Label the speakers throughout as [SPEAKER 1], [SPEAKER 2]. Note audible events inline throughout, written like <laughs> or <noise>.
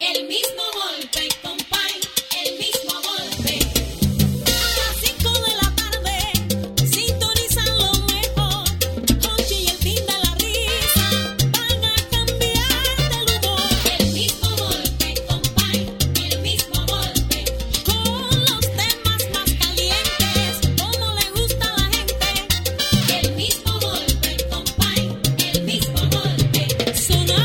[SPEAKER 1] El mismo golpe, compay, el mismo golpe. A las 5 de la tarde, sintonizan lo mejor. Conchi y el fin de la risa van a cambiar el humor. El mismo golpe, compay, el mismo golpe. Con los temas más calientes, como le gusta a la gente. El mismo golpe, compay, el mismo golpe. Sonora.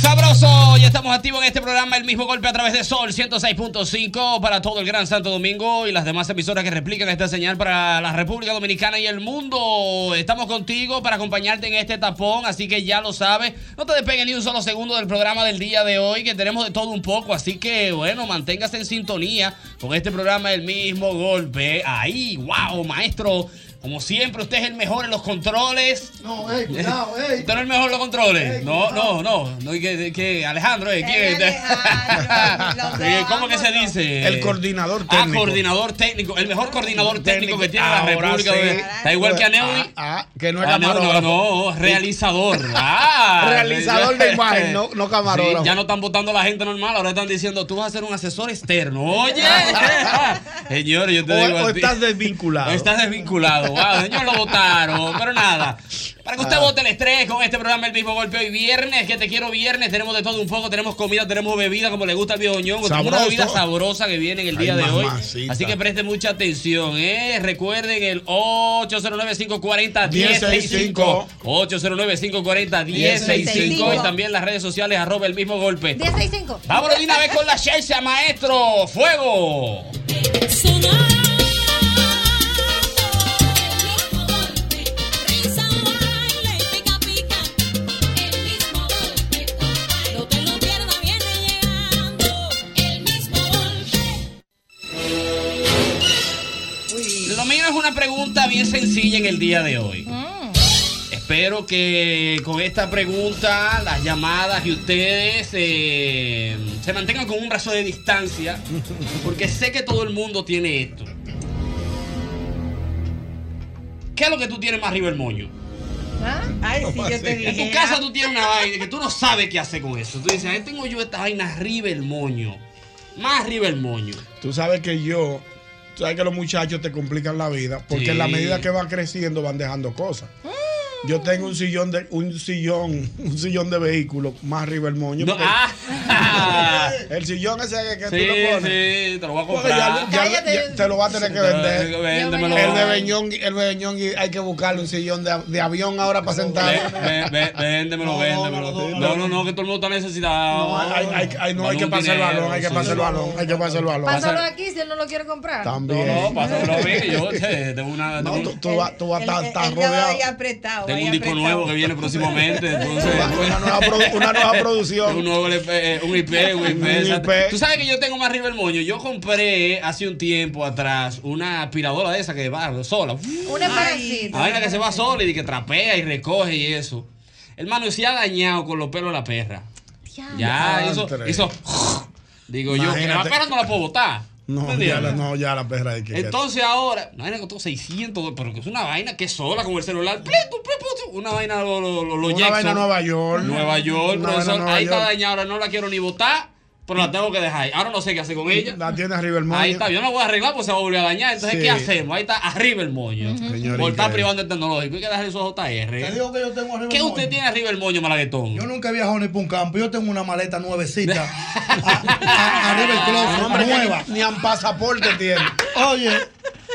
[SPEAKER 2] Sabroso, ya estamos activos en este programa El mismo golpe a través de Sol 106.5 para todo el Gran Santo Domingo y las demás emisoras que replican esta señal para la República Dominicana y el mundo. Estamos contigo para acompañarte en este tapón, así que ya lo sabes. No te despegues ni un solo segundo del programa del día de hoy, que tenemos de todo un poco, así que bueno, manténgase en sintonía con este programa El mismo golpe. Ahí, wow, maestro. Como siempre, usted es el mejor en los controles.
[SPEAKER 3] No, ey,
[SPEAKER 2] <laughs>
[SPEAKER 3] cuidado, ey.
[SPEAKER 2] Usted no es el mejor en los controles.
[SPEAKER 3] Ey,
[SPEAKER 2] no, no,
[SPEAKER 3] cuidado.
[SPEAKER 2] no, no. ¿y ¿Qué, qué? Alejandro, eh, ¿quién? <laughs> Eh, ¿Cómo que se dice?
[SPEAKER 4] El coordinador
[SPEAKER 2] Ah,
[SPEAKER 4] técnico.
[SPEAKER 2] coordinador técnico. El mejor coordinador técnico que tiene la
[SPEAKER 4] Ahora
[SPEAKER 2] República.
[SPEAKER 4] sí.
[SPEAKER 2] Dominicana. Está igual que a Neudi.
[SPEAKER 4] Ah, ah, que no es
[SPEAKER 2] Ah, no, no,
[SPEAKER 4] camarógrafo.
[SPEAKER 2] no,
[SPEAKER 4] <laughs>
[SPEAKER 2] realizador. Ah,
[SPEAKER 4] Realizador de imagen, no- no
[SPEAKER 2] Sí,
[SPEAKER 4] camarógrafo.
[SPEAKER 2] ya no están votando la gente normal, ahora están diciendo, tú vas a ser un asesor externo.
[SPEAKER 4] <laughs>
[SPEAKER 2] Oye, señor, yo te
[SPEAKER 4] O-
[SPEAKER 2] digo.
[SPEAKER 4] o
[SPEAKER 2] a ti.
[SPEAKER 4] estás desvinculado.
[SPEAKER 2] O estás desvinculado. Wow, señor, lo votaron. Pero nada. Para que usted vote el estrés con este programa El mismo golpe hoy viernes, que te quiero viernes, tenemos de todo un poco, tenemos comida, tenemos bebida, como le gusta al viejo Ñongo, tenemos una
[SPEAKER 4] Sabroso.
[SPEAKER 2] bebida sabrosa que viene en el
[SPEAKER 4] Ay,
[SPEAKER 2] día de hoy.
[SPEAKER 4] mamacita.
[SPEAKER 2] Así que preste mucha atención, ¿eh? Recuerden el 809-540-1065. 809-540-1065 y también las redes sociales arroba el mismo golpe.
[SPEAKER 5] 1065.
[SPEAKER 2] Vámonos de una vez con la ciencia, maestro. ¡Fuego! Lo mío es una pregunta bien sencilla en el día de hoy. Espero que con esta pregunta, las llamadas y ustedes eh, se mantengan con un brazo de distancia, porque sé que todo el mundo tiene esto. ¿Qué es lo que tú tienes más arriba del moño?
[SPEAKER 6] ¿Ah?
[SPEAKER 7] Ay, sí, yo te
[SPEAKER 2] En
[SPEAKER 7] dije.
[SPEAKER 2] tu casa tú tienes una vaina que tú no sabes qué hacer con eso. Tú dices, ahí tengo yo esta vaina arriba del moño. Más arriba del moño.
[SPEAKER 4] Tú sabes que yo, tú sabes que los muchachos te complican la vida porque
[SPEAKER 2] Sí.
[SPEAKER 4] en la medida que van creciendo van dejando cosas. Yo tengo un sillón de un sillón, <laughs> un sillón de vehículo más arriba del moño.
[SPEAKER 2] No,
[SPEAKER 4] porque
[SPEAKER 2] ah,
[SPEAKER 4] El <laughs> sillón ese que, que
[SPEAKER 2] sí,
[SPEAKER 4] tú lo pones.
[SPEAKER 2] sí, te lo voy a
[SPEAKER 4] porque ya-
[SPEAKER 2] comprar.
[SPEAKER 4] ya-
[SPEAKER 5] Cállate.
[SPEAKER 4] ya te lo va a tener que vender.
[SPEAKER 2] Véndemelo.
[SPEAKER 4] El de Beñón, el de Beñón, y hay que buscarle un sillón de, de avión ahora para sentar.
[SPEAKER 2] Vé- vé- Véndemelo,
[SPEAKER 4] No,
[SPEAKER 2] véndemelo.
[SPEAKER 4] no, no,
[SPEAKER 2] No,
[SPEAKER 4] no.
[SPEAKER 2] no, no, que todo el mundo está necesitado.
[SPEAKER 4] No, hay, hay- hay- no, hay que
[SPEAKER 2] Balón,
[SPEAKER 4] pasar el
[SPEAKER 2] dinero,
[SPEAKER 4] balón, hay que
[SPEAKER 2] sí.
[SPEAKER 4] pasar el balón, hay que pasar el balón.
[SPEAKER 5] Pásalo aquí si él no lo quiere comprar.
[SPEAKER 2] No,
[SPEAKER 4] También.
[SPEAKER 2] no, pásamelo a mí, que yo che, tengo una.
[SPEAKER 4] No,
[SPEAKER 2] tengo un-
[SPEAKER 4] tú, tú vas tú vas a
[SPEAKER 7] Él- él-
[SPEAKER 4] estar estar
[SPEAKER 7] él ya va
[SPEAKER 4] rodeado.
[SPEAKER 7] ahí apretado.
[SPEAKER 2] Tengo
[SPEAKER 7] ahí
[SPEAKER 2] un disco
[SPEAKER 7] apretado.
[SPEAKER 2] nuevo que viene próximamente, entonces.
[SPEAKER 4] <laughs> Una nueva, produ- una nueva
[SPEAKER 2] tengo un
[SPEAKER 4] producción.
[SPEAKER 2] nuevo LP, eh, un IP, un IP.
[SPEAKER 4] Un
[SPEAKER 2] exacto.
[SPEAKER 4] IP.
[SPEAKER 2] Tú sabes que yo tengo más arriba el moño. Yo compré hace un tiempo atrás una aspiradora de esa que va sola.
[SPEAKER 5] Una
[SPEAKER 7] Ay.
[SPEAKER 5] esperancita.
[SPEAKER 2] La vaina que se va sola y que trapea y recoge y eso. Hermano, y se ha dañado con los pelos de la perra.
[SPEAKER 5] Diablo.
[SPEAKER 2] Ya,
[SPEAKER 4] Ya,
[SPEAKER 2] hizo.
[SPEAKER 4] entre.
[SPEAKER 2] hizo digo yo, que la
[SPEAKER 4] Imagínate.
[SPEAKER 2] perra no la puedo botar. ¿Me
[SPEAKER 4] No, ya
[SPEAKER 2] entiendes?
[SPEAKER 4] la, no, ya la perra de que
[SPEAKER 2] Entonces ahora, una vaina costó 600 dólares, pero que es una vaina que es sola con el celular. pli, tu, pli, pu, tu, Una vaina lo, lo, lo, lo
[SPEAKER 4] una
[SPEAKER 2] Jackson.
[SPEAKER 4] vaina Nueva York.
[SPEAKER 2] Nueva York,
[SPEAKER 4] Una
[SPEAKER 2] profesor.
[SPEAKER 4] vaina Nueva
[SPEAKER 2] ahí está
[SPEAKER 4] York.
[SPEAKER 2] dañada, ahora no la quiero ni botar, pero la tengo que dejar. ahí. Ahora no sé qué hacer con ella.
[SPEAKER 4] La tiene arriba el moño.
[SPEAKER 2] Ahí está, yo no la voy a arreglar porque se va a volver a dañar. Entonces,
[SPEAKER 4] Sí.
[SPEAKER 2] ¿qué hacemos? Ahí está arriba el moño.
[SPEAKER 4] Señor
[SPEAKER 2] Por estar
[SPEAKER 4] Increíble.
[SPEAKER 2] privando el tecnológico. Hay que dejar eso a
[SPEAKER 3] Te
[SPEAKER 2] JR.
[SPEAKER 3] digo que yo tengo arriba
[SPEAKER 2] ¿Qué
[SPEAKER 3] el
[SPEAKER 2] usted
[SPEAKER 3] moño.
[SPEAKER 2] tiene arriba el moño, malaguetón?
[SPEAKER 3] Yo nunca he viajado ni por un campo. Yo tengo una maleta
[SPEAKER 2] <laughs>
[SPEAKER 3] nuevecita. a- a- arriba el closet,
[SPEAKER 4] Hombre, que
[SPEAKER 3] nueva.
[SPEAKER 4] Ni un pasaporte tiene.
[SPEAKER 3] Oye,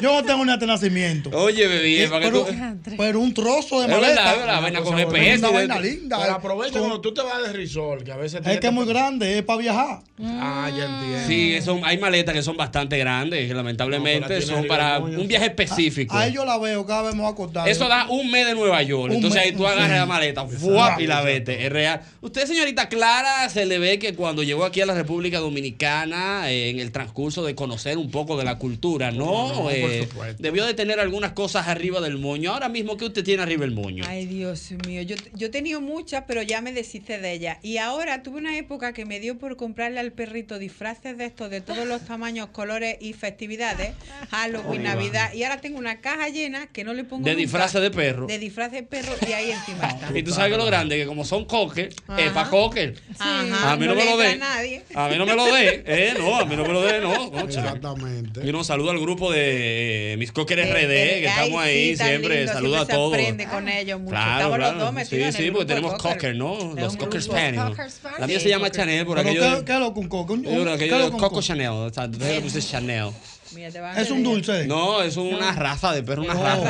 [SPEAKER 3] yo no tengo ni hasta nacimiento.
[SPEAKER 2] Oye, bebé, para que
[SPEAKER 3] pero,
[SPEAKER 2] tú.
[SPEAKER 3] pero un trozo de
[SPEAKER 2] Es verdad,
[SPEAKER 3] maleta.
[SPEAKER 2] es verdad, vaina con eh.
[SPEAKER 3] Una
[SPEAKER 2] GPS.
[SPEAKER 3] vaina
[SPEAKER 2] de-
[SPEAKER 3] linda.
[SPEAKER 4] Pero aprovecha
[SPEAKER 3] Con-
[SPEAKER 4] cuando eh. tú te vas de risol, que a veces.
[SPEAKER 3] es que es muy grande, es para viajar.
[SPEAKER 4] Ah, ya entiendo.
[SPEAKER 2] Sí, son, hay maletas que son bastante grandes, que
[SPEAKER 4] No,
[SPEAKER 2] lamentablemente
[SPEAKER 4] pero la tiene
[SPEAKER 2] son
[SPEAKER 4] arriba
[SPEAKER 2] para
[SPEAKER 4] el moño.
[SPEAKER 2] un viaje específico.
[SPEAKER 3] Ahí yo la veo, cada vez me voy a cortar.
[SPEAKER 2] Eso da un mes de Nueva York.
[SPEAKER 3] Un
[SPEAKER 2] Entonces
[SPEAKER 3] mes,
[SPEAKER 2] ahí tú agarras
[SPEAKER 3] sí.
[SPEAKER 2] la maleta
[SPEAKER 4] Exacto,
[SPEAKER 2] ¡fua! y la
[SPEAKER 4] exacto.
[SPEAKER 2] vete. Es real. Usted, señorita Clara, se le ve que cuando llegó aquí a la República Dominicana, eh, en el transcurso de conocer un poco de la cultura, ¿no? Eh, eh,
[SPEAKER 4] Por supuesto.
[SPEAKER 2] debió de tener algunas cosas arriba del moño. Ahora mismo, ¿qué usted tiene arriba del moño?
[SPEAKER 7] Ay, Dios mío, yo, yo he tenido muchas, pero ya me deshice de ellas. Y ahora tuve una época que me dio por comprarle al perrito disfraces de estos, de todos los tamaños, colores y
[SPEAKER 2] <laughs>
[SPEAKER 7] festividades, Halloween, Navidad. Y ahora tengo una caja llena que no le pongo
[SPEAKER 2] De
[SPEAKER 7] nunca,
[SPEAKER 2] disfraces de perro. Ah,
[SPEAKER 7] De disfraces de perro y ahí encima está.
[SPEAKER 2] Y tú sabes que lo grande, que como son cocker, es
[SPEAKER 7] Ajá.
[SPEAKER 2] para cocker.
[SPEAKER 7] Ajá,
[SPEAKER 2] a mí no, me
[SPEAKER 7] le entra
[SPEAKER 2] lo dé.
[SPEAKER 7] a nadie.
[SPEAKER 2] A mí no me lo
[SPEAKER 7] <laughs>
[SPEAKER 2] dé. Eh, no, a mí no me lo dé, no. concha. Y
[SPEAKER 4] Exactamente.
[SPEAKER 2] nos saludo al grupo de mis cocker RD,
[SPEAKER 7] Eh, eh,
[SPEAKER 2] que estamos
[SPEAKER 7] ay,
[SPEAKER 2] ahí
[SPEAKER 7] sí, tan
[SPEAKER 2] siempre.
[SPEAKER 7] lindo,
[SPEAKER 2] Saludo a
[SPEAKER 7] siempre se
[SPEAKER 2] todos.
[SPEAKER 7] aprende con ellos mucho.
[SPEAKER 2] Claro,
[SPEAKER 7] Estamos
[SPEAKER 2] claro.
[SPEAKER 7] los dos metidos
[SPEAKER 2] sí,
[SPEAKER 7] en
[SPEAKER 2] sí,
[SPEAKER 7] el
[SPEAKER 2] porque
[SPEAKER 7] grupo
[SPEAKER 2] tenemos
[SPEAKER 7] de
[SPEAKER 2] cocker, ¿no?
[SPEAKER 7] Es
[SPEAKER 2] Los
[SPEAKER 7] un
[SPEAKER 2] cocker
[SPEAKER 7] grupo.
[SPEAKER 2] spaniel.
[SPEAKER 5] Cocker Spaniel.
[SPEAKER 2] La mía se
[SPEAKER 7] Sí,
[SPEAKER 2] llama
[SPEAKER 7] cocker.
[SPEAKER 2] Chanel, por
[SPEAKER 3] Pero
[SPEAKER 2] aquello
[SPEAKER 3] ¿qué,
[SPEAKER 2] de...
[SPEAKER 3] qué es lo con coco? Un-
[SPEAKER 2] Yo creo que
[SPEAKER 3] ¿qué
[SPEAKER 2] yo
[SPEAKER 3] es lo
[SPEAKER 2] de
[SPEAKER 3] con
[SPEAKER 2] Coco
[SPEAKER 3] coco?
[SPEAKER 2] Chanel. O sea, entonces le puse Chanel.
[SPEAKER 7] Mira, te van a
[SPEAKER 3] Es un
[SPEAKER 7] reír.
[SPEAKER 3] dulce.
[SPEAKER 2] No, es una raza de perro, una
[SPEAKER 3] No,
[SPEAKER 2] raza, una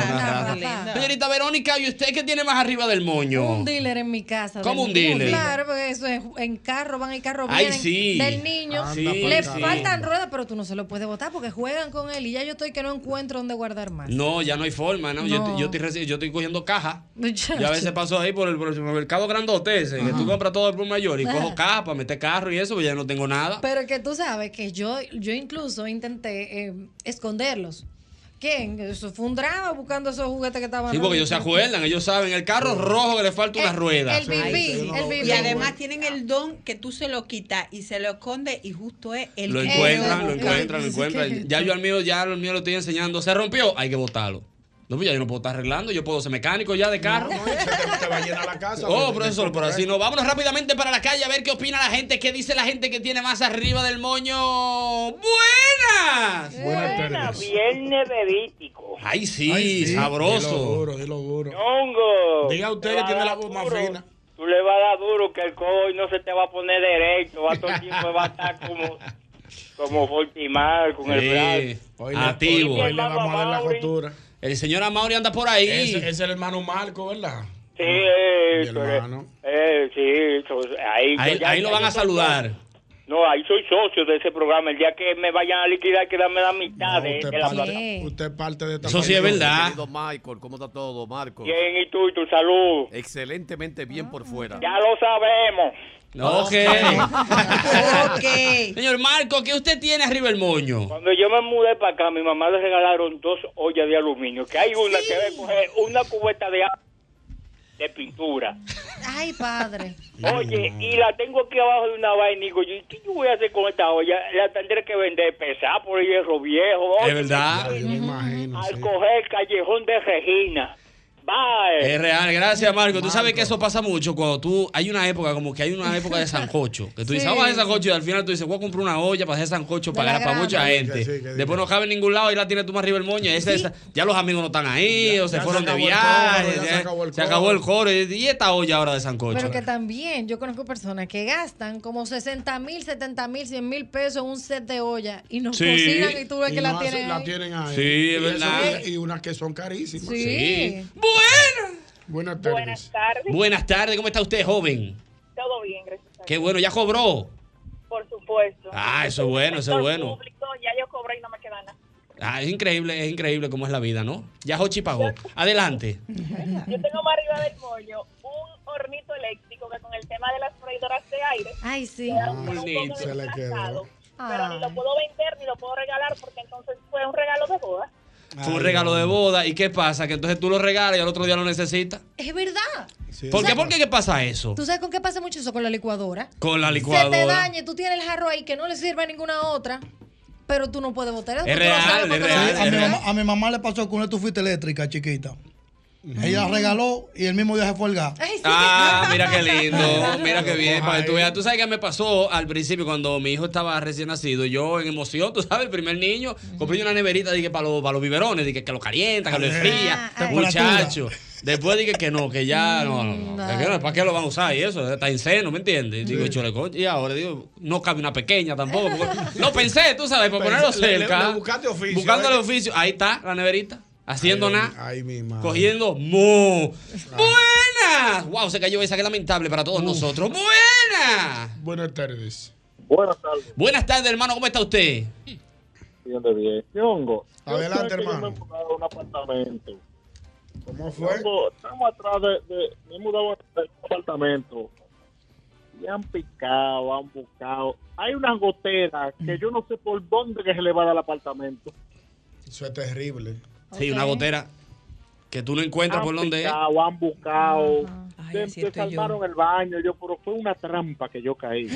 [SPEAKER 2] raza.
[SPEAKER 3] raza,
[SPEAKER 5] raza.
[SPEAKER 2] Señorita Verónica, ¿y usted qué tiene más arriba del moño?
[SPEAKER 5] Un dealer en mi casa.
[SPEAKER 2] ¿Cómo
[SPEAKER 5] del
[SPEAKER 2] un
[SPEAKER 5] niño.
[SPEAKER 2] dealer?
[SPEAKER 5] Claro, porque eso es en carro, van en carro,
[SPEAKER 2] Ay,
[SPEAKER 5] vienen
[SPEAKER 2] sí.
[SPEAKER 5] del niño.
[SPEAKER 2] Ah,
[SPEAKER 4] Anda
[SPEAKER 2] sí,
[SPEAKER 4] pa'l
[SPEAKER 5] Le
[SPEAKER 4] carajo.
[SPEAKER 5] faltan ruedas, pero tú no se lo puedes botar porque juegan con él y ya yo estoy que no encuentro dónde guardar más.
[SPEAKER 2] No, ya no hay forma, ¿no? Yo,
[SPEAKER 5] No.
[SPEAKER 2] yo estoy, reci- yo estoy cogiendo caja.
[SPEAKER 5] Muchacho.
[SPEAKER 2] Yo
[SPEAKER 5] <laughs>
[SPEAKER 2] a veces paso ahí por el, por el mercado grandote ese, que tú compras todo por mayor y cojo
[SPEAKER 5] Ajá.
[SPEAKER 2] caja para meter carro y eso, pues ya no tengo nada.
[SPEAKER 5] Pero que tú sabes que yo, yo incluso intenté eh, esconderlos. ¿Quién? Eso fue un drama buscando esos juguetes que estaban.
[SPEAKER 2] Sí, porque ellos se
[SPEAKER 5] rotos.
[SPEAKER 2] acuerdan, ellos saben, el carro rojo que le falta una
[SPEAKER 5] El-
[SPEAKER 2] rueda.
[SPEAKER 5] El bibi, el Ah. bibi.
[SPEAKER 7] Oh, Y además tienen el don que tú se lo quitas y se lo esconde y justo es el
[SPEAKER 2] Lo
[SPEAKER 7] que
[SPEAKER 2] encuentran, lo
[SPEAKER 5] Ay,
[SPEAKER 2] encuentran, lo
[SPEAKER 5] sí,
[SPEAKER 2] encuentran.
[SPEAKER 5] qué-
[SPEAKER 2] Ya yo al mío, ya al mío lo estoy enseñando. Se rompió, hay que botarlo. No, pues ya yo no puedo estar arreglando, yo puedo ser mecánico ya de carro.
[SPEAKER 4] No, y se te, te va a llenar la casa.
[SPEAKER 2] Oh,
[SPEAKER 4] porque-
[SPEAKER 2] profesor, por así no. Vámonos rápidamente para la calle a ver qué opina la gente, qué dice la gente que tiene más arriba del moño. ¡Buenas!
[SPEAKER 4] Buenas tardes.
[SPEAKER 8] Viernes bebítico.
[SPEAKER 2] Ay, sí,
[SPEAKER 4] Ay, sí, Dilo
[SPEAKER 2] sabroso.
[SPEAKER 4] duro, dilo duro.
[SPEAKER 8] Hongo.
[SPEAKER 4] Diga usted
[SPEAKER 8] Te
[SPEAKER 4] que
[SPEAKER 8] va a
[SPEAKER 4] tiene
[SPEAKER 8] dar
[SPEAKER 4] la voz más
[SPEAKER 8] duro.
[SPEAKER 4] fina.
[SPEAKER 8] Tú le vas a dar duro que el codo hoy no se te va a poner derecho. Va todo el tiempo va a estar como, como Fortimar con el
[SPEAKER 2] Sí,
[SPEAKER 8] brazo.
[SPEAKER 2] activo.
[SPEAKER 4] Hoy le vamos a dar la
[SPEAKER 8] Mauri.
[SPEAKER 4] costura.
[SPEAKER 2] El señor Amaury anda por ahí.
[SPEAKER 4] Ese ese es el hermano Marco, ¿verdad?
[SPEAKER 8] Sí, eh,
[SPEAKER 4] Mi
[SPEAKER 8] tú eres-
[SPEAKER 4] hermano.
[SPEAKER 8] eh, sí, so- ahí,
[SPEAKER 2] ahí,
[SPEAKER 8] yo ya-
[SPEAKER 2] ahí lo
[SPEAKER 8] ya
[SPEAKER 2] van
[SPEAKER 8] yo
[SPEAKER 2] a
[SPEAKER 8] soy
[SPEAKER 2] saludar.
[SPEAKER 8] socio. No, ahí soy socio de ese programa. El día que me vayan a liquidar, que dame la mitad de,
[SPEAKER 4] usted,
[SPEAKER 8] de la plata.
[SPEAKER 5] plata.
[SPEAKER 4] parte, usted parte de esta
[SPEAKER 2] Eso sí es
[SPEAKER 4] familia.
[SPEAKER 2] verdad.
[SPEAKER 9] Querido Michael, ¿cómo está todo, Marco?
[SPEAKER 8] Bien, y tú y tu salud.
[SPEAKER 9] Excelentemente bien por fuera.
[SPEAKER 8] Ya lo sabemos.
[SPEAKER 2] Ok.
[SPEAKER 7] Ok.
[SPEAKER 2] Señor Marco, ¿qué usted tiene arriba el moño?
[SPEAKER 8] Cuando yo me mudé para acá, mi mamá le regalaron dos ollas de aluminio, que hay una que debe coger una cubeta de agua de pintura.
[SPEAKER 5] Ay, padre.
[SPEAKER 8] Oye, y la tengo aquí abajo de una vaina y digo, yo, ¿qué yo voy a hacer con esta olla? La tendré que vender pesada por hierro viejo.
[SPEAKER 2] Es
[SPEAKER 8] Oye,
[SPEAKER 2] verdad.
[SPEAKER 4] Ay, yo me imagino.
[SPEAKER 8] Al
[SPEAKER 4] sí.
[SPEAKER 8] coger el callejón de Regina. Bye.
[SPEAKER 2] Es real, gracias Marco. Tú sabes que eso pasa mucho cuando tú. Hay una época, como que hay una época de sancocho. Que tú dices,
[SPEAKER 5] Sí.
[SPEAKER 2] vamos a hacer sancocho y al final tú dices, voy a comprar una olla para hacer sancocho para,
[SPEAKER 5] la
[SPEAKER 2] para
[SPEAKER 5] grande.
[SPEAKER 2] mucha gente.
[SPEAKER 4] Que sí, que sí.
[SPEAKER 2] Después no cabe en ningún lado y la tienes tú más arriba el moño. Ese- esa- ya los amigos no están ahí, o se
[SPEAKER 4] ya se
[SPEAKER 2] fueron de
[SPEAKER 4] acabó el
[SPEAKER 2] viaje,
[SPEAKER 4] coro,
[SPEAKER 2] ya-
[SPEAKER 4] ya se acabó el
[SPEAKER 2] se acabó
[SPEAKER 4] coro.
[SPEAKER 2] el coro. Y, y esta olla ahora de sancocho.
[SPEAKER 5] Pero que también yo conozco personas que gastan como 60 mil, 70 mil, 100 mil pesos en un set de olla y nos
[SPEAKER 2] Sí.
[SPEAKER 5] cocinan y tú ves
[SPEAKER 4] Y
[SPEAKER 5] que la
[SPEAKER 4] no hace-
[SPEAKER 5] tienen.
[SPEAKER 4] la
[SPEAKER 5] ahí.
[SPEAKER 4] tienen ahí.
[SPEAKER 2] Sí,
[SPEAKER 4] Y
[SPEAKER 2] es
[SPEAKER 4] eso
[SPEAKER 2] verdad.
[SPEAKER 4] que- Y unas que son carísimas.
[SPEAKER 5] Sí.
[SPEAKER 2] Sí. Bueno.
[SPEAKER 4] Buenas tardes.
[SPEAKER 10] Buenas tardes.
[SPEAKER 2] Buenas tardes, ¿cómo está usted, joven?
[SPEAKER 10] Todo bien, gracias. a
[SPEAKER 2] Qué
[SPEAKER 10] Dios.
[SPEAKER 2] bueno, ya cobró.
[SPEAKER 10] Por supuesto.
[SPEAKER 2] Ah, eso es bueno, eso es
[SPEAKER 10] Sector
[SPEAKER 2] bueno.
[SPEAKER 10] público, ya yo cobré y no me queda nada.
[SPEAKER 2] Ah, es increíble, es increíble cómo es la vida, ¿no? Ya Hochi pagó. Adelante.
[SPEAKER 10] Yo tengo más arriba del mollo un hornito eléctrico que con el tema de las freidoras de aire.
[SPEAKER 5] Ay, sí.
[SPEAKER 10] queda un poco
[SPEAKER 2] bonito.
[SPEAKER 4] Se le quedó.
[SPEAKER 10] desplazado, Pero ni
[SPEAKER 5] Ay.
[SPEAKER 6] Ah.
[SPEAKER 10] lo puedo vender ni lo puedo regalar porque entonces fue un regalo de boda.
[SPEAKER 2] Fue un regalo de boda. ¿Y qué pasa? Que entonces tú lo regalas y al otro día lo necesitas.
[SPEAKER 5] Es verdad.
[SPEAKER 4] Sí,
[SPEAKER 2] ¿Por
[SPEAKER 4] sí.
[SPEAKER 2] qué? ¿Por qué qué pasa eso?
[SPEAKER 5] ¿Tú sabes con qué pasa mucho eso? Con la licuadora.
[SPEAKER 2] Con la
[SPEAKER 5] Se te
[SPEAKER 2] licuadora.
[SPEAKER 5] dañe, tú tienes el jarro ahí que no le sirve a ninguna otra, pero tú no puedes botar eso.
[SPEAKER 2] Es
[SPEAKER 5] porque tú no
[SPEAKER 2] real,
[SPEAKER 5] sabes
[SPEAKER 2] es
[SPEAKER 5] cuándo
[SPEAKER 3] Sí,
[SPEAKER 5] lo vas a
[SPEAKER 3] a, mi
[SPEAKER 5] hacer.
[SPEAKER 3] mamá, a mi mamá le pasó con una estufita eléctrica chiquita. Ella la regaló y el mismo día se fue el gas.
[SPEAKER 5] Ay, sí.
[SPEAKER 2] Ah, mira qué
[SPEAKER 5] <laughs>
[SPEAKER 2] lindo, mira qué bien, para que tú
[SPEAKER 4] Ay.
[SPEAKER 2] veas. Tú sabes qué me pasó al principio cuando mi hijo estaba recién nacido. Yo en emoción, tú sabes, el primer niño, compré una neverita dije para los, para los biberones, dije que lo calienta,
[SPEAKER 4] Eh,
[SPEAKER 2] que lo enfría.
[SPEAKER 5] Ah, ay.
[SPEAKER 2] Muchacho. Después dije que no, que ya no, no, no,
[SPEAKER 5] Mm,
[SPEAKER 2] que no, ¿para qué lo van a usar? Y eso, está en seno, ¿me entiendes? Digo, chole, coño, y ahora digo, no cabe una pequeña tampoco. porque- Lo pensé, tú sabes, para ponerlo
[SPEAKER 4] Pensé, Pues, le-
[SPEAKER 2] cerca.
[SPEAKER 4] le buscaste oficio,
[SPEAKER 2] Buscándole
[SPEAKER 4] ¿eh?
[SPEAKER 2] oficio. Ahí está la neverita, haciendo
[SPEAKER 4] Ay,
[SPEAKER 2] nada.
[SPEAKER 4] Ay, mi madre.
[SPEAKER 2] Cogiendo mo. ¡Buenas! ¡Wow! Se cayó esa que es lamentable para todos nosotros. ¡Buenas!
[SPEAKER 4] Buenas tardes.
[SPEAKER 11] Buenas tardes,
[SPEAKER 2] Buenas tardes, hermano. ¿Cómo está usted?
[SPEAKER 11] bien de bien. ¿Qué hongo? Yo
[SPEAKER 4] Adelante,
[SPEAKER 11] sé que yo
[SPEAKER 4] hermano.
[SPEAKER 11] me he mudado a un apartamento.
[SPEAKER 4] ¿Cómo fue?
[SPEAKER 11] Hongo, estamos atrás de, de- Me he mudado a un apartamento. Y han picado, han
[SPEAKER 4] Mm.
[SPEAKER 11] buscado. Hay unas goteras que yo no sé por dónde que se le va al apartamento.
[SPEAKER 4] Eso es terrible.
[SPEAKER 2] Sí, una gotera que tú no encuentras por donde es.
[SPEAKER 11] picado, han buscado.
[SPEAKER 2] ahí
[SPEAKER 11] Te,
[SPEAKER 2] sí
[SPEAKER 11] te
[SPEAKER 2] estoy yo.
[SPEAKER 11] salvaron el baño, yo, pero fue una trampa que yo caí.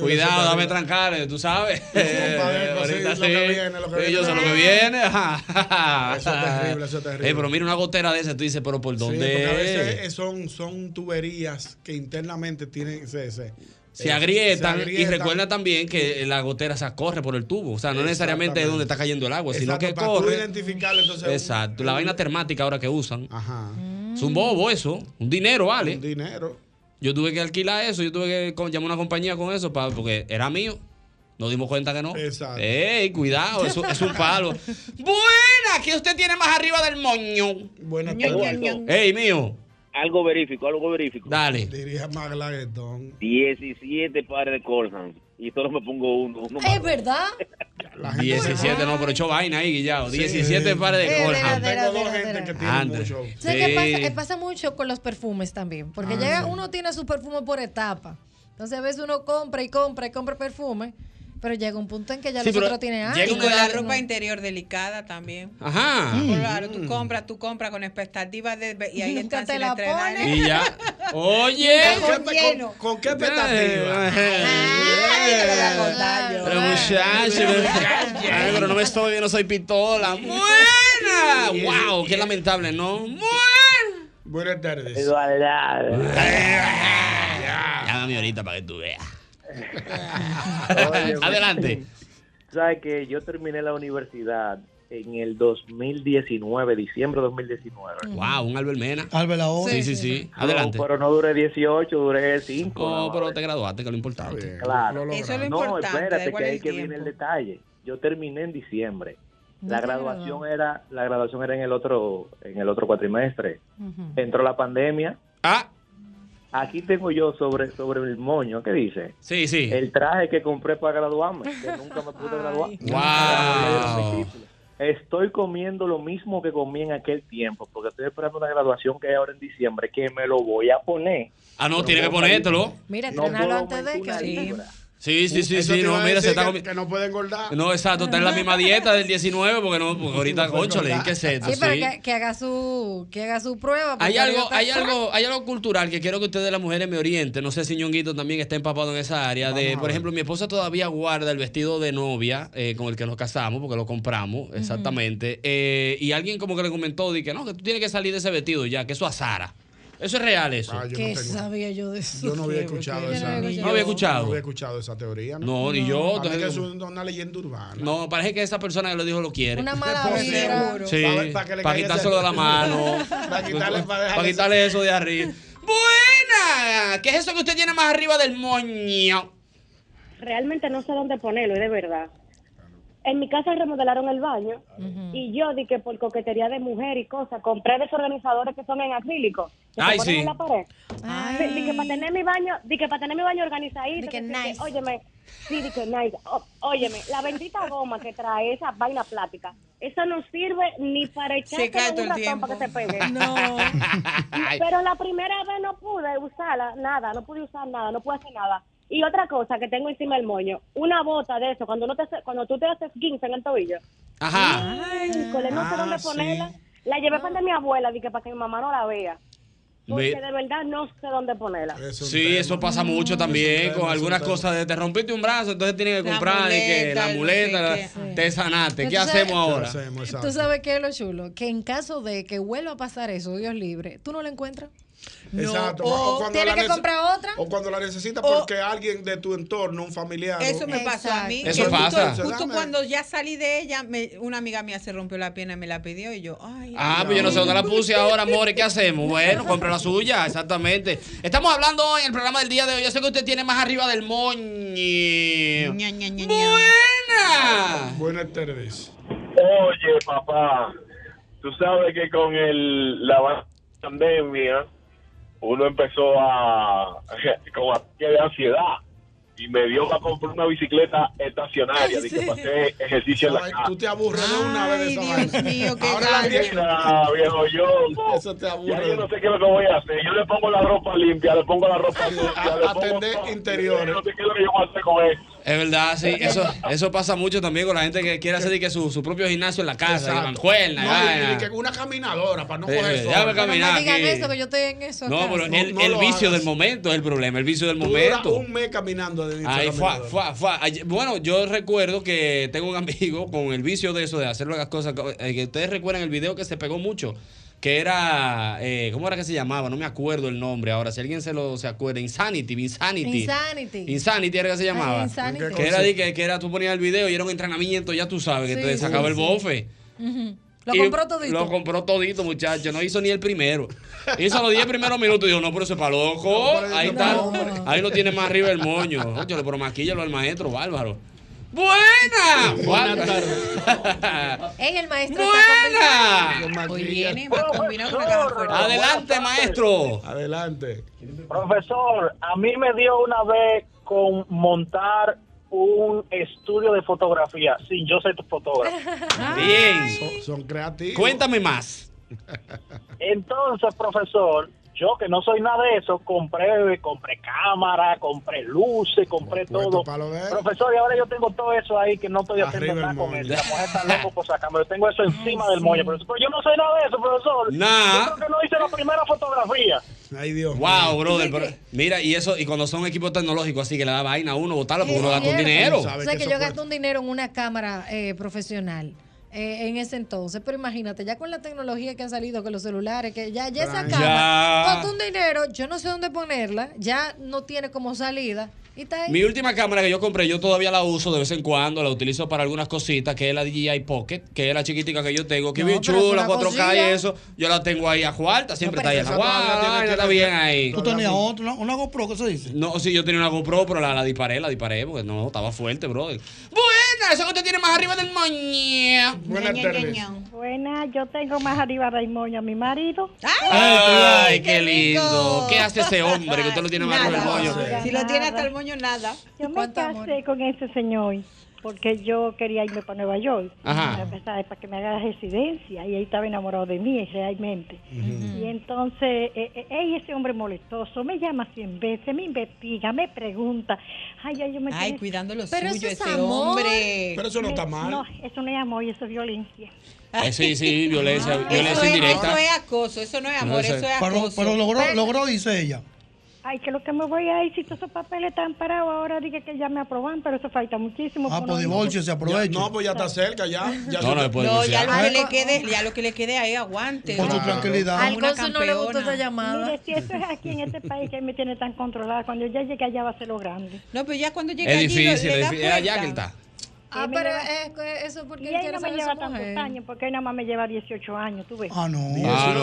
[SPEAKER 2] Cuidado, dame trancar, tú
[SPEAKER 4] <laughs>
[SPEAKER 2] sabes. Ahorita
[SPEAKER 4] sí, lo que viene, lo que
[SPEAKER 2] Sí,
[SPEAKER 4] viene.
[SPEAKER 2] yo sé lo que viene. <laughs> ajá.
[SPEAKER 4] Eso es terrible, eso es terrible.
[SPEAKER 2] Eh, pero mira una gotera de esas, tú dices, pero ¿por
[SPEAKER 4] Sí,
[SPEAKER 2] dónde?
[SPEAKER 4] porque a veces
[SPEAKER 2] es?
[SPEAKER 4] eh, son, son tuberías que internamente tienen. Se, se,
[SPEAKER 2] se
[SPEAKER 4] eh,
[SPEAKER 2] agrietan,
[SPEAKER 4] se
[SPEAKER 2] y recuerda también que la gotera se corre por el tubo, o sea, no necesariamente es donde está cayendo el agua, sino
[SPEAKER 4] Exacto,
[SPEAKER 2] pues, que
[SPEAKER 4] para tú
[SPEAKER 2] corre.
[SPEAKER 4] identificarlo, entonces.
[SPEAKER 2] Exacto, la vaina termática ahora que usan.
[SPEAKER 4] Ajá.
[SPEAKER 2] Es un bobo eso, un dinero, ¿vale?
[SPEAKER 4] Un dinero.
[SPEAKER 2] Yo tuve que alquilar eso, yo tuve que co- llamar a una compañía con eso pa- porque era mío. Nos dimos cuenta que no. Exacto. ¡Ey, cuidado! Eso es un palo. <laughs> ¡Buena! ¿Qué usted tiene más arriba del moño?
[SPEAKER 4] Buena
[SPEAKER 2] ¡Ey, mío!
[SPEAKER 12] Algo verifico, algo verifico.
[SPEAKER 2] Dale.
[SPEAKER 4] Diría más Glaghetton.
[SPEAKER 12] 17 pares de Colham. <laughs> Y solo me pongo uno. uno más.
[SPEAKER 5] Es verdad.
[SPEAKER 2] 17, no, pero echó vaina ahí, Guillado. 17 pares de
[SPEAKER 5] Eh,
[SPEAKER 2] Colham.
[SPEAKER 5] verdadera, Tengo dos verdadera. gente que tiene
[SPEAKER 2] Andrés.
[SPEAKER 5] O sea, que pasa,
[SPEAKER 2] Sí.
[SPEAKER 5] eh, pasa mucho con los perfumes también, porque
[SPEAKER 2] Ah,
[SPEAKER 5] llega,
[SPEAKER 2] sí.
[SPEAKER 5] uno tiene su perfume por etapa. Entonces a veces uno compra y compra y compra perfume, pero llega un punto en que ya
[SPEAKER 2] Sí,
[SPEAKER 5] los
[SPEAKER 2] pero
[SPEAKER 5] otros tienen
[SPEAKER 2] llega
[SPEAKER 5] años.
[SPEAKER 7] Y con la ropa interior delicada también.
[SPEAKER 2] Ajá. Mm.
[SPEAKER 7] Claro, tú compras, tú compras con expectativas de... Y ahí
[SPEAKER 5] Nunca
[SPEAKER 7] están
[SPEAKER 5] <laughs> te
[SPEAKER 7] sin
[SPEAKER 5] la
[SPEAKER 7] estrenar.
[SPEAKER 2] Y ya.
[SPEAKER 5] <laughs>
[SPEAKER 2] Oye.
[SPEAKER 7] Con
[SPEAKER 4] qué, con, con qué
[SPEAKER 2] Eh,
[SPEAKER 4] expectativa?
[SPEAKER 2] Pero muchacho, pero- Ay, pero no me estoy, yo no soy pitola. ¡Buena! ¡Wow! Qué lamentable, ¿no?
[SPEAKER 4] Buenas tardes.
[SPEAKER 2] Llámame ahorita para que tú veas.
[SPEAKER 12] Oye, pues,
[SPEAKER 2] Adelante.
[SPEAKER 12] ¿Sabes que Yo terminé la universidad en el 2019, diciembre de 2019.
[SPEAKER 2] Wow, un Albert Mena.
[SPEAKER 3] Albert Lago.
[SPEAKER 2] Sí, sí, sí. Adelante.
[SPEAKER 12] No, pero no duré 18, duré 5.
[SPEAKER 2] No, pero te graduaste, que es lo importante.
[SPEAKER 12] Claro.
[SPEAKER 2] Eso es lo
[SPEAKER 12] No,
[SPEAKER 2] importante, da
[SPEAKER 12] espérate,
[SPEAKER 2] igual
[SPEAKER 12] que ahí
[SPEAKER 2] el
[SPEAKER 12] que viene el detalle. Yo terminé en diciembre. La
[SPEAKER 13] te
[SPEAKER 12] graduación era, la graduación era en el otro, en el otro cuatrimestre. Entró la pandemia.
[SPEAKER 2] Ah.
[SPEAKER 12] Aquí tengo yo sobre, sobre el moño, ¿qué dice?
[SPEAKER 2] Sí, sí.
[SPEAKER 12] El traje que compré para graduarme, que nunca me
[SPEAKER 2] <laughs>
[SPEAKER 12] pude graduar.
[SPEAKER 2] Wow.
[SPEAKER 12] Estoy comiendo lo mismo que comí en aquel tiempo, porque estoy esperando una graduación que hay ahora en diciembre, que me lo voy a poner.
[SPEAKER 2] Ah, no,
[SPEAKER 12] Pero
[SPEAKER 2] tiene que
[SPEAKER 12] voy a salir-
[SPEAKER 2] ponértelo.
[SPEAKER 5] Mira,
[SPEAKER 12] No
[SPEAKER 5] entrenalo
[SPEAKER 12] puedo
[SPEAKER 5] antes de que
[SPEAKER 12] aumentar una
[SPEAKER 5] sí.
[SPEAKER 12] libra.
[SPEAKER 2] Sí, sí, sí,
[SPEAKER 4] Eso te
[SPEAKER 2] sí.
[SPEAKER 4] iba
[SPEAKER 2] No,
[SPEAKER 4] a
[SPEAKER 2] mira,
[SPEAKER 4] decir
[SPEAKER 2] se está
[SPEAKER 4] que-
[SPEAKER 2] comiendo.
[SPEAKER 4] que no puede engordar.
[SPEAKER 2] No, exacto, está en
[SPEAKER 4] <laughs>
[SPEAKER 2] la misma dieta del 19, porque no, porque ahorita, óchale, ¿qué es esto?
[SPEAKER 5] Sí, pero
[SPEAKER 2] Sí.
[SPEAKER 5] que, que haga su que haga su prueba.
[SPEAKER 2] Hay
[SPEAKER 5] porque
[SPEAKER 2] algo,
[SPEAKER 5] ahorita-
[SPEAKER 2] hay algo, hay algo cultural que quiero que ustedes las mujeres me orienten. No sé si Ñonguito también está empapado en esa área.
[SPEAKER 14] Vamos
[SPEAKER 2] De,
[SPEAKER 14] a
[SPEAKER 2] por
[SPEAKER 14] ver.
[SPEAKER 2] ejemplo, mi esposa todavía guarda el vestido de novia eh, con el que nos casamos, porque lo compramos, exactamente. Eh, y alguien como que le comentó, de que no, que tú tienes que salir de ese vestido ya, que eso azara. Eso es real eso.
[SPEAKER 4] Ah,
[SPEAKER 5] ¿Qué sabía yo de eso?
[SPEAKER 4] Yo no había
[SPEAKER 5] Qué
[SPEAKER 4] escuchado
[SPEAKER 5] boquete.
[SPEAKER 4] esa.
[SPEAKER 5] Yo no
[SPEAKER 2] No había escuchado.
[SPEAKER 4] No había escuchado esa teoría.
[SPEAKER 2] No, ni yo,
[SPEAKER 4] Para mí que es
[SPEAKER 2] entonces-
[SPEAKER 4] un- una leyenda urbana.
[SPEAKER 2] No, parece que esa persona que lo dijo lo quiere.
[SPEAKER 5] Una mala vibra.
[SPEAKER 2] Sí,
[SPEAKER 4] Pa' ver- pa' que
[SPEAKER 2] para
[SPEAKER 4] le caiga
[SPEAKER 2] quitárselo de
[SPEAKER 4] <laughs> ese-
[SPEAKER 2] la mano.
[SPEAKER 4] Para quitarle- para
[SPEAKER 2] para
[SPEAKER 4] dejarle-
[SPEAKER 2] quitarle eso de arriba. ¡Buena! ¿Qué es eso que usted tiene más arriba del moño?
[SPEAKER 15] realmente no sé dónde ponerlo, es de verdad. En mi casa remodelaron el baño y yo di que por coquetería de mujer y cosas, compré desorganizadores que son en acrílico. Que se
[SPEAKER 1] Ay,
[SPEAKER 15] ponen
[SPEAKER 1] sí.
[SPEAKER 15] en la pared. Di, di que para tener mi baño, di que para tener mi baño organizadito. Di que nice. óyeme, sí, di que nice. O- óyeme, la bendita goma que trae esa vaina plástica, eso no sirve ni para echarse
[SPEAKER 7] cae todo
[SPEAKER 15] un
[SPEAKER 7] el
[SPEAKER 15] ratón
[SPEAKER 7] tiempo.
[SPEAKER 15] para que se pegue.
[SPEAKER 2] Ay.
[SPEAKER 15] Pero la primera vez no pude usarla, nada, no pude usar nada, no pude hacer nada. Y otra cosa que tengo encima del moño, una bota de eso, cuando no te hace- cuando tú te haces 15 en el tobillo.
[SPEAKER 2] Ajá.
[SPEAKER 15] Híjole, no sé
[SPEAKER 2] Ah,
[SPEAKER 15] dónde
[SPEAKER 2] sí.
[SPEAKER 15] ponerla. La llevé para mi abuela, dije, para que mi mamá no la vea. Porque
[SPEAKER 2] Ve-
[SPEAKER 15] de verdad no sé dónde ponerla.
[SPEAKER 2] Sí, eso pasa mucho también con algunas cosas. De, te rompiste un brazo, entonces tienes que
[SPEAKER 15] La
[SPEAKER 2] comprar de que
[SPEAKER 15] muleta,
[SPEAKER 2] la
[SPEAKER 15] el
[SPEAKER 2] muleta, la- te sanaste.
[SPEAKER 5] Pero
[SPEAKER 2] ¿Qué
[SPEAKER 5] tú sabes-
[SPEAKER 2] hacemos ahora?
[SPEAKER 4] ¿Qué hacemos,
[SPEAKER 5] Tú sabes qué es lo chulo, que en caso de que vuelva a pasar eso, Dios libre, tú no lo encuentras.
[SPEAKER 4] Exacto.
[SPEAKER 5] No, o tienes
[SPEAKER 4] la
[SPEAKER 5] que
[SPEAKER 4] nece-
[SPEAKER 5] comprar otra.
[SPEAKER 4] O cuando la necesitas
[SPEAKER 5] O-
[SPEAKER 4] porque alguien de tu entorno, un familiar.
[SPEAKER 7] Eso me pasó a mí.
[SPEAKER 4] Eso
[SPEAKER 7] que
[SPEAKER 4] pasa.
[SPEAKER 7] Justo, justo
[SPEAKER 4] Dame.
[SPEAKER 7] cuando ya salí de ella, me- una amiga mía se rompió la pierna y me la pidió y yo, ay.
[SPEAKER 2] Ah, pues yo no sé dónde la puse ahora, amores. ¿Qué hacemos? Bueno, compra la suya, exactamente. Estamos hablando hoy en el programa del día de hoy. Yo sé que usted tiene más arriba del moño. ¡Buena!
[SPEAKER 4] Buenas tardes.
[SPEAKER 11] Oye, papá, tú sabes que con el, la pandemia uno empezó a <laughs> con ataque de ansiedad y me dio para comprar una bicicleta estacionaria de que pasé ejercicio en la casa.
[SPEAKER 4] Tú te aburres de una vez de esa vaina. Ahora la
[SPEAKER 11] Ahora
[SPEAKER 4] diez-
[SPEAKER 11] la viejo yo.
[SPEAKER 4] Eso te
[SPEAKER 11] Ya
[SPEAKER 4] aburre.
[SPEAKER 11] yo no sé qué es lo que voy a hacer. Yo le pongo la ropa limpia, le pongo la ropa sucia, le pongo
[SPEAKER 4] Atender interiores.
[SPEAKER 11] no sé qué es lo que yo voy a hacer con eso.
[SPEAKER 2] Es verdad, sí. Eso, eso pasa mucho también con la gente que quiere hacer de que su, su propio gimnasio en la casa,
[SPEAKER 4] Exacto.
[SPEAKER 2] y manjuelna, y
[SPEAKER 4] No, y-
[SPEAKER 2] vaina.
[SPEAKER 4] y que una caminadora para no
[SPEAKER 2] Eh,
[SPEAKER 4] coger sol.
[SPEAKER 2] déjame
[SPEAKER 5] No
[SPEAKER 2] caminar
[SPEAKER 5] digan
[SPEAKER 2] aquí.
[SPEAKER 5] eso, que yo estoy en eso.
[SPEAKER 2] No,
[SPEAKER 5] acá.
[SPEAKER 2] pero el,
[SPEAKER 4] no
[SPEAKER 2] el
[SPEAKER 4] lo
[SPEAKER 2] vicio
[SPEAKER 4] hagas.
[SPEAKER 2] del momento es el problema, el vicio del
[SPEAKER 4] Tú duras
[SPEAKER 2] momento.
[SPEAKER 4] un mes caminando de
[SPEAKER 2] Ahí,
[SPEAKER 4] dicho
[SPEAKER 2] fua,
[SPEAKER 4] caminador.
[SPEAKER 2] fua, fua. Ayer- Bueno, yo recuerdo que tengo un amigo con el vicio de eso, de hacer las cosas. eh, que ustedes recuerdan el video que se pegó mucho, que era, eh, ¿cómo era que se llamaba? No me acuerdo el nombre ahora. Si alguien se lo se acuerda, Insanity, Insanity.
[SPEAKER 5] Insanity.
[SPEAKER 2] Insanity era que se llamaba.
[SPEAKER 5] Ah, Insanity. ¿Qué
[SPEAKER 2] Que
[SPEAKER 5] cosa?
[SPEAKER 2] era de que, que era tú ponías el video y era un entrenamiento, ya tú sabes, que
[SPEAKER 5] Sí,
[SPEAKER 2] te
[SPEAKER 5] sí,
[SPEAKER 2] sacaba el
[SPEAKER 5] sí.
[SPEAKER 2] bofe.
[SPEAKER 5] Ujú. Lo
[SPEAKER 2] Y
[SPEAKER 5] compró todito.
[SPEAKER 2] Lo compró todito, muchacho. No hizo ni el primero. Hizo los 10 primeros minutos y dijo, no, pero ese es pa' loco. ahí está. Ahí lo tiene más arriba el moño. Óchale, pero maquíllalo al maestro, bárbaro. ¡Buena! Buenas
[SPEAKER 5] Ey, el maestro
[SPEAKER 2] ¡Buena!
[SPEAKER 5] está
[SPEAKER 7] Hoy viene más combinado con una cara fuerte.
[SPEAKER 2] Adelante, maestro.
[SPEAKER 4] Adelante.
[SPEAKER 16] Profesor, a mí me dio una vez con montar un estudio de fotografía sin yo ser tu fotógrafo.
[SPEAKER 2] Bien.
[SPEAKER 4] Son, son creativos.
[SPEAKER 2] Cuéntame más.
[SPEAKER 16] Entonces, profesor, yo que no soy nada de eso, compré, compré cámara, compré luces, compré todo. Profesor, y ahora yo tengo todo eso ahí que no estoy haciendo nada con eso. La mujer está loco por sacarme. Yo tengo eso encima del moño, profesor. Pero yo no soy nada de eso, profesor.
[SPEAKER 2] Nah.
[SPEAKER 16] Yo creo que no hice la primera fotografía.
[SPEAKER 4] Ay, Dios.
[SPEAKER 2] Wow, brother. pero- mira, y eso, y cuando son equipos tecnológicos así que le da vaina a uno, botarlo porque uno gasta un dinero.
[SPEAKER 5] O sea, que, yo gasté un dinero en una cámara eh, profesional. eh, en ese entonces, pero imagínate, ya con la tecnología que han salido, que los celulares, que ya, ya esa
[SPEAKER 2] Claro.
[SPEAKER 5] cámara
[SPEAKER 2] Ya.
[SPEAKER 5] costó un dinero, yo no sé dónde ponerla, ya no tiene como salida y está ahí.
[SPEAKER 2] Mi última cámara que yo compré, yo todavía la uso de vez en cuando, la utilizo para algunas cositas, que es la DJI Pocket, que es la chiquitica que yo tengo, que
[SPEAKER 5] No,
[SPEAKER 2] bien
[SPEAKER 5] pero es
[SPEAKER 2] chula,
[SPEAKER 5] una
[SPEAKER 2] 4K y
[SPEAKER 5] cosilla.
[SPEAKER 2] eso. Yo la tengo ahí a cuarta, siempre está ahí a
[SPEAKER 3] esa
[SPEAKER 2] la
[SPEAKER 3] todavía
[SPEAKER 2] guarda,
[SPEAKER 3] tiene que
[SPEAKER 2] está
[SPEAKER 3] la-
[SPEAKER 2] bien ahí.
[SPEAKER 3] Tú tenías otra, una, una GoPro, ¿qué se dice?
[SPEAKER 2] No, sí, yo tenía una GoPro, pero la, la disparé, la disparé, porque no, estaba fuerte, brother. Buena, eso que usted tiene más arriba del moño.
[SPEAKER 4] Buenas tardes.
[SPEAKER 17] Buena, yo tengo más arriba del moño a mi marido.
[SPEAKER 2] Ah, Ay, qué lindo. ¿Qué hace ese hombre que usted lo tiene más arriba del
[SPEAKER 7] Nada.
[SPEAKER 2] moño?
[SPEAKER 7] Si lo tiene hasta el moño, nada.
[SPEAKER 17] Yo me casé con ese señor porque yo quería irme para Nueva York.
[SPEAKER 2] Ajá.
[SPEAKER 17] Para empezar, Para que me haga la residencia. Y ahí estaba enamorado de mí, realmente. Y entonces, eh, eh, ey, ese hombre molestoso me llama cien veces, me investiga, me pregunta. Ay, ay, yo me
[SPEAKER 7] Ay,
[SPEAKER 17] tiene-
[SPEAKER 7] cuidando lo Pero suyo, eso es ese amor. hombre. Pero eso no
[SPEAKER 17] Me-
[SPEAKER 7] está mal.
[SPEAKER 17] No, eso no es amor, eso es violencia.
[SPEAKER 2] Eh, sí, sí, violencia,
[SPEAKER 7] Ah, Eso
[SPEAKER 2] violencia
[SPEAKER 7] es,
[SPEAKER 2] indirecta.
[SPEAKER 7] eso es acoso, eso no es amor,
[SPEAKER 2] No sé.
[SPEAKER 7] eso es
[SPEAKER 3] Pero,
[SPEAKER 7] acoso.
[SPEAKER 3] pero logró, logró, dice ella.
[SPEAKER 17] Ay, que lo que me voy a ir, si todos esos papeles están parados ahora, dije que ya me aproban, pero eso falta muchísimo.
[SPEAKER 3] Ah,
[SPEAKER 17] Uno-
[SPEAKER 3] pues divorcio, se aprovecha.
[SPEAKER 4] no, pues ya está cerca, ya. ya
[SPEAKER 2] No, no, después
[SPEAKER 7] No, ya
[SPEAKER 2] divorciar.
[SPEAKER 7] lo que le quede, ya lo que le quede ahí aguante.
[SPEAKER 3] Con tu tranquilidad.
[SPEAKER 7] Como
[SPEAKER 5] Al
[SPEAKER 7] una
[SPEAKER 5] Consul no le gustó
[SPEAKER 7] campeona.
[SPEAKER 5] esa llamada.
[SPEAKER 17] Mire, si eso es aquí en este país que me tiene tan controlada, cuando yo llegue allá va a ser lo grande.
[SPEAKER 7] No, pero ya cuando llega
[SPEAKER 2] Es
[SPEAKER 7] allí, lo-
[SPEAKER 2] difícil,
[SPEAKER 7] le
[SPEAKER 2] es
[SPEAKER 7] da
[SPEAKER 2] difícil. Era
[SPEAKER 7] cuenta.
[SPEAKER 2] ya que él está.
[SPEAKER 5] Ah,
[SPEAKER 17] Y me
[SPEAKER 5] pero
[SPEAKER 17] lleva-
[SPEAKER 5] es que eso porque
[SPEAKER 17] Y
[SPEAKER 5] él
[SPEAKER 17] él
[SPEAKER 5] quiere
[SPEAKER 17] no me
[SPEAKER 5] saber de
[SPEAKER 17] lleva
[SPEAKER 5] su
[SPEAKER 17] tantos
[SPEAKER 5] mujer.
[SPEAKER 17] años, porque él nada más me lleva 18 años, tú ves.
[SPEAKER 3] Ah, no.
[SPEAKER 17] <laughs>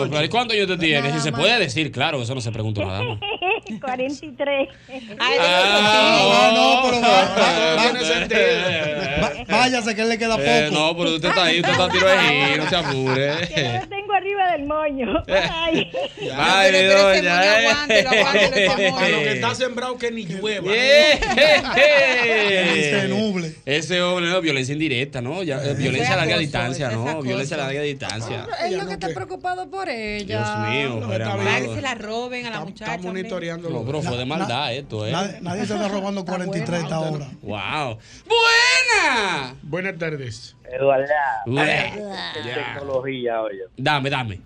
[SPEAKER 2] Ah, no, pero ¿y cuántos años te tienes? Si se puede decir, claro, eso no se pregunta nada más.
[SPEAKER 17] 43.
[SPEAKER 3] <laughs> Ah, no, pero va- va- va-
[SPEAKER 4] Tiene sentido.
[SPEAKER 3] va- váyase que él le queda poco.
[SPEAKER 2] Eh, no, pero usted está ahí, usted está a tiro de ahí, no se apure.
[SPEAKER 17] Lo tengo arriba del moño. Ay.
[SPEAKER 2] Ay, mi
[SPEAKER 4] pero ese
[SPEAKER 2] doña,
[SPEAKER 4] moño,
[SPEAKER 2] eh.
[SPEAKER 4] aguántelo, aguántelo,
[SPEAKER 2] <laughs>
[SPEAKER 4] ese moño. Para lo que está sembrado que ni llueva.
[SPEAKER 2] Eh, eh, eh. <laughs>
[SPEAKER 4] Ese
[SPEAKER 2] Ese hombre, no, violencia indirecta, ¿no? Ya, eh, violencia a larga distancia, ¿no? Violencia a larga distancia.
[SPEAKER 5] Es lo que está preocupado por ella.
[SPEAKER 2] Dios mío,
[SPEAKER 7] Para
[SPEAKER 2] pero
[SPEAKER 7] que se
[SPEAKER 2] amado.
[SPEAKER 7] la roben a la muchacha.
[SPEAKER 4] Está monitoreando.
[SPEAKER 2] No, pero fue de maldad esto,
[SPEAKER 3] Nadie,
[SPEAKER 2] ¿eh?
[SPEAKER 3] nadie se está
[SPEAKER 7] <laughs>
[SPEAKER 3] robando 43 hasta ahora.
[SPEAKER 2] Wow. ¡Buena!
[SPEAKER 4] Buenas tardes.
[SPEAKER 16] Eduardo,
[SPEAKER 2] Ué.
[SPEAKER 16] tecnología, oye.
[SPEAKER 2] Dame, dame.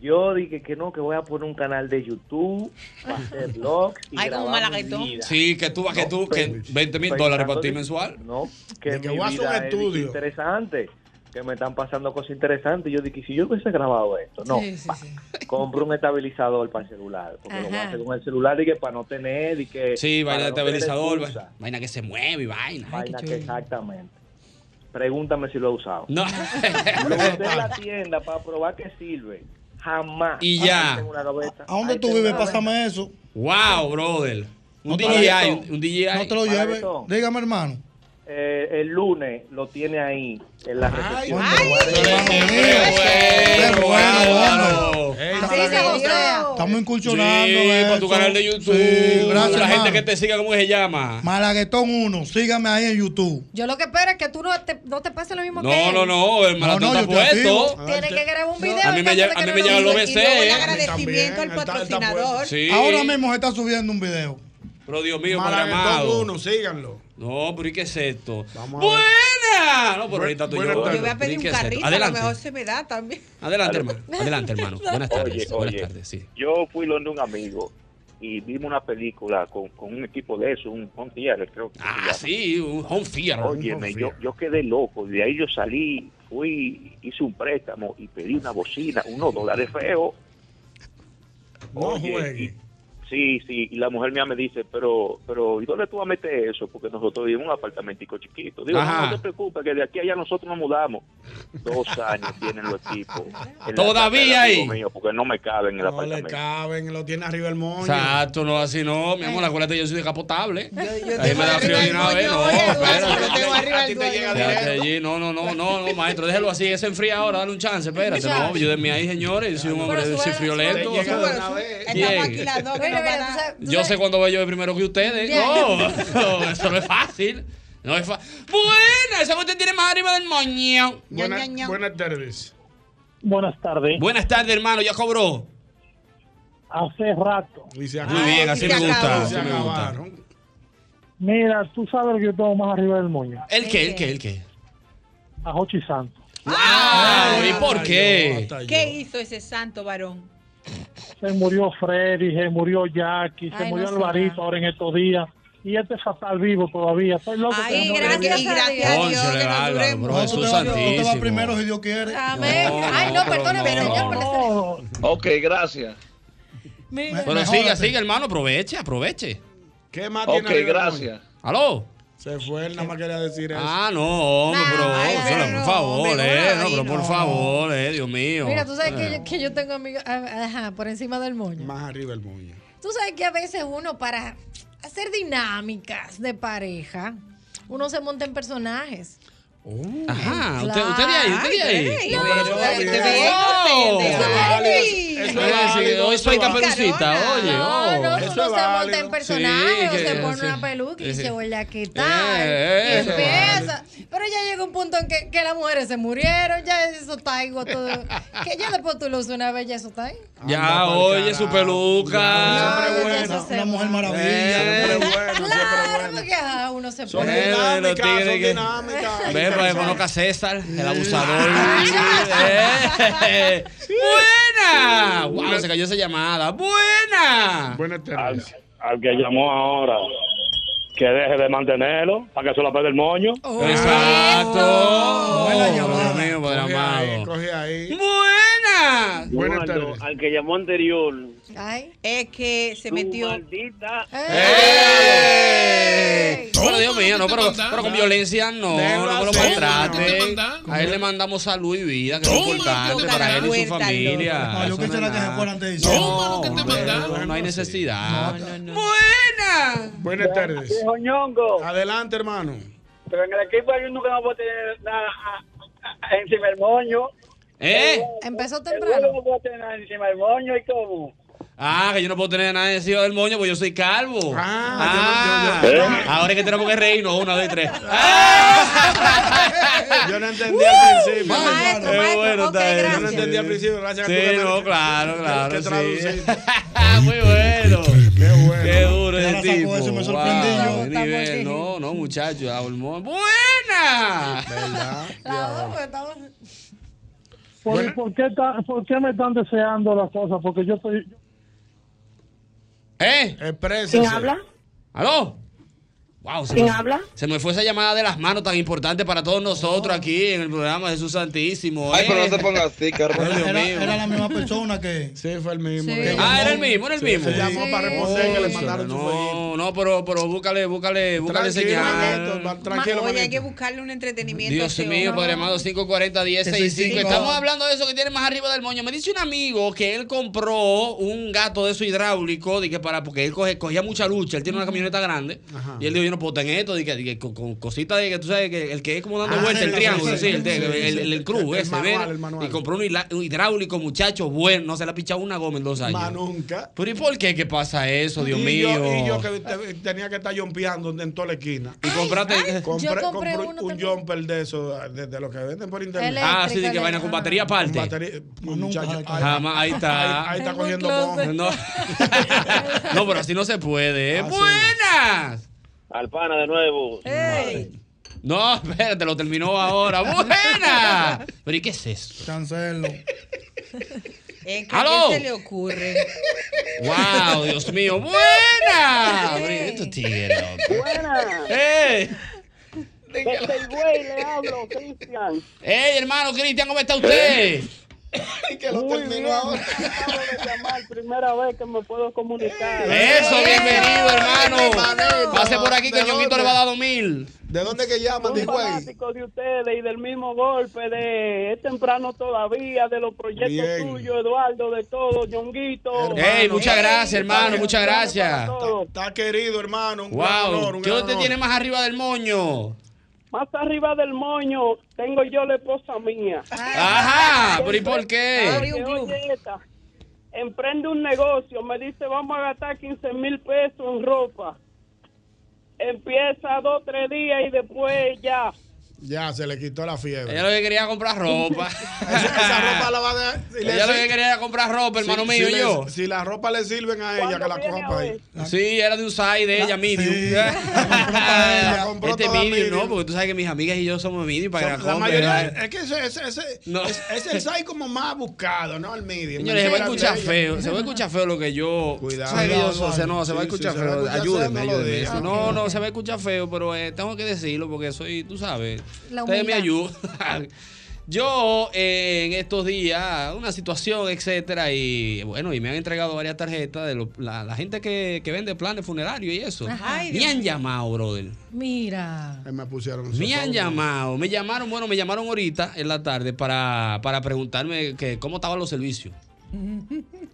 [SPEAKER 16] Yo dije que no, que voy a poner un canal de YouTube, para hacer vlogs y
[SPEAKER 7] Ay, como
[SPEAKER 16] grabar
[SPEAKER 7] malaguetón.
[SPEAKER 16] mi vida.
[SPEAKER 2] Sí, que tú, que tú, que
[SPEAKER 16] pues,
[SPEAKER 2] 20 mil dólares para ti
[SPEAKER 16] Pensando
[SPEAKER 2] mensual.
[SPEAKER 16] No, que,
[SPEAKER 4] De que
[SPEAKER 16] mi
[SPEAKER 4] voy a hacer un
[SPEAKER 16] vida es
[SPEAKER 4] estudio.
[SPEAKER 16] interesante, que me están pasando cosas interesantes. Yo dije, si yo hubiese grabado esto, no,
[SPEAKER 5] Sí, sí,
[SPEAKER 16] pa, compro un estabilizador para el celular, porque lo voy a
[SPEAKER 5] Ajá.
[SPEAKER 16] hacer con el celular y que para no tener y que...
[SPEAKER 2] Sí, vaina de
[SPEAKER 16] para no tener
[SPEAKER 2] estabilizador,
[SPEAKER 16] excusa.
[SPEAKER 2] va- vaina que se mueve y vaina. Ay, qué
[SPEAKER 16] Vaina que
[SPEAKER 2] chulo. <laughs>
[SPEAKER 16] exactamente. Pregúntame si lo he usado. <laughs>
[SPEAKER 2] No.
[SPEAKER 16] Lo usé en la tienda para probar que sirve. Jamás.
[SPEAKER 2] Y ya.
[SPEAKER 16] Ah, Ahí tengo una gaveta.
[SPEAKER 3] ¿A dónde
[SPEAKER 16] Ahí
[SPEAKER 3] tú
[SPEAKER 16] tengo
[SPEAKER 3] vives?
[SPEAKER 16] una gaveta.
[SPEAKER 3] Pásame eso.
[SPEAKER 2] Wow, brother. Un
[SPEAKER 3] No te lo
[SPEAKER 2] DJI,
[SPEAKER 3] lleves.
[SPEAKER 2] un, un DJI.
[SPEAKER 3] No te lo lleves.
[SPEAKER 16] Maravillón.
[SPEAKER 3] Dígame, hermano.
[SPEAKER 16] Eh, el lunes lo tiene ahí en la recepción.
[SPEAKER 3] Qué bueno, hombre.
[SPEAKER 5] Así se gocea.
[SPEAKER 3] Estamos
[SPEAKER 2] Sí,
[SPEAKER 3] incursionando. en
[SPEAKER 2] para tu
[SPEAKER 3] esto.
[SPEAKER 2] canal de YouTube.
[SPEAKER 3] Sí, gracias,
[SPEAKER 2] La gente
[SPEAKER 3] hermano.
[SPEAKER 2] que te siga, ¿cómo se llama?
[SPEAKER 3] Malaguetón 1, sígame ahí en YouTube.
[SPEAKER 5] Yo lo que espero es que tú no te, no te pase lo mismo que
[SPEAKER 2] No,
[SPEAKER 5] él.
[SPEAKER 2] no, no, el maratón
[SPEAKER 3] No, no,
[SPEAKER 2] está
[SPEAKER 3] yo te
[SPEAKER 2] puesto.
[SPEAKER 5] Tienes que grabar un video.
[SPEAKER 2] A mí me
[SPEAKER 5] en caso de
[SPEAKER 2] llega- a
[SPEAKER 5] que
[SPEAKER 2] mí
[SPEAKER 5] no
[SPEAKER 2] me
[SPEAKER 5] lo
[SPEAKER 2] llega el
[SPEAKER 5] uses.
[SPEAKER 7] Y luego el
[SPEAKER 2] OBC.
[SPEAKER 7] agradecimiento al
[SPEAKER 4] También, él está- él está
[SPEAKER 7] patrocinador.
[SPEAKER 2] ¿eh? Sí.
[SPEAKER 3] Ahora mismo se está subiendo un video.
[SPEAKER 2] Pero Dios mío,
[SPEAKER 4] Maraghetón
[SPEAKER 2] programado.
[SPEAKER 4] uno, síganlo.
[SPEAKER 2] No, pero ¿y qué es esto?
[SPEAKER 4] a ver.
[SPEAKER 2] ¡Buena! No, pero ahorita tú
[SPEAKER 4] Buenas
[SPEAKER 2] yo.
[SPEAKER 4] tardes.
[SPEAKER 7] Yo voy a pedir
[SPEAKER 2] ¿Qué
[SPEAKER 7] un
[SPEAKER 2] es esto?
[SPEAKER 7] carrito, a lo
[SPEAKER 2] Adelante.
[SPEAKER 7] mejor se me da también.
[SPEAKER 2] Adelante, hermano.
[SPEAKER 7] <laughs>
[SPEAKER 2] Adelante, hermano. Buenas tardes.
[SPEAKER 11] Oye,
[SPEAKER 2] Buenas
[SPEAKER 11] oye,
[SPEAKER 2] tardes, sí.
[SPEAKER 11] Yo fui donde un amigo y vimos una película con, con un equipo de eso, un Home Theater, creo que.
[SPEAKER 2] Ah, sí, un Home Theater.
[SPEAKER 11] Oye,
[SPEAKER 2] Un home
[SPEAKER 11] yo,
[SPEAKER 2] theater.
[SPEAKER 11] yo quedé loco. De ahí yo salí, fui, hice un préstamo y pedí una bocina, unos dólares feos. Oye, y- sí, sí. Y la mujer mía me dice, pero, pero, ¿y dónde tú vas a meter eso? Porque nosotros vivimos en un apartamentico chiquito. Digo,
[SPEAKER 2] Ajá.
[SPEAKER 11] no, no te preocupes, que de aquí a allá nosotros nos mudamos. Dos años tienen los equipos. en la
[SPEAKER 2] Todavía
[SPEAKER 11] casa del
[SPEAKER 2] ahí.
[SPEAKER 11] amigo mío, porque no me caben en el
[SPEAKER 4] No le
[SPEAKER 11] apartamento.
[SPEAKER 4] caben, lo tiene arriba el moño.
[SPEAKER 2] Exacto, no así no, mi amor, acuérdate yo soy descapotable. Ahí
[SPEAKER 4] tengo
[SPEAKER 2] me da frío de una
[SPEAKER 4] arriba el
[SPEAKER 2] vez, no,
[SPEAKER 4] moño, oye, Eduardo,
[SPEAKER 2] espérate.
[SPEAKER 4] yo tengo arriba el dueño.
[SPEAKER 2] Espérate allí, no, no, no, no, no, maestro, déjelo así, ese enfría ahora, dale un chance, espérate, no, ayúdenme ahí, señores, yo soy un hombre, yo soy friolento.
[SPEAKER 4] Llega de una
[SPEAKER 7] dos,
[SPEAKER 2] Bien.
[SPEAKER 5] Bueno,
[SPEAKER 7] no va a
[SPEAKER 5] mira, tú sabes- tú
[SPEAKER 2] Yo sé cuándo voy yo primero que ustedes.
[SPEAKER 5] Ya.
[SPEAKER 2] No, eso no es fácil. No es fácil. Buena, esa que usted tiene más arriba del moño.
[SPEAKER 4] Buena- buenas tardes.
[SPEAKER 12] Buenas tardes.
[SPEAKER 2] Buenas tardes, hermano, ya cobró.
[SPEAKER 12] Hace rato.
[SPEAKER 2] Muy bien, así me gusta, así me
[SPEAKER 4] Ah, Se
[SPEAKER 2] gusta.
[SPEAKER 4] acabaron.
[SPEAKER 12] Mira, tú sabes lo que yo tengo más arriba del moño.
[SPEAKER 2] ¿El qué? ¿El qué? ¿El qué?
[SPEAKER 12] A Hochi Santos.
[SPEAKER 2] Ah, ¿y por qué?
[SPEAKER 7] ¿Qué hizo ese santo varón?
[SPEAKER 12] Se murió Freddy, se murió Jackie, se
[SPEAKER 7] Ay,
[SPEAKER 12] murió
[SPEAKER 7] no,
[SPEAKER 12] Alvarito ahora en estos días. Y este fatal vivo todavía. Estoy loco.
[SPEAKER 7] Ay,
[SPEAKER 12] que no
[SPEAKER 7] gracias,
[SPEAKER 12] lo
[SPEAKER 7] y
[SPEAKER 12] vea.
[SPEAKER 7] gracias a Dios que nos
[SPEAKER 2] Álvaro,
[SPEAKER 7] duremos.
[SPEAKER 2] bro, Jesús
[SPEAKER 3] Tú te vas
[SPEAKER 2] santísimo.
[SPEAKER 3] primero si Dios quiere.
[SPEAKER 5] Amén. Ay, no, perdóname, señor, por la-
[SPEAKER 13] Ok, gracias.
[SPEAKER 2] Pero siga, siga, hermano, aproveche, aproveche.
[SPEAKER 4] ¿Qué más
[SPEAKER 2] Ok,
[SPEAKER 4] tiene arriba el moño?
[SPEAKER 2] gracias. ¿Aló?
[SPEAKER 4] Se fue, él nada más quería decir eso.
[SPEAKER 2] Ah, no, hombre, pero, pero, por favor, eh, no, pero por favor, eh, Dios mío.
[SPEAKER 5] Mira, tú sabes que
[SPEAKER 2] Eh.
[SPEAKER 5] yo, que yo tengo amigos, ah, ajá, por encima del moño.
[SPEAKER 4] Más arriba el
[SPEAKER 2] <laughs>
[SPEAKER 4] moño.
[SPEAKER 5] Tú sabes que a veces uno para hacer dinámicas de pareja, uno se monta en personajes.
[SPEAKER 4] Oh.
[SPEAKER 2] Ajá, Ah, usted, usted de ahí, usted de ahí.
[SPEAKER 5] Ay,
[SPEAKER 2] No,
[SPEAKER 5] pero
[SPEAKER 2] pero
[SPEAKER 5] usted
[SPEAKER 2] usted
[SPEAKER 5] ve,
[SPEAKER 2] de ahí.
[SPEAKER 5] no te entiende.
[SPEAKER 2] Ay.
[SPEAKER 5] Eso es
[SPEAKER 2] Eso es decir,
[SPEAKER 5] válido,
[SPEAKER 2] Hoy
[SPEAKER 5] eso
[SPEAKER 2] soy
[SPEAKER 5] es válido.
[SPEAKER 2] caperucita, oye.
[SPEAKER 5] No,
[SPEAKER 2] oh.
[SPEAKER 5] no, uno se monta en personaje,
[SPEAKER 2] Sí,
[SPEAKER 5] o se
[SPEAKER 2] que-
[SPEAKER 5] pone
[SPEAKER 2] sí.
[SPEAKER 5] una peluca y
[SPEAKER 2] Sí.
[SPEAKER 5] se vuelve a quitar.
[SPEAKER 2] Eh,
[SPEAKER 5] y
[SPEAKER 2] eso es
[SPEAKER 5] empieza. Pero ya llega un punto en que, que las mujeres se murieron, ya eso está ahí,
[SPEAKER 2] <laughs>
[SPEAKER 5] todo. que ya después tú lo usas una vez, ya eso está ahí.
[SPEAKER 2] Ya, oye, su peluca.
[SPEAKER 5] Ay, ya
[SPEAKER 3] Una,
[SPEAKER 5] eso se
[SPEAKER 3] una mujer maravilla.
[SPEAKER 2] Eh,
[SPEAKER 5] Claro, porque ajá, uno se
[SPEAKER 2] Son
[SPEAKER 5] pone.
[SPEAKER 2] dinámicas,
[SPEAKER 4] son
[SPEAKER 2] dinámicas. Ve, para que conozca a César, el
[SPEAKER 4] <laughs>
[SPEAKER 2] abusador. Eh, ¡Buena! ¡Wow! Se cayó esa llamada. ¡Buena!
[SPEAKER 4] Buenas tardes.
[SPEAKER 14] Al que llamó ahora, que deje de mantenerlo para que se lo pegue el moño.
[SPEAKER 2] Exacto. Dios mío, padre
[SPEAKER 14] Coge
[SPEAKER 2] amado.
[SPEAKER 7] ¡Buena!
[SPEAKER 2] Buenas
[SPEAKER 14] Eduardo, Al que llamó anterior.
[SPEAKER 7] Es que se metió.
[SPEAKER 2] Pero Dios mío, no, pero, pero con violencia no, no me lo maltrate. A él le mandamos salud y vida, que es importante para él y su familia. Eso no es nada. No, no hay necesidad.
[SPEAKER 7] ¡Buena!
[SPEAKER 4] Buenas tardes.
[SPEAKER 18] Viejo ñongo.
[SPEAKER 4] Adelante, hermano.
[SPEAKER 18] Pero en el equipo hay uno que no puede tener nada ah, ah, encima del moño.
[SPEAKER 2] ¿Eh?
[SPEAKER 5] Empezó
[SPEAKER 18] temprano. no puede tener nada encima del moño y cómo.
[SPEAKER 2] Ah, que yo no puedo tener nada encima del moño porque yo soy calvo. Ah,
[SPEAKER 4] yo no- yo- yo-
[SPEAKER 2] ¿Eh? ahora es que tenemos que reírnos una, dos y tres.
[SPEAKER 4] Yo no entendí al principio.
[SPEAKER 2] Maestro, Eh, maestro, bueno, ok, está bien.
[SPEAKER 4] Yo no entendí al principio, gracias
[SPEAKER 2] Sí,
[SPEAKER 4] a tú que
[SPEAKER 2] no, claro, claro.
[SPEAKER 4] que
[SPEAKER 2] sí. <laughs> Ah,
[SPEAKER 4] traduciste.
[SPEAKER 2] Muy bueno. Qué bueno. Qué duro ese tipo.
[SPEAKER 4] eso, me
[SPEAKER 2] Wow,
[SPEAKER 4] sorprendí yo.
[SPEAKER 2] qué nivel. No, no, muchachos. ah, hormón. ¡Buena!
[SPEAKER 12] ¿Por, por qué ta- ¿Por qué me están deseando las cosas? Porque yo estoy.
[SPEAKER 2] ¿Eh?
[SPEAKER 4] ¿Quién habla?
[SPEAKER 2] ¿Aló? Wow, se
[SPEAKER 4] ¿Quién
[SPEAKER 2] me,
[SPEAKER 4] habla?
[SPEAKER 2] Se me fue esa llamada de las manos tan importante para todos nosotros aquí en el programa Jesús Santísimo.
[SPEAKER 13] Ay,
[SPEAKER 2] ¿eh?
[SPEAKER 13] pero no te pongas
[SPEAKER 2] <laughs>
[SPEAKER 13] así, Carmen.
[SPEAKER 2] Ay, Dios
[SPEAKER 3] Era,
[SPEAKER 2] mío.
[SPEAKER 3] era la misma persona que.
[SPEAKER 4] Sí, fue el mismo.
[SPEAKER 2] Ah, era el mismo, era el mismo.
[SPEAKER 4] Se llamó para responder que le mandaron su
[SPEAKER 2] No, no, pero, pero búscale, búscale, búscale
[SPEAKER 4] Tranquilo, manito,
[SPEAKER 2] señal.
[SPEAKER 4] va-
[SPEAKER 7] Ma- Oye, hay que buscarle un entretenimiento.
[SPEAKER 2] Dios
[SPEAKER 7] a este
[SPEAKER 2] mío,
[SPEAKER 7] hombre.
[SPEAKER 2] Padre amado, 540 1065.
[SPEAKER 7] Ese sí,
[SPEAKER 2] Estamos
[SPEAKER 7] no.
[SPEAKER 2] hablando de eso que tiene más arriba del moño. Me dice un amigo que él compró un gato de su hidráulico, de que para, porque él coge- cogía mucha lucha. Él tiene una camioneta grande. Y él dijo, yo no puedo tener esto, de que, de que con, con cositas de que tú sabes que el que es como dando
[SPEAKER 4] Ah,
[SPEAKER 2] vueltas, el
[SPEAKER 4] sí,
[SPEAKER 2] triángulo,
[SPEAKER 4] sí,
[SPEAKER 2] sí, el, de-
[SPEAKER 4] sí, sí,
[SPEAKER 2] el-
[SPEAKER 4] sí,
[SPEAKER 2] el- el cruz,
[SPEAKER 4] el
[SPEAKER 2] ese,
[SPEAKER 4] manual,
[SPEAKER 2] ¿verdad?
[SPEAKER 4] el manual.
[SPEAKER 2] Y compró un hila- un hidráulico, muchacho, bueno, no se le ha pichado una goma en dos años.
[SPEAKER 4] Ma, nunca.
[SPEAKER 2] Pero ¿y por qué? ¿Qué pasa eso, Dios
[SPEAKER 4] y
[SPEAKER 2] mío?
[SPEAKER 4] Yo, y yo que te- tenía que estar jumpeando en toda la esquina.
[SPEAKER 2] Y compraste- ay,
[SPEAKER 4] compré,
[SPEAKER 2] yo compré
[SPEAKER 4] compré
[SPEAKER 2] uno
[SPEAKER 4] un jumper de esos, de, de los que venden por internet.
[SPEAKER 2] Ah, sí, de que vaina con batería aparte.
[SPEAKER 4] muchacho, ay,
[SPEAKER 2] Jamás, ahí está.
[SPEAKER 4] Ahí, ahí está cogiendo con.
[SPEAKER 2] No. no, <laughs> pero así no se puede. ¿eh? ¡Buenas!
[SPEAKER 19] Al pana de nuevo.
[SPEAKER 2] No, espérate, lo terminó ahora. ¡Buenas! Pero ¿y qué es eso?
[SPEAKER 3] Cancelo.
[SPEAKER 7] Eh, ¿qué-
[SPEAKER 2] ¡Aló!
[SPEAKER 7] ¿Qué se le ocurre?
[SPEAKER 2] ¡Wow, Dios mío! ¡Buenas! Pero, ¿y estos tigres, loco? ¡Ey!
[SPEAKER 20] Desde güey le hablo, Cristian.
[SPEAKER 2] ¡Ey, hermano Cristian, ¿cómo está usted?
[SPEAKER 20] que lo terminó ahora. Acabo de llamar, primera vez que me puedo comunicar.
[SPEAKER 2] Eso, bienvenido,
[SPEAKER 20] hermano.
[SPEAKER 2] Pase por aquí que Ñonguito le va a dar dos mil.
[SPEAKER 20] ¿De dónde que llaman, Un fanático de ustedes y del mismo golpe de es temprano todavía, de los proyectos
[SPEAKER 2] Bien.
[SPEAKER 20] tuyos, Eduardo, de todo, Ñonguito.
[SPEAKER 2] ¡Ey, muchas gracias, hermano! ¡Muchas gracias!
[SPEAKER 4] Está querido, hermano. Un gran honor,
[SPEAKER 2] ¡Wow!
[SPEAKER 4] un
[SPEAKER 2] ¿Qué
[SPEAKER 4] gran
[SPEAKER 2] usted
[SPEAKER 4] honor.
[SPEAKER 2] tiene más arriba del moño?
[SPEAKER 20] Más arriba del moño tengo yo la esposa mía.
[SPEAKER 2] Ajá, Ah, pero ¿y por qué?
[SPEAKER 20] Porque, oye, esta, emprende un negocio, me dice vamos a gastar 15 mil pesos en ropa. Empieza dos, tres días y después ya.
[SPEAKER 4] Ya, se le quitó la fiebre.
[SPEAKER 2] Ella lo que quería comprar ropa.
[SPEAKER 4] <laughs> esa ropa la va a dejar.
[SPEAKER 2] Ella lo que quería era comprar ropa, hermano mío,
[SPEAKER 4] si
[SPEAKER 2] y
[SPEAKER 4] le-
[SPEAKER 2] yo.
[SPEAKER 4] si la ropa le sirven a ella, que la cojan para ahí.
[SPEAKER 2] Sí, era de un side de ella, medium.
[SPEAKER 4] <laughs>
[SPEAKER 2] este medium, ¿no? Porque tú sabes que mis amigas y yo somos medium para que la
[SPEAKER 4] La
[SPEAKER 2] compre.
[SPEAKER 4] mayoría,
[SPEAKER 2] ¿verdad?
[SPEAKER 4] es que ese, ese, ese-
[SPEAKER 2] No.
[SPEAKER 4] es, es el site como más buscado, ¿no? El medio.
[SPEAKER 2] Señores, se va a escuchar feo. Se va a escuchar feo lo que yo. Cuidado. o sea, no, se va a
[SPEAKER 4] Ah, Sí, sí,
[SPEAKER 2] escuchar
[SPEAKER 4] se va a
[SPEAKER 2] feo.
[SPEAKER 4] escuchar feo,
[SPEAKER 2] Ayúdenme,
[SPEAKER 4] no lo
[SPEAKER 2] ayúdenme.
[SPEAKER 4] digas.
[SPEAKER 2] Eso, No, no, se va a escuchar feo, pero eh, tengo que decirlo porque soy, tú sabes.
[SPEAKER 16] La
[SPEAKER 2] Ustedes me
[SPEAKER 16] humildad.
[SPEAKER 2] ayudan. <laughs> Yo eh, en estos días, una situación, etcétera, y bueno, y me han entregado varias tarjetas de lo- la, la gente que, que vende planes funerarios y eso.
[SPEAKER 16] Ajá. Ay,
[SPEAKER 2] me
[SPEAKER 16] Dios
[SPEAKER 2] han
[SPEAKER 16] mío.
[SPEAKER 2] llamado, brother.
[SPEAKER 16] Mira.
[SPEAKER 4] Me pusieron.
[SPEAKER 2] Me han
[SPEAKER 4] socorro.
[SPEAKER 2] llamado, me llamaron, bueno, me llamaron ahorita en la tarde para, para preguntarme que cómo estaban los servicios.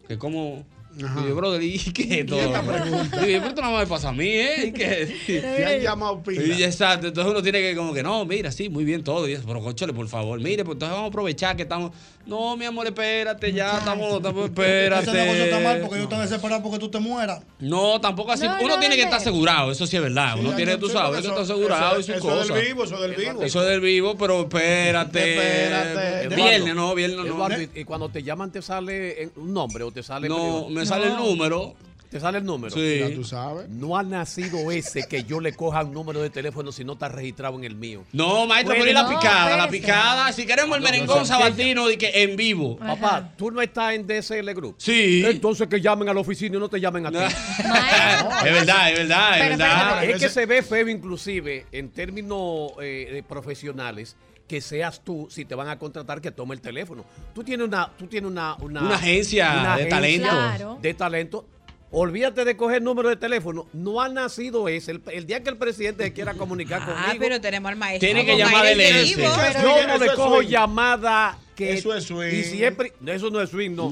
[SPEAKER 2] Que cómo. Y yo, brother, <laughs> ¿y qué es todo?
[SPEAKER 20] esta
[SPEAKER 2] Y yo, pero esto no me pasa a mí, ¿eh? ¿Y qué?
[SPEAKER 20] Te han llamado pila.
[SPEAKER 2] Y exacto, entonces uno tiene que como que, no, mira, sí, muy bien todo. Y eso, pero conchole, por favor, mire, pues entonces vamos a aprovechar que estamos... No, mi amor, espérate, ya estamos, estamos
[SPEAKER 3] <laughs>
[SPEAKER 2] espérate.
[SPEAKER 3] Ese negocio está mal porque yo estaba desesperado porque tú te mueras.
[SPEAKER 2] No, tampoco así.
[SPEAKER 3] No,
[SPEAKER 2] uno
[SPEAKER 3] no,
[SPEAKER 2] tiene que
[SPEAKER 3] no.
[SPEAKER 2] estar asegurado, eso sí es verdad. uno tiene, tú sabes, que está asegurado y sus
[SPEAKER 4] Eso
[SPEAKER 2] cosas.
[SPEAKER 4] del vivo, eso del vivo.
[SPEAKER 2] Eso es del vivo, pero espérate.
[SPEAKER 4] Espérate.
[SPEAKER 2] Viernes, no, viernes no.
[SPEAKER 18] Eduardo, y- y cuando te llaman te sale eh, un nombre o te sale...
[SPEAKER 2] No, me sale el número.
[SPEAKER 18] ¿Te sale el número?
[SPEAKER 2] Sí.
[SPEAKER 18] Ya tú sabes. No ha nacido ese que yo le coja un número de teléfono si no está registrado en el mío.
[SPEAKER 2] No, maestro, pero y la picada, la
[SPEAKER 3] pues,
[SPEAKER 8] pues,
[SPEAKER 2] picada. Si queremos el merengón sabatino, di que en vivo.
[SPEAKER 18] Papá, tú no estás en DSL Group.
[SPEAKER 2] Sí.
[SPEAKER 18] Entonces que llamen a la oficina y no te llamen a ti.
[SPEAKER 2] Es verdad, es verdad, es verdad.
[SPEAKER 18] Es que se ve feo inclusive en términos eh, de profesionales que seas tú, si te van a contratar, que tome el teléfono. Tú tienes una, tú tienes una, una,
[SPEAKER 2] Una agencia de talento. Claro.
[SPEAKER 18] De talento. Olvídate de coger número de teléfono. No ha nacido ese. El, el día que el presidente se quiera comunicar conmigo.
[SPEAKER 7] Ah, pero tenemos al maestro.
[SPEAKER 18] Tiene que
[SPEAKER 7] Como
[SPEAKER 18] llamar
[SPEAKER 7] Mayra
[SPEAKER 18] del
[SPEAKER 7] Esquivo.
[SPEAKER 18] S.
[SPEAKER 7] Pero-
[SPEAKER 18] Yo no
[SPEAKER 7] Eso
[SPEAKER 18] le
[SPEAKER 7] es
[SPEAKER 18] cojo
[SPEAKER 7] swing.
[SPEAKER 18] llamada que.
[SPEAKER 4] Eso es swing.
[SPEAKER 18] Y siempre. no, Eso no es swing, no.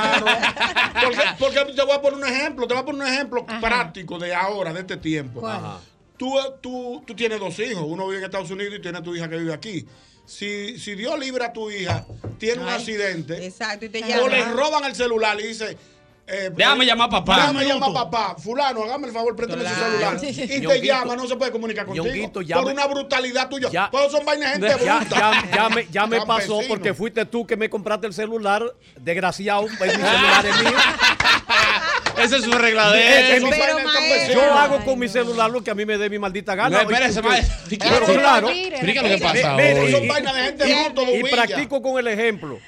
[SPEAKER 18] <laughs>
[SPEAKER 4] Porque, porque te voy a poner un ejemplo, te voy a poner un ejemplo práctico de ahora, de este tiempo.
[SPEAKER 18] ¿Cuál? Ajá.
[SPEAKER 4] Tú, tú, tú tienes dos hijos, uno vive en Estados Unidos y tienes a tu hija que vive aquí. Si, si Dios libra a tu hija, tiene un
[SPEAKER 7] Ay,
[SPEAKER 4] accidente,
[SPEAKER 7] Exacto, y te
[SPEAKER 4] o
[SPEAKER 7] llaman.
[SPEAKER 4] le roban el celular y dice... eh,
[SPEAKER 2] Déjame llamar a papá.
[SPEAKER 4] Déjame llamar a papá. Fulano, hágame el favor, préstame su
[SPEAKER 18] Claro.
[SPEAKER 4] celular. Y te
[SPEAKER 18] Ñonguito.
[SPEAKER 4] llama, no se puede comunicar contigo.
[SPEAKER 18] Ñonguito,
[SPEAKER 4] Por
[SPEAKER 18] llame.
[SPEAKER 4] una brutalidad tuya. Todos son vainas gente
[SPEAKER 18] ya,
[SPEAKER 4] bruta.
[SPEAKER 18] ya- ya me, ya me pasó
[SPEAKER 4] Campesino.
[SPEAKER 18] porque fuiste tú que me compraste el celular, desgraciado,
[SPEAKER 4] <laughs>
[SPEAKER 18] pues, mi celular es mío.
[SPEAKER 2] Ese es su regladero.
[SPEAKER 18] Es- es mi-
[SPEAKER 2] Pero,
[SPEAKER 18] yo
[SPEAKER 2] maestro.
[SPEAKER 18] hago con mi celular lo que a mí me dé mi maldita gana.
[SPEAKER 2] No, espérese, maestro.
[SPEAKER 18] Pero
[SPEAKER 2] Sí,
[SPEAKER 18] claro.
[SPEAKER 2] mire, Explica lo que pasa
[SPEAKER 18] Mire,
[SPEAKER 2] hoy.
[SPEAKER 18] y-
[SPEAKER 2] Son
[SPEAKER 4] vainas de gente
[SPEAKER 18] y-
[SPEAKER 4] bruto,
[SPEAKER 18] y
[SPEAKER 4] bobilla.
[SPEAKER 18] practico con el ejemplo.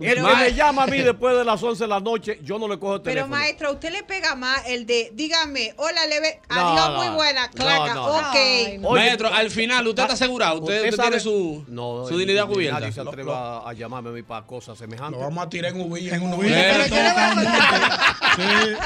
[SPEAKER 18] El que
[SPEAKER 7] Ma-
[SPEAKER 18] me llama a mí después de las 11 de la noche, yo no le cojo el
[SPEAKER 7] Pero
[SPEAKER 18] teléfono.
[SPEAKER 7] maestra, ¿a usted le pega más el de dígame, hola, leve,
[SPEAKER 18] No,
[SPEAKER 7] adiós,
[SPEAKER 18] no,
[SPEAKER 7] muy buena,
[SPEAKER 18] no,
[SPEAKER 7] claca,
[SPEAKER 18] no. Ah,
[SPEAKER 7] ok.
[SPEAKER 18] Oye,
[SPEAKER 2] Maestro, al final, ¿usted está asegurado? ¿Usted- usted tiene su- su dignidad
[SPEAKER 18] ni
[SPEAKER 2] cubierta?
[SPEAKER 18] Nadie se atreva
[SPEAKER 2] Lo-
[SPEAKER 18] a- a llamarme a mí para cosas semejantes.
[SPEAKER 4] Lo vamos a tirar en Ubilla. En
[SPEAKER 18] Pero yo le voy a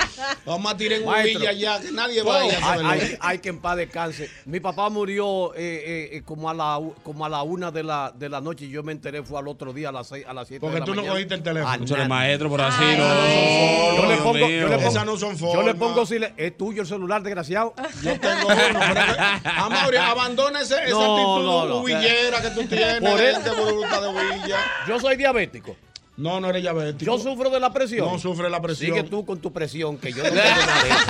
[SPEAKER 4] Vamos a tirar en
[SPEAKER 18] Maestro.
[SPEAKER 4] Ubilla ya, que nadie
[SPEAKER 18] Wow.
[SPEAKER 4] vaya. a
[SPEAKER 18] Hay,
[SPEAKER 4] saberlo.
[SPEAKER 18] hay- hay que en paz descanse. Mi papá murió eh, eh, eh, como a la u- como a la una de la, de la noche y yo me enteré fue al otro día a las seis a las siete
[SPEAKER 4] Porque
[SPEAKER 18] de la
[SPEAKER 4] tú no
[SPEAKER 18] mañana.
[SPEAKER 4] cogiste el teléfono.
[SPEAKER 18] A
[SPEAKER 2] Conchale,
[SPEAKER 18] nadie.
[SPEAKER 2] maestro, por así
[SPEAKER 18] Ay.
[SPEAKER 2] no, no son
[SPEAKER 18] Yo le
[SPEAKER 2] formas,
[SPEAKER 18] pongo,
[SPEAKER 2] Dios
[SPEAKER 18] yo le
[SPEAKER 2] mío.
[SPEAKER 18] pongo,
[SPEAKER 2] Esas no son
[SPEAKER 18] yo le
[SPEAKER 2] formas.
[SPEAKER 18] pongo si le- es tuyo el celular desgraciado.
[SPEAKER 4] Yo tengo uno, pero es que- Amaury, abandona ese-
[SPEAKER 18] <laughs>
[SPEAKER 4] esa actitud ubillera que tú tienes,
[SPEAKER 18] e-
[SPEAKER 4] gente bruta de Ubilla.
[SPEAKER 18] Yo soy diabético.
[SPEAKER 4] No, no eres diabético.
[SPEAKER 18] Yo sufro de la presión.
[SPEAKER 4] No sufre la presión. <laughs>
[SPEAKER 18] Sigue tú con tu presión que yo no tengo nada de eso.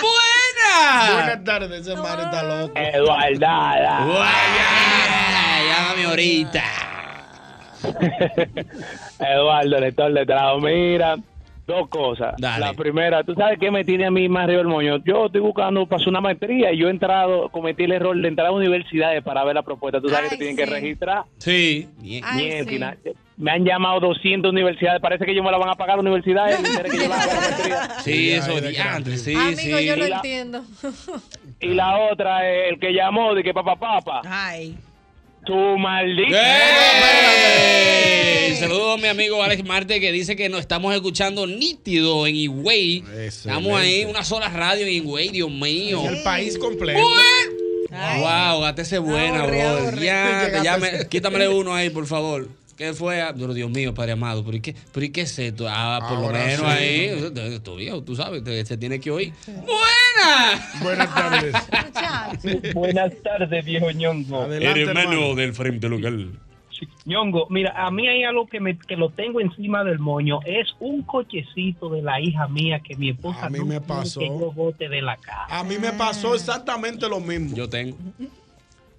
[SPEAKER 2] buenas.
[SPEAKER 4] Buenas tardes, ese mar está loco.
[SPEAKER 2] Eduardada. Llámame ahorita.
[SPEAKER 16] <laughs> Eduardo, lector letrado, mira, dos cosas. La primera, tú sabes qué me tiene a mí más arriba el moño. Yo estoy buscando para hacer una maestría y yo he entrado, cometí el error de entrar a universidades para ver la propuesta. Tú sabes que te tienen que registrar.
[SPEAKER 2] Sí.
[SPEAKER 21] Ay,
[SPEAKER 16] Mierda, Me han llamado 200 universidades, parece que ellos me la van a pagar universidades. el
[SPEAKER 2] <laughs>
[SPEAKER 16] interés que yo le hago a la maestría.
[SPEAKER 2] Sí, eso diantre, sí, sí.
[SPEAKER 5] Ah, Amigo, yo lo
[SPEAKER 16] Y la-
[SPEAKER 5] entiendo. <laughs>
[SPEAKER 16] Y la otra es el que llamó de que papá, papá.
[SPEAKER 7] Ay.
[SPEAKER 16] Tu maldito.
[SPEAKER 2] Eh, Saludos a mi amigo Alex Marte que dice que nos estamos escuchando nítido en Higüey. Estamos ahí, una sola radio en Higüey, Dios mío.
[SPEAKER 4] El país completo.
[SPEAKER 2] Wow, gátese buena, brother. Ya, ya me- quítamele uno ahí, por favor. ¿Qué fue? Ah, pero Dios mío, Padre amado, ¿pero y qué, pero y qué es esto? Ah, por lo
[SPEAKER 21] Ahora
[SPEAKER 2] menos
[SPEAKER 21] sí.
[SPEAKER 2] ahí. eh, Tu viejo, tú sabes, te- se tiene que oír.
[SPEAKER 21] Buena.
[SPEAKER 4] Buenas tardes.
[SPEAKER 16] Buenas tardes, viejo ñongo.
[SPEAKER 2] del Frente Local.
[SPEAKER 16] Ñongo, mira, a mí hay algo que, me, que lo tengo encima del moño. Es un cochecito de la hija mía que mi esposa
[SPEAKER 4] A mí
[SPEAKER 16] no
[SPEAKER 4] me
[SPEAKER 16] quiere
[SPEAKER 4] pasó.
[SPEAKER 16] que yo bote de la casa.
[SPEAKER 4] A mí me
[SPEAKER 2] Ah.
[SPEAKER 4] pasó exactamente lo mismo.
[SPEAKER 2] Yo tengo.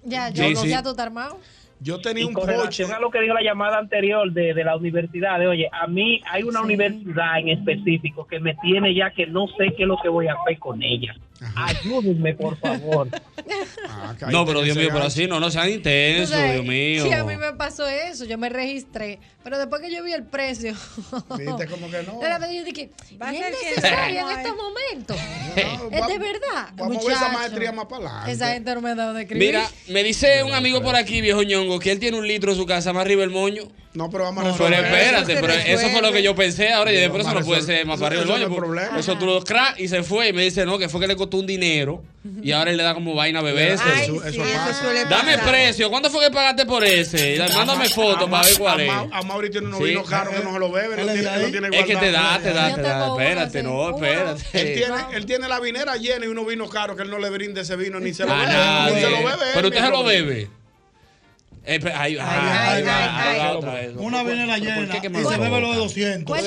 [SPEAKER 5] Ya,
[SPEAKER 4] Sí,
[SPEAKER 5] yo,
[SPEAKER 4] sí.
[SPEAKER 5] ya tú estás armado.
[SPEAKER 4] Yo tenía
[SPEAKER 16] Y
[SPEAKER 4] un
[SPEAKER 16] con
[SPEAKER 4] poche.
[SPEAKER 16] relación a lo que dijo la llamada anterior de, de la universidad, de, oye, a mí hay una universidad en específico que me tiene ya que no sé qué es lo que voy a hacer con ella. Ayúdenme, por favor.
[SPEAKER 2] No, pero Dios mío, pero así no, no sean intensos,
[SPEAKER 5] Tú sabes,
[SPEAKER 2] Dios mío.
[SPEAKER 5] Sí, a mí me pasó eso. Yo me registré. Pero después que yo vi
[SPEAKER 4] <laughs>
[SPEAKER 5] el precio.
[SPEAKER 4] Viste como que no.
[SPEAKER 5] de la- yo dije, ¿y
[SPEAKER 7] a
[SPEAKER 5] es
[SPEAKER 7] ser que
[SPEAKER 5] necesario en
[SPEAKER 7] no,
[SPEAKER 4] <laughs>
[SPEAKER 5] estos momentos?
[SPEAKER 2] No,
[SPEAKER 5] es
[SPEAKER 4] va-
[SPEAKER 5] de verdad.
[SPEAKER 4] vamos a ver esa
[SPEAKER 5] Muchacho,
[SPEAKER 4] maestría más para adelante.
[SPEAKER 5] Esa gente no me da de escribir.
[SPEAKER 2] Mira, me dice un amigo por aquí, viejo ñongo, que él tiene un litro en su casa más arriba el moño.
[SPEAKER 4] No, pero vamos a
[SPEAKER 2] Pero
[SPEAKER 4] resolver.
[SPEAKER 2] espérate,
[SPEAKER 4] eso.
[SPEAKER 2] pero eso fue lo que yo pensé ahora y
[SPEAKER 4] Sí,
[SPEAKER 2] después eso
[SPEAKER 4] vamos a
[SPEAKER 2] no puede
[SPEAKER 4] resolver.
[SPEAKER 2] ser más
[SPEAKER 4] Eso-
[SPEAKER 2] para arriba el
[SPEAKER 4] eso no
[SPEAKER 2] moño.
[SPEAKER 4] es
[SPEAKER 2] porque
[SPEAKER 4] problema.
[SPEAKER 2] Eso tú lo crack y se fue y me dice, no, que fue que le costó un dinero y ahora él le da como vaina a beberse.
[SPEAKER 4] Ay, Eso- eso sí, pasa. eso suele
[SPEAKER 2] Dame
[SPEAKER 4] pasar.
[SPEAKER 2] precio, ¿cuánto fue que pagaste por ese?
[SPEAKER 4] A Ma-
[SPEAKER 2] Mándame fotos
[SPEAKER 4] a
[SPEAKER 2] para ver
[SPEAKER 4] Ma-
[SPEAKER 2] cuál
[SPEAKER 4] a
[SPEAKER 2] es.
[SPEAKER 4] Ma- A Mauri tiene unos
[SPEAKER 2] Sí.
[SPEAKER 4] vinos caros que no se lo bebe. No
[SPEAKER 2] Él es
[SPEAKER 4] tiene,
[SPEAKER 2] de
[SPEAKER 4] él lo
[SPEAKER 2] ahí.
[SPEAKER 4] tiene
[SPEAKER 2] Es que te da,
[SPEAKER 4] guardado.
[SPEAKER 2] te da, Yo te da, tengo uno, espérate, sí. no, espérate.
[SPEAKER 4] Él tiene, él tiene la vinera llena y unos vinos caros que él no le brinde ese vino ni se lo
[SPEAKER 2] Ah,
[SPEAKER 4] bebe.
[SPEAKER 2] nada,
[SPEAKER 4] ni se lo
[SPEAKER 2] eh.
[SPEAKER 4] bebe.
[SPEAKER 2] Pero
[SPEAKER 4] él,
[SPEAKER 2] usted se lo
[SPEAKER 4] mi hermano.
[SPEAKER 2] bebe. Eh, pe- ay, ay, ay, otra vez.
[SPEAKER 3] Una venera llena y se bebe lo de 200.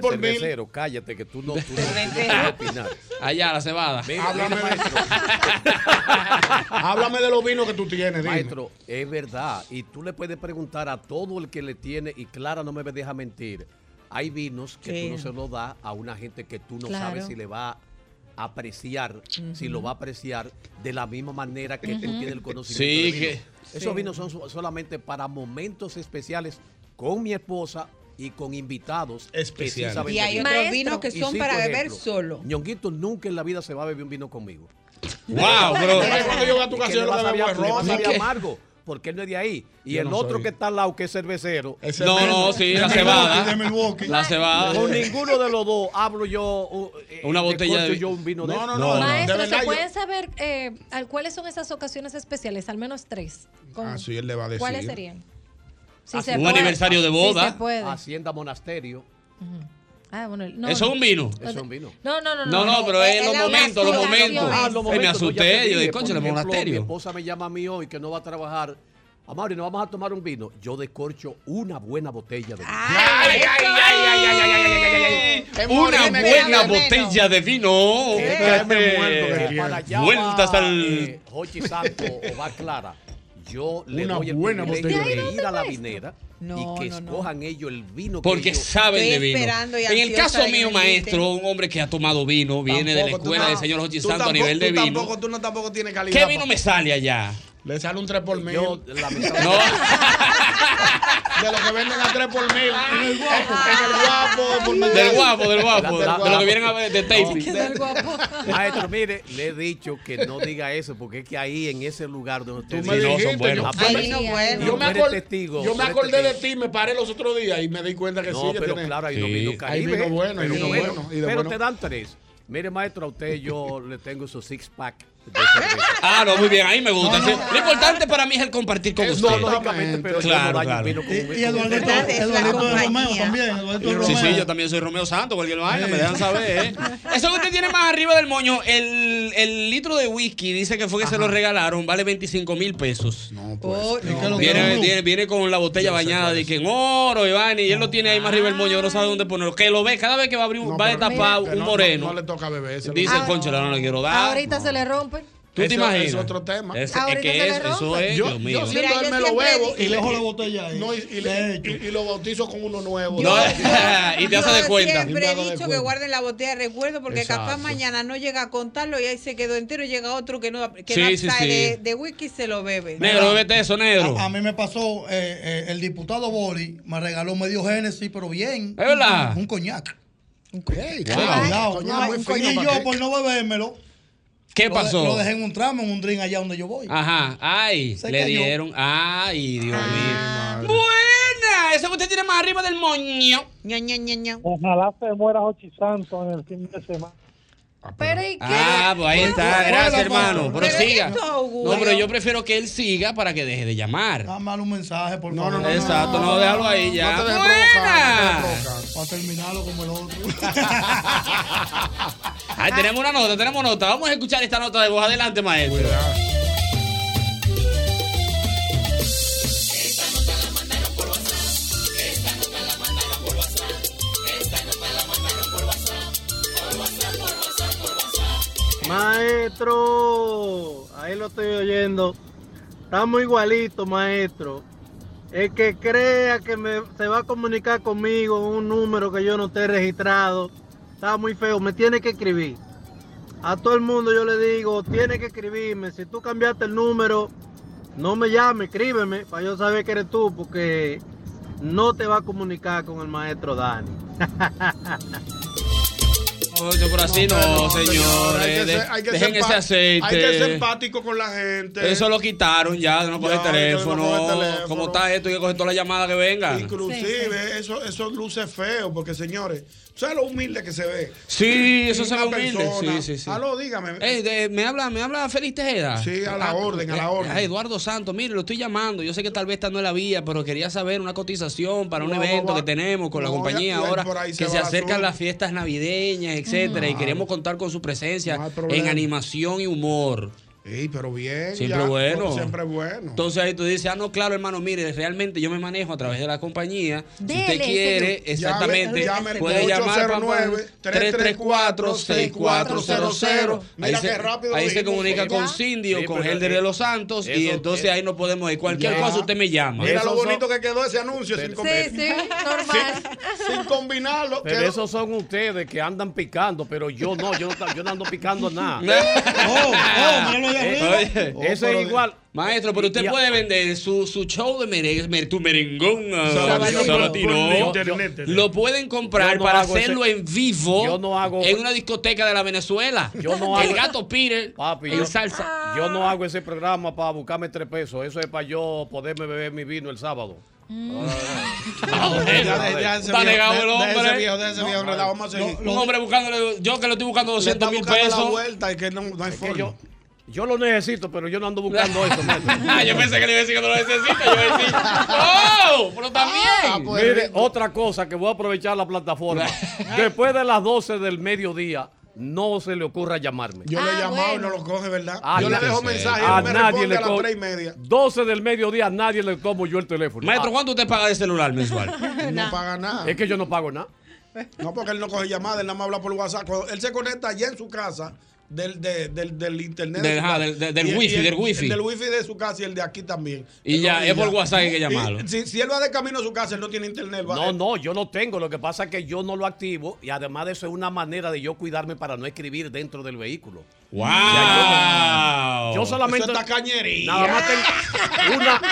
[SPEAKER 18] por mil. Cállate, que tú
[SPEAKER 12] <laughs>
[SPEAKER 18] no, tú no- tú no puedes opinar.
[SPEAKER 2] Allá, la cebada.
[SPEAKER 18] Háblame de
[SPEAKER 4] <laughs> Háblame de los vinos que tú tienes, dime.
[SPEAKER 18] Maestro, es verdad. Y tú le puedes preguntar a todo el que le tiene, y Clara no me deja mentir. Hay vinos que
[SPEAKER 12] Sí.
[SPEAKER 18] tú no se lo das a una gente que tú no
[SPEAKER 12] Claro.
[SPEAKER 18] sabes si le va a apreciar, si
[SPEAKER 12] Ujú.
[SPEAKER 18] lo va a apreciar de la misma manera que tú
[SPEAKER 12] Ujú.
[SPEAKER 18] tienes el conocimiento.
[SPEAKER 2] Sí,
[SPEAKER 18] del vino.
[SPEAKER 2] que-
[SPEAKER 18] Esos
[SPEAKER 2] Sí.
[SPEAKER 18] vinos son so- solamente para momentos especiales con mi esposa y con invitados que sí
[SPEAKER 4] Especiales.
[SPEAKER 18] saben
[SPEAKER 7] Y
[SPEAKER 18] de
[SPEAKER 7] hay
[SPEAKER 18] vino.
[SPEAKER 7] otros Maestro. vinos que
[SPEAKER 18] Y
[SPEAKER 7] son para
[SPEAKER 18] por
[SPEAKER 7] beber solo.
[SPEAKER 18] Ñonguito nunca en la vida se va a beber un vino
[SPEAKER 4] <laughs>
[SPEAKER 18] conmigo.
[SPEAKER 2] Wow, pero-
[SPEAKER 4] Cuando yo voy a tu
[SPEAKER 18] ¿Y
[SPEAKER 4] casa,
[SPEAKER 18] qué
[SPEAKER 4] yo
[SPEAKER 18] le
[SPEAKER 4] lo
[SPEAKER 18] va a saber-
[SPEAKER 4] bebo es
[SPEAKER 18] qué le va a
[SPEAKER 4] ron,
[SPEAKER 18] saber
[SPEAKER 4] ¿qué?
[SPEAKER 18] amargo, porque él no es de ahí. Y
[SPEAKER 4] Yo
[SPEAKER 18] el
[SPEAKER 4] no
[SPEAKER 18] otro
[SPEAKER 4] soy.
[SPEAKER 18] que está al lado, que es cervecero.
[SPEAKER 4] es
[SPEAKER 2] No,
[SPEAKER 4] menos.
[SPEAKER 2] no, sí,
[SPEAKER 4] De
[SPEAKER 2] la
[SPEAKER 4] Milwaukee,
[SPEAKER 2] cebada.
[SPEAKER 4] de Milwaukee.
[SPEAKER 2] La cebada.
[SPEAKER 18] Con ninguno de los dos hablo yo. uh, eh,
[SPEAKER 2] Una
[SPEAKER 18] me
[SPEAKER 2] botella
[SPEAKER 18] corcho
[SPEAKER 2] de-
[SPEAKER 18] yo un vino de
[SPEAKER 2] No,
[SPEAKER 18] eso.
[SPEAKER 2] no, no, No, no.
[SPEAKER 5] Maestro,
[SPEAKER 4] De verdad,
[SPEAKER 5] ¿se
[SPEAKER 4] yo-
[SPEAKER 5] pueden saber eh, al- cuáles son esas ocasiones especiales? Al menos tres. Con-
[SPEAKER 4] Ah, sí, él le va a decir.
[SPEAKER 5] ¿Cuáles serían? Si
[SPEAKER 2] Ah,
[SPEAKER 18] Así-
[SPEAKER 5] se puede. Si se puede.
[SPEAKER 18] Hacienda Monasterio.
[SPEAKER 5] Ah, bueno, no,
[SPEAKER 2] Eso es
[SPEAKER 5] no.
[SPEAKER 2] un vino.
[SPEAKER 18] Eso es un vino.
[SPEAKER 5] No, no, no. eh,
[SPEAKER 2] No, no, pero es los
[SPEAKER 5] la
[SPEAKER 2] momentos, los
[SPEAKER 5] explicación
[SPEAKER 2] momentos.
[SPEAKER 5] es-
[SPEAKER 2] Ah, los momentos. me asusté,
[SPEAKER 18] ya te
[SPEAKER 2] yo dije,
[SPEAKER 18] por
[SPEAKER 2] "Cónchale,
[SPEAKER 18] ejemplo,
[SPEAKER 2] monasterio".
[SPEAKER 18] Mi esposa me llama a mí hoy que no va a trabajar. Amaury, nos vamos a tomar un vino. Yo descorcho una buena botella de vino.
[SPEAKER 2] Ay, ay, ay, ay, ay, ay, ay, ay, ay, ay. Una buena botella de vino.
[SPEAKER 18] Eh,
[SPEAKER 2] Espérate.
[SPEAKER 18] muerto que para allá
[SPEAKER 2] Vueltas
[SPEAKER 18] va,
[SPEAKER 2] al.
[SPEAKER 18] eh, Jochi Santo o va Clara. Yo le
[SPEAKER 2] Una
[SPEAKER 18] doy el
[SPEAKER 2] buena
[SPEAKER 18] privilegio
[SPEAKER 2] botella de
[SPEAKER 18] de
[SPEAKER 2] vino.
[SPEAKER 18] ir a la vinera
[SPEAKER 7] No,
[SPEAKER 18] y que
[SPEAKER 7] no, no.
[SPEAKER 18] escojan ellos el vino que
[SPEAKER 2] Porque
[SPEAKER 18] ellos-
[SPEAKER 2] saben de
[SPEAKER 7] Estoy
[SPEAKER 2] vino.
[SPEAKER 7] esperando y
[SPEAKER 2] En el
[SPEAKER 7] ansiosa
[SPEAKER 2] caso
[SPEAKER 7] de que me
[SPEAKER 2] mío,
[SPEAKER 7] inviten.
[SPEAKER 2] maestro, un hombre que ha tomado vino, viene de la
[SPEAKER 4] Tampoco, tú
[SPEAKER 2] escuela
[SPEAKER 4] no-
[SPEAKER 2] del señor Jochi
[SPEAKER 4] tú
[SPEAKER 2] Santo a
[SPEAKER 4] tampoco-
[SPEAKER 2] nivel de
[SPEAKER 4] tú
[SPEAKER 2] vino.
[SPEAKER 4] Tampoco, tú no tampoco tienes calidad.
[SPEAKER 2] ¿Qué vino me sale allá?
[SPEAKER 4] Le sale un 3 por mil.
[SPEAKER 18] Yo,
[SPEAKER 4] No. De lo que venden a 3 por mil. En el guapo. En el guapo.
[SPEAKER 2] Del guapo, del guapo,
[SPEAKER 18] La- la-
[SPEAKER 2] de lo que vienen a ver, de taping.
[SPEAKER 18] Maestro, mire, le he dicho que no diga eso, porque es que ahí en ese lugar donde usted
[SPEAKER 4] me
[SPEAKER 18] dice-
[SPEAKER 4] dijiste, yo-
[SPEAKER 18] Apenas-
[SPEAKER 4] Ay, no, bueno. Yo
[SPEAKER 18] Tú
[SPEAKER 4] me
[SPEAKER 18] eres
[SPEAKER 4] acordé-
[SPEAKER 18] pues, testigo,
[SPEAKER 4] Yo
[SPEAKER 18] tú
[SPEAKER 4] me
[SPEAKER 18] eres
[SPEAKER 4] acordé de
[SPEAKER 18] testigo.
[SPEAKER 4] ti, me paré los otros días y me di cuenta que sí.
[SPEAKER 18] No,
[SPEAKER 4] que
[SPEAKER 18] pero
[SPEAKER 4] tiene-
[SPEAKER 18] claro, hay unos
[SPEAKER 4] Sí.
[SPEAKER 18] vinos
[SPEAKER 4] Hay
[SPEAKER 18] caribe.
[SPEAKER 4] vino bueno, hay
[SPEAKER 18] pero
[SPEAKER 4] vino
[SPEAKER 18] bueno,
[SPEAKER 4] bueno. y de
[SPEAKER 18] pero
[SPEAKER 4] bueno.
[SPEAKER 18] te dan tres. Mire, maestro, a usted yo le tengo su six pack de cerveza.
[SPEAKER 2] Ah, no, muy bien, ahí me gusta. Sí, Lo importante para mí es el compartir con
[SPEAKER 18] No,
[SPEAKER 2] usted.
[SPEAKER 18] lógicamente, pero yo no
[SPEAKER 2] claro,
[SPEAKER 18] daño
[SPEAKER 2] claro.
[SPEAKER 18] vino con-
[SPEAKER 2] Y,
[SPEAKER 3] Eduardito, Eduardito de Romeo también. Eduardito
[SPEAKER 4] <laughs>
[SPEAKER 2] Sí,
[SPEAKER 3] de
[SPEAKER 2] <laughs>
[SPEAKER 3] Romeo.
[SPEAKER 2] sí, yo también soy Romeo Santo, cualquier vaina, me dejan saber. ¿eh? Eso que usted tiene más arriba del moño, el el, el litro de whisky dice que fue que se lo regalaron, vale 25 mil pesos. No, viene, viene- viene con la botella bañada de que en oro, Iván, y él lo tiene ahí más arriba el moño, no sabe dónde ponerlo. Que lo ve, cada vez que va a abrir, un- va a destapar un
[SPEAKER 4] Que Ah. no-
[SPEAKER 2] moreno.
[SPEAKER 4] No, no le toca beber. se lo-
[SPEAKER 2] dice, concha, no le quiero dar.
[SPEAKER 5] Ahorita se le rompe.
[SPEAKER 2] ¿Tú te
[SPEAKER 4] Eso-
[SPEAKER 2] imaginas?
[SPEAKER 4] Es otro tema.
[SPEAKER 2] Es, es que es- eso es,
[SPEAKER 4] Yo,
[SPEAKER 2] Dios mío.
[SPEAKER 4] yo siendo él me lo bebo y le
[SPEAKER 3] dejo la botella ahí.
[SPEAKER 4] No, y, y le- y- y lo bautizo con uno nuevo.
[SPEAKER 2] No, <laughs> y te hace de cuenta.
[SPEAKER 7] Siempre he dicho que guarden la botella de recuerdo porque capaz
[SPEAKER 2] Exacto.
[SPEAKER 7] mañana no llega a contarlo y ahí se quedó entero y llega otro que no que
[SPEAKER 2] Sí,
[SPEAKER 7] no
[SPEAKER 2] sí,
[SPEAKER 7] sabe
[SPEAKER 2] sí.
[SPEAKER 7] De, de whisky y se lo bebe.
[SPEAKER 2] Negro, bébete eso, negro.
[SPEAKER 3] A mí me pasó, eh, eh, el diputado Bori me regaló medio Génesis, pero bien.
[SPEAKER 2] ¿Es verdad?
[SPEAKER 3] Un coñac. Un
[SPEAKER 2] wow.
[SPEAKER 3] Cuidado.
[SPEAKER 2] Coñac muy fino,
[SPEAKER 3] y
[SPEAKER 2] ¿para
[SPEAKER 3] yo,
[SPEAKER 2] qué?
[SPEAKER 3] por no bebérmelo.
[SPEAKER 2] ¿Qué
[SPEAKER 3] lo de-
[SPEAKER 2] pasó?
[SPEAKER 3] Lo, dejé en un tramo, en un drink allá donde yo voy.
[SPEAKER 2] Ajá, ay,
[SPEAKER 3] Se
[SPEAKER 2] le
[SPEAKER 3] cayó.
[SPEAKER 2] dieron. Ay, Dios mío.
[SPEAKER 22] Buena, eso que usted tiene más arriba del moño.
[SPEAKER 23] Ojalá se muera Jochi Santos en el fin de semana.
[SPEAKER 5] Pero ¿y qué?
[SPEAKER 2] Ah, pues ahí está,
[SPEAKER 5] Bueno,
[SPEAKER 2] gracias
[SPEAKER 5] bueno,
[SPEAKER 2] hermano.
[SPEAKER 5] bueno.
[SPEAKER 2] Pero
[SPEAKER 5] Pero
[SPEAKER 2] siga.
[SPEAKER 5] esto, Augusto.
[SPEAKER 2] No, pero yo prefiero que él siga para que deje de llamar.
[SPEAKER 3] Dame un mensaje, por favor.
[SPEAKER 2] Exacto, no, déjalo ahí ya.
[SPEAKER 3] No te dejes
[SPEAKER 2] Buena.
[SPEAKER 3] Para terminarlo como el otro.
[SPEAKER 2] Ahí tenemos una nota, tenemos nota. Vamos a escuchar esta nota de voz. Adelante, maestro.
[SPEAKER 6] Maestro, ahí lo estoy oyendo. Estamos igualitos, maestro. El que crea que me, se va a comunicar conmigo un número que yo no esté registrado, está muy feo. Me tiene que escribir. A todo el mundo yo le digo, tiene que escribirme. Si tú cambiaste el número, no me llames, escríbeme para yo saber que eres tú, porque no te va a comunicar con el maestro Dani.
[SPEAKER 2] Oye, por así no, señores.
[SPEAKER 4] Hay que
[SPEAKER 2] De-
[SPEAKER 4] ser- hay que
[SPEAKER 2] dejen
[SPEAKER 4] ser
[SPEAKER 2] ese
[SPEAKER 4] empa-
[SPEAKER 2] aceite.
[SPEAKER 4] Hay que ser empático con la gente.
[SPEAKER 2] Eso lo quitaron ya, no coge
[SPEAKER 4] Ya,
[SPEAKER 2] teléfono.
[SPEAKER 4] no coge teléfono.
[SPEAKER 2] ¿Cómo está esto? Hay que coger toda la llamada que venga.
[SPEAKER 4] Inclusive, Eso, eso luce feo, porque señores, ¿sabes lo humilde que se ve?
[SPEAKER 2] Sí, eso
[SPEAKER 4] Y
[SPEAKER 2] se ve
[SPEAKER 4] una
[SPEAKER 2] humilde,
[SPEAKER 4] persona-
[SPEAKER 2] sí, sí, sí.
[SPEAKER 4] Aló, dígame.
[SPEAKER 2] Ey, Eh, de- me habla, me habla Feliz Tejeda.
[SPEAKER 4] Sí, a la orden, a la
[SPEAKER 2] eh,
[SPEAKER 4] orden.
[SPEAKER 2] ah, Eduardo Santos, mire, lo estoy llamando. Yo sé que tal vez esta no es la vía, pero quería saber una cotización para un
[SPEAKER 4] No,
[SPEAKER 2] evento
[SPEAKER 4] va-
[SPEAKER 2] que tenemos con la
[SPEAKER 4] no,
[SPEAKER 2] compañía
[SPEAKER 4] ya- ya
[SPEAKER 2] ahora,
[SPEAKER 4] por ahí
[SPEAKER 2] que
[SPEAKER 4] se
[SPEAKER 2] se,
[SPEAKER 4] va el
[SPEAKER 2] acercan
[SPEAKER 4] asunto.
[SPEAKER 2] las fiestas navideñas, etcétera, y queremos contar con su presencia en
[SPEAKER 4] problema.
[SPEAKER 2] animación y humor.
[SPEAKER 4] Sí, pero bien.
[SPEAKER 2] Siempre
[SPEAKER 4] ya,
[SPEAKER 2] bueno.
[SPEAKER 4] Siempre bueno.
[SPEAKER 2] Entonces ahí tú dices, ah, no, claro, hermano, mire, realmente yo me manejo a través de la compañía. si
[SPEAKER 4] Dele,
[SPEAKER 2] usted quiere,
[SPEAKER 4] señor.
[SPEAKER 2] exactamente,
[SPEAKER 4] Llame- llame
[SPEAKER 2] puede llamar papá, 334-6400. Ahí
[SPEAKER 4] Mira
[SPEAKER 2] se,
[SPEAKER 4] qué rápido
[SPEAKER 2] ahí
[SPEAKER 4] lo
[SPEAKER 2] se
[SPEAKER 4] dijimos.
[SPEAKER 2] comunica
[SPEAKER 4] Ya.
[SPEAKER 2] con Cindy o
[SPEAKER 4] Sí,
[SPEAKER 2] con
[SPEAKER 4] pero,
[SPEAKER 2] Helder
[SPEAKER 4] eh,
[SPEAKER 2] de los Santos y
[SPEAKER 4] eso,
[SPEAKER 2] entonces ahí no podemos ir. Cualquier
[SPEAKER 4] Ya.
[SPEAKER 2] cosa usted me llama.
[SPEAKER 4] Mira
[SPEAKER 2] Esos
[SPEAKER 4] lo
[SPEAKER 2] son-
[SPEAKER 4] bonito que quedó ese anuncio sin combinar.
[SPEAKER 5] sí, normal.
[SPEAKER 4] <laughs> Sin, sin combinarlo.
[SPEAKER 18] Pero
[SPEAKER 4] quedó-
[SPEAKER 18] esos son ustedes que andan picando, pero yo no, yo no, ta- yo no ando
[SPEAKER 2] <laughs>
[SPEAKER 18] picando nada.
[SPEAKER 2] Oh,
[SPEAKER 18] Eh,
[SPEAKER 2] Oye,
[SPEAKER 18] oye, Eso es igual.
[SPEAKER 2] Maestro, pero usted
[SPEAKER 18] Y- y-
[SPEAKER 2] puede vender su, su show de merengue, mer- tu merengón ah,
[SPEAKER 18] Sabatino.
[SPEAKER 2] sabatino.
[SPEAKER 18] Por
[SPEAKER 4] internet.
[SPEAKER 2] Lo pueden comprar
[SPEAKER 18] Yo no
[SPEAKER 2] para
[SPEAKER 18] hago
[SPEAKER 2] hacerlo
[SPEAKER 18] ese-
[SPEAKER 2] en vivo
[SPEAKER 18] Yo no hago-
[SPEAKER 2] en una discoteca de la Venezuela.
[SPEAKER 18] Yo no
[SPEAKER 2] El
[SPEAKER 18] hago-
[SPEAKER 2] gato Peter
[SPEAKER 18] Papi,
[SPEAKER 2] en
[SPEAKER 18] yo,
[SPEAKER 2] salsa.
[SPEAKER 18] yo no hago ese programa para buscarme tres pesos. Eso es para yo poderme beber mi vino el sábado.
[SPEAKER 2] Ah, bueno. Está negado el hombre. No, Un hombre buscándole, yo que lo estoy buscando 200 mil pesos.
[SPEAKER 4] que no, hay forma.
[SPEAKER 18] Yo, yo lo necesito, pero yo no ando buscando
[SPEAKER 2] <laughs>
[SPEAKER 18] eso.
[SPEAKER 2] Ah, <laughs> yo pensé que le iba a decir que no lo necesita. Yo iba a
[SPEAKER 4] <laughs>
[SPEAKER 2] decir, ¡Oh! Pero también.
[SPEAKER 4] Ah, pues,
[SPEAKER 18] Mire, otra cosa que voy a aprovechar la plataforma.
[SPEAKER 2] <laughs> Eh.
[SPEAKER 18] Después de las 12 del mediodía, no se le ocurra llamarme.
[SPEAKER 4] Yo le he llamado y no lo coge, ¿verdad?
[SPEAKER 18] Ah,
[SPEAKER 4] yo
[SPEAKER 18] ya
[SPEAKER 4] le dejo
[SPEAKER 18] sé.
[SPEAKER 4] mensaje
[SPEAKER 18] A
[SPEAKER 4] y me
[SPEAKER 18] nadie
[SPEAKER 4] responde
[SPEAKER 18] le
[SPEAKER 4] a las
[SPEAKER 18] co-
[SPEAKER 4] tres
[SPEAKER 18] <laughs>
[SPEAKER 4] y media.
[SPEAKER 18] 12 del mediodía, a nadie le tomo yo el teléfono. Ah.
[SPEAKER 2] Maestro, ¿cuánto usted paga de celular mensual?
[SPEAKER 4] No paga nada.
[SPEAKER 18] Es que yo no pago nada.
[SPEAKER 4] No, porque él no coge llamadas, él nada más habla por WhatsApp. Cuando él se conecta allá en su casa del, de- del, del internet.
[SPEAKER 2] Del-
[SPEAKER 4] de su
[SPEAKER 2] ajá,
[SPEAKER 4] casa.
[SPEAKER 2] del- del- del
[SPEAKER 4] Y- y
[SPEAKER 2] wifi,
[SPEAKER 4] el-
[SPEAKER 2] del wifi.
[SPEAKER 4] Del wifi de su casa y el de aquí también.
[SPEAKER 2] Y ya,
[SPEAKER 4] Entonces,
[SPEAKER 2] es por WhatsApp que hay que
[SPEAKER 4] Y-
[SPEAKER 2] llamarlo.
[SPEAKER 4] Si, si él va de camino a su casa, él no tiene internet. va-
[SPEAKER 18] No, no, yo lo tengo. Lo que pasa es que yo no lo activo y además de eso es una manera de yo cuidarme para no escribir dentro del vehículo.
[SPEAKER 2] ¡Wow!
[SPEAKER 18] yo solamente.
[SPEAKER 4] Eso es tacañería.
[SPEAKER 18] Nada más tengo una.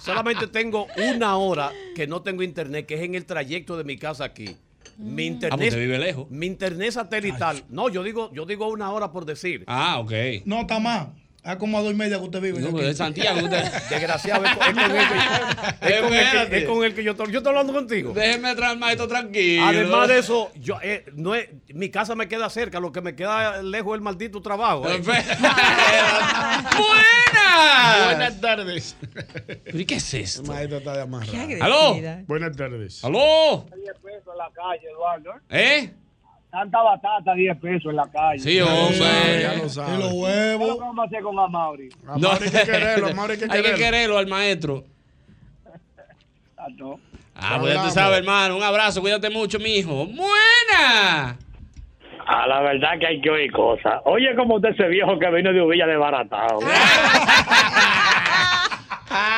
[SPEAKER 18] Solamente tengo una hora que no tengo internet, que es en el trayecto de mi casa aquí. Mi internet.
[SPEAKER 2] pues usted vive lejos.
[SPEAKER 18] Mi internet satelital. No, yo digo, yo digo una hora por decir.
[SPEAKER 2] Ah, ok.
[SPEAKER 3] No, está más. Es como a dos y media que usted vive.
[SPEAKER 18] No,
[SPEAKER 3] aquí.
[SPEAKER 18] pero es Santiago, usted- <laughs> Desgraciado, es con- es con Es con, el que,
[SPEAKER 2] Espérate.
[SPEAKER 18] es con el que yo to- yo estoy hablando contigo.
[SPEAKER 2] Déjeme traer maestro tranquilo.
[SPEAKER 18] Además de eso, yo, eh, no es- mi casa me queda cerca, lo que me queda lejos es el maldito trabajo. eh.
[SPEAKER 2] ¡Buenas!
[SPEAKER 4] Buenas tardes.
[SPEAKER 2] ¿Pero y qué es esto?
[SPEAKER 4] El maestro está de amarra.
[SPEAKER 2] agresividad.
[SPEAKER 4] Buenas tardes.
[SPEAKER 2] ¡Aló!
[SPEAKER 16] la calle, Eduardo.
[SPEAKER 2] ¿Eh?
[SPEAKER 16] Tanta batata, 10 pesos en la calle.
[SPEAKER 2] Sí, hombre. Ya lo
[SPEAKER 16] sabe.
[SPEAKER 2] sabe. Y los
[SPEAKER 16] huevos. ¿Qué vamos a hacer con Amaury?
[SPEAKER 2] <laughs> Hay que quererlo al maestro.
[SPEAKER 16] Exacto.
[SPEAKER 2] Ah, pues ya tú sabes, hermano. Un abrazo, cuídate mucho, mijo. ¡Buena!
[SPEAKER 24] A la verdad que hay que oír cosas. Oye, como usted ese viejo que vino de Ubilla desbaratado.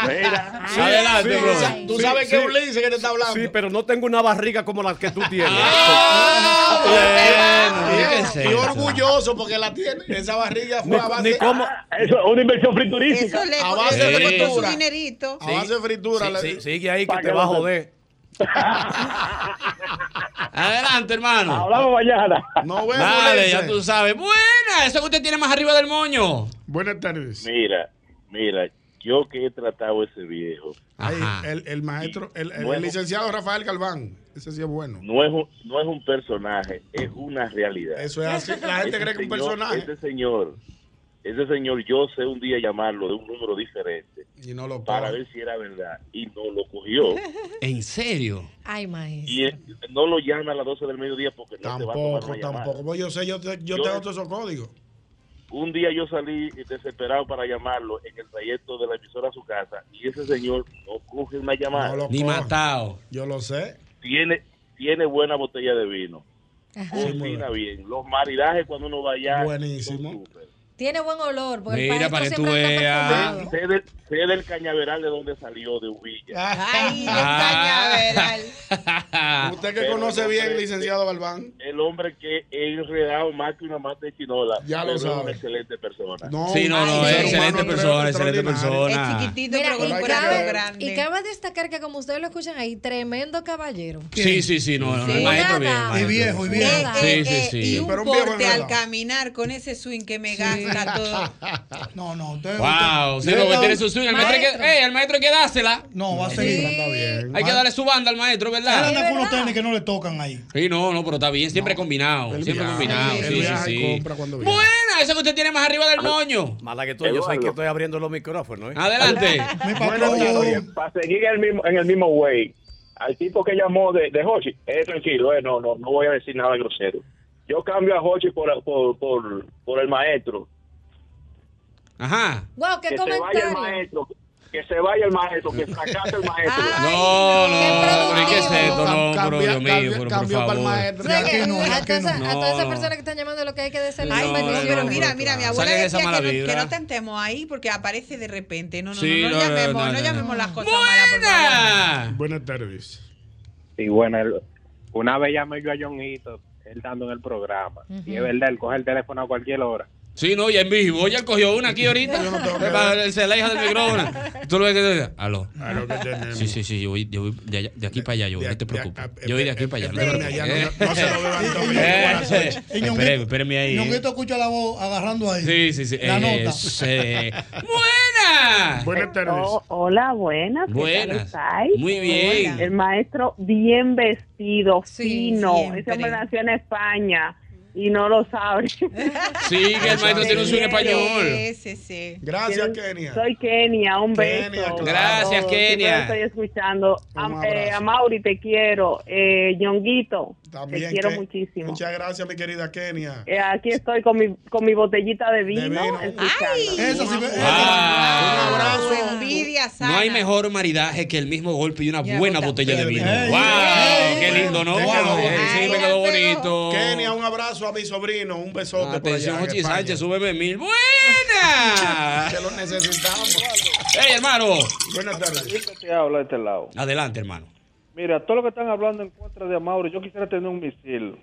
[SPEAKER 4] Mira.
[SPEAKER 24] Sí, Adelante,
[SPEAKER 4] sí,
[SPEAKER 24] brother.
[SPEAKER 4] tú sa- Tú
[SPEAKER 24] Sí,
[SPEAKER 4] sabes que
[SPEAKER 24] sí.
[SPEAKER 4] es Ulises que te está hablando.
[SPEAKER 18] Sí, pero no tengo una barriga como la que tú tienes.
[SPEAKER 4] Ah, Bien,
[SPEAKER 18] ¿qué es
[SPEAKER 4] y
[SPEAKER 18] eso?
[SPEAKER 4] orgulloso porque la tiene. Esa barriga fue
[SPEAKER 18] Ni-
[SPEAKER 4] a base,
[SPEAKER 18] ni cómo-
[SPEAKER 24] Ah, Eso es una inversión friturística.
[SPEAKER 7] Eso le,
[SPEAKER 4] a base de
[SPEAKER 7] eso le costó su
[SPEAKER 4] fritura.
[SPEAKER 7] dinerito.
[SPEAKER 4] A base de fritura.
[SPEAKER 18] Sí,
[SPEAKER 4] la-
[SPEAKER 18] sí, sigue ahí que
[SPEAKER 4] Pa'
[SPEAKER 18] te
[SPEAKER 4] que
[SPEAKER 18] va a
[SPEAKER 4] lo-
[SPEAKER 18] joder.
[SPEAKER 2] Adelante, hermano.
[SPEAKER 24] Hablamos mañana.
[SPEAKER 4] No vemos.
[SPEAKER 2] Dale,
[SPEAKER 4] Ulises.
[SPEAKER 2] ya tú sabes. Buena, eso que usted tiene más arriba del moño.
[SPEAKER 4] Buenas tardes.
[SPEAKER 11] Mira, mira, yo que he tratado a ese viejo.
[SPEAKER 4] Ahí, el, el maestro, el, el- el
[SPEAKER 11] Bueno.
[SPEAKER 4] licenciado Rafael Galván. Ese sí es bueno.
[SPEAKER 11] No es, un, no es un personaje, es una realidad.
[SPEAKER 4] Eso es así, la gente cree que es un
[SPEAKER 11] señor-
[SPEAKER 4] personaje.
[SPEAKER 11] Ese señor, ese señor, yo sé un día llamarlo de un número diferente
[SPEAKER 4] Y no lo
[SPEAKER 11] para
[SPEAKER 4] coge.
[SPEAKER 11] ver si era verdad y no lo cogió.
[SPEAKER 2] <laughs> ¿En serio?
[SPEAKER 5] Ay, maestro.
[SPEAKER 11] Y eh, no lo llama a las 12 del mediodía porque no te va a tomar
[SPEAKER 4] Tampoco,
[SPEAKER 11] una llamada.
[SPEAKER 4] tampoco. Pues Yo sé, yo, te- yo
[SPEAKER 11] Yo-
[SPEAKER 4] tengo todos esos códigos.
[SPEAKER 11] Un día yo salí desesperado para llamarlo en el trayecto de la emisora a su casa y ese señor no coge una llamada.
[SPEAKER 4] No lo
[SPEAKER 2] Ni
[SPEAKER 4] coge.
[SPEAKER 2] matado.
[SPEAKER 4] Yo lo sé.
[SPEAKER 11] tiene, tiene buena botella de vino.
[SPEAKER 5] Ajá.
[SPEAKER 11] Cocina bien. Los maridajes cuando uno va allá. Buenísimo.
[SPEAKER 5] Tiene buen olor. Porque el
[SPEAKER 11] Mira,
[SPEAKER 5] maestro
[SPEAKER 11] para que
[SPEAKER 5] Pues siempre
[SPEAKER 11] tú
[SPEAKER 5] anda
[SPEAKER 11] veas.
[SPEAKER 5] perfumado.
[SPEAKER 11] Sé, del- sé del cañaveral de donde salió de Ubilla.
[SPEAKER 4] Ay,
[SPEAKER 11] Ah. <laughs>
[SPEAKER 4] Usted que
[SPEAKER 11] Pero
[SPEAKER 4] conoce
[SPEAKER 11] el
[SPEAKER 4] bien,
[SPEAKER 11] hombre-
[SPEAKER 4] licenciado Galván.
[SPEAKER 11] El hombre que es enredado más que una mata de chinola.
[SPEAKER 4] Ya
[SPEAKER 11] pero
[SPEAKER 4] lo
[SPEAKER 11] es
[SPEAKER 4] sabe.
[SPEAKER 11] Una excelente persona.
[SPEAKER 4] No,
[SPEAKER 2] Sí, no, no, es excelente persona, excelente persona.
[SPEAKER 5] Mira,
[SPEAKER 7] pero
[SPEAKER 5] y
[SPEAKER 7] hay que
[SPEAKER 5] cabe,
[SPEAKER 7] creer. grande.
[SPEAKER 5] y cabe destacar que como ustedes lo escuchan ahí, tremendo caballero.
[SPEAKER 2] Sí, sí, sí, no, no, no, el
[SPEAKER 5] Sí.
[SPEAKER 2] maestro
[SPEAKER 5] Nada.
[SPEAKER 2] bien.
[SPEAKER 5] Y
[SPEAKER 2] maestro
[SPEAKER 5] viejo,
[SPEAKER 2] bien.
[SPEAKER 5] y viejo.
[SPEAKER 2] Sí, sí, sí.
[SPEAKER 7] eh, Y un porte al caminar con ese swing que me <laughs> gasta todo.
[SPEAKER 3] No, no, usted.
[SPEAKER 2] Wow,
[SPEAKER 3] usted-
[SPEAKER 2] sí, porque
[SPEAKER 3] Yo-
[SPEAKER 2] tiene su swing. El maestro, hay que, ey, el maestro hay que dársela.
[SPEAKER 3] No, va a seguir. Anda bien.
[SPEAKER 2] Hay que darle su banda al maestro,
[SPEAKER 3] Él <laughs> anda
[SPEAKER 2] ¿verdad?
[SPEAKER 3] con unos tenis que no le tocan ahí.
[SPEAKER 2] Sí, no, no, pero está bien, siempre combinado. Siempre combinado.
[SPEAKER 18] él
[SPEAKER 2] Sí, sí,
[SPEAKER 18] viaja y
[SPEAKER 2] sí.
[SPEAKER 18] compra cuando viaja.
[SPEAKER 2] Buena, eso que usted tiene más arriba del moño.
[SPEAKER 18] Mala que tú, yo sé que estoy abriendo los micrófonos. ¿eh?
[SPEAKER 2] Adelante. <laughs>
[SPEAKER 11] Bueno,
[SPEAKER 18] patrón.
[SPEAKER 11] oye,
[SPEAKER 24] para seguir en el mismo, en el mismo way, al tipo que llamó de, de Hochi, eh, tranquilo, eh, no, no, no voy a decir nada grosero. Yo cambio a Hochi por, por, por, por el maestro.
[SPEAKER 2] Ajá.
[SPEAKER 5] Wow, qué
[SPEAKER 24] que se vaya el
[SPEAKER 5] comentario.
[SPEAKER 24] maestro, que se vaya el maestro, que fracase el maestro.
[SPEAKER 2] Ah, No, no, pero ¿y qué es esto? No, pero Dios mío, pero por favor.
[SPEAKER 5] O sea que a todas esas- a
[SPEAKER 2] No,
[SPEAKER 5] todas esas
[SPEAKER 2] no.
[SPEAKER 5] personas que están llamando lo que hay que decirles
[SPEAKER 2] No, no,
[SPEAKER 5] son bendiciones.
[SPEAKER 2] no,
[SPEAKER 7] Mira, mira, mi abuela
[SPEAKER 2] Sale de esa
[SPEAKER 7] decía que
[SPEAKER 2] mala
[SPEAKER 7] no, que
[SPEAKER 2] vibra.
[SPEAKER 7] no tentemos ahí porque aparece de repente. No, no,
[SPEAKER 2] Sí,
[SPEAKER 7] no, no,
[SPEAKER 2] no, no,
[SPEAKER 7] llamemos,
[SPEAKER 2] no,
[SPEAKER 7] no,
[SPEAKER 2] no, no.
[SPEAKER 7] llamemos las cosas malas. por favor.
[SPEAKER 4] Buenas tardes.
[SPEAKER 25] Y bueno, él- una vez llamé yo a Johnito, él dando en el programa. Y es verdad, él coge el teléfono a cualquier hora.
[SPEAKER 2] Sí, no, ya en vivo. Oye, él cogió una aquí ahorita. Para- Se la hija del micrófono. Tú lo ves que te aló. Sí, sí, sí, yo voy, yo voy de, allá- de aquí para allá, yo voy, no te preocupes. Yo voy de aquí para allá. No te
[SPEAKER 4] espérame,
[SPEAKER 2] preocupes. Eh.
[SPEAKER 4] allá no- no se lo beban todo,
[SPEAKER 2] Eh,
[SPEAKER 4] ya no van a hacer.
[SPEAKER 2] eh, Espéreme, espéreme ahí. eh.
[SPEAKER 3] Ñonguito escucha la voz agarrando ahí.
[SPEAKER 2] Sí, sí, sí.
[SPEAKER 3] La
[SPEAKER 2] eh,
[SPEAKER 3] nota.
[SPEAKER 2] sí. Buenas.
[SPEAKER 4] Buenas
[SPEAKER 26] Oh, hola, buenas. ¿Qué tal
[SPEAKER 2] Ah. Buenas.
[SPEAKER 26] estáis?
[SPEAKER 2] Muy bien. Hola.
[SPEAKER 26] El maestro bien vestido, fino. Ese
[SPEAKER 2] siempre.
[SPEAKER 26] hombre nació en España y no lo sabe.
[SPEAKER 2] Sí, que el maestro tiene un swing español.
[SPEAKER 7] Sí, sí, sí.
[SPEAKER 4] Gracias,
[SPEAKER 26] Quiero-
[SPEAKER 4] Kenia.
[SPEAKER 26] Soy Kenia, un
[SPEAKER 4] Kenia,
[SPEAKER 26] beso.
[SPEAKER 4] claro. Gracias,
[SPEAKER 26] Siempre
[SPEAKER 4] Kenia.
[SPEAKER 26] lo Estoy escuchando. A,
[SPEAKER 4] Un
[SPEAKER 26] eh,
[SPEAKER 4] abrazo.
[SPEAKER 26] a Mauri, te quiero. Eh, Ñonguito,
[SPEAKER 4] También
[SPEAKER 26] te quiero
[SPEAKER 4] que-
[SPEAKER 26] muchísimo.
[SPEAKER 4] Muchas gracias, mi querida Kenia.
[SPEAKER 26] Eh, aquí estoy con mi, con mi botellita de vino. escuchando.
[SPEAKER 4] Eso sí, me-
[SPEAKER 2] Wow.
[SPEAKER 7] Envidia,
[SPEAKER 2] No hay mejor maridaje que el mismo golpe y una buena botella de vino.
[SPEAKER 4] Ey,
[SPEAKER 2] ¡Wow!
[SPEAKER 4] ey,
[SPEAKER 2] ¡Qué lindo, no!
[SPEAKER 4] te quedó
[SPEAKER 2] Ey, Sí, me quedó bonito.
[SPEAKER 4] Kenia, un abrazo a mi sobrino, un besote por
[SPEAKER 2] Atención,
[SPEAKER 4] allá. en
[SPEAKER 2] Jochi
[SPEAKER 4] España.
[SPEAKER 2] Sánchez, súbeme mil. ¡Buena!
[SPEAKER 5] <laughs>
[SPEAKER 4] Que lo necesitamos.
[SPEAKER 2] ¡Ey, hermano!
[SPEAKER 4] Buenas tardes.
[SPEAKER 27] te habla de este lado.
[SPEAKER 2] Adelante, hermano.
[SPEAKER 27] Mira, todo lo que están hablando en contra de Amaury, yo quisiera tener un misil.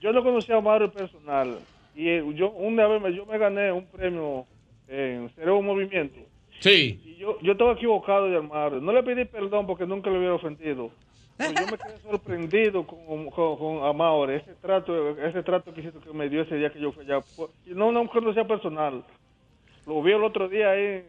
[SPEAKER 27] yo no conocía a Amaury personal. Y eh, yo una vez me, yo me gané un premio en Cerebro Movimiento.
[SPEAKER 2] Sí.
[SPEAKER 27] Y yo, yo estaba equivocado de Amaury. No le pedí perdón porque nunca le hubiera ofendido. Pero yo me quedé sorprendido con, con, con Amaury. Ese trato, ese trato que hizo que me dio ese día que yo fui allá. Pues, y No, no conocía personal. Lo vi el otro día ahí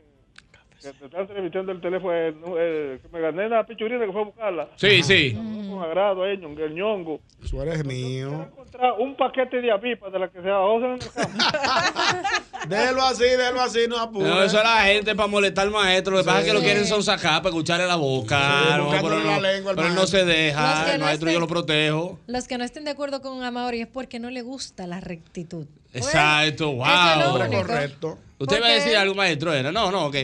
[SPEAKER 27] que te están transmitiendo el teléfono, el nu- el que me gané la pichurina que fue a buscarla.
[SPEAKER 2] Sí, sí.
[SPEAKER 27] Con agrado ahí, ñongo, el ñongo.
[SPEAKER 4] Tú eres mío.
[SPEAKER 27] Contra un paquete de apipas de la que se ahogan en el campo.
[SPEAKER 4] <laughs> Déjelo así, déjelo así, no apures.
[SPEAKER 2] No, eso era la gente para molestar al maestro. Lo que pasa es que lo
[SPEAKER 4] Sí.
[SPEAKER 2] quieren son sacar para escucharle la boca. no, pero
[SPEAKER 4] la
[SPEAKER 2] no,
[SPEAKER 4] lengua al
[SPEAKER 2] pero él no se
[SPEAKER 4] maestro.
[SPEAKER 5] Los Pues que
[SPEAKER 2] deja. El
[SPEAKER 5] no
[SPEAKER 2] maestro yo
[SPEAKER 5] estén-
[SPEAKER 2] lo protejo.
[SPEAKER 5] Los que no estén de acuerdo con Amauri es porque no le gusta la rectitud.
[SPEAKER 2] Exacto, wow.
[SPEAKER 5] Pues, es lo Hombre, único.
[SPEAKER 4] correcto.
[SPEAKER 2] Usted iba a
[SPEAKER 5] Porque-
[SPEAKER 2] decir algo, maestro, era. No, no, ok.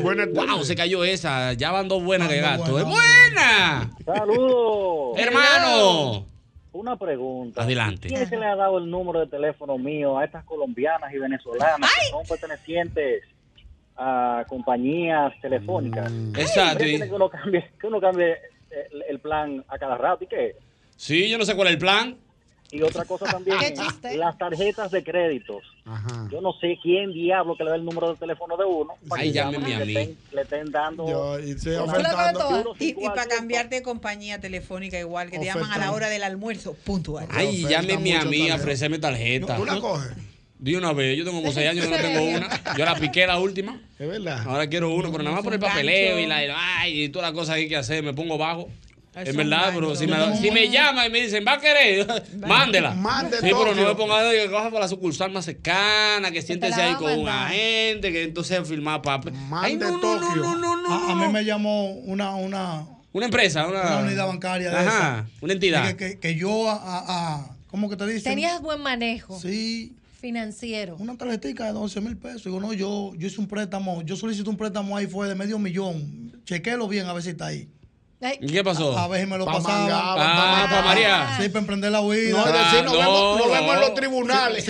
[SPEAKER 2] ¡Buena! ¡Wow! Se cayó esa. Ya van dos buenas que gasto. ¿eh? ¡Buena!
[SPEAKER 16] Saludos.
[SPEAKER 2] ¡Hermano!
[SPEAKER 16] Una pregunta.
[SPEAKER 2] Adelante.
[SPEAKER 16] ¿Quién es que le ha dado el número de teléfono mío a estas colombianas y venezolanas que son pertenecientes a compañías telefónicas?
[SPEAKER 2] Mm. Exacto.
[SPEAKER 16] Siempre tiene Que uno cambie, que uno cambie el, el plan a cada rato. ¿Y qué?
[SPEAKER 2] Sí, yo no sé cuál es el plan.
[SPEAKER 16] Y otra cosa también,
[SPEAKER 2] Qué chiste.
[SPEAKER 16] las tarjetas de créditos. Yo no sé quién diablo que le da el número de teléfono de uno. para
[SPEAKER 2] Ay,
[SPEAKER 16] que llamen
[SPEAKER 2] llámeme
[SPEAKER 16] y
[SPEAKER 2] a
[SPEAKER 16] le estén- Le estén dando...
[SPEAKER 7] Y, para cambiarte de compañía telefónica igual, que te llaman a la hora del almuerzo, puntual.
[SPEAKER 2] Ay, llámeme a mí, ofrecerme tarjeta.
[SPEAKER 7] No, ¿tú la
[SPEAKER 4] coges?
[SPEAKER 2] De una vez, yo tengo como seis años y no
[SPEAKER 7] ¿En
[SPEAKER 2] tengo
[SPEAKER 7] serio?
[SPEAKER 2] una. Yo la piqué la última.
[SPEAKER 4] Es verdad.
[SPEAKER 2] Ahora quiero uno, pero nada más por el papeleo y la y la- ay, y todas las cosas que hay que hacer, me pongo vago.
[SPEAKER 4] Es
[SPEAKER 2] Es
[SPEAKER 4] un
[SPEAKER 2] verdad, pero
[SPEAKER 4] gancho.
[SPEAKER 2] si me, si me llama y me dicen, ¿va a querer? Mándela.
[SPEAKER 4] Mande
[SPEAKER 2] sí, pero no
[SPEAKER 4] Tokio.
[SPEAKER 2] me ponga de que coja para la sucursal más cercana, que siéntese
[SPEAKER 3] la va
[SPEAKER 2] ahí
[SPEAKER 3] a
[SPEAKER 2] con un
[SPEAKER 3] mandar.
[SPEAKER 2] agente, que entonces firmar papel. Ay, no, no, no, no, no, no.
[SPEAKER 3] A, a mí me llamó una, una,
[SPEAKER 2] Una empresa, una,
[SPEAKER 3] una unidad bancaria de
[SPEAKER 2] Ajá,
[SPEAKER 3] esa.
[SPEAKER 2] una entidad.
[SPEAKER 3] Que, que- que yo a, a- a- ¿Cómo que te dicen?
[SPEAKER 5] Tenías buen manejo.
[SPEAKER 3] Sí.
[SPEAKER 5] Financiero.
[SPEAKER 3] Una tarjetica de 11 mil pesos. Digo, no, yo, yo hice un préstamo, yo solicité un préstamo ahí, fue de medio millón. Chequélo bien a ver si está ahí.
[SPEAKER 5] Ay.
[SPEAKER 2] ¿Y qué pasó?
[SPEAKER 3] A, a ver si me lo
[SPEAKER 2] Pa'
[SPEAKER 3] pasaba.
[SPEAKER 2] mangar, pa' Ah, pa' María.
[SPEAKER 3] Sí, para emprender la huida.
[SPEAKER 2] No, es decir, nos Ah, vemos- nos no. vemos en los
[SPEAKER 4] tribunales.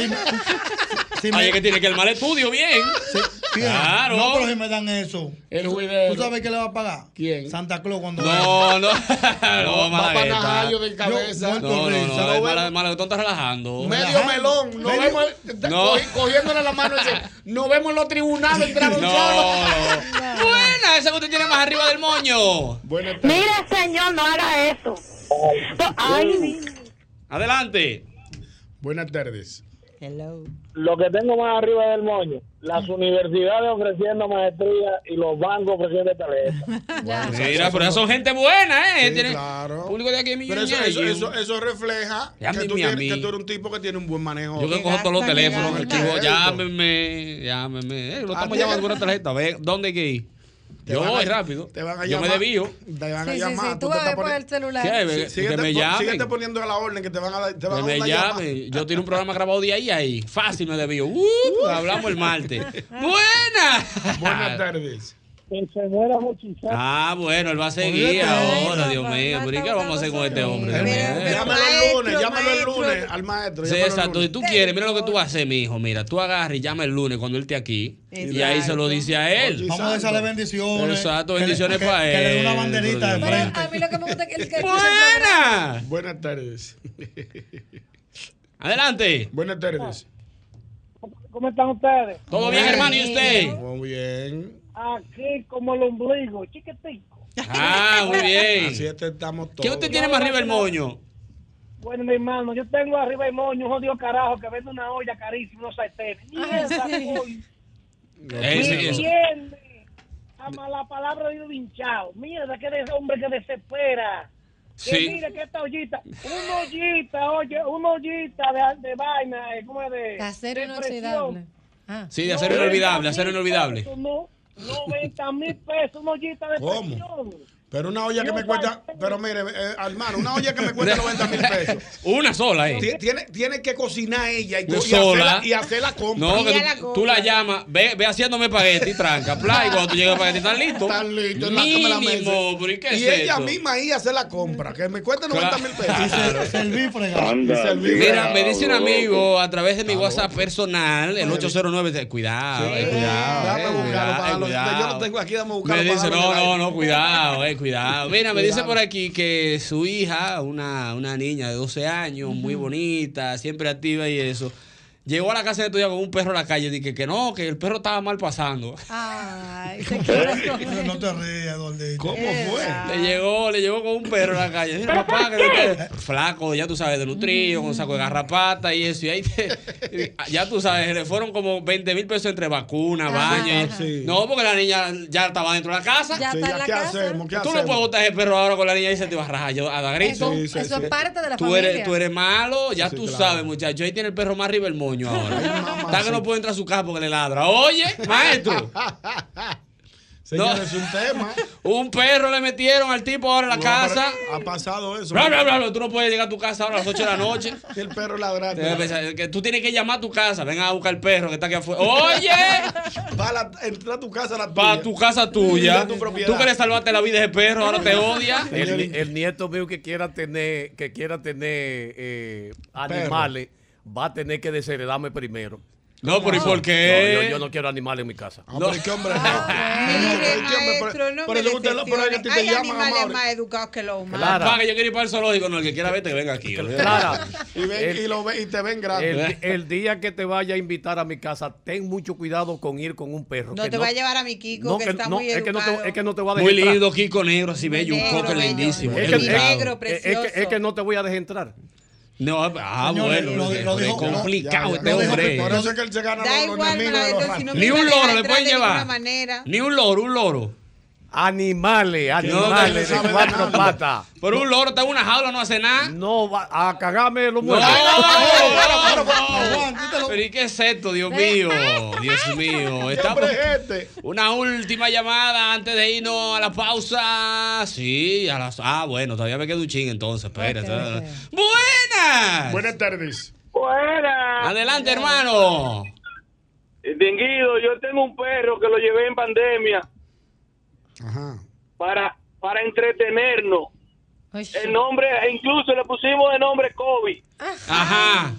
[SPEAKER 2] Ay, es que tiene que el mal estudio bien. <laughs> Claro.
[SPEAKER 3] No, pero si me dan eso.
[SPEAKER 4] El
[SPEAKER 3] ¿Tú sabes qué le va a pagar? ¿Quién? Santa Claus cuando
[SPEAKER 2] No, <laughs> no. no, mala
[SPEAKER 4] para
[SPEAKER 2] beta.
[SPEAKER 4] Najayo de cabeza.
[SPEAKER 2] No, no, no.
[SPEAKER 4] Risa,
[SPEAKER 2] es
[SPEAKER 4] no
[SPEAKER 2] mala, mala, tú estás relajando.
[SPEAKER 4] Medio melón. No vemos
[SPEAKER 2] No.
[SPEAKER 4] cogi- cogiéndole la mano y dice, no vemos en
[SPEAKER 2] <laughs>
[SPEAKER 4] los tribunales, entramos
[SPEAKER 2] No, no. Buena, esa que usted tiene más arriba del moño.
[SPEAKER 26] Ah,
[SPEAKER 20] Mira, señor, no haga eso.
[SPEAKER 4] Uh.
[SPEAKER 20] Ay,
[SPEAKER 2] Adelante.
[SPEAKER 4] Buenas tardes.
[SPEAKER 7] Hello.
[SPEAKER 16] Lo que tengo más arriba del moño, las universidades ofreciendo maestría y los bancos ofreciendo talento.
[SPEAKER 2] <laughs> Mira, pero esas son gente buena, ¿eh?
[SPEAKER 4] Sí,
[SPEAKER 2] Tienen-
[SPEAKER 4] claro.
[SPEAKER 2] Público de aquí es
[SPEAKER 4] Pero eso, eso,
[SPEAKER 2] millonario.
[SPEAKER 4] eso, eso refleja
[SPEAKER 2] Ya
[SPEAKER 4] que
[SPEAKER 2] mi-
[SPEAKER 4] tú,
[SPEAKER 2] mi
[SPEAKER 4] tienes,
[SPEAKER 2] amigo.
[SPEAKER 4] que tú eres un tipo que tiene un buen manejo.
[SPEAKER 2] Yo que cojo todos los teléfonos,
[SPEAKER 4] El
[SPEAKER 2] archivo,
[SPEAKER 4] crédito.
[SPEAKER 2] llámenme, llámenme. Eh, lo
[SPEAKER 4] Ah,
[SPEAKER 2] estamos
[SPEAKER 4] te-
[SPEAKER 2] llamando con una tarjeta. Ve, ¿dónde hay que ir?
[SPEAKER 4] Te
[SPEAKER 2] Yo
[SPEAKER 4] van a-
[SPEAKER 2] voy rápido.
[SPEAKER 4] Te van a
[SPEAKER 2] Yo me
[SPEAKER 4] llamar.
[SPEAKER 2] debío.
[SPEAKER 4] Te van a
[SPEAKER 5] Sí, sí,
[SPEAKER 4] llamar.
[SPEAKER 5] sí, tú vas a ver por el celular.
[SPEAKER 2] Sí, que
[SPEAKER 4] síguete,
[SPEAKER 2] me
[SPEAKER 4] pon-
[SPEAKER 2] llamen.
[SPEAKER 4] síguete poniendo a la orden que te van a, dar- te van
[SPEAKER 2] Que
[SPEAKER 4] a
[SPEAKER 2] me
[SPEAKER 4] mandar llamar.
[SPEAKER 2] llame. Yo tengo un programa grabado de ahí a ahí. Fácil me debió. Uh, hablamos el martes.
[SPEAKER 5] Ah.
[SPEAKER 2] ¡Buena!
[SPEAKER 4] <laughs> Buenas tardes.
[SPEAKER 16] El señor Ajochizá.
[SPEAKER 2] Ah, bueno, él va a seguir ahora, Dios mío. Pero ¿y qué vamos a hacer con este hombre? Dios mío?
[SPEAKER 4] Llámalo el lunes, llámalo el lunes al maestro.
[SPEAKER 2] Sí,
[SPEAKER 4] llámalo el
[SPEAKER 2] exacto.
[SPEAKER 4] lunes.
[SPEAKER 2] Si tú quieres, mira lo que tú vas a hacer, mi hijo. Mira, tú agarras y llama el lunes cuando él esté aquí. Y ahí se lo dice a él.
[SPEAKER 3] Vamos a desearle bendiciones.
[SPEAKER 2] Exacto,
[SPEAKER 3] Que le-
[SPEAKER 2] bendiciones
[SPEAKER 3] que-
[SPEAKER 2] para él.
[SPEAKER 3] Que le dé una banderita de
[SPEAKER 2] Pero,
[SPEAKER 3] frente.
[SPEAKER 5] A mí lo que me gusta es que el que escucha el programa-
[SPEAKER 2] ¡Buena!
[SPEAKER 4] Buenas tardes.
[SPEAKER 2] Adelante.
[SPEAKER 4] Buenas tardes.
[SPEAKER 16] ¿Cómo están ustedes?
[SPEAKER 2] ¿Todo bien, hermano? ¿Y usted?
[SPEAKER 4] Muy bien.
[SPEAKER 16] Aquí como el ombligo, chiquitico.
[SPEAKER 2] Ah, muy bien.
[SPEAKER 4] Así es, estamos todos.
[SPEAKER 2] ¿Qué usted tiene más arriba el moño?
[SPEAKER 16] Bueno, mi hermano, yo tengo arriba de moño un jodido carajo que vende una olla carísima, unos sartenes. Mierda, coño.
[SPEAKER 2] Ese- ese-
[SPEAKER 16] Entiende. A mala palabra de un hinchado. Mierda, que de hombre que desespera. Que
[SPEAKER 2] Sí.
[SPEAKER 16] mire que esta ollita, una ollita, oye, una ollita de, de vaina, eh, ¿cómo es de?
[SPEAKER 5] Acero
[SPEAKER 16] de presión.
[SPEAKER 5] inoxidable.
[SPEAKER 2] Sí, de acero inolvidable, acero inolvidable.
[SPEAKER 16] Eso no, 90 mil pesos, una ollita de
[SPEAKER 4] ¿Cómo?
[SPEAKER 16] presión.
[SPEAKER 4] Pero una olla que me cuesta, pero mire, eh, hermano, una olla que me cuesta 90 mil pesos.
[SPEAKER 2] Una sola, ¿eh?
[SPEAKER 4] Ti- Tiene, tiene que cocinar ella y,
[SPEAKER 2] No
[SPEAKER 4] co- y
[SPEAKER 2] sola.
[SPEAKER 4] hacer la, y hacer la compra.
[SPEAKER 2] No, que tú, tú la llamas, ve, ve haciéndome espagueti, tranca, play, y cuando tú llegas a espagueti, ¿están listos?
[SPEAKER 4] Están listos, la que me la mece.
[SPEAKER 2] Mínimo, pero ¿y qué es
[SPEAKER 4] Y ella
[SPEAKER 2] esto?
[SPEAKER 4] misma ahí hace la compra, que me cuesta 90 mil pesos.
[SPEAKER 2] Claro.
[SPEAKER 4] Y serví.
[SPEAKER 2] Mira, me dice un amigo a través de mi WhatsApp personal, el 809, dice, cuidado, eh, cuidado. eh, cuidado, eh,
[SPEAKER 4] Yo lo
[SPEAKER 2] cuidado.
[SPEAKER 4] tengo aquí, dame a buscarlo.
[SPEAKER 2] Me dice, no,
[SPEAKER 4] para darle
[SPEAKER 2] no,
[SPEAKER 4] like.
[SPEAKER 2] no, cuidado, eh, cuidado. Mira, me dice
[SPEAKER 4] Cuidado.
[SPEAKER 2] por aquí que su hija, una, una niña de 12 años, muy bonita, siempre activa y eso, Llegó a la casa de tu hija con un perro a la calle. Dije que no, que el perro estaba mal pasando.
[SPEAKER 3] <laughs>
[SPEAKER 5] Ay, Eh.
[SPEAKER 3] te quiero comer. No te rías, Dolly.
[SPEAKER 2] ¿Cómo Le llegó, le llegó con un perro a la calle. Mira,
[SPEAKER 3] ¿Pero
[SPEAKER 2] papá,
[SPEAKER 3] por
[SPEAKER 2] que no
[SPEAKER 3] qué?
[SPEAKER 2] te- Flaco, ya tú sabes, desnutrido, con saco de garrapata y eso. Y ahí te- ya tú sabes, le fueron como 20 mil pesos entre
[SPEAKER 5] Ah,
[SPEAKER 2] vacunas, baño. No, porque la niña <laughs> ya estaba dentro de la casa.
[SPEAKER 5] Ya Sí, está en ya, la ¿qué casa. hacemos? ¿Qué
[SPEAKER 2] tú
[SPEAKER 5] hacemos?
[SPEAKER 2] no puedes botar ese perro ahora con la niña y se te va a rajar yo- a dar grito.
[SPEAKER 5] Eso, eso es parte de la
[SPEAKER 2] Tú
[SPEAKER 5] familia.
[SPEAKER 2] eres, tú eres malo, ya tú sabes, muchacho. Ahí tiene el perro más arriba el moño ahora. Está que no puede entrar a su casa porque le ladra.
[SPEAKER 6] <laughs>
[SPEAKER 2] Oye, maestro.
[SPEAKER 4] Señores,
[SPEAKER 2] No.
[SPEAKER 4] es un tema.
[SPEAKER 2] Un perro le metieron al tipo ahora en la
[SPEAKER 4] No,
[SPEAKER 2] casa.
[SPEAKER 4] pero Ha pasado eso.
[SPEAKER 2] Bla, bla, bla, bla. Tú no puedes llegar a tu casa ahora a las 8
[SPEAKER 4] <laughs>
[SPEAKER 2] de la
[SPEAKER 18] <laughs>
[SPEAKER 2] noche.
[SPEAKER 4] El perro ladrando.
[SPEAKER 2] Debe pensar que Tú tienes que llamar a tu casa. Ven a buscar el perro que está aquí afuera.
[SPEAKER 18] <laughs>
[SPEAKER 2] ¡Oye!
[SPEAKER 4] Va a la- entra a tu casa la tuya.
[SPEAKER 2] Para tu casa tuya.
[SPEAKER 4] De tu propiedad.
[SPEAKER 2] Tú que le salvaste la vida a ese perro, ahora te odia.
[SPEAKER 18] El, ni- el nieto mío que quiera tener, que quiera tener eh, animales va a tener que desheredarme primero.
[SPEAKER 2] No, pero ¿y por qué? Ah,
[SPEAKER 18] No, yo, yo no quiero animales en mi casa.
[SPEAKER 4] No. pero qué Ah. hombre.
[SPEAKER 7] Mire,
[SPEAKER 4] ¿por qué, hombre?
[SPEAKER 7] Ah, maestro, no
[SPEAKER 4] por
[SPEAKER 7] me
[SPEAKER 4] eso que usted lo- por eso que
[SPEAKER 7] decepcione.
[SPEAKER 4] te
[SPEAKER 7] Hay
[SPEAKER 4] llaman,
[SPEAKER 7] animales
[SPEAKER 4] Amaury.
[SPEAKER 7] más educados que los humanos.
[SPEAKER 2] Papá, que yo quiero ir para el zoológico. No, el que quiera verte, que venga aquí.
[SPEAKER 18] Clara.
[SPEAKER 4] Y, ven-
[SPEAKER 18] El-
[SPEAKER 4] y lo ve- y te ven gratis.
[SPEAKER 18] El, el día que te vaya a invitar a mi casa, ten mucho cuidado con ir con un perro.
[SPEAKER 7] No
[SPEAKER 18] que
[SPEAKER 7] te va a llevar a mi Kiko,
[SPEAKER 18] no,
[SPEAKER 7] que,
[SPEAKER 18] que
[SPEAKER 7] está
[SPEAKER 18] no,
[SPEAKER 7] muy
[SPEAKER 18] es que no
[SPEAKER 7] educado.
[SPEAKER 18] te, es que no te va a dejar
[SPEAKER 2] Muy
[SPEAKER 18] entrar.
[SPEAKER 2] lindo, Kiko negro, así bello, un
[SPEAKER 7] Negro,
[SPEAKER 2] coque
[SPEAKER 7] bello.
[SPEAKER 2] lindísimo.
[SPEAKER 18] Es que-
[SPEAKER 2] educado.
[SPEAKER 7] Negro,
[SPEAKER 18] Es- es que, es que no te voy a dejar entrar.
[SPEAKER 2] No, ah,
[SPEAKER 18] Señores,
[SPEAKER 2] bueno,
[SPEAKER 18] lo-
[SPEAKER 2] es
[SPEAKER 18] lo dijo-
[SPEAKER 2] complicado
[SPEAKER 18] ya, ya,
[SPEAKER 2] este
[SPEAKER 18] lo dijo
[SPEAKER 2] hombre.
[SPEAKER 18] que por
[SPEAKER 4] eso es que él se gana
[SPEAKER 7] Da igual, maestro, si no me
[SPEAKER 2] Ni
[SPEAKER 7] van a
[SPEAKER 2] un
[SPEAKER 7] dejar
[SPEAKER 2] loro le
[SPEAKER 7] entrar
[SPEAKER 2] pueden
[SPEAKER 7] de ninguna
[SPEAKER 2] llevar.
[SPEAKER 7] manera.
[SPEAKER 2] Ni un loro, un loro.
[SPEAKER 18] Ah, Animales, animales de cuatro patas.
[SPEAKER 2] Por un loro está en una jaula, no hace nada.
[SPEAKER 18] No, Oh, va a cagarme los
[SPEAKER 2] muertos.
[SPEAKER 18] muertos.
[SPEAKER 2] No,
[SPEAKER 18] oh,
[SPEAKER 2] no, no. Pero ¿y qué es esto, Dios mío? Dios mío. Estamos...
[SPEAKER 4] este.
[SPEAKER 2] Una última llamada antes de irnos a la pausa. Sí, a las... Ah, bueno, todavía me queda un ching entonces, espérate. ¡Buenas!
[SPEAKER 4] Buenas tardes.
[SPEAKER 16] Buenas.
[SPEAKER 2] Adelante, hermano.
[SPEAKER 16] Eh, Dinguido, yo tengo un perro que lo llevé en pandemia para para entretenernos. El nombre, e incluso le pusimos el nombre Kobe.
[SPEAKER 2] Ajá.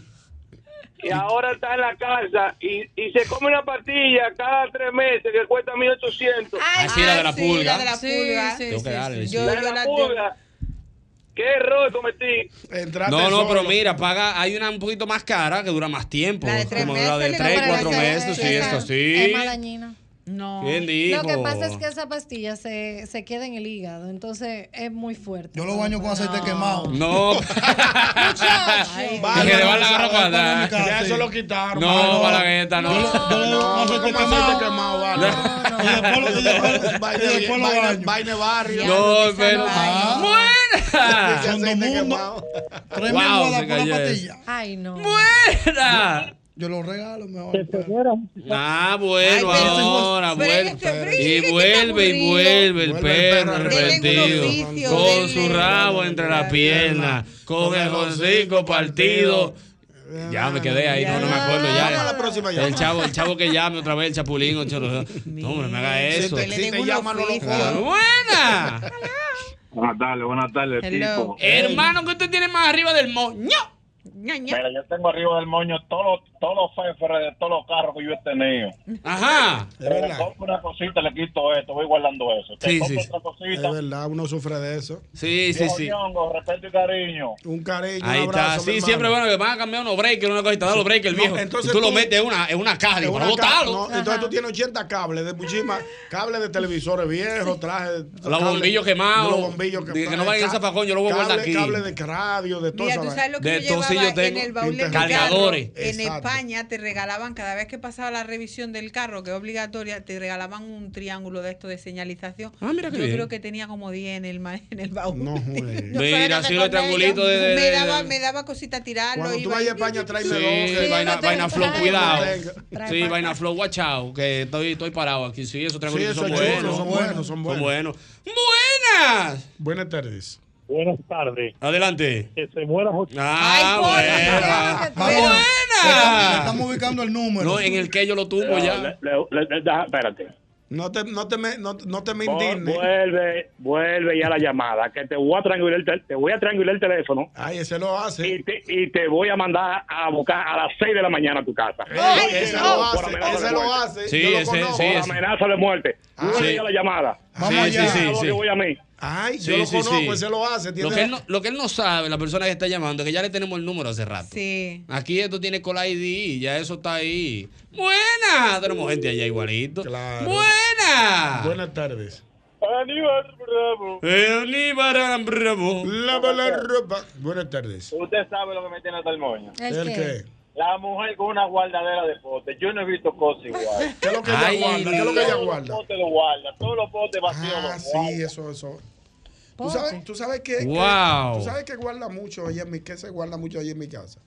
[SPEAKER 16] Y ahora está en la casa y, y se come una pastilla cada tres meses que cuesta 1800.
[SPEAKER 2] Así era de Ah, la pulga.
[SPEAKER 7] de la pulga.
[SPEAKER 2] Tengo que darle, sí.
[SPEAKER 16] Yo, la de la pulga. ¿Qué error cometí?
[SPEAKER 2] No, no, pero mira, paga, hay una un poquito más cara que dura más tiempo. como la de
[SPEAKER 5] No,
[SPEAKER 2] tres,
[SPEAKER 5] pero
[SPEAKER 2] cuatro
[SPEAKER 5] esa-
[SPEAKER 2] meses, sí,
[SPEAKER 5] esa
[SPEAKER 2] eso
[SPEAKER 5] Es
[SPEAKER 2] sí.
[SPEAKER 5] más dañina. No.
[SPEAKER 2] ¿Quién dijo?
[SPEAKER 5] Lo que pasa es que esa pastilla se, se queda en el hígado, entonces es muy fuerte.
[SPEAKER 3] Yo lo baño con aceite
[SPEAKER 2] <laughs>
[SPEAKER 3] quemado.
[SPEAKER 2] No.
[SPEAKER 3] Vale,
[SPEAKER 2] que le van
[SPEAKER 3] vamos
[SPEAKER 2] a
[SPEAKER 3] a
[SPEAKER 2] agarrar para
[SPEAKER 3] ver
[SPEAKER 2] atrás.
[SPEAKER 4] Ya eso lo quitaron.
[SPEAKER 2] No, Balagueta, no. <laughs>
[SPEAKER 4] Vaina- Vaina barrio.
[SPEAKER 2] No, pero.
[SPEAKER 4] <laughs> Ah.
[SPEAKER 2] ¡Buena!
[SPEAKER 4] Segundo mundo.
[SPEAKER 3] Tres
[SPEAKER 2] Wow,
[SPEAKER 3] mil
[SPEAKER 2] se
[SPEAKER 3] bodas por
[SPEAKER 2] cayó
[SPEAKER 3] la
[SPEAKER 2] eso.
[SPEAKER 3] patilla.
[SPEAKER 5] Ay, no.
[SPEAKER 2] ¡Buena!
[SPEAKER 3] Yo lo regalo mejor.
[SPEAKER 2] Ah, bueno,
[SPEAKER 3] Ay, pero-
[SPEAKER 2] ahora
[SPEAKER 3] pero
[SPEAKER 2] vuelve.
[SPEAKER 3] este perro,
[SPEAKER 2] y vuelve y vuelve el perro arrepentido. Con su rabo entre las piernas. Con el hocico partido. Ya me quedé ahí, no, no me acuerdo ya.
[SPEAKER 4] Vamos a la próxima
[SPEAKER 2] El
[SPEAKER 4] llamada.
[SPEAKER 2] chavo, el chavo que llame otra vez, el chapulín, ocho, no, no, hombre, me haga
[SPEAKER 4] Si
[SPEAKER 2] eso.
[SPEAKER 4] te- si te llaman, no lo
[SPEAKER 2] Ah,
[SPEAKER 4] cojan.
[SPEAKER 2] Buena.
[SPEAKER 16] Buenas tardes, buenas tardes, tipo.
[SPEAKER 2] Hermano, que usted tiene más arriba del moño?
[SPEAKER 16] Mira, yo tengo arriba del moño todos los todos los feferes de todos los carros que yo he tenido.
[SPEAKER 2] Ajá.
[SPEAKER 16] Pero le compro una cosita, le quito esto, voy guardando eso. Te
[SPEAKER 4] Sí,
[SPEAKER 16] compro
[SPEAKER 4] sí.
[SPEAKER 16] otra
[SPEAKER 4] Es
[SPEAKER 16] cosita.
[SPEAKER 4] verdad, uno sufre de eso.
[SPEAKER 2] Sí, sí, sí.
[SPEAKER 16] Ñongo, respeto y cariño.
[SPEAKER 4] Un cariño,
[SPEAKER 2] Ahí
[SPEAKER 4] un
[SPEAKER 2] está,
[SPEAKER 4] abrazo.
[SPEAKER 2] sí,
[SPEAKER 4] mi
[SPEAKER 2] siempre
[SPEAKER 4] hermano.
[SPEAKER 2] bueno que van a cambiar unos breakers, una cosita, da los breakers, el
[SPEAKER 4] No,
[SPEAKER 2] viejo.
[SPEAKER 4] entonces
[SPEAKER 2] y tú, lo
[SPEAKER 4] tú-
[SPEAKER 2] metes en una, en una caja,
[SPEAKER 4] Es
[SPEAKER 2] digo,
[SPEAKER 4] una
[SPEAKER 2] para
[SPEAKER 4] ca-
[SPEAKER 2] botarlo.
[SPEAKER 4] no, entonces tú tienes 80 cables de muchísimas cables de televisores viejos, trajes.
[SPEAKER 2] Los bombillos quemados.
[SPEAKER 4] Los bombillos
[SPEAKER 2] Dije
[SPEAKER 4] quemados.
[SPEAKER 2] que no vayan en zafacón, yo lo voy a
[SPEAKER 4] Cable-
[SPEAKER 2] guardar aquí.
[SPEAKER 4] Cables de radio, de todo.
[SPEAKER 7] Mira, tú
[SPEAKER 4] ¿sabes?
[SPEAKER 7] sabes lo que
[SPEAKER 2] De
[SPEAKER 7] yo
[SPEAKER 2] todo sí
[SPEAKER 7] llevaba
[SPEAKER 2] yo tengo.
[SPEAKER 7] en el baúl de mi
[SPEAKER 2] Cargadores.
[SPEAKER 7] carro. En
[SPEAKER 2] Exacto.
[SPEAKER 7] España te regalaban, cada vez que pasaba la revisión del carro, que es obligatoria, te regalaban un triángulo de esto de señalización.
[SPEAKER 2] Ah, mira qué
[SPEAKER 7] yo
[SPEAKER 2] bien.
[SPEAKER 7] creo que tenía como 10 en el, ma- en el baúl. <laughs>
[SPEAKER 4] No,
[SPEAKER 7] Yo
[SPEAKER 2] Mira,
[SPEAKER 7] fuera
[SPEAKER 2] así
[SPEAKER 7] que
[SPEAKER 2] los
[SPEAKER 7] acordé,
[SPEAKER 2] triangulitos
[SPEAKER 7] yo-
[SPEAKER 2] de- de-
[SPEAKER 7] me,
[SPEAKER 2] de-
[SPEAKER 7] daba,
[SPEAKER 2] de-
[SPEAKER 7] me daba cosita tirarlo.
[SPEAKER 4] Cuando tú
[SPEAKER 7] iba
[SPEAKER 4] vayas a
[SPEAKER 7] y-
[SPEAKER 4] España,
[SPEAKER 2] Sí,
[SPEAKER 4] tráeme dos. que-
[SPEAKER 2] vaina, vaina flow,
[SPEAKER 4] Trae
[SPEAKER 2] cuidado.
[SPEAKER 4] para acá. Trae
[SPEAKER 2] Sí,
[SPEAKER 4] para
[SPEAKER 2] vaina flow, guachao, que estoy, estoy parado aquí. Sí, esos tres
[SPEAKER 4] Sí, eso
[SPEAKER 2] son,
[SPEAKER 4] es chulo,
[SPEAKER 2] buenos,
[SPEAKER 4] son buenos, son buenos.
[SPEAKER 2] ¡Buenas!
[SPEAKER 4] Buenas tardes.
[SPEAKER 11] Buenas tardes.
[SPEAKER 2] Adelante.
[SPEAKER 11] Que se muera
[SPEAKER 2] Ah, buena.
[SPEAKER 4] Buena.
[SPEAKER 3] Estamos ubicando el número.
[SPEAKER 2] No, en el que yo lo tumbo ya.
[SPEAKER 16] Eh,
[SPEAKER 11] espérate.
[SPEAKER 4] Ah, No te, no te, me- no, no te me
[SPEAKER 11] Vol-
[SPEAKER 4] indignes.
[SPEAKER 11] Vuelve, vuelve ya la llamada, que te voy a triangular el, tel- te voy a triangular el teléfono.
[SPEAKER 4] Ay, ese lo hace.
[SPEAKER 11] Y te, y te voy a mandar a buscar a las 6 de la mañana a tu casa.
[SPEAKER 4] Ey, ese
[SPEAKER 11] Por
[SPEAKER 4] lo hace,
[SPEAKER 11] amenaza de
[SPEAKER 4] ese lo
[SPEAKER 11] muerte.
[SPEAKER 4] hace. Yo lo conozco.
[SPEAKER 24] Eh,
[SPEAKER 4] Ah.
[SPEAKER 11] Por amenaza de muerte. Vuelve
[SPEAKER 4] sí.
[SPEAKER 11] ya la llamada.
[SPEAKER 4] Vamos Sí, allá. sí, sí,
[SPEAKER 11] Lo que
[SPEAKER 4] sí.
[SPEAKER 11] voy a mí.
[SPEAKER 4] Ay,
[SPEAKER 2] Sí,
[SPEAKER 4] yo lo
[SPEAKER 2] sí,
[SPEAKER 4] conozco,
[SPEAKER 2] sí.
[SPEAKER 4] ese lo hace. tiene-
[SPEAKER 2] Lo que, él no, lo que él no sabe, la persona que está llamando, que ya le tenemos el número hace rato.
[SPEAKER 7] Sí.
[SPEAKER 2] Aquí esto tiene call ID, ya eso está ahí. Buena, tenemos gente allá igualito. Buena.
[SPEAKER 4] Buenas tardes.
[SPEAKER 16] Aníbal Bravo.
[SPEAKER 4] Lava la ropa. Buenas tardes.
[SPEAKER 16] Usted sabe lo que me tiene hasta el moño.
[SPEAKER 4] ¿El ¿El qué? qué?
[SPEAKER 16] La mujer con una guardadera de potes. Yo no he visto cosas igual.
[SPEAKER 4] <laughs> ¿Qué es lo que ella Ay, guarda? ¿Qué es lo que ella
[SPEAKER 16] Todos
[SPEAKER 4] guarda?
[SPEAKER 16] los potes lo guarda. Todos los potes vacíos
[SPEAKER 4] Ah,
[SPEAKER 16] los
[SPEAKER 4] sí, eso, eso. ¿Tú sabes, tú sabes que, que-
[SPEAKER 2] Wow.
[SPEAKER 4] tú sabes que guarda mucho allá en mi, que se guarda mucho allá en mi casa.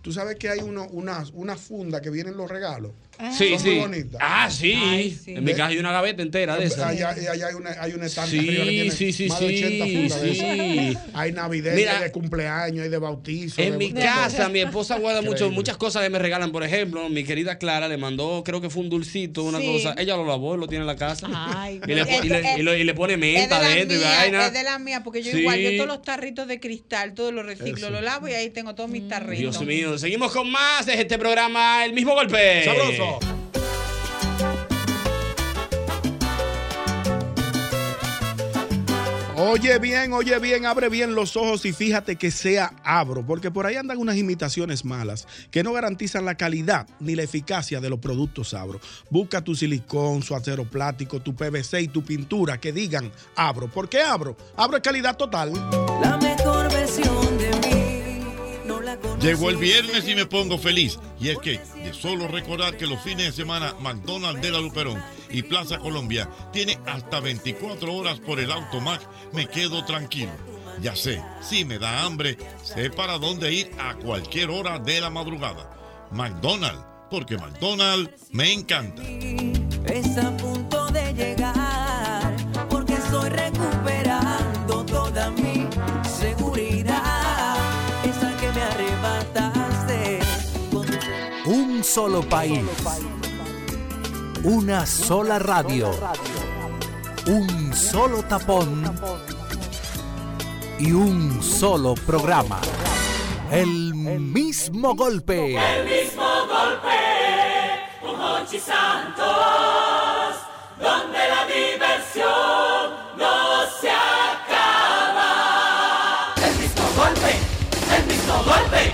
[SPEAKER 4] Tú sabes que hay uno, una, una funda que vienen los regalos.
[SPEAKER 2] Sí,
[SPEAKER 4] Son muy
[SPEAKER 2] sí.
[SPEAKER 4] bonitas.
[SPEAKER 2] Ah, sí. En mi casa hay una gaveta entera de esas.
[SPEAKER 4] Allá, allá hay una, hay una estante
[SPEAKER 2] Sí,
[SPEAKER 4] arriba que tiene
[SPEAKER 2] sí, sí,
[SPEAKER 4] más de
[SPEAKER 2] sí,
[SPEAKER 4] 80 fundas de
[SPEAKER 2] sí.
[SPEAKER 4] esas. Hay navideña,
[SPEAKER 2] Mira,
[SPEAKER 4] hay de cumpleaños, hay de bautizo.
[SPEAKER 2] En
[SPEAKER 4] de-
[SPEAKER 2] mi
[SPEAKER 4] de
[SPEAKER 2] casa,
[SPEAKER 4] todo.
[SPEAKER 2] mi esposa guarda mucho,
[SPEAKER 4] Increíble.
[SPEAKER 2] muchas cosas que me regalan. Por ejemplo, mi querida Clara le mandó, creo que fue un dulcito, una
[SPEAKER 7] Sí.
[SPEAKER 2] cosa. Ella lo lavó y lo tiene en la casa.
[SPEAKER 7] Ay,
[SPEAKER 2] y, le,
[SPEAKER 7] güey.
[SPEAKER 2] y le- y lo- y le pone
[SPEAKER 7] Es de
[SPEAKER 2] menta
[SPEAKER 7] la
[SPEAKER 2] de esto y
[SPEAKER 7] mía,
[SPEAKER 2] vaina.
[SPEAKER 7] es de la mía, porque yo
[SPEAKER 2] Sí.
[SPEAKER 7] igual, yo todos los tarritos de cristal, todos los reciclo,
[SPEAKER 2] Eso.
[SPEAKER 7] lo lavo y ahí tengo todos mis tarritos.
[SPEAKER 2] Dios mío, seguimos con más de este programa, el mismo golpe.
[SPEAKER 4] Sabroso. Oye bien, oye bien, abre bien los ojos y fíjate que sea abro, porque por ahí andan unas imitaciones malas que no garantizan la calidad ni la eficacia de los productos abro. Busca tu silicón, su acero plástico, tu PVC y tu pintura que digan abro. ¿Por qué abro? Abro es calidad total.
[SPEAKER 13] La mejor versión de mí no la
[SPEAKER 10] Llegó el viernes y me pongo feliz. Y es que, de solo recordar que los fines de semana, McDonald's de la Luperón y Plaza Colombia tiene hasta 24 horas por el Automac, me quedo tranquilo. Ya sé, si me da hambre, sé para dónde ir a cualquier hora de la madrugada. McDonald's, porque McDonald's me encanta.
[SPEAKER 13] Es a punto de llegar, porque estoy recuperando toda mi seguridad. Esa que me arrebataste.
[SPEAKER 6] Un solo país. Una sola radio. Un solo tapón. Y un solo programa. El mismo golpe.
[SPEAKER 13] El mismo golpe con Hochi Santos, donde la diversión no se acaba. El mismo golpe, el mismo golpe.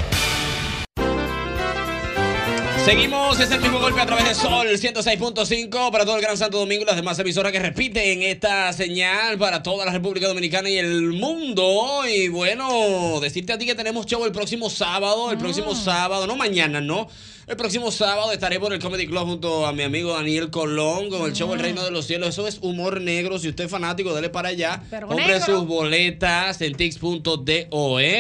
[SPEAKER 2] Seguimos, es el mismo golpe a través de Sol 106.5 para todo el Gran Santo Domingo y las demás emisoras que repiten esta señal para toda la República Dominicana y el mundo. Y bueno, decirte a ti que tenemos show el próximo sábado, el próximo sábado, no mañana, no. El próximo sábado estaré por el Comedy Club junto a mi amigo Daniel Colón con el show El Reino de los Cielos. Eso es humor negro. Si usted es fanático, dele para allá.
[SPEAKER 5] Pero
[SPEAKER 2] Compre
[SPEAKER 5] negro.
[SPEAKER 2] sus boletas en tix.doe.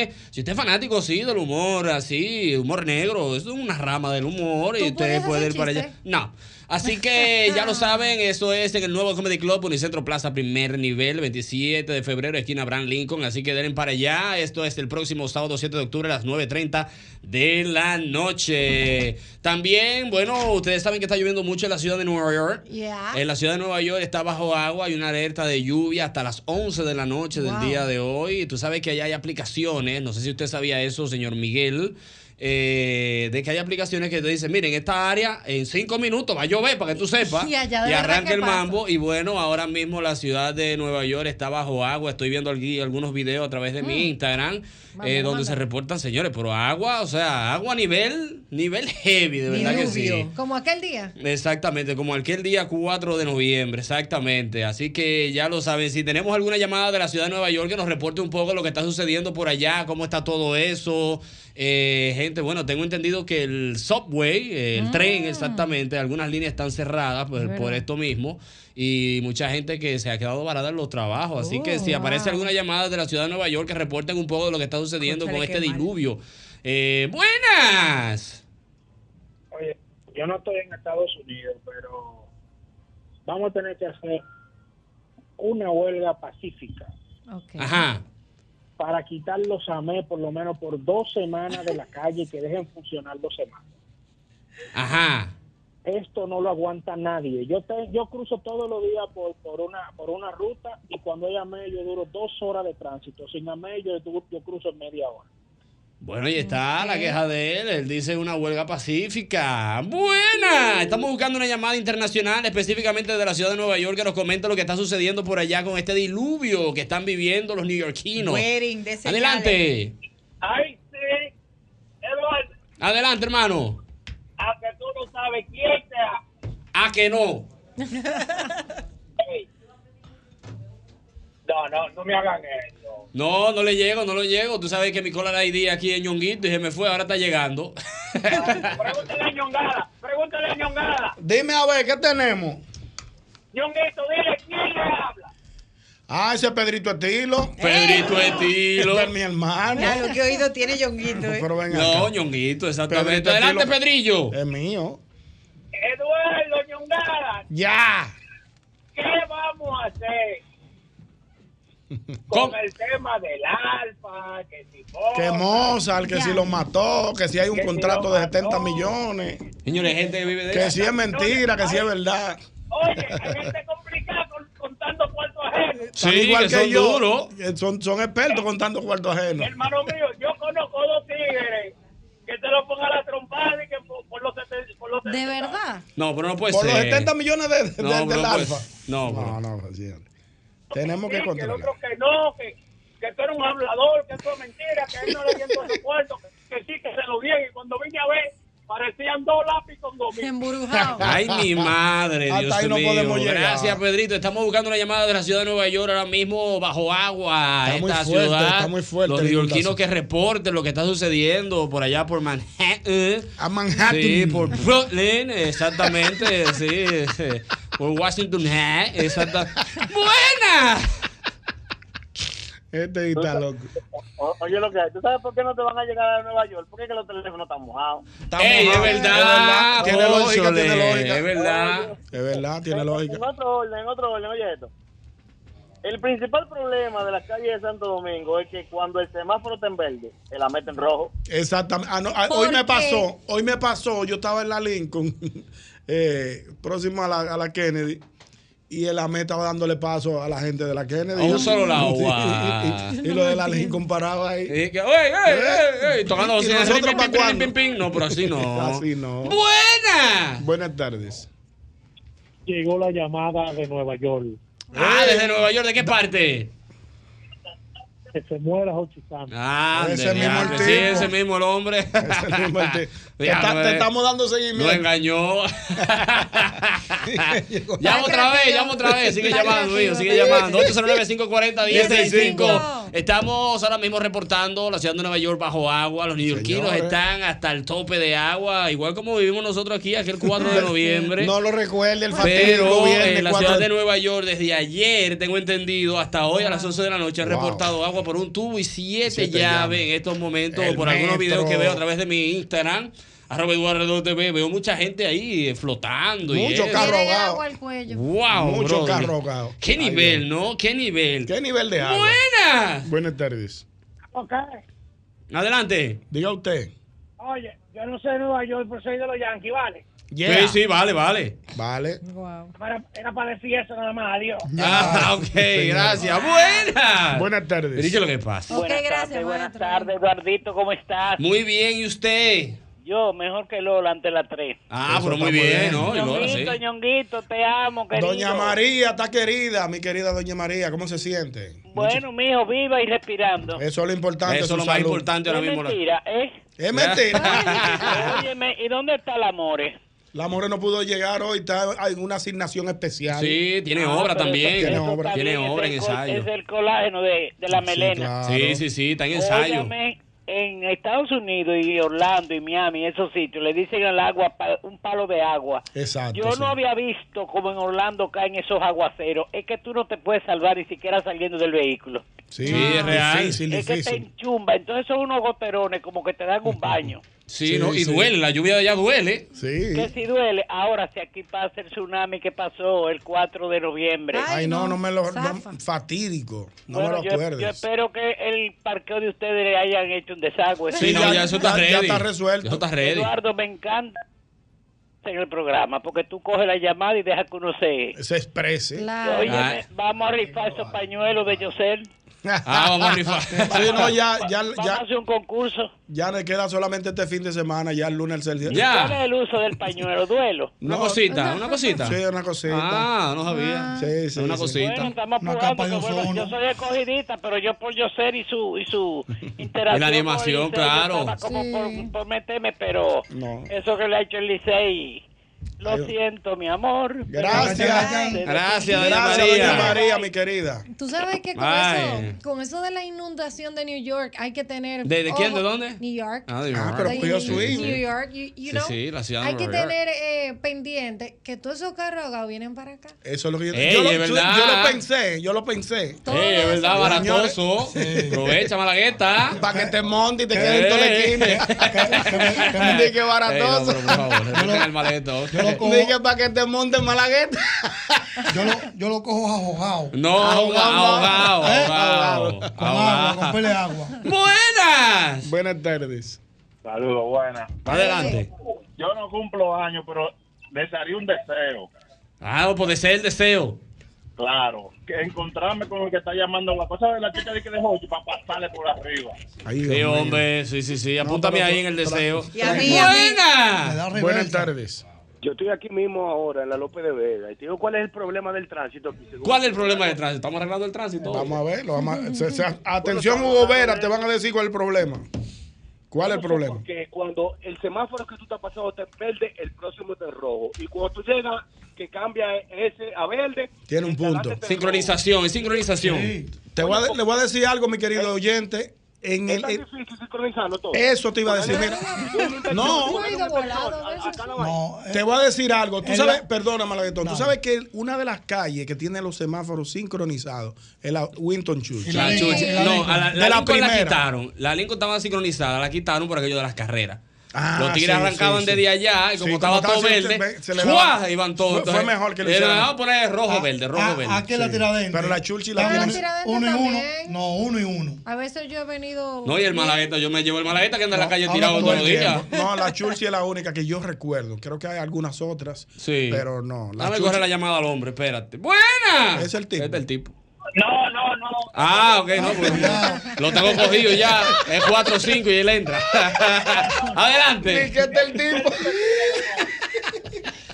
[SPEAKER 2] ¿eh? Si usted es fanático, sí, del humor, así, humor negro, es una rama del humor y usted puede ir para allá. No. Así
[SPEAKER 16] <laughs>
[SPEAKER 2] que ya lo saben, eso es en el nuevo Comedy Club, Unicentro Plaza, primer nivel, 27 de febrero, esquina Bran Lincoln. Así que den para allá. Esto es el próximo sábado 7 de octubre a las 9.30 de la noche. También, bueno, ustedes saben que está lloviendo mucho en la ciudad de Nueva York. En la ciudad de Nueva York está bajo agua, hay una alerta de lluvia hasta las 11 de la noche del
[SPEAKER 24] Wow.
[SPEAKER 2] día de hoy. Tú sabes que allá hay aplicaciones, no sé si usted sabía eso, señor Miguel, eh, de que hay aplicaciones que te dicen, miren, esta área en 5 minutos va a llover para que tú sepas.
[SPEAKER 5] Y allá de verdad
[SPEAKER 2] arranca
[SPEAKER 5] que
[SPEAKER 2] el
[SPEAKER 5] pasa.
[SPEAKER 2] mambo. Y bueno, ahora mismo la ciudad de Nueva York está bajo agua. Estoy viendo aquí algunos videos a través de mi Instagram,
[SPEAKER 5] Mm. Vamos,
[SPEAKER 2] eh, donde
[SPEAKER 5] manda.
[SPEAKER 2] se reportan, señores, pero agua, o sea, agua a nivel, nivel heavy, de verdad que sí.
[SPEAKER 5] Como aquel día.
[SPEAKER 2] <laughs> Exactamente, como aquel día 4 de noviembre, exactamente. Así que ya lo saben, si tenemos alguna llamada de la ciudad de Nueva York que nos reporte un poco lo que está sucediendo por allá, cómo está todo eso. Eh, gente, bueno, tengo entendido que el subway, eh, el tren exactamente, algunas líneas están cerradas pues,
[SPEAKER 24] Ah. verdad.
[SPEAKER 2] por esto mismo y mucha gente que se ha quedado varada en los trabajos. Así que si
[SPEAKER 24] Oh,
[SPEAKER 2] aparece alguna llamada de la ciudad de Nueva York que reporten un poco de lo que está sucediendo
[SPEAKER 24] Cónchale,
[SPEAKER 2] con este
[SPEAKER 24] qué mal.
[SPEAKER 2] diluvio. Eh, buenas.
[SPEAKER 16] Oye, yo no estoy en Estados Unidos, pero vamos a tener que hacer una huelga pacífica
[SPEAKER 2] Ajá.
[SPEAKER 16] para quitar los AME por lo menos por dos semanas de la calle y que dejen funcionar dos semanas.
[SPEAKER 2] Ajá.
[SPEAKER 16] Esto no lo aguanta nadie. Yo te- yo cruzo todos los días por, por una por una ruta y cuando hay AME yo duro dos horas de tránsito. Sin AME yo, du- yo cruzo en media hora.
[SPEAKER 2] Bueno, ahí está la queja de él. Él dice una huelga pacífica. Buena. Estamos buscando una llamada internacional, específicamente de la ciudad de Nueva York, que nos comenta lo que está sucediendo por allá con este diluvio que están viviendo los neoyorquinos.
[SPEAKER 7] Wedding, de ese
[SPEAKER 2] Adelante.
[SPEAKER 20] Ay, sí. Eduardo,
[SPEAKER 2] Adelante, hermano.
[SPEAKER 20] aunque tú no sabes quién sea.
[SPEAKER 2] A Ah, que no.
[SPEAKER 20] No, no, no me hagan eso.
[SPEAKER 2] No, no le llego, no lo llego. Tú sabes que mi cola ID aquí en Ñonguito y se me fue, ahora está llegando. <laughs>
[SPEAKER 20] Pregúntale a Ñongada, pregúntale a Ñongada.
[SPEAKER 28] Dime a ver, ¿qué tenemos?
[SPEAKER 20] Ñonguito, dile quién le habla.
[SPEAKER 4] Ah, ese Pedrito Estilo.
[SPEAKER 2] Eh. Pedrito Estilo.
[SPEAKER 4] <laughs> Este es mi hermano.
[SPEAKER 7] Ya, lo que he oído tiene Yonguito. eh.
[SPEAKER 4] Pero ven
[SPEAKER 2] No,
[SPEAKER 4] acá.
[SPEAKER 2] Ñonguito, exactamente.
[SPEAKER 4] Pedrito
[SPEAKER 2] Adelante,
[SPEAKER 4] Estilo. Eh,
[SPEAKER 2] Pedrillo.
[SPEAKER 4] Es mío.
[SPEAKER 20] Eduardo, Ñongada,
[SPEAKER 4] Ya.
[SPEAKER 20] ¿qué vamos a
[SPEAKER 4] <laughs>
[SPEAKER 20] hacer?
[SPEAKER 4] ¿Cómo?
[SPEAKER 20] Con el tema del alfa, que si Mozart,
[SPEAKER 4] Que Mozart, que si lo mató, que si hay un
[SPEAKER 20] Que si
[SPEAKER 4] contrato
[SPEAKER 20] lo
[SPEAKER 4] de 70 millones.
[SPEAKER 2] Señores, gente que vive de
[SPEAKER 4] Que si es mentira, que si es verdad.
[SPEAKER 20] Oye, hay gente complicada con- contando cuartos ajenos.
[SPEAKER 4] Están igual que, yo. que Son, son expertos contando cuartos ajenos.
[SPEAKER 20] Hermano mío, yo conozco dos tigres que te lo pongan a la trompada y que por, por los 70. Por los
[SPEAKER 5] ¿De verdad?
[SPEAKER 2] No, pero no puede
[SPEAKER 4] Por
[SPEAKER 2] ser.
[SPEAKER 4] los 70 millones de, de-
[SPEAKER 2] No,
[SPEAKER 4] del
[SPEAKER 2] pero no puede
[SPEAKER 4] alfa.
[SPEAKER 2] ser. No,
[SPEAKER 4] no, no, sí. Tenemos que
[SPEAKER 20] que el
[SPEAKER 4] controlar.
[SPEAKER 20] otro que no, que, que tú eres un hablador, que eso es mentira, que él no le dieron su cuarto, que sí, que se lo dieron. Y cuando vine a ver, parecían dos lápices con gomita.
[SPEAKER 5] Emburujado.
[SPEAKER 2] <laughs> Ay,
[SPEAKER 4] <laughs>
[SPEAKER 2] mi madre,
[SPEAKER 4] Hasta
[SPEAKER 2] Dios
[SPEAKER 4] ahí no
[SPEAKER 2] mío.
[SPEAKER 4] podemos llegar.
[SPEAKER 2] Gracias, Pedrito. Estamos buscando una llamada de la ciudad de Nueva York ahora mismo bajo agua.
[SPEAKER 4] Está muy
[SPEAKER 2] esta
[SPEAKER 4] fuerte,
[SPEAKER 2] ciudad.
[SPEAKER 4] está muy fuerte
[SPEAKER 2] Los
[SPEAKER 4] la
[SPEAKER 2] neoyorquinos
[SPEAKER 4] inundación.
[SPEAKER 2] que reporten lo que está sucediendo por allá por Manhattan.
[SPEAKER 4] A Manhattan.
[SPEAKER 2] Sí, por Brooklyn, exactamente. <laughs> sí, sí. por Washington, eh, exacta. ¡Buena!
[SPEAKER 4] Este está loco.
[SPEAKER 20] O- oye, lo que hay, ¿tú sabes por qué no te van a llegar a Nueva York? Porque es que los teléfonos están mojados.
[SPEAKER 2] Ey, es
[SPEAKER 4] mojado.
[SPEAKER 2] verdad.
[SPEAKER 4] Es verdad. Tiene lógica,
[SPEAKER 2] cónchale,
[SPEAKER 4] tiene lógica.
[SPEAKER 2] Es verdad.
[SPEAKER 4] Es verdad, tiene
[SPEAKER 20] En
[SPEAKER 4] lógica.
[SPEAKER 20] otro orden, en otro orden, oye esto. El principal problema de las calles de Santo Domingo es que cuando el semáforo está en verde, se la meten rojo.
[SPEAKER 4] Exactamente. Ah, no, ah,
[SPEAKER 20] ¿Por
[SPEAKER 4] hoy
[SPEAKER 20] qué?
[SPEAKER 4] me pasó, hoy me pasó, yo estaba en la Lincoln, <laughs> eh, próximo a la, a la Kennedy, y el AME estaba dándole paso a la gente de la Kennedy.
[SPEAKER 2] A un
[SPEAKER 4] Yo-
[SPEAKER 2] solo lado,
[SPEAKER 4] <laughs> Sí,
[SPEAKER 2] guau.
[SPEAKER 4] y, y- y lo de la Lincoln paraba ahí. Eh,
[SPEAKER 2] Y que, ey, ey, ey, ey, tocando
[SPEAKER 4] Y
[SPEAKER 2] bocina,
[SPEAKER 4] nosotros
[SPEAKER 2] pim, pim,
[SPEAKER 4] pa'
[SPEAKER 2] pim, pim,
[SPEAKER 4] cuándo?
[SPEAKER 2] pim, pim. No, pero así no.
[SPEAKER 4] <laughs> Así no.
[SPEAKER 2] ¡Buena!
[SPEAKER 4] Buenas tardes.
[SPEAKER 20] Llegó la llamada de Nueva York.
[SPEAKER 2] Ah,
[SPEAKER 4] Eh.
[SPEAKER 2] desde Nueva York, ¿de qué parte?
[SPEAKER 20] Que se muera Jochi Santos.
[SPEAKER 2] Ah,
[SPEAKER 4] Ese
[SPEAKER 2] del
[SPEAKER 4] mismo el
[SPEAKER 2] diablo.
[SPEAKER 4] tipo.
[SPEAKER 2] Sí, ese mismo el hombre.
[SPEAKER 4] <laughs> Ese mismo
[SPEAKER 2] <laughs>
[SPEAKER 4] el tipo. Te,
[SPEAKER 2] Ya,
[SPEAKER 4] está-
[SPEAKER 2] no
[SPEAKER 4] te
[SPEAKER 2] es-
[SPEAKER 4] estamos dando
[SPEAKER 2] Lo
[SPEAKER 4] seguimiento. <laughs>
[SPEAKER 2] engañó. <laughs> llama otra vez, llama otra vez. Sigue
[SPEAKER 4] Está
[SPEAKER 2] llamando, hijo, sigue
[SPEAKER 4] creativo.
[SPEAKER 2] llamando. 809-540-1065.
[SPEAKER 4] 1065.
[SPEAKER 2] Estamos ahora mismo reportando la ciudad de Nueva York bajo agua. Los neoyorquinos
[SPEAKER 4] Señores.
[SPEAKER 2] están hasta el tope de agua, igual como vivimos nosotros aquí aquel 4
[SPEAKER 4] <laughs>
[SPEAKER 2] de noviembre.
[SPEAKER 4] No lo recuerde el fatídico
[SPEAKER 2] Pero
[SPEAKER 4] viernes
[SPEAKER 2] en la
[SPEAKER 4] 4
[SPEAKER 2] ciudad de Nueva York, desde ayer, tengo entendido, hasta hoy a las 11 de la noche han
[SPEAKER 4] Wow.
[SPEAKER 2] reportado agua por un tubo y siete,
[SPEAKER 4] Siete
[SPEAKER 2] llaves
[SPEAKER 4] llaves.
[SPEAKER 2] en estos momentos,
[SPEAKER 4] El
[SPEAKER 2] por algunos
[SPEAKER 4] metro.
[SPEAKER 2] videos que veo a través de mi Instagram. Arroba Eduardo TV, veo mucha gente ahí eh, flotando. y
[SPEAKER 4] Mucho
[SPEAKER 2] eso.
[SPEAKER 4] carro
[SPEAKER 5] Tienen
[SPEAKER 4] ahogado.
[SPEAKER 5] agua al cuello.
[SPEAKER 2] Wow,
[SPEAKER 4] Mucho
[SPEAKER 2] brother.
[SPEAKER 4] carro ahogado.
[SPEAKER 2] Qué nivel, ¿no? Qué nivel.
[SPEAKER 4] ¿Qué nivel de agua?
[SPEAKER 2] Buenas.
[SPEAKER 4] Buenas tardes.
[SPEAKER 2] Adelante.
[SPEAKER 4] Diga usted.
[SPEAKER 20] Oye, yo no soy de Nueva York, pero soy de los Yankees, ¿vale?
[SPEAKER 4] Yeah.
[SPEAKER 2] Sí, sí, vale, vale.
[SPEAKER 4] Vale.
[SPEAKER 20] Era, era para decir eso nada más, adiós.
[SPEAKER 2] Ah, ok, gracias. Buenas.
[SPEAKER 4] Buenas tardes.
[SPEAKER 2] Dice lo que pasa.
[SPEAKER 20] buenas tardes, buenas tardes, Eduardito, ¿cómo estás?
[SPEAKER 2] Muy bien, ¿y usted?
[SPEAKER 20] Yo, mejor que Lola, ante la 3.
[SPEAKER 2] Ah,
[SPEAKER 4] Eso
[SPEAKER 2] pero muy
[SPEAKER 4] está muy
[SPEAKER 2] bien,
[SPEAKER 4] bien.
[SPEAKER 2] ¿no? Y Lola, sí.
[SPEAKER 20] Ñonguito, Ñonguito, te amo, querido.
[SPEAKER 4] Doña María, está querida, mi querida Doña María, ¿cómo se siente?
[SPEAKER 20] Bueno, mijo, viva y respirando.
[SPEAKER 4] Eso es lo importante.
[SPEAKER 2] Eso es
[SPEAKER 4] su
[SPEAKER 2] lo más
[SPEAKER 4] salud.
[SPEAKER 2] importante ahora
[SPEAKER 20] Es
[SPEAKER 2] mismo. la-
[SPEAKER 20] mentira,
[SPEAKER 2] <laughs>
[SPEAKER 20] ¿eh?
[SPEAKER 4] Es mentira.
[SPEAKER 20] Óyeme, ¿y dónde está el amore?
[SPEAKER 4] La More no pudo llegar hoy, está en una asignación especial.
[SPEAKER 2] Sí, tiene
[SPEAKER 20] Ah,
[SPEAKER 2] obra
[SPEAKER 20] pero
[SPEAKER 2] también.
[SPEAKER 20] eso-
[SPEAKER 4] Tiene
[SPEAKER 20] eso
[SPEAKER 4] obra.
[SPEAKER 20] está
[SPEAKER 2] Tiene
[SPEAKER 20] bien,
[SPEAKER 2] obra
[SPEAKER 20] es
[SPEAKER 2] en
[SPEAKER 20] el col-
[SPEAKER 2] ensayo.
[SPEAKER 20] Es el colágeno de, de la
[SPEAKER 4] Sí,
[SPEAKER 20] melena.
[SPEAKER 4] claro.
[SPEAKER 2] Sí, sí, sí, está en ensayo.
[SPEAKER 20] Óyame, en Estados Unidos y Orlando y Miami, esos sitios, le dicen al agua pa- un palo de agua.
[SPEAKER 4] Exacto.
[SPEAKER 20] Yo
[SPEAKER 4] sí.
[SPEAKER 20] no había visto como en Orlando caen esos aguaceros. Es que tú no te puedes salvar ni siquiera saliendo del vehículo.
[SPEAKER 4] Sí,
[SPEAKER 2] Sí, es real.
[SPEAKER 4] Difícil,
[SPEAKER 20] es que te
[SPEAKER 4] difícil.
[SPEAKER 20] enchumba. Entonces son unos goterones como que te dan un baño.
[SPEAKER 2] Sí,
[SPEAKER 4] Sí,
[SPEAKER 2] ¿no? Y
[SPEAKER 4] sí.
[SPEAKER 2] duele, la lluvia de allá duele.
[SPEAKER 4] Sí.
[SPEAKER 20] Que si duele. Ahora, si aquí pasa el tsunami que pasó el 4 de noviembre.
[SPEAKER 4] Ay, no, no me lo. no-
[SPEAKER 5] zafa.
[SPEAKER 4] fatídico. No
[SPEAKER 20] Bueno,
[SPEAKER 4] me
[SPEAKER 20] yo-
[SPEAKER 4] lo acuerdes.
[SPEAKER 20] Yo, espero que el parqueo de ustedes le hayan hecho un desagüe.
[SPEAKER 2] Sí, no, ya, eso está
[SPEAKER 4] ya- ya
[SPEAKER 2] ready.
[SPEAKER 4] está resuelto.
[SPEAKER 2] Eso está ready.
[SPEAKER 20] Eduardo, me encanta
[SPEAKER 14] en el programa, porque tú coges la llamada y dejas que uno se...
[SPEAKER 4] Se exprese.
[SPEAKER 14] Oye,
[SPEAKER 2] Ah,
[SPEAKER 14] vamos a rifar esos pañuelos de Yosel.
[SPEAKER 4] Ah, vamos a rifar. <laughs> Sí, no, ya, ya,
[SPEAKER 14] Vamos a
[SPEAKER 4] ya,
[SPEAKER 14] hacer un concurso.
[SPEAKER 4] ya le queda solamente este fin de semana, ya el lunes el día.
[SPEAKER 14] ¿Cuál es el uso del pañuelo? ¿Duelo?
[SPEAKER 4] No, Sí, una cosita.
[SPEAKER 14] Ah, no
[SPEAKER 2] sabía.
[SPEAKER 4] Sí, sí.
[SPEAKER 2] Una
[SPEAKER 4] sí.
[SPEAKER 2] cosita.
[SPEAKER 14] Bueno, estamos
[SPEAKER 2] Una
[SPEAKER 14] apurando,
[SPEAKER 2] capa de
[SPEAKER 14] que bueno,
[SPEAKER 2] ozono.
[SPEAKER 14] yo soy escogidita, pero yo por yo ser y su, y su interacción.
[SPEAKER 2] Y la animación,
[SPEAKER 14] con el Licey,
[SPEAKER 2] claro.
[SPEAKER 14] yo estaba como por, por meterme, pero
[SPEAKER 2] No.
[SPEAKER 14] eso que le ha hecho el Licey,
[SPEAKER 4] Ahí
[SPEAKER 14] lo
[SPEAKER 4] va.
[SPEAKER 14] siento, mi amor.
[SPEAKER 4] Gracias.
[SPEAKER 2] Gracias, doña
[SPEAKER 4] Gracias,
[SPEAKER 2] María.
[SPEAKER 4] doña María, mi querida.
[SPEAKER 5] Tú sabes que con
[SPEAKER 4] Ay.
[SPEAKER 5] eso, con eso de la inundación de New York hay que tener.
[SPEAKER 2] ¿De- de quién?
[SPEAKER 5] ojo.
[SPEAKER 2] ¿De dónde?
[SPEAKER 5] New York.
[SPEAKER 2] Ah, de New York.
[SPEAKER 4] pero
[SPEAKER 5] De
[SPEAKER 2] cuidado, sí,
[SPEAKER 5] New
[SPEAKER 2] sí.
[SPEAKER 5] York, you, you
[SPEAKER 2] Sí,
[SPEAKER 5] know,
[SPEAKER 2] sí, la ciudad de
[SPEAKER 5] hay que
[SPEAKER 2] Nueva York.
[SPEAKER 5] tener eh, pendiente que todos esos carros ahogados vienen para acá.
[SPEAKER 4] Eso es lo que yo
[SPEAKER 2] Ey,
[SPEAKER 4] yo, lo,
[SPEAKER 2] es
[SPEAKER 4] yo-
[SPEAKER 2] verdad.
[SPEAKER 4] yo lo pensé, yo lo pensé.
[SPEAKER 2] Ey, es verdad,
[SPEAKER 4] Señores,
[SPEAKER 2] baratoso.
[SPEAKER 18] oh.
[SPEAKER 4] <laughs>
[SPEAKER 2] Aprovecha, Malagueta.
[SPEAKER 4] Para que
[SPEAKER 2] <laughs>
[SPEAKER 4] te monte y te quede en toda la esquina. Ni que baratoso.
[SPEAKER 2] Eh. Ey, no, pero por favor, respeten el maletón.
[SPEAKER 4] Ni que para que te monte
[SPEAKER 2] <laughs>
[SPEAKER 4] en Malagueta.
[SPEAKER 3] Yo lo cojo ahogado.
[SPEAKER 2] No, ahogado,
[SPEAKER 3] ¿Eh?
[SPEAKER 2] ahogado.
[SPEAKER 3] Con agua, con pele de agua.
[SPEAKER 2] Buenas.
[SPEAKER 4] Buenas tardes.
[SPEAKER 11] Saludos, buenas.
[SPEAKER 2] Adelante.
[SPEAKER 11] Yo no cumplo años, pero desearía un deseo.
[SPEAKER 2] Ah, no, puede ser el deseo.
[SPEAKER 11] Claro, que encontrarme con el que está llamando la cosa de la chica de que dejó para pasarle por arriba.
[SPEAKER 2] sí, hombre, sí, sí, sí. Apúntame ahí en el deseo.
[SPEAKER 11] Y a
[SPEAKER 2] mí, a mí. Buena.
[SPEAKER 4] Buenas tardes.
[SPEAKER 27] Yo estoy aquí mismo ahora, en la López de Vega. Y te digo, ¿cuál es el problema del tránsito aquí? según-
[SPEAKER 2] ¿Cuál es el problema del tránsito? ¿Estamos arreglando el tránsito?
[SPEAKER 4] Vamos a verlo. vamos a- se- se- atención, Hugo Vera, te van a decir cuál es el problema. ¿Cuál es el problema?
[SPEAKER 20] Porque cuando el semáforo que tú estás pasando te verde, el próximo te rojo. Y cuando tú llegas, que cambia ese a verde,
[SPEAKER 4] Tiene un punto.
[SPEAKER 2] Sincronización, es sincronización.
[SPEAKER 4] Te voy a de- le voy a decir algo, mi querido oyente. En
[SPEAKER 20] es
[SPEAKER 4] el,
[SPEAKER 20] tan
[SPEAKER 4] en-
[SPEAKER 20] difícil sincronizarlo todo.
[SPEAKER 4] eso te iba a decir. Mira, No. eh, te voy a decir algo. Tú
[SPEAKER 20] El-
[SPEAKER 4] sabes, perdona, Malaguetón. Tú sabes que una de las calles que tiene los semáforos sincronizados es la Winton Churchill.
[SPEAKER 2] La chucha. No, a la, la
[SPEAKER 4] de la
[SPEAKER 2] Lincoln la
[SPEAKER 4] primera.
[SPEAKER 2] quitaron. La Lincoln estaba sincronizada, la quitaron por aquello de las carreras.
[SPEAKER 4] Ah,
[SPEAKER 2] Los tigres
[SPEAKER 4] sí,
[SPEAKER 2] arrancaban
[SPEAKER 4] sí,
[SPEAKER 2] desde
[SPEAKER 4] sí.
[SPEAKER 2] allá y
[SPEAKER 4] Sí,
[SPEAKER 2] como estaba todo
[SPEAKER 4] se-
[SPEAKER 2] verde,
[SPEAKER 4] se- se le
[SPEAKER 2] ¡fua!
[SPEAKER 4] daba-
[SPEAKER 2] iban todos.
[SPEAKER 4] Fue- Fue,
[SPEAKER 2] Entonces,
[SPEAKER 4] mejor que
[SPEAKER 2] le
[SPEAKER 4] hicieran.
[SPEAKER 2] vamos a poner
[SPEAKER 4] Ah,
[SPEAKER 2] rojo-verde, rojo-verde.
[SPEAKER 3] ¿A qué la tiradentes?
[SPEAKER 4] Pero la Churchill
[SPEAKER 2] la tienen-
[SPEAKER 3] Uno y uno.
[SPEAKER 5] también.
[SPEAKER 3] No, uno y uno.
[SPEAKER 5] A veces yo he venido.
[SPEAKER 2] No, y el malagueta, yo me llevo el malagueta que anda en la calle
[SPEAKER 4] Habla
[SPEAKER 2] tirado
[SPEAKER 4] todo
[SPEAKER 2] todos
[SPEAKER 4] el
[SPEAKER 2] los días.
[SPEAKER 4] tiempo. Ah, No, la Churchill es la única que yo recuerdo. Creo que hay algunas otras.
[SPEAKER 2] Sí.
[SPEAKER 4] Pero no. La
[SPEAKER 2] Dame
[SPEAKER 4] Churchill-
[SPEAKER 2] correr la llamada al hombre, espérate. ¡Buena! Es el tipo. Es el tipo.
[SPEAKER 20] No, no, no.
[SPEAKER 2] Ah, ok, no, pues, <laughs> lo tengo cogido ya. Es 4-5 y él entra. <laughs> Adelante.
[SPEAKER 4] el tipo.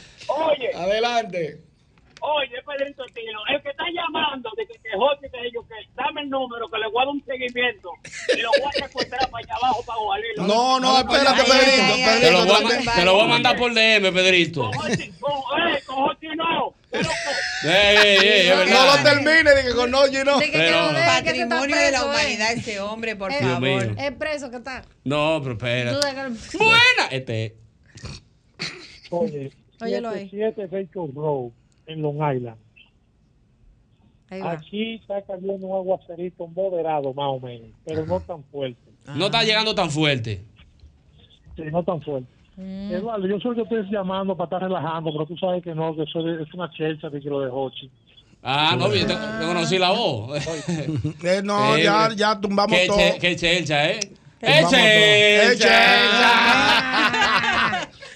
[SPEAKER 20] <laughs> Oye.
[SPEAKER 4] Adelante.
[SPEAKER 20] Oye, Pedrito Tino, el que está llamando, de que te jode, que ellos que dame el número, que le voy a dar un seguimiento y lo voy a secuestrar para allá abajo para Gualilo.
[SPEAKER 4] No, no, espérate, Pedrito. Pedrito,
[SPEAKER 2] Te lo voy
[SPEAKER 4] espérate.
[SPEAKER 2] a, te lo voy a mandar por DM, Pedrito.
[SPEAKER 20] Con, eh, con Jorge no.
[SPEAKER 2] <laughs> Ey, ey, ey, es
[SPEAKER 4] no
[SPEAKER 2] verdad.
[SPEAKER 4] lo termine, dije con no, you know.
[SPEAKER 5] De que
[SPEAKER 2] Pero-
[SPEAKER 5] que lo deje, que se está
[SPEAKER 7] Patrimonio de la
[SPEAKER 5] preso, eh.
[SPEAKER 7] humanidad ese hombre, por
[SPEAKER 5] Eh,
[SPEAKER 2] Dios
[SPEAKER 7] favor.
[SPEAKER 2] mío.
[SPEAKER 5] Es preso que está.
[SPEAKER 2] No, pero espérate.
[SPEAKER 5] Buena.
[SPEAKER 2] Este,
[SPEAKER 16] Oye,
[SPEAKER 5] <laughs> Óyelo ahí.
[SPEAKER 16] 7 Bacon Road en Long Island. Aquí está cayendo un aguacerito moderado, más o menos, pero no tan fuerte.
[SPEAKER 4] Ah.
[SPEAKER 2] no está llegando tan fuerte.
[SPEAKER 16] Sí, no tan fuerte.
[SPEAKER 5] Mm.
[SPEAKER 16] Eduardo, yo soy que estoy llamando para estar relajando, pero tú sabes que no, que eso es es una chelcha de kilo de hochi.
[SPEAKER 2] Ah, no, yo te, te conocí la voz. <laughs>
[SPEAKER 4] Eh, no,
[SPEAKER 2] Eh,
[SPEAKER 4] ya, ya tumbamos
[SPEAKER 2] Qué,
[SPEAKER 4] todo.
[SPEAKER 2] che, qué chelcha, ¿eh? ¡Eh,
[SPEAKER 4] Tumbamos todo. Eh, chelcha.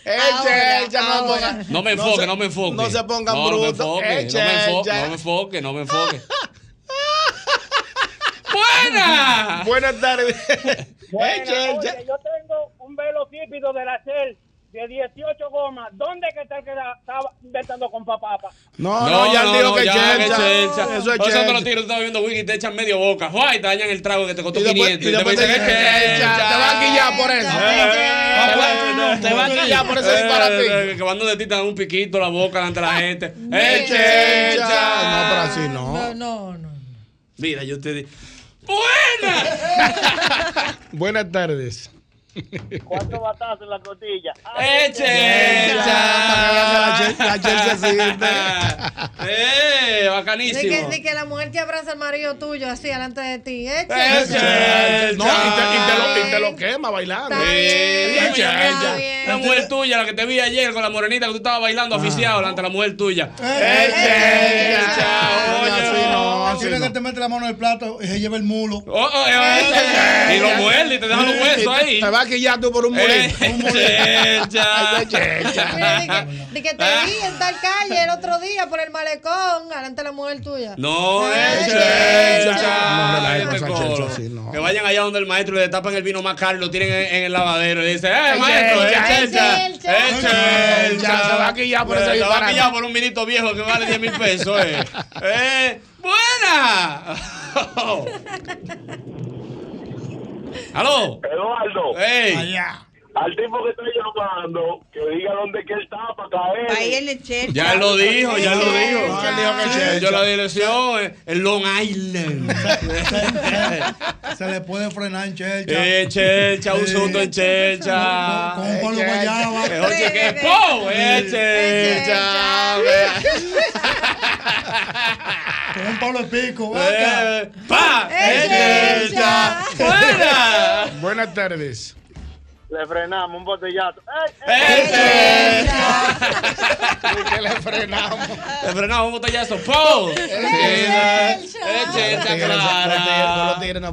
[SPEAKER 4] Eh, chelcha, no, ponga-
[SPEAKER 2] No me enfoque,
[SPEAKER 4] se-
[SPEAKER 2] no me enfoque.
[SPEAKER 4] No se pongan
[SPEAKER 2] No,
[SPEAKER 4] brutos.
[SPEAKER 2] No me
[SPEAKER 4] Eh,
[SPEAKER 2] enfoque, no me enfoque,
[SPEAKER 4] chelcha.
[SPEAKER 2] no me enfoque, no me enfoque. ¡Buena! <laughs>
[SPEAKER 4] Buenas tardes.
[SPEAKER 20] Bueno, oye, yo tengo un velo típico de la CEL de 18 gomas. ¿Dónde que está el que la estaba inventando con papapa?
[SPEAKER 4] <laughs> No, no, ya él dijo que chelcha. Eso es
[SPEAKER 2] Por eso te
[SPEAKER 4] chelcha.
[SPEAKER 2] lo tiro, tú estás viendo wiki y te echan medio boca. ¡Juay! Te dañan el trago que te costó
[SPEAKER 4] Y después-
[SPEAKER 2] 500.
[SPEAKER 4] y después
[SPEAKER 2] te
[SPEAKER 4] te
[SPEAKER 2] dicen,
[SPEAKER 4] dicen,
[SPEAKER 2] "Eh,
[SPEAKER 4] "Chelcha, te va a quillar por eso".
[SPEAKER 2] Eh,
[SPEAKER 4] Te va a quillar por ese
[SPEAKER 2] eh,
[SPEAKER 4] disparate.
[SPEAKER 2] eh, Que cuando de ti te dan un piquito la boca delante de la gente. ¡Eh,
[SPEAKER 4] chelcha.
[SPEAKER 2] chelcha!
[SPEAKER 4] Ah, No, pero así no.
[SPEAKER 5] No, no, no.
[SPEAKER 2] Mira, yo te digo.
[SPEAKER 4] <laughs> Buenas
[SPEAKER 2] <laughs>
[SPEAKER 4] tardes.
[SPEAKER 20] ¿Cuántos batazos en la cotilla?
[SPEAKER 2] ¡Eche!
[SPEAKER 4] Ya, para que vea que la chel- la chelcha sigue.
[SPEAKER 2] ¡Eh! bacanísimo.
[SPEAKER 5] De que, de que la mujer que abraza al marido tuyo así delante de ti. eh,
[SPEAKER 4] Es
[SPEAKER 5] che.
[SPEAKER 4] chelcha.
[SPEAKER 5] No, y te- y te lo-
[SPEAKER 2] y te
[SPEAKER 4] lo quema bailando.
[SPEAKER 2] Sí, chelcha. Eh, La mujer tuya, la que te vi ayer con la morenita que tú estabas
[SPEAKER 4] Ah.
[SPEAKER 2] bailando oficiado delante de la mujer tuya.
[SPEAKER 3] Este,
[SPEAKER 2] Eh, este,
[SPEAKER 4] eh,
[SPEAKER 2] chelcha, oye, no,
[SPEAKER 4] Ah,
[SPEAKER 3] Así este, que te mete la mano en el plato y se lleva el mulo.
[SPEAKER 2] este,
[SPEAKER 3] Este,
[SPEAKER 2] Oh, oh, eh, eh, y lo muerde y te deja los huesos ahí.
[SPEAKER 4] Te vas a quillar tú por un
[SPEAKER 3] <laughs>
[SPEAKER 2] Eh,
[SPEAKER 4] mulito.
[SPEAKER 2] chelcha.
[SPEAKER 5] Mira, de que,
[SPEAKER 2] <laughs>
[SPEAKER 5] de que te
[SPEAKER 2] Ah.
[SPEAKER 5] vi en tal calle el otro día por el malecón delante de la mujer tuya.
[SPEAKER 2] No,
[SPEAKER 4] Eh,
[SPEAKER 2] es
[SPEAKER 4] No
[SPEAKER 2] chelcha.
[SPEAKER 4] relajemos
[SPEAKER 2] Este
[SPEAKER 4] a
[SPEAKER 2] coro.
[SPEAKER 4] Chelcha así, no.
[SPEAKER 2] Que vayan allá donde el maestro y le tapan el vino más caro, lo tienen en, en el lavadero y dicen, ¡eh, maestro! ¡Es
[SPEAKER 4] Chelcha,
[SPEAKER 2] chelcha!
[SPEAKER 4] es
[SPEAKER 2] ¡Es
[SPEAKER 4] chelcha.
[SPEAKER 2] chelcha!
[SPEAKER 4] Chelcha, se va a quillar por ese
[SPEAKER 2] Se va a
[SPEAKER 4] disparate.
[SPEAKER 2] quillar por un vinito viejo que vale 10 mil pesos, eh. ¡Eh! ¡Buena! ¡Aló!
[SPEAKER 11] Eduardo. Al tipo que está llamando, que diga dónde que él está para caer.
[SPEAKER 7] Ahí él le eché.
[SPEAKER 2] Ya él lo dijo, ya él lo dijo.
[SPEAKER 7] Él dijo que
[SPEAKER 2] Yo
[SPEAKER 7] chelcha.
[SPEAKER 2] Yo la dirección, eh, en Long Island.
[SPEAKER 3] Se le puede frenar en Chelcha.
[SPEAKER 2] Eh, chelcha, un
[SPEAKER 3] Sí.
[SPEAKER 2] susto en chelcha.
[SPEAKER 3] Con un
[SPEAKER 2] eh,
[SPEAKER 3] polvo guayaba.
[SPEAKER 2] Mejor chequeé. ¡Pum! Eh, chelcha.
[SPEAKER 3] Con un palo de pico.
[SPEAKER 2] Eh, ¡Pa! Eh, chelcha. Buenas.
[SPEAKER 4] Buenas tardes.
[SPEAKER 11] Le frenamos un botellazo.
[SPEAKER 4] Que le frenamos.
[SPEAKER 2] Le frenamos un botellazo. ¡Pum! Eh, chelcha clara. No, no,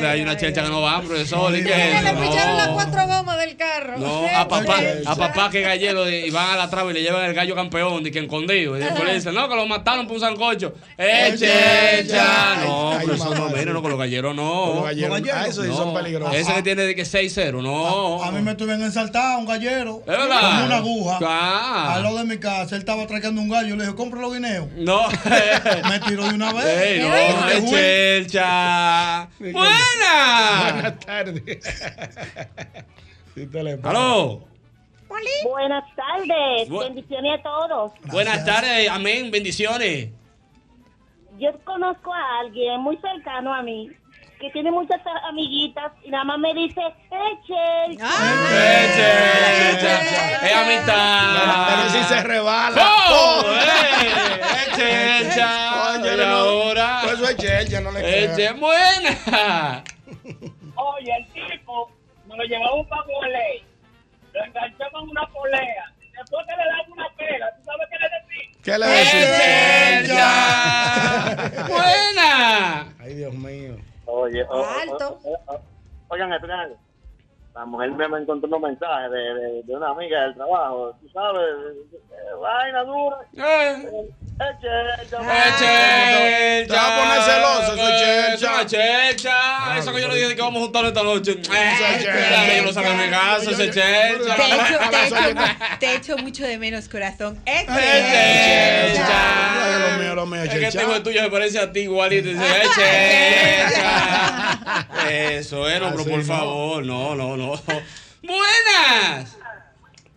[SPEAKER 2] no, hay una chelcha que no va, profesor. ¿y qué es
[SPEAKER 5] Que
[SPEAKER 2] eso?
[SPEAKER 5] le picharon las
[SPEAKER 2] No.
[SPEAKER 5] cuatro gomas del carro.
[SPEAKER 2] No,
[SPEAKER 5] Eh,
[SPEAKER 2] a papá,
[SPEAKER 5] che.
[SPEAKER 2] a papá que gallero de- y van a la traba y le llevan el gallo campeón de que escondido. Y después le dicen, no, que lo mataron por un sancocho. ¡Eh, checha! No, pero eso no, mira, no, con los galleros Ah. no.
[SPEAKER 4] Con los galleros,
[SPEAKER 3] Los galleros. ah, esos sí son peligrosos.
[SPEAKER 2] Ese que tiene de que 6-0, no.
[SPEAKER 3] A mí me estuvieron ensaltado un gallero.
[SPEAKER 2] ¿Es verdad?
[SPEAKER 3] Con una aguja.
[SPEAKER 2] Ah.
[SPEAKER 3] Al lado de mi casa. Él estaba atracando un gallo. Yo le dije, compra los guineos.
[SPEAKER 2] No.
[SPEAKER 3] <laughs> Me tiró de una vez.
[SPEAKER 2] Ey, no,
[SPEAKER 3] Me
[SPEAKER 2] eh,
[SPEAKER 3] fui.
[SPEAKER 2] chelcha.
[SPEAKER 3] <laughs>
[SPEAKER 2] ¡Buena!
[SPEAKER 4] Buenas tardes. Sí te le pasa.
[SPEAKER 2] ¡Aló!
[SPEAKER 6] Buenas tardes,
[SPEAKER 2] Bu-
[SPEAKER 6] bendiciones a todos.
[SPEAKER 2] Buenas tardes, amén, bendiciones.
[SPEAKER 6] Yo conozco a alguien muy cercano a mí que tiene muchas a- amiguitas y nada más me dice, "Eh, ¡Eche!
[SPEAKER 2] Es amistad.
[SPEAKER 4] Pero si se rebala.
[SPEAKER 2] ¡Oh!
[SPEAKER 4] ¡Oh!
[SPEAKER 2] ¡Eh! ¡Chelcha!
[SPEAKER 4] eh, Coño,
[SPEAKER 2] Y
[SPEAKER 4] no,
[SPEAKER 2] ahora.
[SPEAKER 4] Pues eso es chelcha, no le
[SPEAKER 2] ¡Eh,
[SPEAKER 4] creas.
[SPEAKER 2] che, buena!
[SPEAKER 20] Oye, el tipo nos lo llevamos para voley, lo enganchó con una polea, después que le damos una pega, ¿tú sabes qué le decimos?
[SPEAKER 4] ¿Qué le
[SPEAKER 2] ¡Eh,
[SPEAKER 4] decís?
[SPEAKER 2] chelcha! ¡Buena!
[SPEAKER 4] Ay, Dios mío.
[SPEAKER 11] Oye, o- o-
[SPEAKER 6] Alto.
[SPEAKER 11] o- o- oigan, esperen algo. La mujer me me encontró un mensaje de, de, de una amiga del trabajo. Tú sabes, eh, <laughs> vaina dura. Eche,
[SPEAKER 2] ¡Eh,
[SPEAKER 4] Te va a poner celoso, eso es
[SPEAKER 2] Eso
[SPEAKER 4] chelcha.
[SPEAKER 2] es chelcha. Eso que yo le dije que vamos a juntarnos esta noche. ¡Eh, espera, que yo lo saco de mi casa! ¡Eso es chelcha!
[SPEAKER 7] Te
[SPEAKER 4] Ah,
[SPEAKER 7] echo, te echo- te echo mucho de menos, corazón. Eche.
[SPEAKER 2] Chelcha.
[SPEAKER 4] Lo mío, lo mío,
[SPEAKER 2] Es que este
[SPEAKER 4] chelcha.
[SPEAKER 2] hijo de tuyo se parece a ti igualito. y dice, "Eh, chelcha". Eso es, no, pero por favor, no, no, no. ¡Buenas!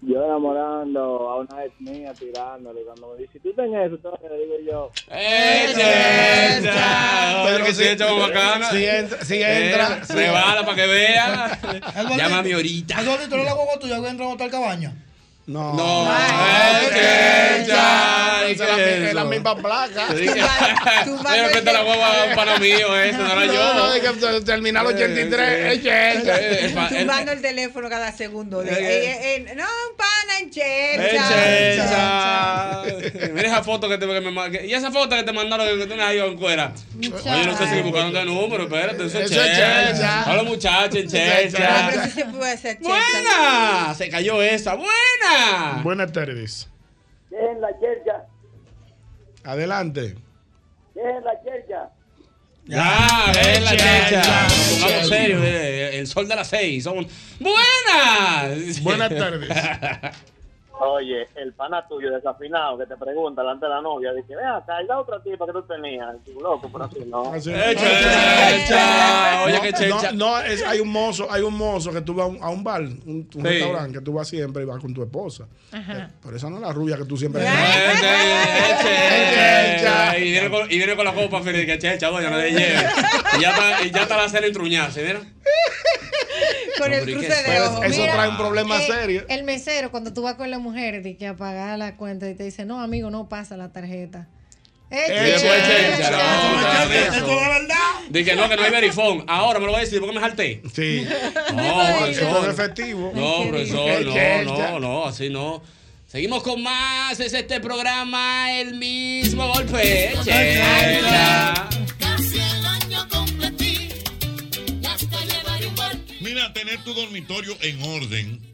[SPEAKER 21] Yo enamorando a una ex mía, tirándole. Cuando me dice, tú ten eso, entonces le digo yo.
[SPEAKER 2] ¡Eh, chelcha! Pero que si echa como bacana.
[SPEAKER 4] si entra- si entra, sí.
[SPEAKER 2] Eh, Rebala para que
[SPEAKER 3] <laughs>
[SPEAKER 2] vea. Llámame ahorita.
[SPEAKER 3] Eduardo, no la guagua tuya, voy a entrar a botar cabaña.
[SPEAKER 4] No.
[SPEAKER 2] No,
[SPEAKER 4] Ay,
[SPEAKER 2] eh, chelcha.
[SPEAKER 4] Es la mi- es la misma placa.
[SPEAKER 2] Te dije, <laughs> Mira, presta la guagua un pano mío, eso no era yo.
[SPEAKER 4] No, es que terminar el 83.
[SPEAKER 2] Sí, sí. Eh, eh,
[SPEAKER 4] Eche,
[SPEAKER 2] pa-
[SPEAKER 4] eche.
[SPEAKER 7] Tumbando el teléfono cada segundo. De,
[SPEAKER 2] Eh,
[SPEAKER 7] eh, eh, no, un pana en
[SPEAKER 2] Eh,
[SPEAKER 7] chelcha.
[SPEAKER 2] chelcha. Mira esa foto que te que me ma- que- Y esa foto que te mandaron que tú ahí en cuera. Oye, no sé si buscaron de número, espérate, eso es
[SPEAKER 4] Eso es
[SPEAKER 2] chelcha.
[SPEAKER 4] chelcha.
[SPEAKER 2] Hola muchachos, en
[SPEAKER 7] Ah, pero
[SPEAKER 2] chelcha.
[SPEAKER 7] eso sí puede ser chelcha.
[SPEAKER 2] Buena, Ah, se cayó esa. Buena.
[SPEAKER 4] Buenas tardes.
[SPEAKER 21] Dejen la yerja,
[SPEAKER 4] Adelante.
[SPEAKER 21] dejen la yerja.
[SPEAKER 2] Ya,
[SPEAKER 4] Ah,
[SPEAKER 2] es Ah, eh, la chelcha. Pongamos serio, eh, el sol de las seis. Somos... Buenas.
[SPEAKER 4] <laughs> Buenas tardes.
[SPEAKER 2] <laughs>
[SPEAKER 11] Oye, el pana tuyo desafinado que te pregunta delante de la novia, dice, vea, acá, hay la otra tipa que tú tenías. Y tú, loco, por así no.
[SPEAKER 2] chelcha. Oye,
[SPEAKER 4] No,
[SPEAKER 2] qué chelcha.
[SPEAKER 4] No, no, es, hay un mozo, hay un mozo que tú vas a un, a un bar, un, un
[SPEAKER 2] Sí.
[SPEAKER 4] restaurante que tú vas siempre y vas con tu esposa. Eh,
[SPEAKER 5] Ajá.
[SPEAKER 4] Pero esa no es la rubia que tú siempre.
[SPEAKER 2] Chelcha. Y viene con, y viene con la copa feliz que chelcha, doña, no le lleve.
[SPEAKER 4] <laughs>
[SPEAKER 2] Y ya está, y ya está la cena entruñada, ¿sí vieron?
[SPEAKER 7] Con el
[SPEAKER 2] Hombre, ¿y qué
[SPEAKER 7] cruce de
[SPEAKER 2] es?
[SPEAKER 7] ojos.
[SPEAKER 4] Eso
[SPEAKER 5] Mira,
[SPEAKER 4] trae un problema
[SPEAKER 5] eh,
[SPEAKER 4] serio.
[SPEAKER 5] El mesero, cuando tú vas con la mujer, de que a pagar la cuenta y te dice, no, amigo, no pasa la tarjeta.
[SPEAKER 2] Dije, no, que no hay verifón. Ahora me lo voy a decir porque me salté.
[SPEAKER 4] Sí.
[SPEAKER 2] No,
[SPEAKER 4] Todo
[SPEAKER 2] profesor.
[SPEAKER 4] efectivo.
[SPEAKER 2] No, profesor,
[SPEAKER 4] Che,
[SPEAKER 2] no, no, no, así no. Seguimos con más. Es este programa, el mismo golpe. Checha.
[SPEAKER 21] Casi el año completí y hasta llevaré un buen
[SPEAKER 10] Mira, tener tu dormitorio en orden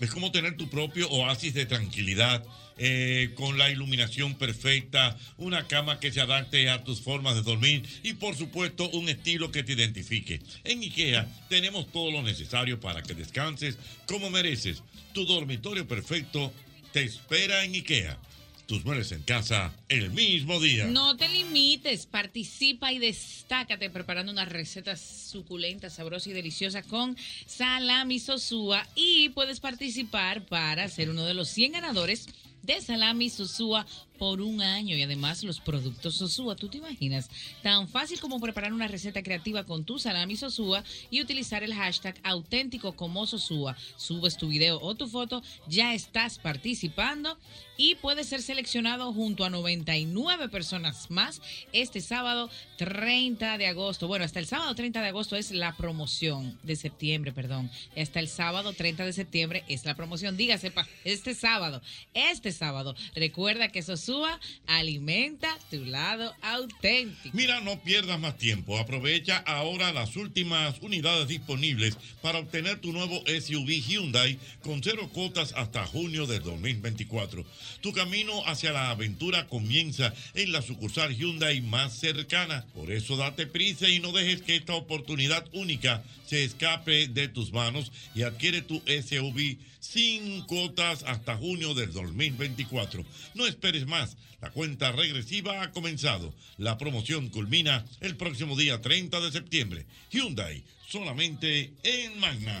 [SPEAKER 10] es como tener tu propio oasis de tranquilidad. eh, con la iluminación perfecta, una cama que se adapte a tus formas de dormir y por supuesto un estilo que te identifique. En IKEA tenemos todo lo necesario para que descanses como mereces. Tu dormitorio perfecto te espera en IKEA. Tus muebles en casa el mismo día.
[SPEAKER 29] No te limites, participa y destácate preparando una receta suculenta, sabrosa y deliciosa con salami sosúa y puedes participar para ser uno de los 100 ganadores de salami sosúa por un año y además los productos sosúa, ¿tú te imaginas? Tan fácil como preparar una receta creativa con tu salami sosúa y utilizar el hashtag auténtico como sosúa. Subes tu video o tu foto, ya estás participando y puedes ser seleccionado junto a 99 personas más este sábado 30 de agosto. Bueno, hasta el sábado 30 de agosto es la promoción de septiembre, perdón. Hasta el sábado 30 de septiembre es la promoción. Dígase, pa- este sábado, este sábado. Recuerda que Sosúa alimenta tu lado auténtico.
[SPEAKER 10] Mira, no pierdas más tiempo. Aprovecha ahora las últimas unidades disponibles para obtener tu nuevo SUV Hyundai con cero cuotas hasta junio del 2024. Tu camino hacia la aventura comienza en la sucursal Hyundai más cercana. Por eso date prisa y no dejes que esta oportunidad única se escape de tus manos y adquiere tu SUV sin cuotas hasta junio del 2024. No esperes más. La cuenta regresiva ha comenzado. La promoción culmina el próximo día 30 de septiembre. Hyundai, solamente en Magna.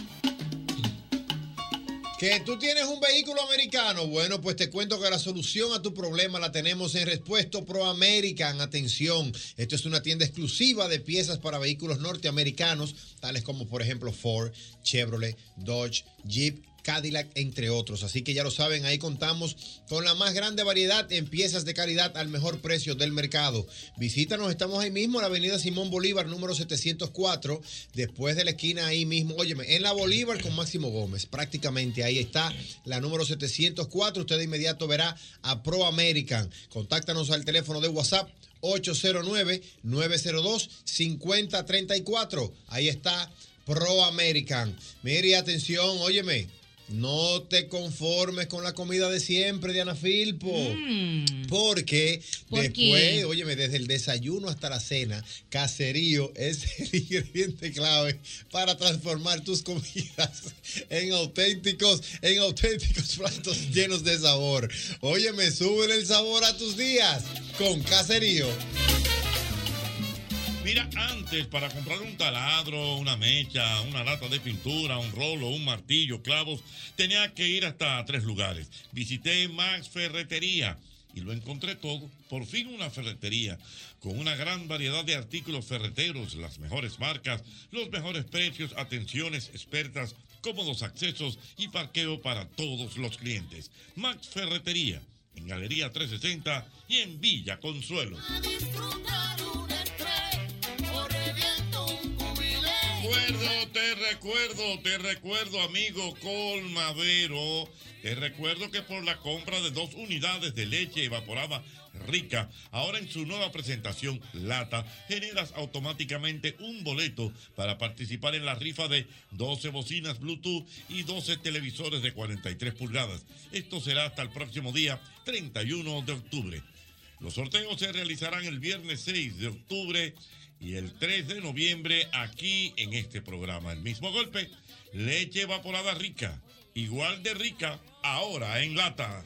[SPEAKER 30] Que tú tienes un vehículo americano, bueno, pues te cuento que la solución a tu problema la tenemos en Respuesto Pro American. Atención, esto es una tienda exclusiva de piezas para vehículos norteamericanos, tales como por ejemplo Ford, Chevrolet, Dodge, Jeep. Cadillac, entre otros. Así que ya lo saben, ahí contamos con la más grande variedad en piezas de calidad al mejor precio del mercado. Visítanos, estamos ahí mismo en la avenida Simón Bolívar, número 704, después de la esquina ahí mismo. Óyeme, en la Bolívar con Máximo Gómez, prácticamente ahí está la número 704. Usted de inmediato verá a Pro American. Contáctanos al teléfono de WhatsApp 809-902-5034. Ahí está Pro American. Mire, atención, óyeme. No te conformes con la comida de siempre, Diana Filpo.
[SPEAKER 21] Mm.
[SPEAKER 30] Porque
[SPEAKER 31] ¿Por
[SPEAKER 30] después,
[SPEAKER 31] qué?
[SPEAKER 30] óyeme, desde el desayuno hasta la cena, cacerío <laughs> es el ingrediente clave para transformar tus comidas <laughs> en auténticos, en auténticos platos llenos de sabor. Óyeme, sube el sabor a tus días con cacerío.
[SPEAKER 10] Mira, antes para comprar un taladro, una mecha, una lata de pintura, un rolo, un martillo, clavos, tenía que ir hasta tres lugares. Visité Max Ferretería y lo encontré todo. Por fin una ferretería con una gran variedad de artículos ferreteros, las mejores marcas, los mejores precios, atenciones expertas, cómodos accesos y parqueo para todos los clientes. Max Ferretería en Galería 360 y en Villa Consuelo. recuerdo, te recuerdo, te recuerdo, amigo Colmadero. Te recuerdo que por la compra de dos unidades de leche evaporada rica, ahora en su nueva presentación lata, generas automáticamente un boleto para participar en la rifa de 12 bocinas Bluetooth y 12 televisores de 43 pulgadas. Esto será hasta el próximo día 31 de octubre. Los sorteos se realizarán el viernes 6 de octubre y el 3 de noviembre aquí en este programa. El mismo golpe, leche evaporada rica, igual de rica, ahora en lata.